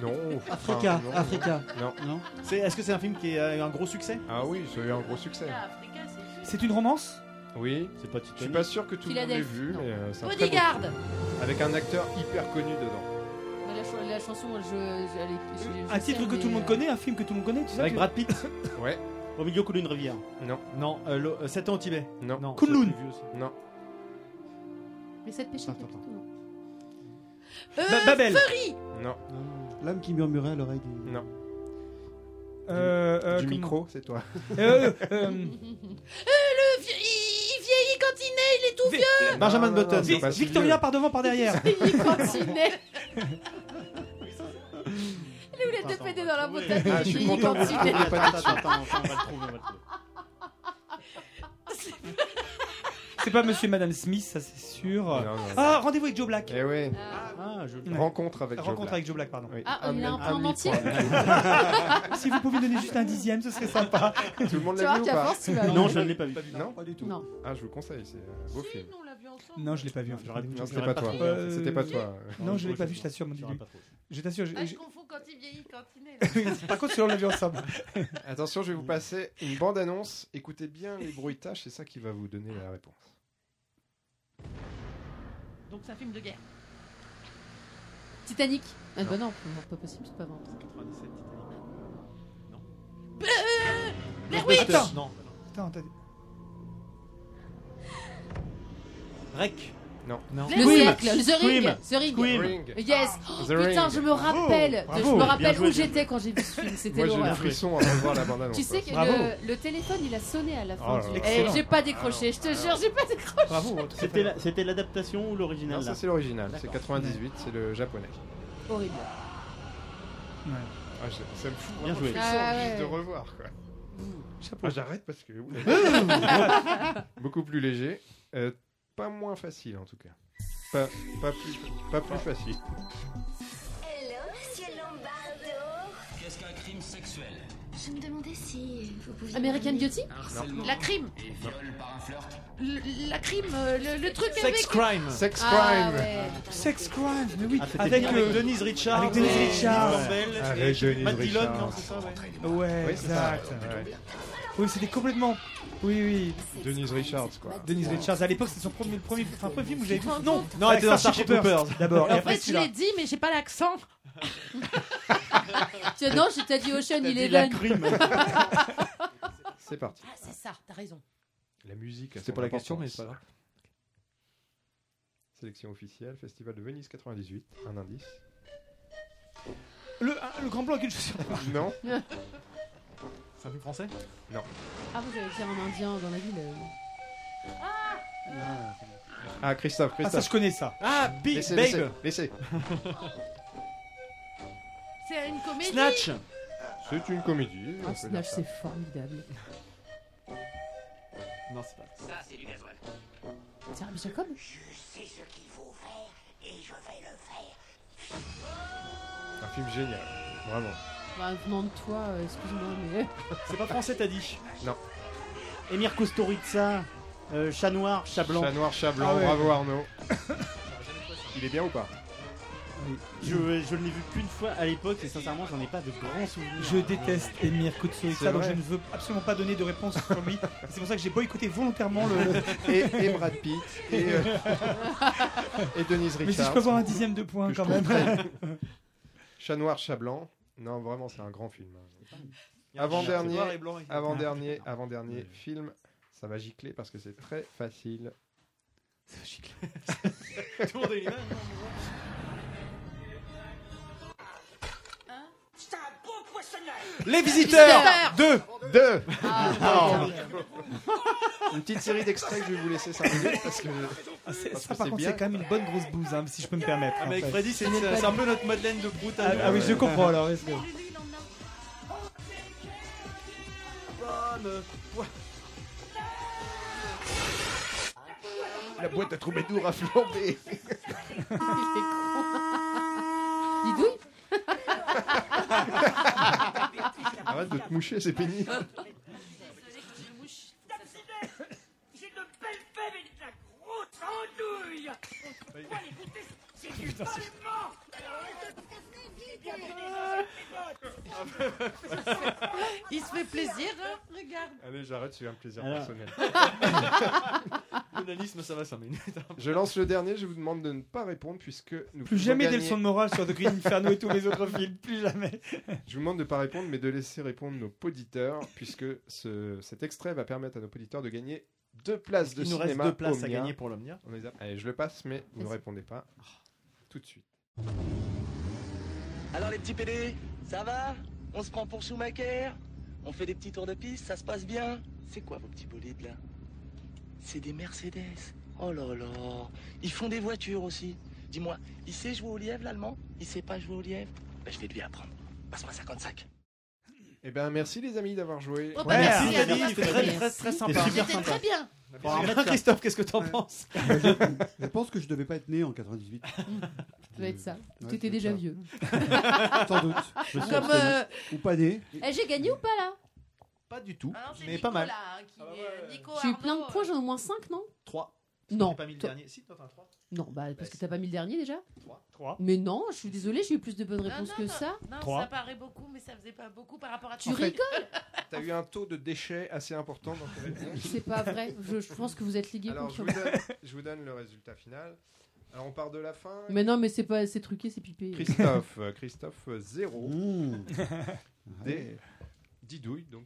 [SPEAKER 7] Non.
[SPEAKER 3] Africa,
[SPEAKER 7] Enfin, non.
[SPEAKER 3] Africa.
[SPEAKER 7] Non.
[SPEAKER 6] Non
[SPEAKER 4] C'est- Est-ce que c'est un film qui a eu un gros succès
[SPEAKER 7] Ah oui, ça a eu un gros succès.
[SPEAKER 8] Africa, c'est
[SPEAKER 3] C'est une romance
[SPEAKER 7] Oui.
[SPEAKER 2] C'est pas
[SPEAKER 7] Je suis
[SPEAKER 2] Titanic.
[SPEAKER 7] pas sûr que tout le monde l'ait
[SPEAKER 26] Philadelphie,
[SPEAKER 7] vu,
[SPEAKER 26] non.
[SPEAKER 7] mais euh, c'est un très beau
[SPEAKER 8] Bodyguard.
[SPEAKER 7] film. Avec un acteur hyper connu dedans.
[SPEAKER 26] Bah, la, ch- la chanson, je, je- elle est- je- je
[SPEAKER 3] Un
[SPEAKER 26] sais,
[SPEAKER 3] titre que
[SPEAKER 26] mais-
[SPEAKER 3] tout le monde connaît, un film que tout le monde connaît, tu sais
[SPEAKER 2] Avec
[SPEAKER 3] tu-
[SPEAKER 2] Brad Pitt,
[SPEAKER 7] Ouais.
[SPEAKER 2] au milieu coule une rivière.
[SPEAKER 7] Non.
[SPEAKER 4] Non, euh, le- euh, 7 ans au Tibet.
[SPEAKER 7] Non.
[SPEAKER 4] Non,
[SPEAKER 3] Kunlun.
[SPEAKER 4] c'est plus vieux, ça.
[SPEAKER 7] Non.
[SPEAKER 26] Les sept péchés
[SPEAKER 2] Attends, attends.
[SPEAKER 26] capitaux.
[SPEAKER 1] hein.
[SPEAKER 8] Euh,
[SPEAKER 3] Ba- Babel.
[SPEAKER 8] Fury.
[SPEAKER 7] Non.
[SPEAKER 6] L'âme qui murmurait à l'oreille du.
[SPEAKER 7] Non.
[SPEAKER 3] Euh, euh,
[SPEAKER 7] du
[SPEAKER 3] comment-
[SPEAKER 7] micro, c'est toi.
[SPEAKER 3] Euh, euh, euh,
[SPEAKER 8] Le vieux- il, il vieillit quand il naît, il est tout
[SPEAKER 3] Vi-
[SPEAKER 8] vieux.
[SPEAKER 4] Benjamin
[SPEAKER 7] Non, non, non,
[SPEAKER 4] Button.
[SPEAKER 7] c'est
[SPEAKER 3] Vi-
[SPEAKER 7] pas si
[SPEAKER 3] Victoria
[SPEAKER 7] vieux.
[SPEAKER 3] par devant, par derrière.
[SPEAKER 26] Il continuait. Il est où les deux PD dans la montagne
[SPEAKER 7] Ah, je suis content que vous
[SPEAKER 26] Il
[SPEAKER 7] trouviez pas
[SPEAKER 2] Attends,
[SPEAKER 7] dessus.
[SPEAKER 2] attends, attends, on va le trouver, on va le trouver.
[SPEAKER 3] C'est pas monsieur et madame Smith, ça c'est sûr.
[SPEAKER 7] Non, non, non.
[SPEAKER 3] Ah, rendez-vous avec Joe Black.
[SPEAKER 7] Eh ouais.
[SPEAKER 2] Ah, je
[SPEAKER 3] Ouais.
[SPEAKER 7] Rencontre avec
[SPEAKER 3] Rencontre
[SPEAKER 7] Joe Black.
[SPEAKER 3] avec Joe Black, pardon.
[SPEAKER 7] Oui.
[SPEAKER 26] Ah, on
[SPEAKER 7] Un
[SPEAKER 26] est un
[SPEAKER 7] demi-
[SPEAKER 26] plan en entier.
[SPEAKER 3] Si vous pouviez donner juste un dixième, ce serait sympa.
[SPEAKER 7] Tout le monde
[SPEAKER 26] Tu vas voir
[SPEAKER 7] l'a vu ou
[SPEAKER 26] qu'à
[SPEAKER 7] pas
[SPEAKER 26] force, tu vas.
[SPEAKER 2] Non, je ne l'ai pas vu.
[SPEAKER 7] Non
[SPEAKER 6] Pas du tout.
[SPEAKER 26] Non.
[SPEAKER 7] Ah, je vous conseille, c'est un beau film.
[SPEAKER 8] on l'a vu ensemble.
[SPEAKER 3] Non, je l'ai pas vu en fait.
[SPEAKER 2] J'aurais-
[SPEAKER 7] Non, c'était
[SPEAKER 2] j'aurais
[SPEAKER 7] pas toi.
[SPEAKER 2] trouvé.
[SPEAKER 3] Euh,
[SPEAKER 7] C'était pas toi.
[SPEAKER 3] Non, je l'ai pas vu, je
[SPEAKER 2] J'aurais
[SPEAKER 3] t'assure, mon Didier.
[SPEAKER 2] pas trouvé.
[SPEAKER 3] Je t'assure. je-
[SPEAKER 8] Ah, je
[SPEAKER 3] je-
[SPEAKER 8] confonds quand il vieillit, quand il naît. là.
[SPEAKER 3] Par contre, si on l'a vu ensemble.
[SPEAKER 7] Attention, je vais vous passer une bande-annonce. Écoutez bien les bruitages, c'est ça qui va vous donner la réponse.
[SPEAKER 8] Donc c'est un film de guerre.
[SPEAKER 1] Titanic. Ah bah non, pas possible, c'est pas vrai.
[SPEAKER 4] 97 Titanic.
[SPEAKER 8] Blair Witch
[SPEAKER 3] Attends. Attends, t'as dit-
[SPEAKER 2] Rec.
[SPEAKER 7] Non. Ah.
[SPEAKER 1] Le cercle, The Ring, The Ring. Yes. Oh,
[SPEAKER 7] The
[SPEAKER 1] putain,
[SPEAKER 7] Ring.
[SPEAKER 1] je me rappelle, de- je
[SPEAKER 7] Bravo.
[SPEAKER 1] me
[SPEAKER 7] Bien
[SPEAKER 1] rappelle
[SPEAKER 7] joué,
[SPEAKER 1] où
[SPEAKER 7] bien
[SPEAKER 1] j'étais quand j'ai vu ce film, c'était
[SPEAKER 7] Moi, j'ai eu un
[SPEAKER 1] l'horreur.
[SPEAKER 7] frisson hein. avant de voir la bande-annonce.
[SPEAKER 1] Tu sais que
[SPEAKER 7] Bravo.
[SPEAKER 1] le, le téléphone il a sonné à la
[SPEAKER 7] Oh
[SPEAKER 1] fin.
[SPEAKER 7] là
[SPEAKER 1] du-
[SPEAKER 7] là. Ah
[SPEAKER 1] Eh,
[SPEAKER 7] Excellent.
[SPEAKER 1] j'ai pas décroché, je te jure, j'ai pas décroché.
[SPEAKER 2] C'était la- C'était l'adaptation ou l'original
[SPEAKER 7] Non, ça
[SPEAKER 2] là
[SPEAKER 7] c'est l'original, c'est
[SPEAKER 2] D'accord.
[SPEAKER 7] 98, c'est le japonais.
[SPEAKER 1] Horrible.
[SPEAKER 7] Ah, je- ça me fout
[SPEAKER 2] Bien
[SPEAKER 7] vraiment
[SPEAKER 2] joué.
[SPEAKER 7] le frisson
[SPEAKER 1] Ah ouais.
[SPEAKER 7] juste de revoir quoi. Ah, J'arrête parce que Ouh. beaucoup plus léger, Euh, pas moins facile en tout cas, pas pas plus pas plus facile.
[SPEAKER 13] Hello, monsieur Lombardo.
[SPEAKER 10] Qu'est-ce qu'un crime sexuel
[SPEAKER 13] Je me demandais si vous pouviez.
[SPEAKER 1] American Beauty
[SPEAKER 10] Harcèlement
[SPEAKER 8] La crime.
[SPEAKER 10] Et viol par un flirt
[SPEAKER 8] Le- la crime, euh, le, le truc avec.
[SPEAKER 3] Sex crime. Sex
[SPEAKER 8] Ah,
[SPEAKER 3] crime.
[SPEAKER 8] ouais.
[SPEAKER 3] Sex Crime, mais oui,
[SPEAKER 2] Ah, c'était
[SPEAKER 3] avec,
[SPEAKER 2] bien avec
[SPEAKER 3] euh,
[SPEAKER 2] Denise euh, Richards,
[SPEAKER 3] Avec Denise
[SPEAKER 2] et
[SPEAKER 3] Richards.
[SPEAKER 2] Steve
[SPEAKER 10] Ah,
[SPEAKER 2] Campbell, et
[SPEAKER 7] Avec Denise
[SPEAKER 2] Matt Dillon,
[SPEAKER 7] Richards.
[SPEAKER 2] non, c'est ça, ouais.
[SPEAKER 3] Ouais,
[SPEAKER 7] Oui, c'est ça,
[SPEAKER 3] exact.
[SPEAKER 7] ouais.
[SPEAKER 3] Oui, c'était complètement. Oui, oui.
[SPEAKER 7] Denise Richards quoi.
[SPEAKER 3] Denise Richards, à l'époque, c'était son premier, le premier, enfin, premier film où j'avais vu.
[SPEAKER 8] rends
[SPEAKER 3] Non,
[SPEAKER 8] compte
[SPEAKER 4] Non, elle était dans
[SPEAKER 3] Starship
[SPEAKER 4] Starship Troopers.
[SPEAKER 3] D'abord, et
[SPEAKER 8] En
[SPEAKER 3] après
[SPEAKER 8] fait, je
[SPEAKER 3] celui-là.
[SPEAKER 8] l'ai dit, mais j'ai pas l'accent.
[SPEAKER 1] Tu vois, non, je t'ai dit
[SPEAKER 8] T'as
[SPEAKER 1] Ocean
[SPEAKER 8] dit
[SPEAKER 1] Eleven.
[SPEAKER 8] la crime.
[SPEAKER 7] C'est parti.
[SPEAKER 8] Ah, c'est ça, t'as raison.
[SPEAKER 7] La musique.
[SPEAKER 4] C'était pas la question, mais c'est pas
[SPEAKER 7] grave. Sélection officielle, Festival de Venise 98, un indice.
[SPEAKER 3] Le,
[SPEAKER 2] ah,
[SPEAKER 3] un- le grand blanc avec une chaussure.
[SPEAKER 7] Non.
[SPEAKER 4] C'est un film français
[SPEAKER 7] Non.
[SPEAKER 1] Ah, vous avez dire un indien dans la ville. euh.
[SPEAKER 7] Ah, Christophe,
[SPEAKER 3] Ah,
[SPEAKER 7] Christophe.
[SPEAKER 3] ça, je connais ça. Ah, Big
[SPEAKER 7] Laissez,
[SPEAKER 3] Babe.
[SPEAKER 7] Laissez. laissez.
[SPEAKER 8] C'est une comédie.
[SPEAKER 7] C'est une comédie.
[SPEAKER 1] Ah,
[SPEAKER 7] on peut dire
[SPEAKER 1] Snatch,
[SPEAKER 7] ça.
[SPEAKER 1] c'est formidable.
[SPEAKER 4] Non, c'est pas.
[SPEAKER 10] Ça, c'est du gasoil.
[SPEAKER 1] C'est Rabbi Jacob
[SPEAKER 10] C'est ce qu'il faut faire et je vais le faire.
[SPEAKER 7] Un film génial. Vraiment.
[SPEAKER 1] Bah, venant de toi, euh, excuse-moi, mais.
[SPEAKER 2] C'est pas français, t'as dit
[SPEAKER 7] Non.
[SPEAKER 2] Emir Kusturica, euh, Chat Noir, Chat Blanc.
[SPEAKER 7] Chat noir, chat blanc,
[SPEAKER 2] Ah ouais.
[SPEAKER 7] bravo Arnaud. Il est bien ou pas
[SPEAKER 2] Je, je ne l'ai vu qu'une fois à l'époque et sincèrement, j'en ai pas de grands souvenirs.
[SPEAKER 3] Je déteste Emir Kusturica,
[SPEAKER 2] C'est
[SPEAKER 3] donc
[SPEAKER 2] vrai.
[SPEAKER 3] je ne veux absolument pas donner de réponse sur lui. C'est pour ça que j'ai boycotté volontairement le.
[SPEAKER 7] Euh, Et, et Brad Pitt, et, euh, et Denise Richards.
[SPEAKER 3] Mais si je peux avoir un dixième de point
[SPEAKER 7] que je
[SPEAKER 3] quand même.
[SPEAKER 7] trouve très- Chat noir, chat blanc. Non, vraiment, c'est un grand film. hein.
[SPEAKER 4] Il y a un chat
[SPEAKER 7] Avant-dernier,
[SPEAKER 4] noir et blanc, il y a-
[SPEAKER 7] avant-dernier, avant-dernier film. Ça va gicler parce que c'est très facile. Ça va gicler.
[SPEAKER 4] Tout le monde a une image, non
[SPEAKER 10] Hein
[SPEAKER 3] Les visiteurs
[SPEAKER 7] Visiteurs.
[SPEAKER 3] Deux
[SPEAKER 7] Deux
[SPEAKER 3] Ah,
[SPEAKER 10] Oh.
[SPEAKER 7] Non.
[SPEAKER 3] ouais. Ah.
[SPEAKER 7] Une petite série d'extraits que je vais vous laisser 5 minutes parce que, parce
[SPEAKER 3] Ça,
[SPEAKER 7] que
[SPEAKER 3] par
[SPEAKER 7] c'est
[SPEAKER 3] contre,
[SPEAKER 7] bien.
[SPEAKER 3] Ah, c'est quand même une bonne grosse bouse, hein, si je peux me permettre.
[SPEAKER 4] Ah, mais avec
[SPEAKER 3] en fait.
[SPEAKER 4] Freddy, c'est c'est- c'est un peu notre Madeleine de Prout.
[SPEAKER 3] Ah, ah oui, je comprends alors. est-ce que-
[SPEAKER 7] La boîte à troubadour a flambé.
[SPEAKER 1] Didouille
[SPEAKER 7] Arrête de te moucher, c'est pénible.
[SPEAKER 10] J'ai de belles fèves et de la grosse andouille Pourquoi les goûter C'est du parlement
[SPEAKER 8] Il se fait plaisir, hein, regarde.
[SPEAKER 7] Allez, j'arrête, c'est un plaisir
[SPEAKER 4] Alors.
[SPEAKER 7] personnel.
[SPEAKER 4] L'analyse, Ah. ça va 5 minutes.
[SPEAKER 7] Je lance le dernier, je vous demande de ne pas répondre puisque
[SPEAKER 3] Plus
[SPEAKER 7] nous pouvons
[SPEAKER 3] jamais des
[SPEAKER 7] gagner-
[SPEAKER 3] leçons de morale sur The Green Inferno et tous les autres films, plus jamais.
[SPEAKER 7] Je vous demande de ne pas répondre mais de laisser répondre nos poditeurs puisque ce- cet extrait va permettre à nos poditeurs de gagner deux places de
[SPEAKER 4] Il nous reste
[SPEAKER 7] cinéma.
[SPEAKER 4] deux places à
[SPEAKER 7] Omnia.
[SPEAKER 4] gagner pour l'Omnia.
[SPEAKER 7] On les a- Allez, je le passe mais ne
[SPEAKER 4] Vas-y.
[SPEAKER 7] répondez pas tout de suite.
[SPEAKER 12] Alors les petits PD, ça va On se prend pour Schumacher On fait des petits tours de piste, ça se passe bien C'est quoi vos petits bolides là C'est des Mercedes. Oh là là Ils font des voitures aussi. Dis-moi, il sait jouer au lièvre l'allemand Il sait pas jouer au lièvre Ben je vais lui apprendre. Passe-moi 55.
[SPEAKER 7] Eh bien, merci les amis d'avoir joué.
[SPEAKER 12] Oh, bah, Ouais, merci, merci,
[SPEAKER 4] Dani, c'était très, très, très sympa.
[SPEAKER 8] C'était très bien.
[SPEAKER 4] Bon, alors, Christophe, qu'est-ce que t'en penses
[SPEAKER 6] Bah, Je, je pense que je devais pas être né en 98.
[SPEAKER 1] Ça doit être ça.
[SPEAKER 6] Ouais,
[SPEAKER 1] T'étais
[SPEAKER 6] c'est
[SPEAKER 1] déjà
[SPEAKER 6] ça.
[SPEAKER 1] vieux.
[SPEAKER 6] Sans doute. Je suis
[SPEAKER 1] Comme,
[SPEAKER 6] abstinent.
[SPEAKER 1] euh,
[SPEAKER 6] Ou pas né.
[SPEAKER 1] Eh, j'ai gagné ou pas là
[SPEAKER 4] Pas du tout,
[SPEAKER 8] Ah non, c'est
[SPEAKER 4] mais
[SPEAKER 8] Nico,
[SPEAKER 4] pas mal.
[SPEAKER 8] là, hein, qui est, euh, Nico
[SPEAKER 1] J'ai eu
[SPEAKER 8] Arnaud,
[SPEAKER 1] plein de points, j'en ai au moins 5, non
[SPEAKER 4] 3.
[SPEAKER 1] Non.
[SPEAKER 4] pas mis le
[SPEAKER 1] Toi-
[SPEAKER 4] dernier. Si, toi, t'as un 3.
[SPEAKER 1] Non, bah parce que t'as pas mis le dernier déjà
[SPEAKER 4] Trois.
[SPEAKER 1] Mais non, je suis désolée, j'ai eu plus de bonnes
[SPEAKER 8] Non,
[SPEAKER 1] réponses
[SPEAKER 8] non,
[SPEAKER 1] que
[SPEAKER 8] non.
[SPEAKER 1] ça.
[SPEAKER 8] Non,
[SPEAKER 7] Trois.
[SPEAKER 8] ça paraît beaucoup, mais ça faisait pas beaucoup par rapport à
[SPEAKER 1] Tu
[SPEAKER 8] toi.
[SPEAKER 1] rigoles
[SPEAKER 7] T'as eu un taux de déchets assez important dans tes réponses.
[SPEAKER 1] C'est pas vrai, je, je pense que vous êtes ligués
[SPEAKER 7] Alors, je
[SPEAKER 1] contre
[SPEAKER 7] vous,
[SPEAKER 1] moi.
[SPEAKER 7] donne, je vous donne le résultat final. Alors on part de la fin.
[SPEAKER 1] Mais non, mais c'est pas, c'est truqué, c'est pipé.
[SPEAKER 7] Christophe, euh, Christophe 0.
[SPEAKER 6] Ouais.
[SPEAKER 7] Des Didouille, donc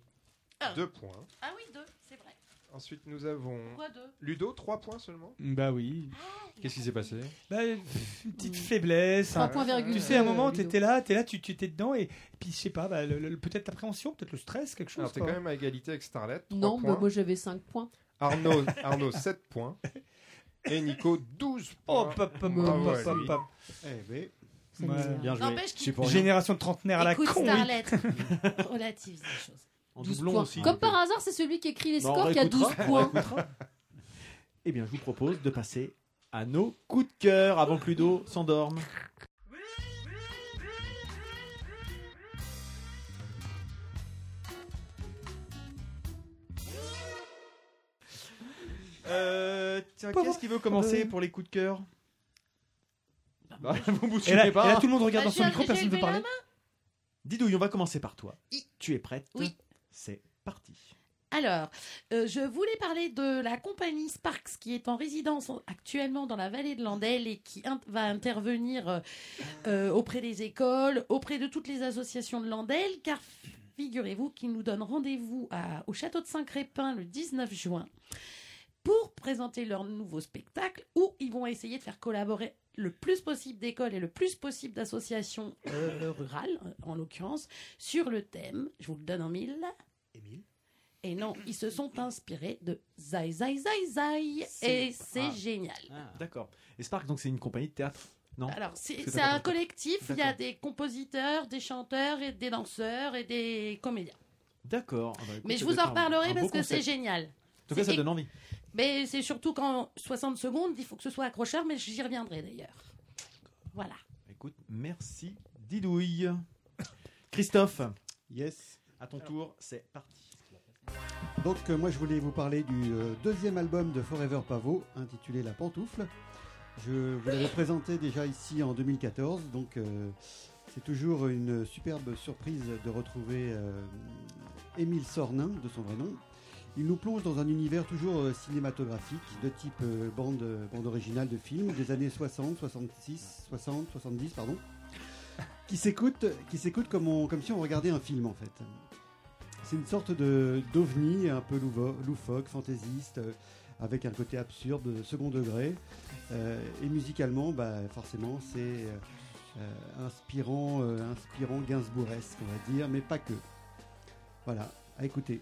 [SPEAKER 7] 2 points.
[SPEAKER 8] Ah oui, deux, c'est vrai.
[SPEAKER 7] Ensuite, nous avons
[SPEAKER 8] Quoi deux
[SPEAKER 7] Ludo, 3 points seulement.
[SPEAKER 3] Bah oui.
[SPEAKER 7] Qu'est-ce qui s'est passé
[SPEAKER 3] Bah, Une petite faiblesse.
[SPEAKER 7] Trois
[SPEAKER 3] hein.
[SPEAKER 7] points virgule
[SPEAKER 3] Tu sais, à un
[SPEAKER 7] deux,
[SPEAKER 3] moment,
[SPEAKER 7] Ludo.
[SPEAKER 3] t'étais là, t'es là, tu tu étais dedans, et, et puis je sais pas, bah, le- le- peut-être l'appréhension, peut-être le stress, quelque chose.
[SPEAKER 7] Alors, t'es
[SPEAKER 3] quoi.
[SPEAKER 7] quand même à égalité avec Starlet. trois
[SPEAKER 1] Non,
[SPEAKER 7] points.
[SPEAKER 1] bah, moi j'avais 5 points.
[SPEAKER 7] Arnaud, Arnaud 7 points. Et Nico 12 points.
[SPEAKER 3] Oh, pop, pop,
[SPEAKER 7] Bravo Eh ben,
[SPEAKER 3] pop,
[SPEAKER 7] à
[SPEAKER 3] pop,
[SPEAKER 7] lui.
[SPEAKER 3] pop.
[SPEAKER 7] Ça me dit rien. Bien joué.
[SPEAKER 8] N'empêche qu'il-
[SPEAKER 7] C'est pour rien.
[SPEAKER 3] Génération de trentenaire à la
[SPEAKER 8] Écoute,
[SPEAKER 3] con. oui.
[SPEAKER 8] Starlet, relativise les choses.
[SPEAKER 4] En
[SPEAKER 1] 12
[SPEAKER 4] doublon
[SPEAKER 1] points.
[SPEAKER 4] aussi.
[SPEAKER 1] Comme par hasard, c'est celui qui écrit les
[SPEAKER 4] Bah, on
[SPEAKER 1] scores qui a 12
[SPEAKER 4] réécoutera, on
[SPEAKER 1] points.
[SPEAKER 4] réécoutera. Eh bien, je vous propose de passer à nos coups de cœur avant que Ludo s'endorme. Euh, tiens,
[SPEAKER 3] Pauvre.
[SPEAKER 4] qu'est-ce qui veut commencer
[SPEAKER 3] Euh.
[SPEAKER 4] pour les coups de cœur Bah, Vous vous
[SPEAKER 3] Et là,
[SPEAKER 4] souvenez pas
[SPEAKER 3] et là,
[SPEAKER 4] hein
[SPEAKER 3] tout le monde regarde
[SPEAKER 8] Bah,
[SPEAKER 3] dans son
[SPEAKER 8] j'ai-
[SPEAKER 3] micro,
[SPEAKER 8] j'ai
[SPEAKER 3] personne ne veut
[SPEAKER 8] levé la
[SPEAKER 3] parler.
[SPEAKER 8] main.
[SPEAKER 4] Didouille, on va commencer par toi. Tu es prête
[SPEAKER 8] Oui.
[SPEAKER 4] C'est parti.
[SPEAKER 8] Alors, euh, je voulais parler de la compagnie Sparks qui est en résidence en- actuellement dans la vallée de l'Andelle et qui in- va intervenir euh, euh, auprès des écoles, auprès de toutes les associations de l'Andelle, car figurez-vous qu'ils nous donnent rendez-vous à- au château de Saint-Crépin le 19 juin pour présenter leur nouveau spectacle où ils vont essayer de faire collaborer le plus possible d'écoles et le plus possible d'associations euh, rurales, euh, en l'occurrence, sur le thème, je vous le donne en mille. Et non, ils se sont inspirés de Zai Zai Zai Zai. Et c'est
[SPEAKER 4] Ah.
[SPEAKER 8] génial.
[SPEAKER 4] D'accord. Et Spark, donc c'est une compagnie de théâtre Non
[SPEAKER 8] Alors, c'est
[SPEAKER 4] Parce que
[SPEAKER 8] c'est
[SPEAKER 4] t'as pas
[SPEAKER 8] un
[SPEAKER 4] compris.
[SPEAKER 8] collectif, il y a
[SPEAKER 4] D'accord.
[SPEAKER 8] des compositeurs, des chanteurs, et des danseurs et des comédiens.
[SPEAKER 4] D'accord. Ah bah, écoute,
[SPEAKER 8] Mais je
[SPEAKER 4] ça
[SPEAKER 8] vous
[SPEAKER 4] doit
[SPEAKER 8] en
[SPEAKER 4] être un-
[SPEAKER 8] reparlerai
[SPEAKER 4] un beau
[SPEAKER 8] parce que c'est
[SPEAKER 4] concept.
[SPEAKER 8] génial.
[SPEAKER 4] En tout cas, ça
[SPEAKER 8] C'est-
[SPEAKER 4] donne envie.
[SPEAKER 8] Mais c'est surtout qu'en 60 secondes, il faut que ce soit accrocheur, mais j'y reviendrai d'ailleurs. Voilà.
[SPEAKER 4] Écoute, merci Didouille. Christophe.
[SPEAKER 6] Yes.
[SPEAKER 4] À ton tour, c'est parti.
[SPEAKER 6] Donc euh, moi je voulais vous parler du euh, deuxième album de Forever Pavot intitulé La Pantoufle. Je vous l'avais présenté déjà ici en 2014, donc euh, c'est toujours une superbe surprise de retrouver euh, Émile Sornin, de son vrai nom. Il nous plonge dans un univers toujours euh, cinématographique, de type euh, bande, bande originale de films des années 60, 66, 60, 70, pardon, qui s'écoute, qui s'écoute comme, on- comme si on regardait un film en fait. C'est une sorte de d'ovni un peu louvo- loufoque, fantaisiste, euh, avec un côté absurde, de second degré. Euh, et musicalement, bah, forcément, c'est euh, euh, inspirant, euh, inspirant Gainsbourgesque, on va dire, mais pas que. Voilà, à écouter.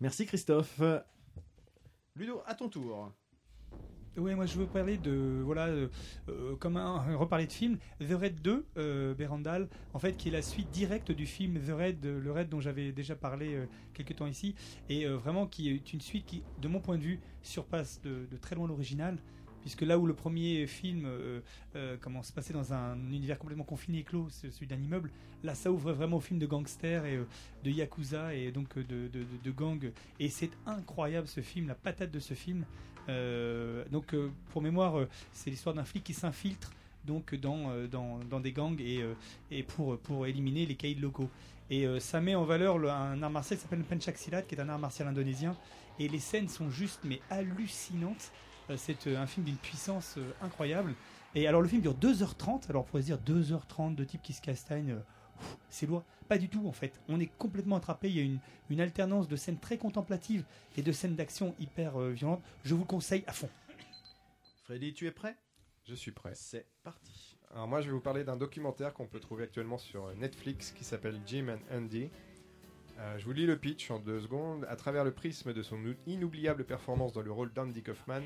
[SPEAKER 4] Merci Christophe. Ludo, à ton tour.
[SPEAKER 3] Ouais, moi je veux parler de voilà euh, euh, comme un, reparler de film The Raid 2 euh, Berandal en fait qui est la suite directe du film The Raid euh, le Raid dont j'avais déjà parlé euh, quelques temps ici et euh, vraiment qui est une suite qui de mon point de vue surpasse de, de très loin l'original puisque là où le premier film euh, euh, comment se passait dans un univers complètement confiné et clos c'est celui d'un immeuble là ça ouvre vraiment au film de gangsters et euh, de yakuza et donc euh, de, de, de- de gang et c'est incroyable ce film la patate de ce film euh, donc, euh, pour mémoire, euh, c'est l'histoire d'un flic qui s'infiltre donc dans, euh, dans, dans des gangs et, euh, et pour, pour éliminer les caïds locaux. Et euh, ça met en valeur le- un art martial qui s'appelle le Penchaksilat, qui est un art martial indonésien. Et les scènes sont juste mais hallucinantes. Euh, c'est euh, un film d'une puissance euh, incroyable. Et alors le film dure 2h30. Alors on pourrait se dire 2h30 de type qui se castagne. euh, Ouf, c'est lourd. Pas du tout en fait. On est complètement attrapé. Il y a une, une alternance de scènes très contemplatives et de scènes d'action hyper euh, violentes. Je vous le conseille à fond.
[SPEAKER 4] Freddy, tu es prêt
[SPEAKER 7] Je suis prêt.
[SPEAKER 4] C'est parti.
[SPEAKER 7] Alors moi je vais vous parler d'un documentaire qu'on peut trouver actuellement sur euh, Netflix qui s'appelle Jim and Andy. Euh, je vous lis le pitch en deux secondes. À travers le prisme de son ou- inoubliable performance dans le rôle d'Andy Kaufman,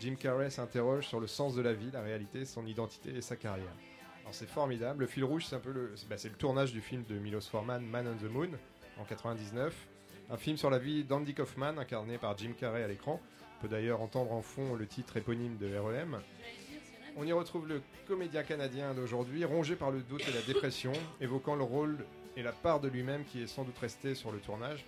[SPEAKER 7] Jim Carrey s'interroge sur le sens de la vie, la réalité, son identité et sa carrière. Alors c'est formidable. Le fil rouge, c'est un peu le, c'est- bah, c'est le tournage du film de Milos Forman, Man on the Moon, en 99. Un film sur la vie d'Andy Kaufman, incarné par Jim Carrey à l'écran. On peut d'ailleurs entendre en fond le titre éponyme de E REM. On y retrouve le comédien canadien d'aujourd'hui, rongé par le doute et la dépression, évoquant le rôle et la part de lui-même qui est sans doute restée sur le tournage.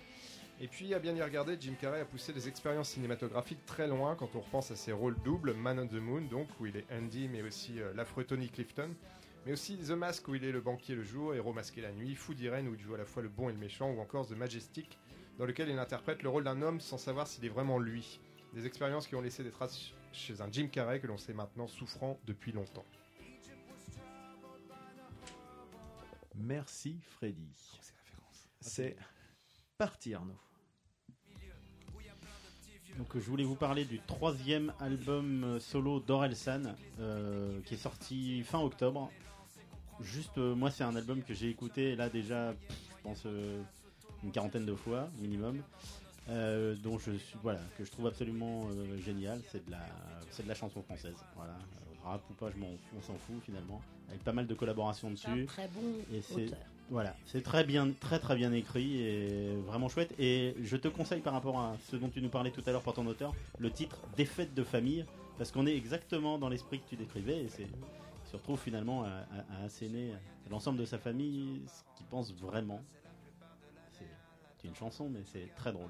[SPEAKER 7] Et puis, à bien y regarder, Jim Carrey a poussé les expériences cinématographiques très loin quand on repense à ses rôles doubles, Man on the Moon, donc, où il est Andy, mais aussi euh, l'affreux Tony Clifton, mais aussi The Mask, où il est le banquier le jour, héros masqué la nuit, Fou d'Irène, où il joue à la fois le bon et le méchant, ou encore The Majestic, dans lequel il interprète le rôle d'un homme sans savoir s'il est vraiment lui. Des expériences qui ont laissé des traces ch- chez un Jim Carrey que l'on sait maintenant souffrant depuis longtemps. Euh,
[SPEAKER 4] Merci Freddy. C'est parti Arnaud.
[SPEAKER 13] Donc, euh, je voulais vous parler du troisième album euh, solo d'Orelsan euh, qui est sorti fin octobre. Juste, euh, moi, c'est un album que j'ai écouté là déjà, pff, je pense, euh, une quarantaine de fois minimum. euh, dont je suis, voilà, que je trouve absolument euh, génial. C'est de, la, c'est de la chanson française. Voilà. Euh, Rap ou pas, je m'en, on s'en fout finalement. Avec pas mal de collaborations
[SPEAKER 8] C'est un
[SPEAKER 13] dessus.
[SPEAKER 8] très bon
[SPEAKER 13] Et c'est-
[SPEAKER 8] auteur.
[SPEAKER 13] voilà, c'est très bien, très très bien écrit et vraiment chouette. Et je te conseille par rapport à ce dont tu nous parlais tout à l'heure pour ton auteur, le titre Des fêtes de famille, parce qu'on est exactement dans l'esprit que tu décrivais et c'est, il se retrouve finalement à, à- à asséner à l'ensemble de sa famille ce qu'il pense vraiment. C'est, c'est une chanson, mais c'est très drôle.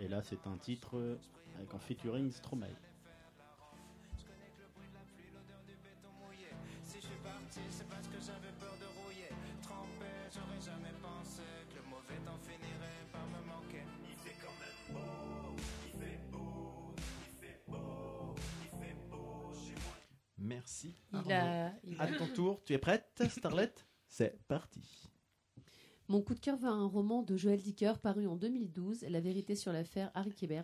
[SPEAKER 13] Et là, c'est un titre euh, avec en featuring Stromae.
[SPEAKER 10] Si je suis parti, c'est parce que j'avais peur de rouiller. Trempé, j'aurais jamais pensé que le mauvais temps finirait par me manquer. Il fait quand même beau, il fait beau, il fait beau, il fait beau chez moi.
[SPEAKER 4] Merci.
[SPEAKER 1] Il a- il a-
[SPEAKER 4] À ton tour, tu es prête, Starlette C'est parti.
[SPEAKER 1] Mon coup de cœur va à un roman de Joël Dicker paru en 2012, La vérité sur l'affaire Harry Kéber.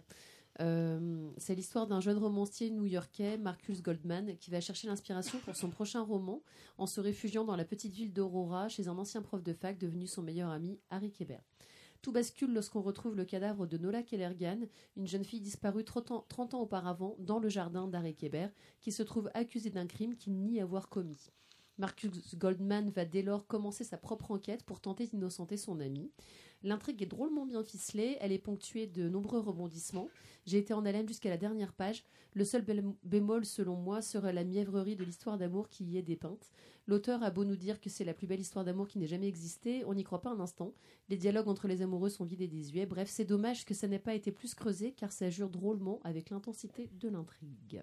[SPEAKER 1] Euh, c'est l'histoire d'un jeune romancier new-yorkais, Marcus Goldman, qui va chercher l'inspiration pour son prochain roman en se réfugiant dans la petite ville d'Aurora chez un ancien prof de fac devenu son meilleur ami, Harry Kéber. Tout bascule lorsqu'on retrouve le cadavre de Nola Kellergan, une jeune fille disparue 30 ans, 30 ans auparavant dans le jardin d'Harry Kéber, qui se trouve accusée d'un crime qu'il nie avoir commis. Marcus Goldman va dès lors commencer sa propre enquête pour tenter d'innocenter son ami. L'intrigue est drôlement bien ficelée, elle est ponctuée de nombreux rebondissements. J'ai été en haleine jusqu'à la dernière page. Le seul bel- bémol, selon moi, serait la mièvrerie de l'histoire d'amour qui y est dépeinte. L'auteur a beau nous dire que c'est la plus belle histoire d'amour qui n'ait jamais existé, on n'y croit pas un instant. Les dialogues entre les amoureux sont vides et désuets. Bref, c'est dommage que ça n'ait pas été plus creusé, car ça jure drôlement avec l'intensité de l'intrigue.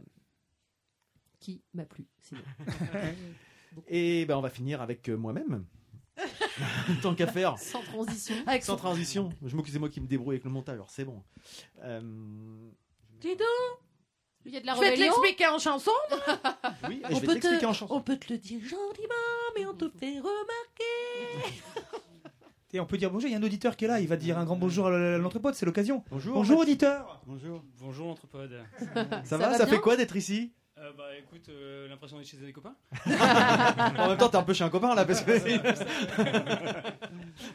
[SPEAKER 1] Qui m'a plu, sinon.
[SPEAKER 4] Et ben on va finir avec euh, moi-même. Tant qu'à faire.
[SPEAKER 1] Sans transition.
[SPEAKER 4] Sans transition. Je m'occupe c'est moi qui me débrouille avec le montage, alors c'est bon. Euh,
[SPEAKER 8] Dis donc
[SPEAKER 1] Il y a de la
[SPEAKER 8] Je vais te
[SPEAKER 1] rébellion
[SPEAKER 8] l'expliquer en chanson.
[SPEAKER 4] Oui,
[SPEAKER 8] on
[SPEAKER 4] je vais
[SPEAKER 8] peut
[SPEAKER 4] t'expliquer
[SPEAKER 8] te-
[SPEAKER 4] en chanson.
[SPEAKER 8] On peut te le dire gentiment, mais on te fait remarquer.
[SPEAKER 3] Et on peut dire bonjour, il y a un auditeur qui est là, il va dire un grand bonjour à l'entrepôt, c'est l'occasion.
[SPEAKER 4] Bonjour.
[SPEAKER 3] Bonjour auditeur
[SPEAKER 6] Bonjour.
[SPEAKER 27] Bonjour Entrepod.
[SPEAKER 3] Ça Ça va, va ça bien fait quoi d'être
[SPEAKER 4] ici
[SPEAKER 27] Euh, Bah écoute, euh, l'impression d'être chez des copains.
[SPEAKER 4] en même temps, t'es un peu chez un copain là parce que.
[SPEAKER 27] On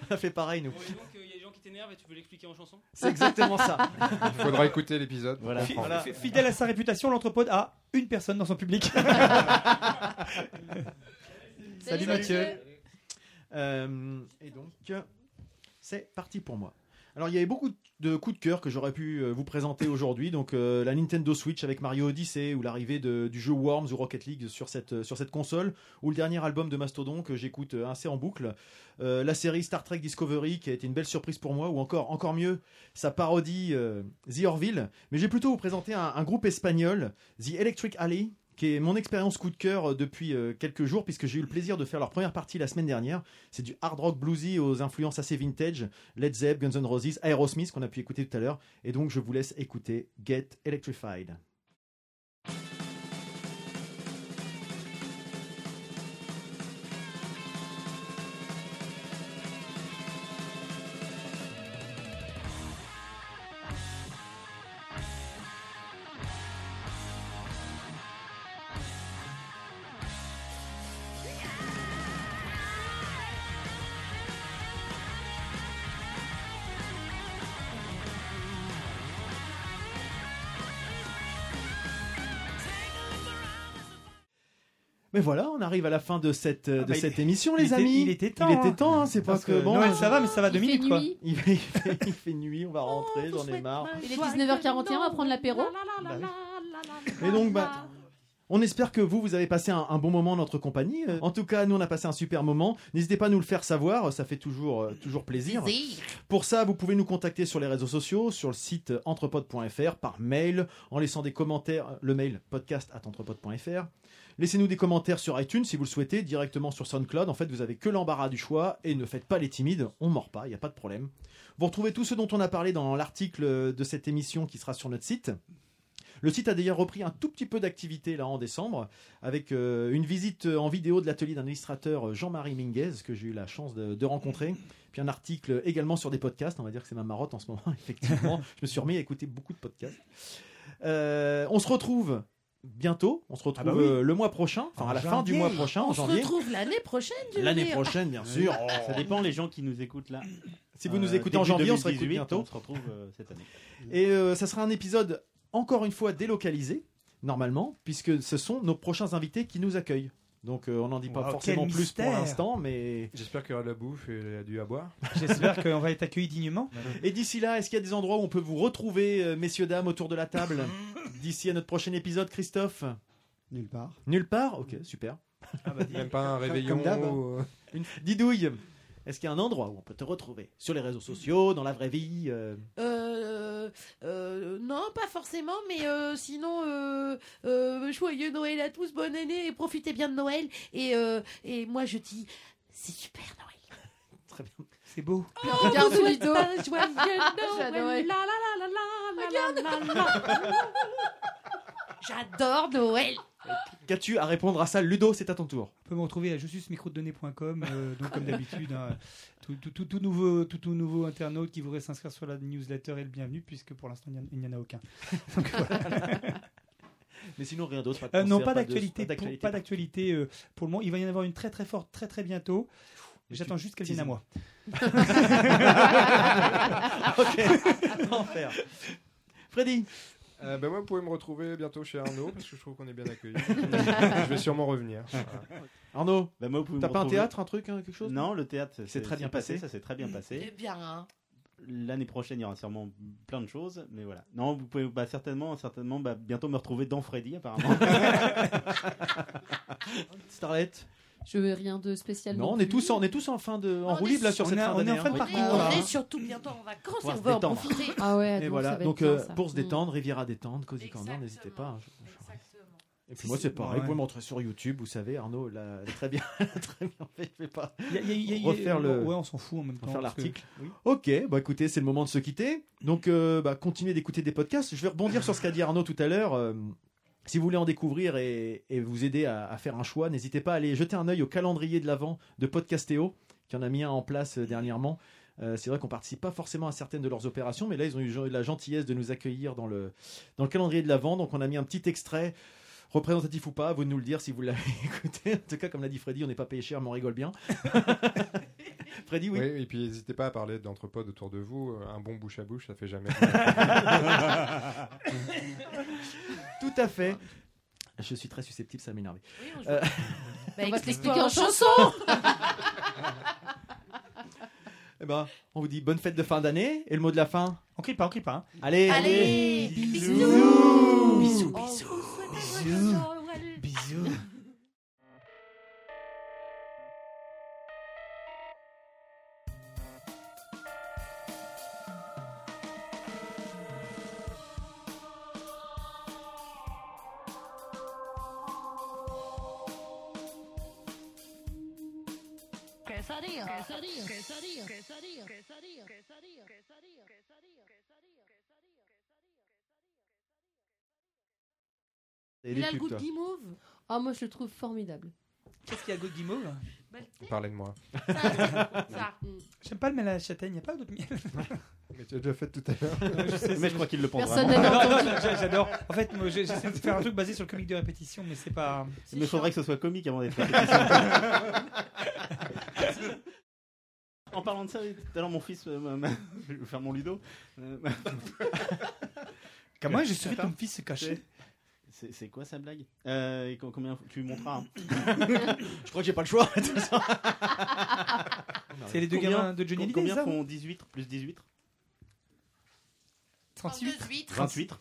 [SPEAKER 4] On a fait pareil nous.
[SPEAKER 27] donc il y a des gens qui t'énervent et tu veux l'expliquer en chanson
[SPEAKER 4] C'est exactement ça.
[SPEAKER 7] Il faudra écouter l'épisode.
[SPEAKER 4] Voilà.
[SPEAKER 7] Fi- Voilà.
[SPEAKER 3] F- Fidèle à sa réputation, l'entrepôt a une personne dans son public.
[SPEAKER 4] Salut Mathieu. Euh, et donc, c'est parti pour moi. Alors, il y avait beaucoup de coups de cœur que j'aurais pu euh, vous présenter aujourd'hui. Donc, euh, la Nintendo Switch avec Mario Odyssey ou l'arrivée de- du jeu Worms ou Rocket League sur cette, euh, sur cette console. Ou le dernier album de Mastodon que j'écoute euh, assez en boucle. Euh, la série Star Trek Discovery qui a été une belle surprise pour moi. Ou encore, encore mieux, sa parodie euh, The Orville. Mais j'ai plutôt vous présenter un, un groupe espagnol, The Electric Alley qui est mon expérience coup de cœur euh, depuis euh, quelques jours, puisque j'ai eu le plaisir de faire leur première partie la semaine dernière. C'est du hard rock bluesy aux influences assez vintage, Led Zepp, Guns N' Roses, Aerosmith, qu'on a pu écouter tout à l'heure. Et donc, je vous laisse écouter Get Electrified. Mais voilà, on arrive à la fin de cette, euh, de
[SPEAKER 3] bah, il-
[SPEAKER 4] cette émission,
[SPEAKER 3] il
[SPEAKER 4] les
[SPEAKER 3] était-
[SPEAKER 4] amis.
[SPEAKER 3] il était temps,
[SPEAKER 4] Il était
[SPEAKER 3] hein.
[SPEAKER 4] temps, hein, c'est
[SPEAKER 3] Parce
[SPEAKER 4] parce que
[SPEAKER 3] que
[SPEAKER 4] bon.
[SPEAKER 3] Noël, ça va, mais ça va deux Il fait minutes, quoi. nuit. Oh,
[SPEAKER 4] Il fait, il fait- il fait nuit, on va rentrer, j'en ai marre.
[SPEAKER 1] Il est 19h41, on va prendre l'apéro.
[SPEAKER 4] Et donc, bah, On espère que vous, vous avez passé un, un bon moment en notre compagnie. Euh, En tout cas, nous, on a passé un super moment. N'hésitez pas à nous le faire savoir, ça fait toujours, euh, toujours plaisir.
[SPEAKER 10] Plaisir.
[SPEAKER 4] Pour ça, vous pouvez nous contacter sur les réseaux sociaux, sur le site entrepod.fr, par mail, en laissant des commentaires, le mail podcast at entrepod.fr. Laissez-nous des commentaires sur iTunes si vous le souhaitez, directement sur SoundCloud. En fait, vous avez que l'embarras du choix et ne faites pas les timides, on mord pas, il n'y a pas de problème. Vous retrouvez tout ce dont on a parlé dans l'article de cette émission qui sera sur notre site. Le site a d'ailleurs repris un tout petit peu d'activité là en décembre avec euh, une visite euh, en vidéo de l'atelier d'un illustrateur euh, Jean-Marie Minguez que j'ai eu la chance de, de rencontrer. Puis un article également sur des podcasts. On va dire que c'est ma marotte en ce moment, effectivement. Je me suis remis à écouter beaucoup de podcasts. Euh, on se retrouve bientôt. On se retrouve
[SPEAKER 3] bah oui.
[SPEAKER 4] euh, le mois prochain, enfin
[SPEAKER 3] En
[SPEAKER 4] à la fin du
[SPEAKER 8] janvier.
[SPEAKER 4] mois prochain, en
[SPEAKER 8] On
[SPEAKER 4] janvier.
[SPEAKER 8] se retrouve l'année prochaine, tu veux
[SPEAKER 4] L'année
[SPEAKER 8] dire
[SPEAKER 4] prochaine, bien sûr.
[SPEAKER 2] Ça dépend les gens qui nous écoutent là.
[SPEAKER 4] Si vous
[SPEAKER 13] Euh,
[SPEAKER 4] nous écoutez en
[SPEAKER 2] début
[SPEAKER 4] janvier, on se
[SPEAKER 2] 2018,
[SPEAKER 4] réécoute bientôt.
[SPEAKER 2] On se retrouve euh, cette année.
[SPEAKER 4] Et euh, ça sera un épisode encore une fois délocalisé, normalement, puisque ce sont nos prochains invités qui nous accueillent. Donc euh, on n'en dit pas
[SPEAKER 3] Wow,
[SPEAKER 4] forcément
[SPEAKER 3] quel
[SPEAKER 4] plus pour
[SPEAKER 3] mystère.
[SPEAKER 4] l'instant, mais...
[SPEAKER 7] J'espère qu'il y aura de la bouffe et du à boire.
[SPEAKER 3] J'espère qu'on va être accueillis dignement.
[SPEAKER 4] Et d'ici là, est-ce qu'il y a des endroits où on peut vous retrouver, euh, messieurs, dames, autour de la table D'ici à notre prochain épisode, Christophe
[SPEAKER 6] Nulle part.
[SPEAKER 4] Nulle part Ok, super.
[SPEAKER 7] Même pas un réveillon.
[SPEAKER 4] Ah, bah, Comme
[SPEAKER 2] hein.
[SPEAKER 4] d'hab. hein.
[SPEAKER 7] ou-
[SPEAKER 4] Une didouille. Est-ce qu'il y a un endroit où on peut te retrouver Sur les réseaux sociaux, dans la vraie vie euh,
[SPEAKER 8] Euh, euh, non, pas forcément, mais euh, sinon, euh, euh, joyeux Noël à tous, bonne année, et profitez bien de Noël. Et, euh, et moi, je dis, c'est super Noël.
[SPEAKER 4] Très bien.
[SPEAKER 3] C'est beau.
[SPEAKER 8] Regarde
[SPEAKER 26] le lido.
[SPEAKER 8] Joyeux Noël.
[SPEAKER 26] J'adorais.
[SPEAKER 8] La, la, la, la, la, la, la, la. J'adore Noël.
[SPEAKER 4] Qu'as-tu à répondre à ça Ludo, c'est à ton tour.
[SPEAKER 3] On peut me retrouver à je suis microdonnées.com, euh, donc comme d'habitude, hein, tout, tout- tout- tout nouveau, tout, tout nouveau internaute qui voudrait s'inscrire sur la newsletter est le bienvenu, puisque pour l'instant, il n'y en- il n'y en a aucun. Donc, voilà.
[SPEAKER 4] Mais sinon, rien d'autre.
[SPEAKER 3] Euh,
[SPEAKER 4] de
[SPEAKER 3] non, pas
[SPEAKER 4] concert, de-
[SPEAKER 3] d'actualité. pour- Pas d'actualité euh, pour le moment. Il va y en avoir une très très forte très très bientôt.
[SPEAKER 4] Mais
[SPEAKER 3] J'attends
[SPEAKER 4] tu
[SPEAKER 3] juste qu'elle vienne à
[SPEAKER 4] teases.
[SPEAKER 3] moi.
[SPEAKER 4] Ok. Enfer. Freddy
[SPEAKER 7] Euh, ben moi, vous pouvez me retrouver bientôt chez Arnaud parce que je trouve qu'on est bien accueillis. je vais sûrement revenir. Voilà.
[SPEAKER 4] Arnaud,
[SPEAKER 2] Bah, moi, vous pouvez
[SPEAKER 4] t'as
[SPEAKER 2] me
[SPEAKER 4] pas un
[SPEAKER 2] retrouver-
[SPEAKER 4] théâtre, un truc, hein, quelque chose
[SPEAKER 2] Non, le théâtre,
[SPEAKER 4] C'est
[SPEAKER 2] c'est
[SPEAKER 4] très bien
[SPEAKER 2] c'est
[SPEAKER 4] passé.
[SPEAKER 2] Ça s'est très bien
[SPEAKER 8] Eh
[SPEAKER 2] passé.
[SPEAKER 8] bien, hein.
[SPEAKER 2] L'année prochaine, il y aura sûrement plein de choses, mais voilà. Non, vous pouvez bah, certainement, certainement, bah, bientôt me retrouver dans Freddy, apparemment.
[SPEAKER 4] Starlet
[SPEAKER 1] Je veux rien de spécial.
[SPEAKER 4] Non, on est tous en, on est tous en fin de en roue libre là sur
[SPEAKER 3] on
[SPEAKER 4] cette
[SPEAKER 3] est-
[SPEAKER 4] fin
[SPEAKER 3] on est en
[SPEAKER 4] d'année,
[SPEAKER 3] fin de
[SPEAKER 4] hein.
[SPEAKER 8] on, est, on est surtout bientôt en vacances,
[SPEAKER 4] Pour
[SPEAKER 8] et on
[SPEAKER 4] se
[SPEAKER 8] va en
[SPEAKER 4] détendre.
[SPEAKER 8] profiter.
[SPEAKER 1] Ah ouais,
[SPEAKER 4] Et
[SPEAKER 1] donc
[SPEAKER 4] voilà,
[SPEAKER 1] ça va
[SPEAKER 4] donc
[SPEAKER 1] être bien,
[SPEAKER 4] euh,
[SPEAKER 1] ça.
[SPEAKER 4] pour se
[SPEAKER 1] Mm.
[SPEAKER 4] détendre, Riviera détendre, Cozy Corner, n'hésitez pas. hein, je- je- Et puis
[SPEAKER 3] Si,
[SPEAKER 4] moi
[SPEAKER 3] si.
[SPEAKER 4] c'est pareil,
[SPEAKER 3] Ouais.
[SPEAKER 4] vous pouvez m'entrer sur YouTube, vous savez Arnaud, là, très bien, très bien fait, je vais pas
[SPEAKER 3] Il y a- il y a- il y a- il y a-
[SPEAKER 4] refaire le,
[SPEAKER 3] ouais, on s'en fout en même temps,
[SPEAKER 4] refaire
[SPEAKER 3] parce que-
[SPEAKER 4] l'article.
[SPEAKER 3] oui.
[SPEAKER 4] Ok, bah écoutez, c'est le moment de se quitter. Donc euh, bah, continuez d'écouter des podcasts. Je vais rebondir sur ce qu'a dit Arnaud tout à l'heure. Euh, si vous voulez en découvrir et, et vous aider à, à faire un choix, n'hésitez pas à aller jeter un œil au calendrier de l'avant de Podcastéo, qui en a mis un en place euh, dernièrement. Euh, c'est vrai qu'on participe pas forcément à certaines de leurs opérations, mais là ils ont eu la gentillesse de nous accueillir dans le, dans le calendrier de l'avant. Donc on a mis un petit extrait, représentatif ou pas, à vous de nous le dire si vous l'avez écouté. En tout cas, comme l'a dit Freddy, on n'est pas payé cher, mais on rigole bien. Freddy, oui.
[SPEAKER 7] et puis n'hésitez pas à parler d'entrepode autour de vous. Un bon bouche à bouche, ça fait jamais.
[SPEAKER 4] Tout à fait.
[SPEAKER 8] Bah,
[SPEAKER 4] Je suis très susceptible, ça m'énerve.
[SPEAKER 8] on joue.
[SPEAKER 4] Euh,
[SPEAKER 8] Bah,
[SPEAKER 1] On va te
[SPEAKER 8] explique-toi
[SPEAKER 1] l'expliquer en
[SPEAKER 4] eh ben, on vous dit bonne fête de fin d'année et le mot de la fin.
[SPEAKER 3] On crie pas, on hein. crie pas.
[SPEAKER 4] Allez,
[SPEAKER 8] Allez,
[SPEAKER 4] bisous.
[SPEAKER 8] Bisous,
[SPEAKER 4] Oh.
[SPEAKER 8] bisous.
[SPEAKER 3] Bisous. Bisous.
[SPEAKER 10] Quesadilla. Quesadilla. Quesadilla. Quesadilla. Quesadilla. Quesadilla. Quesadilla.
[SPEAKER 4] Et
[SPEAKER 8] Il
[SPEAKER 4] les
[SPEAKER 8] a le
[SPEAKER 4] pubs,
[SPEAKER 8] goût de
[SPEAKER 4] toi.
[SPEAKER 8] guimauve.
[SPEAKER 1] Ah, moi je le trouve formidable.
[SPEAKER 3] Qu'est-ce qu'il y a Gaud Guimauve là
[SPEAKER 7] Parlez de moi.
[SPEAKER 3] J'aime pas le miel à la châtaigne, y a pas d'autre miel.
[SPEAKER 7] Mais tu l'as déjà fait tout à l'heure.
[SPEAKER 3] Je sais,
[SPEAKER 7] Mais
[SPEAKER 3] c'est-
[SPEAKER 7] je crois qu'il le prend
[SPEAKER 2] Personne
[SPEAKER 3] Non,
[SPEAKER 2] vraiment. n'avait
[SPEAKER 3] non,
[SPEAKER 2] entendu.
[SPEAKER 3] j'a- J'adore. En fait, moi, j'ai- j'essaie de faire un truc basé sur le comique de répétition, mais c'est pas.
[SPEAKER 2] Il me faudrait que ce soit comique avant d'être. en parlant de ça, tout à l'heure, mon fils, euh, m'a- m'a- je vais vous faire mon Ludo. Euh, m'a-
[SPEAKER 3] Comment j'ai survécu
[SPEAKER 2] Attends.
[SPEAKER 3] ton fils se cacher
[SPEAKER 2] C'est c'est quoi sa blague Euh, et co- combien tu monteras hein
[SPEAKER 4] Je crois que j'ai pas le choix.
[SPEAKER 3] C'est les deux
[SPEAKER 2] Combien-
[SPEAKER 3] gamins de Johnny Hallyday,
[SPEAKER 2] Combien
[SPEAKER 3] ça
[SPEAKER 2] font 18 plus 18
[SPEAKER 3] 38.
[SPEAKER 2] 28.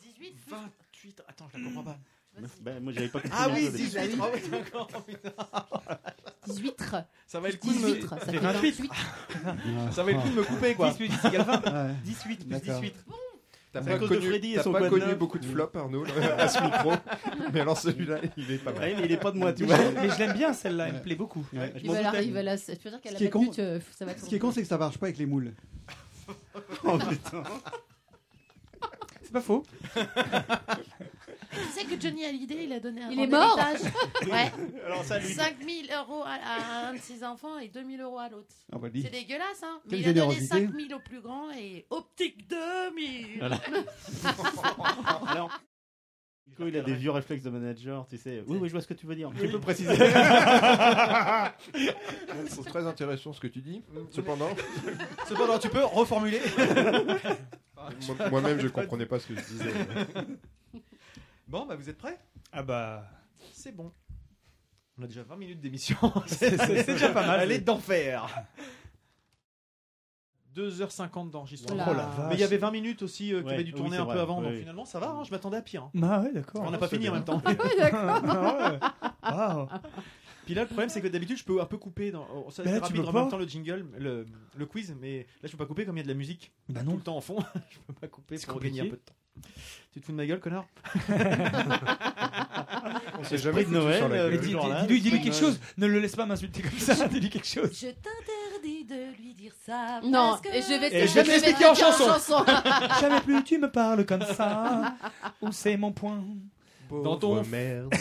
[SPEAKER 8] 18.
[SPEAKER 4] 18. Attends, je la comprends
[SPEAKER 3] Hmm.
[SPEAKER 4] pas.
[SPEAKER 2] Neuf- bah, moi, j'avais pas compris
[SPEAKER 4] Ah oui,
[SPEAKER 2] l'ordre des
[SPEAKER 4] 18.
[SPEAKER 2] choses.
[SPEAKER 4] Ah oui, d'accord. putain.
[SPEAKER 1] 18.
[SPEAKER 4] Ça va être le coup de me.
[SPEAKER 1] 18, ça
[SPEAKER 4] Ça
[SPEAKER 1] fait
[SPEAKER 4] va être le coup
[SPEAKER 1] 28.
[SPEAKER 7] Ah.
[SPEAKER 4] de me couper, quoi.
[SPEAKER 3] 18, c'est Galvin.
[SPEAKER 4] Ouais.
[SPEAKER 3] 18 plus
[SPEAKER 4] D'accord.
[SPEAKER 3] 18.
[SPEAKER 7] T'as
[SPEAKER 4] C'est à
[SPEAKER 7] pas
[SPEAKER 4] cause de
[SPEAKER 7] connu,
[SPEAKER 4] Freddy et
[SPEAKER 7] t'as
[SPEAKER 4] son
[SPEAKER 7] pas
[SPEAKER 4] code
[SPEAKER 7] connu
[SPEAKER 4] neuf.
[SPEAKER 7] beaucoup de flops, Arnaud, à ce micro. Mais alors celui-là, il est pas mal.
[SPEAKER 2] Ouais, mais il est pas de moi, tu
[SPEAKER 3] Mais
[SPEAKER 2] vois.
[SPEAKER 3] je- mais je l'aime bien celle-là, elle me plaît beaucoup.
[SPEAKER 1] Il va la- il va la- Tu veux dire qu'elle
[SPEAKER 6] Ce
[SPEAKER 1] a
[SPEAKER 6] qui est
[SPEAKER 1] la
[SPEAKER 6] con,
[SPEAKER 1] pute, euh, ça va
[SPEAKER 6] ce qui est con, c'est que ça marche pas avec les moules.
[SPEAKER 1] Oh,
[SPEAKER 6] putain.
[SPEAKER 3] C'est pas faux.
[SPEAKER 8] Tu sais que Johnny Hallyday, il a donné un
[SPEAKER 1] Il est
[SPEAKER 8] en
[SPEAKER 1] mort
[SPEAKER 8] héritage.
[SPEAKER 1] Oui.
[SPEAKER 8] ouais.
[SPEAKER 1] Alors ça, lui.
[SPEAKER 8] 5000 euros à, à un de ses enfants et 2000 euros à l'autre.
[SPEAKER 6] Ah bah dis.
[SPEAKER 8] c'est dégueulasse, hein Mais
[SPEAKER 6] Quelle
[SPEAKER 8] il a donné
[SPEAKER 6] générosité.
[SPEAKER 8] 5000 au plus grand et optique 2000
[SPEAKER 2] Voilà. Alors, Du coup, il a des vieux réflexes de manager, tu sais. Oui, oui, je vois ce que tu veux dire. Tu peux préciser.
[SPEAKER 7] C'est très intéressant ce que tu dis. Cependant,
[SPEAKER 4] Cependant, tu peux reformuler.
[SPEAKER 7] Moi- moi-même, je comprenais pas ce que je disais.
[SPEAKER 4] Bon, bah vous êtes prêts
[SPEAKER 3] Ah bah.
[SPEAKER 4] C'est bon. On a déjà 20 minutes d'émission.
[SPEAKER 3] C'est- c'est- c'est déjà pas mal.
[SPEAKER 4] Elle est d'enfer. 2h50 d'enregistrement.
[SPEAKER 3] Oh la vache.
[SPEAKER 4] Mais il y avait 20 minutes aussi euh, qui
[SPEAKER 3] Ouais,
[SPEAKER 4] avait dû
[SPEAKER 3] oui,
[SPEAKER 4] tourner
[SPEAKER 3] c'est
[SPEAKER 4] un peu
[SPEAKER 3] vrai.
[SPEAKER 4] avant, donc
[SPEAKER 3] Oui.
[SPEAKER 4] finalement ça va, hein, je m'attendais à pire. hein.
[SPEAKER 3] Bah ouais, d'accord.
[SPEAKER 4] On n'a pas
[SPEAKER 3] C'est
[SPEAKER 4] fini en
[SPEAKER 3] bien.
[SPEAKER 4] même temps.
[SPEAKER 3] Ah ouais, d'accord. Ah ouais. Waouh.
[SPEAKER 4] Puis là, le problème, c'est que d'habitude, je peux un peu couper. Dans... oh, Ça
[SPEAKER 3] Bah,
[SPEAKER 4] c'est
[SPEAKER 3] tu
[SPEAKER 4] rapide
[SPEAKER 3] peux
[SPEAKER 4] en
[SPEAKER 3] pas.
[SPEAKER 4] même temps le jingle, le, le quiz, mais là, je peux pas couper comme il y a de la musique.
[SPEAKER 3] Bah
[SPEAKER 4] Tout le temps en fond, je peux pas couper
[SPEAKER 3] C'est
[SPEAKER 4] pour gagner un
[SPEAKER 3] compliqué.
[SPEAKER 4] peu de temps. Tu te fous de ma gueule, connard
[SPEAKER 7] On
[SPEAKER 3] s'est jamais
[SPEAKER 4] de
[SPEAKER 3] foutu
[SPEAKER 4] Noël.
[SPEAKER 3] sur la
[SPEAKER 4] euh,
[SPEAKER 3] gueule.
[SPEAKER 4] ce
[SPEAKER 3] Dis-
[SPEAKER 4] genre-là.
[SPEAKER 3] dis- dis-lui- dis-lui
[SPEAKER 4] Esprit de
[SPEAKER 3] quelque
[SPEAKER 4] Noël.
[SPEAKER 3] chose. Ne le laisse pas m'insulter comme ça. Dis-lui quelque chose.
[SPEAKER 8] Je t'interdis de lui dire ça.
[SPEAKER 1] Non,
[SPEAKER 8] parce que-
[SPEAKER 1] et je vais
[SPEAKER 3] Et je vais te l'expliquer en chanson. Jamais plus tu me parles comme ça. Où c'est mon point
[SPEAKER 4] Dans ton.
[SPEAKER 7] merde.